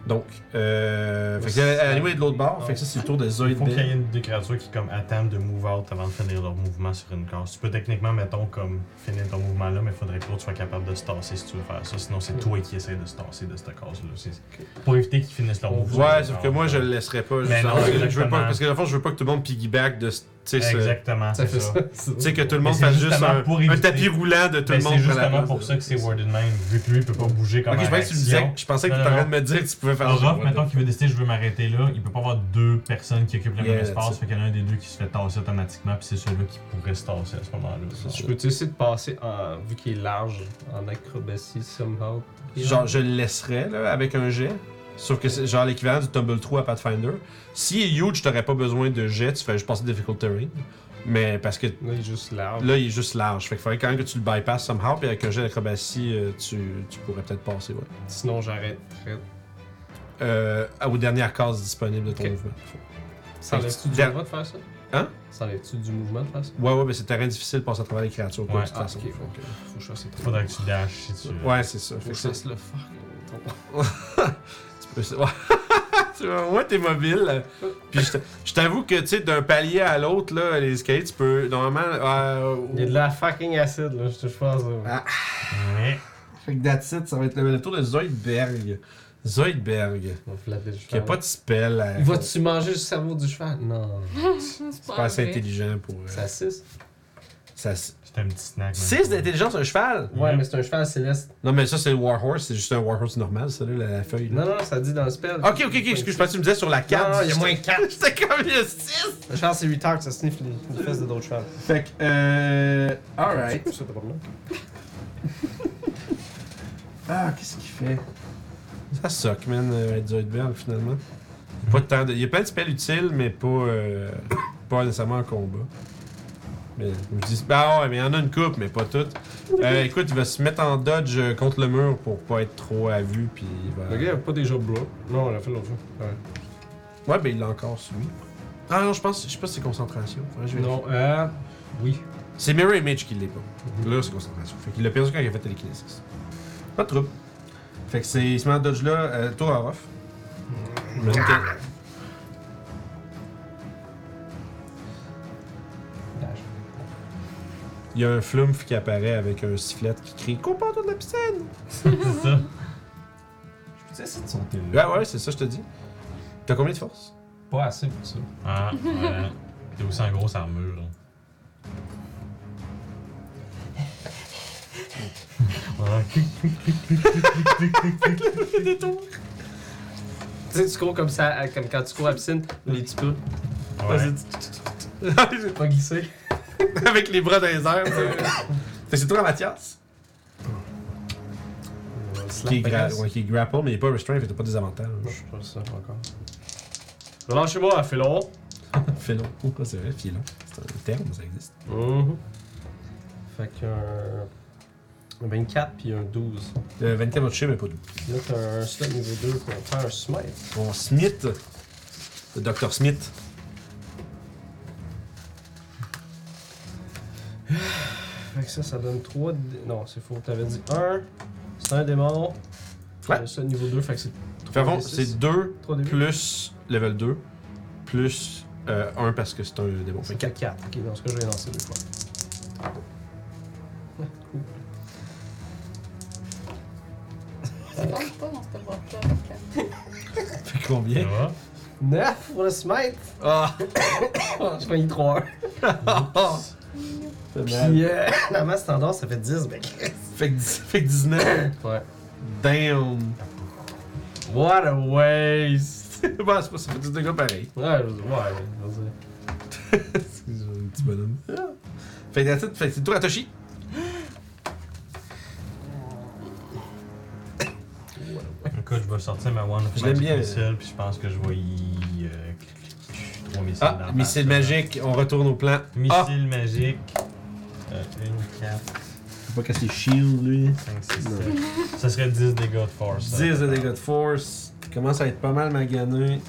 Donc, euh. Fait que, anyway, de l'autre bord, fait que ça, c'est le tour de Il Zoid faut qu'il y ait une des créatures qui comme attendent de move out avant de finir leur mouvement sur une case. Tu peux techniquement, mettons, comme finir ton mouvement là, mais il faudrait que l'autre soit capable de se tasser si tu veux faire ça. Sinon, c'est toi qui essaies de se tasser de cette case-là. C'est- Pour éviter qu'ils finissent leur mouvement. Ouais, sauf que moi, je le laisserais pas. Mais justement, non, parce que je veux exactement. pas. Parce que, dans le fond, je veux pas que tout le monde piggyback de. ce- Tu sais, ce- Exactement, Ça c'est fait ça. ça. Tu sais, que tout le Mais monde c'est fasse juste justement un, pour un éviter. tapis roulant de tout Ben, le monde. c'est par la justement place. pour ça que c'est worded même, vu que lui, il peut pas bouger comme Ok, je un pensais que tu me disais, je pensais que tu Non, étais en non, train de me dire que tu pouvais faire Alors, ça. Ruff, mettons qu'il veut décider, je veux m'arrêter là, il peut pas avoir deux personnes qui occupent le Yeah, même espace, that's fait qu'il y en a un des deux qui se fait tasser automatiquement, puis c'est celui-là qui pourrait se tasser à ce moment-là. Je peux essayer de passer, en, vu qu'il est large, en acrobatie, somehow. Genre, je le laisserais, là, avec un jet. Sauf que c'est genre l'équivalent du Tumble True à Pathfinder. S'il est huge, t'aurais pas besoin de jet, tu fais juste passer difficult terrain. Mais parce que Là, il est juste large. là, il est juste large. Fait qu'il faudrait quand même que tu le bypasses somehow, puis avec un jet d'acrobatie, euh, tu, tu pourrais peut-être passer, ouais. Sinon, j'arrêterais. Euh, aux dernières cases disponibles de ton Ok. mouvement. S'enlèves-tu du Bien. mouvement de faire ça? Hein? S'enlèves-tu du mouvement de faire ça? Ouais, ouais, mais c'est terrain difficile de passer à travers les créatures, quoi, Ouais, de toute Ah, façon. ok, ok. Faut que je fasse Faudrait que tu dashes si tu. Ouais, c'est ça. Faut Fait que que je ça- fasse le fuck. Tu peux- Ouais, Tu vois, ouais, t'es mobile. Puis je t- je t'avoue que, tu sais, d'un palier à l'autre, là, les escaliers, tu peux. Normalement. euh, Il y a de la fucking acide, là, je te pense. Ah. là. Mais, Fait que that's it, ça va être le, le tour de Zoidberg. Zoidberg, On va flatter le qui a cheval. pas de spell. euh, à- Vas-tu manger le cerveau du cheval? Non. C'est C'est pas assez vrai. intelligent pour. euh, Ah, Ça assiste? ça... c'est un petit snack. 6 d'intelligence, un cheval Ouais, mais c'est un cheval céleste. Non, mais ça, c'est le Warhorse, c'est juste un Warhorse normal, ça, là, la, la feuille. là. Non, non, ça dit dans le spell. Ok, ok, ok, excuse, je pensais que tu me disais sur la carte. Non, il y a j'étais- moins 4. J'étais comme il y a 6 Le cheval, c'est 8 heures que ça sniffe les, les fesses de d'autres chevals. Fait que, euh. Alright. Ça, t'as pas de problème. Ah, qu'est-ce qu'il fait Ça suck, man, euh, être Zoidberg, finalement. Y a Pas de temps de... Il y a plein de spells utiles, mais pas, euh, pas nécessairement en combat. Mais je me dis, bah ouais, mais il y en a une coupe, mais pas toutes. Euh, écoute, il va se mettre en dodge euh, contre le mur pour pas être trop à vue, puis il va. Le gars, il a pas déjà bro. Non, on l'a fait l'autre fois. Ouais. Ouais, ben il l'a encore suivi. Ah non, je pense, je sais pas si c'est concentration. Faudrait que je vérifie. Non, euh. Oui. C'est Mirror Image qui l'est pas. Là, c'est concentration. Fait qu'il l'a perdu quand il a fait télékinésis. Pas de trouble. Fait que c'est, il se met en dodge là, euh, tour à off. J'imagine que- Il y a un flumf qui apparaît avec un sifflet qui crie Comporte de la piscine! C'est ça. Je peux essayer de sauter Ouais, ouais, c'est ça, je te dis. T'as combien de force? Pas assez pour ça. Ah, ouais. T'es aussi en grosse armure. là. Ouais, clic, Tu sais, tu cours comme ça, à- comme quand tu cours à la piscine, les petits pas. ouais. Vas-y, tu- tu- tu- tu- pas glissé. avec les bras dans les airs, tu sais. Fait que c'est toi, Mathias. Qui est, gra- ouais, qui est grapple, mais il est pas restraint, fait que t'as pas des avantages. Je suis pas sûr encore. Relâchez-moi, Philon. Filon. Pourquoi c'est vrai, filon? C'est un terme, ça existe. Mhm. Fait qu'un. un 24 puis un 12. Le 24 va toucher, mais pas doux. Là, t'as un slot niveau 2 pour faire un smite. Bon, Smith. Le Dr. Smith. Fait que ça, ça donne 3. Non, c'est faux. T'avais dit 1. C'est un démon. Ouais. Ça, niveau 2, fait que c'est 3. Fait fond, c'est 2 3 débuts. plus level 2 plus 1 parce que c'est un démon. Fait C'est que 4 4. Ok, dans ce cas, je vais lancer deux fois. Ouais, cool. Ça passe pas dans cette boîte-là. combien? 9 pour le smite. Ah! je finis 3 Fait Puis, mal. euh, la masse standard, ça fait 10, mec. Fait que, dix- fait que 19. Ouais. Damn! What a waste. bah, c'est pas ça fait du dégâts pareil. Ouais, je veux dire, ouais, je veux dire. C'est un petit bonhomme. Ah. Fait que that's it. Fait que c'est tout à Toshi. Écoute, je vais sortir ma One of Je l'aime Magic bien. Missile, puis je pense que je vais y. Euh, trois missiles dans la Ah, missile face, là. magique, on retourne au plan. Ah! Missile magique. Euh, une, quatre, Faut pas casser shield, lui. cinq, six, Non. sept. Ça serait 10 dégâts de force. ça. 10 de dégâts de force. Il commence à être pas mal magané.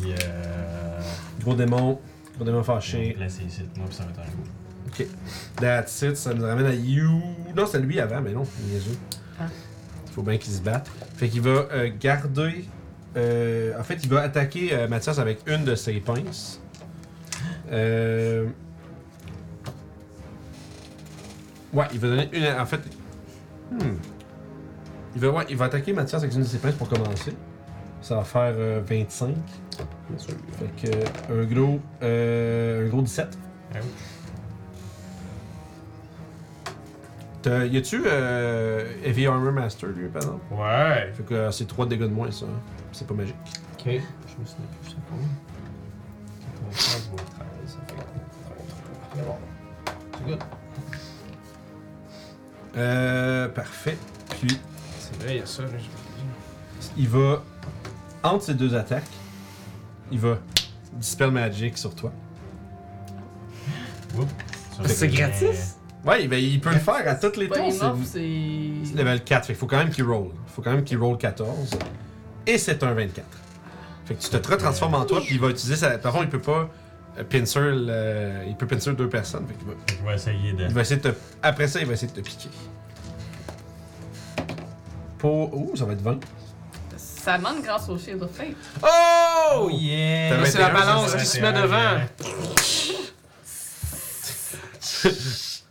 Puis euh. Gros démon. Gros démon fâché. Là, c'est ici. Moi, puis ça va être un coup. That's it, ça nous ramène à You. Non, c'était lui avant, mais non, il est sûr. Ah. Il faut bien qu'il se batte. Fait qu'il va euh, garder. euh, en fait, il va attaquer euh, Mathias avec une de ses pinces. Euh, Ouais, il va donner une. En fait. Hmm. Il va, ouais, il va attaquer Mathias avec une de ses pinces pour commencer. Ça va faire euh, 25. Bien sûr. Fait que euh, un gros. euh, un gros 17. Ah oui. T'as- Y a-tu euh, Heavy Armor Master, lui, par exemple? Ouais! Fait que euh, c'est 3 dégâts de moins, ça. C'est pas magique. Ok. Je me souviens plus, c'est combien 95 moins 13, ça fait 33. Mais bon. C'est good. Euh, parfait. Puis, C'est vrai, il y a ça. là, j'ai- il va. Entre ces deux attaques, il va Dispel Magic sur toi. Oups. Ça, C'est bien. gratis? euh, Ouais, ben, il peut le faire à toutes les Pas tours. enough, C'est c'est c'est. level 4. Fait qu'il faut quand même qu'il roll. Faut quand même qu'il roll 14. Et c'est un 24. Fait que tu te retransformes en toi, puis il va utiliser sa. Par contre, il peut pas. euh, Pincer, le- il peut pincer deux personnes. Fait qu'il va- Fait que Je vais essayer de. Il va essayer de te... Après ça, il va essayer de te piquer. Pour... Oh, ça va être 20. Ça manque grâce au Shield of Fate. Oh! yeah! yeah! T'avais C'est la 21, ça, balance ça, qui se met 21, devant.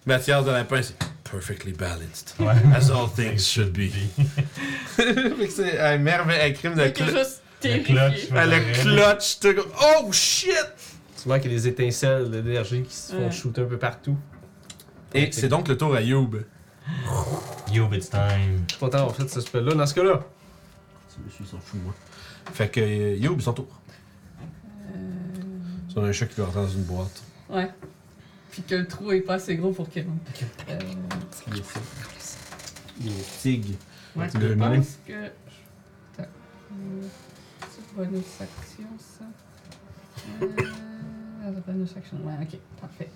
Mathias de la pince, perfectly balanced. Ouais. As all things should be. Fait que c'est euh, un merveilleux crime de C'est que clutch. juste Le terrifié. clutch, ouais. Ah, le clutch. te- Oh shit! Tu vois qu'il y a des étincelles d'énergie qui se font Ouais. shooter un peu partout. Et c'est donc le tour à Youb. Yo, it's time. Je suis content d'avoir fait ce spell-là. Dans ce cas-là, Monsieur s'en fout de moi. Fait que euh, Youb, son tour. Euh, C'est un chat qui va rentrer dans une boîte. Ouais. Puis que le trou est pas assez gros pour qu'il rentre. Euh, Il est tig. ouais, Tu l'as je aimé? pense que. Attends. Euh, C'est bonus action, ça. Euh, ah, c'est bonus action. Ouais, ok, parfait.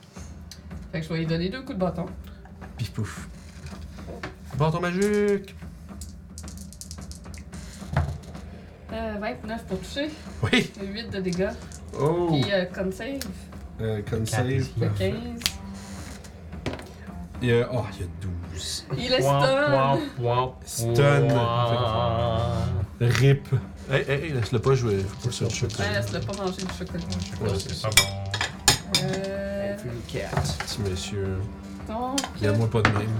Fait que je vais lui donner deux coups de bâton. Pif pouf. Bâton magique! Euh, 29 pour toucher, Oui! 8 de dégâts. Oh! Puis euh, con save, Euh, con Quatre save. ici. de 15. Il y a... Oh, il y a 12. Il est stun! Stun. Stun. RIP. Hey, hey, hey, laisse-le pas jouer. Faut pas se faire Ouais, choper. laisse-le pas manger du chocolat. Ouais, C'est c'est pas ça. bon. Euh. Petit monsieur. Donc. Regarde-moi pas de même.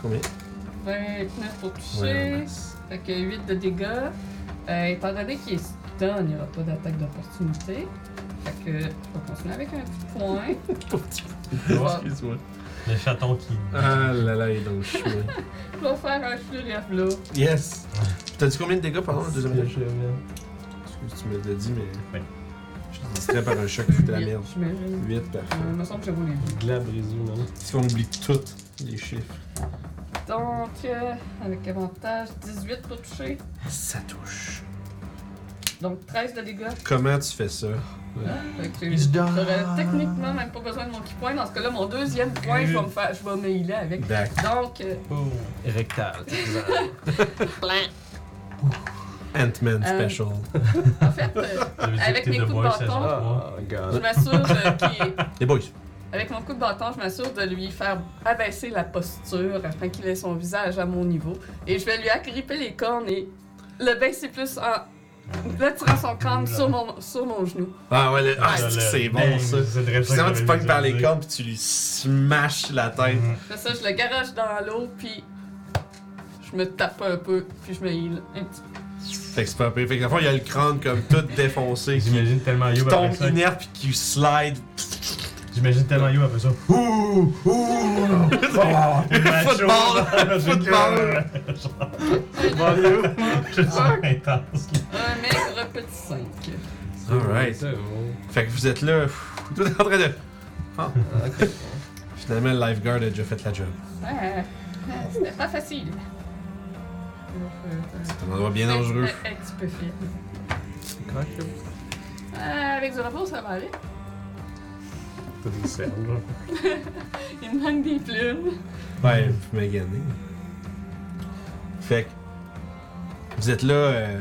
Combien? 29 pour toucher. Ouais, nice. Fait que 8 de dégâts. Euh, étant donné qu'il est stun, il n'y aura pas d'attaque d'opportunité. Fait que je vais continuer avec un petit point. je, vais, Excuse-moi. Le chaton qui. Ah là là, il est dans le chouette. je vais faire un flurry à flot. Yes! T'as dit combien de dégâts Oh, pendant le deuxième étage? Stun. Excuse, tu me l'as dit, mais. Ouais. Je suis distrait par un choc, foutu la Huit, merde. J'imagine. 8, Euh, parfait. Il me semble que j'ai roulé huit. Glabrisou, non? Est-ce qu'on oublie toutes les chiffres? Donc, euh, avec avantage, 18 pour toucher. Ça touche. Donc 13 de dégâts. Comment tu fais ça? Fait que j'aurais techniquement même pas besoin de mon petit point. Dans ce cas-là, mon deuxième point, je vais me faire, je vais me healer avec. Dac. Donc, euh, Oh, Rectal. Ant-Man Euh, Special. en fait, euh, J'avais dit Avec que mes The coups de Boys Ah. bâton. saison trois. Oh, je God. m'assure euh, qu'il est Les boys. Avec mon coup de bâton, je m'assure de lui faire abaisser la posture afin qu'il ait son visage à mon niveau. Et je vais lui agripper les cornes et le baisser plus en le tirant son crâne sur mon, sur mon genou. Ah ouais, le- ah, Je c'est le- c'est bon ça. c'est le réflexe Finalement, que tu j'avais pognes par déjà les dit. cornes puis tu lui smashes la tête. Mhm. Après ça, je le garoche dans l'eau, puis je me tape un peu, puis je me heal un petit peu. Fait que c'est pas pire. Fait que dans le fond, il y a le crâne comme tout défoncé qui, J'imagine tellement qui You tombe après ça. inerte puis qui slide. J'imagine tellement You après ça. Oh, Ouh! Ouh! Football! Oh, Football. Je suis Ah. intense. Un maigre petit 5. Alright. Ça, oh. bon. Fait que vous êtes là, pff, tout est en train de. Ah. Finalement, le lifeguard a déjà fait la job. Ah, C'était pas facile. C'est un endroit bien dangereux. Euh, Un, un- un petit peu fier. Comment que- Euh, avec du repos, ça va aller. T'as des cernes, là. Il me manque des plumes. Ouais, vous m'avez gagné. Fait que vous êtes là euh,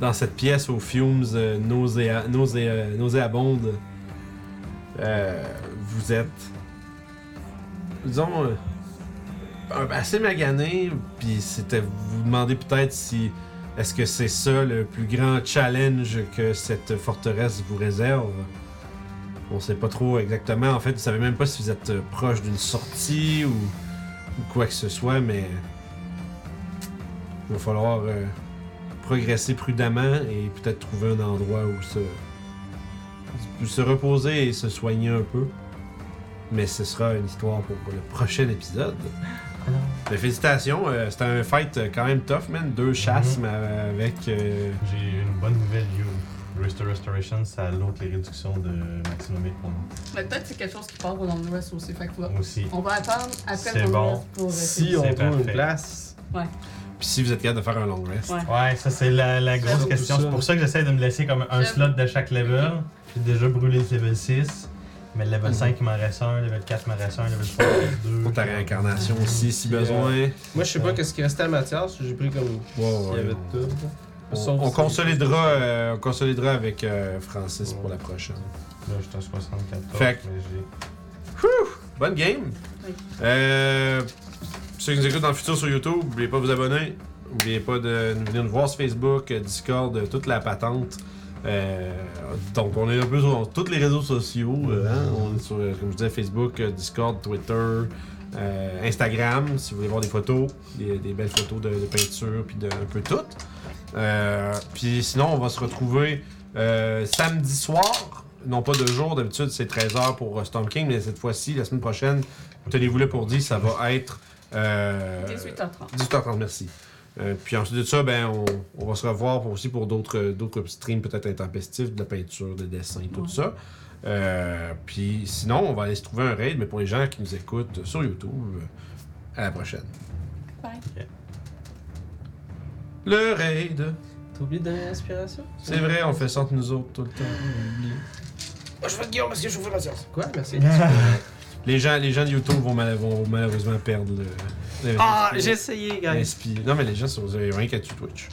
dans cette pièce aux fumes euh, nauséa- nauséa- nauséabondes. Euh, vous êtes, disons, euh, un- assez magané. Puis c'était vous vous demandez peut-être si est-ce que c'est ça le plus grand challenge que cette forteresse vous réserve. On sait pas trop exactement. En fait, vous savez même pas si vous êtes euh, proche d'une sortie ou, ou quoi que ce soit, mais il va falloir euh, progresser prudemment et peut-être trouver un endroit où se, où se reposer et se soigner un peu. Mais ce sera une histoire pour le prochain épisode. Mais félicitations, euh, c'était un fight euh, quand même tough, man. Deux chasses, mais euh, avec. euh, J'ai une bonne nouvelle, You. Restore Restoration, ça l'autre les réductions de Maxinomic pour nous. Mais peut-être que c'est quelque chose qui part au long de l'Ouest aussi. Fait que Ah. là, Aussi. on va attendre après C'est le long de bon. l'Ouest pour Si essayer. on C'est trouve une parfait. place. Puis si vous êtes capable de faire un long rest. Ouais. Ouais, ça c'est la, la grosse Surtout question. ça. C'est pour ça que j'essaie de me laisser comme un J'aime. slot de chaque level. J'ai déjà brûlé le level 6. Mais le level 5 il m'en reste un, le level 4 il m'en reste un, le level 3, le level 2. Pour ta réincarnation aussi, si besoin. Moi, je sais pas qu'est-ce qui restait à Mathias. J'ai pris comme. Ouais, Il y Oh, ouais, avait on- tout. On, Sauf on si- consolidera, euh, on consolidera avec euh, Francis pour la prochaine. Là, je suis à 74. Fait que- mais j'ai- Bonne game! Oui. Euh, ceux qui nous écoutent dans le futur sur YouTube, n'oubliez pas de vous abonner. N'oubliez pas de nous venir nous voir sur Facebook, euh, Discord, euh, toute la patente. Euh, donc, on est un peu sur tous les réseaux sociaux. euh, hein. On est sur, euh, comme je disais, Facebook, euh, Discord, Twitter, euh, Instagram, si vous voulez voir des photos, des, des belles photos de, de peinture, puis de un peu tout. Euh, puis sinon, on va se retrouver euh, samedi soir. Non pas de jour, d'habitude c'est 13h pour euh, Storm King, mais cette fois-ci, la semaine prochaine, tenez-vous là pour dire, ça va être... euh, 18h30. 18h30, merci. Euh, puis ensuite de ça, ben, on, on va se revoir pour- aussi pour d'autres euh, d'autres streams peut-être intempestifs, de la peinture, de dessin, tout Ouais. ça. Euh, puis sinon, on va aller se trouver un raid, mais pour les gens qui nous écoutent sur YouTube, euh, à la prochaine. Bye. Le raid! T'as oublié de donner l'inspiration C'est vrai, on fait ça entre nous autres tout le temps. on oublie. Moi, Oh, je vote Guillaume parce que je vous fais Mathias. Quoi Merci. Les gens, les gens de YouTube vont, mal- vont malheureusement perdre le. le- Ah, le- j'ai essayé, le- guys. l'inspi- Non, mais les gens sont vous avez rien qu'à tu Twitch.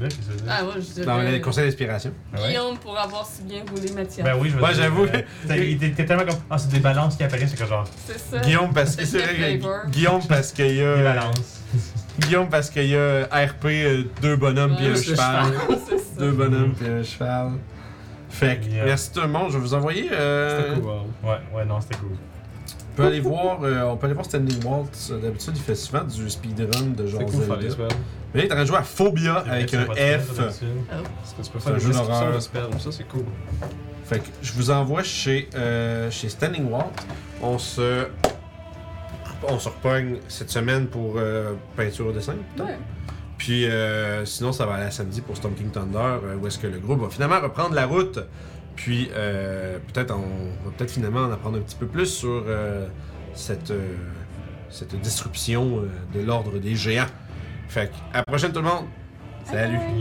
Là, qu'est-ce que ça veut dire? Ah, moi, je dirais Dans les conseils d'inspiration. Ah, Guillaume pour avoir si bien roulé Mathias. Ben oui, je veux Ouais, dire, j'avoue. euh, t'es- T'es t'es tellement comme. Ah, c'est des balances qui apparaissent, c'est que genre. C'est ça. Guillaume parce que C'est c'est vrai le que- flavor. Guillaume parce qu'il y Des a balances. Guillaume parce qu'il y a RP euh, deux bonhommes puis un Ouais, c'est cheval. C'est ça. Deux bonhommes puis un cheval. Fait que Yeah. merci tout le monde, je vais vous envoyer euh, C'était cool. hein. Ouais, ouais, non, c'était cool. on peut aller voir euh, on peut aller voir Stanley Waltz, d'habitude il fait souvent du speedrun de genre C'était cool de Zelda. faire des spells. Mais là, il est en train de jouer à Phobia avec un F. Parce que tu peux un faire des jeu descriptions d'horreur. de spells. Ça, c'est cool. Fait que je vous envoie chez, euh, chez Standing Walt. On se. On se repogne cette semaine pour euh, peinture au dessin. peut-être. Ouais. Puis euh, sinon, ça va aller à samedi pour Storm King Thunder, euh, où est-ce que le groupe va finalement reprendre la route. Puis euh, peut-être on va peut-être finalement en apprendre un petit peu plus sur euh, cette, euh, cette disruption euh, de l'ordre des géants. Fait que à la prochaine tout le monde. Salut. Bye.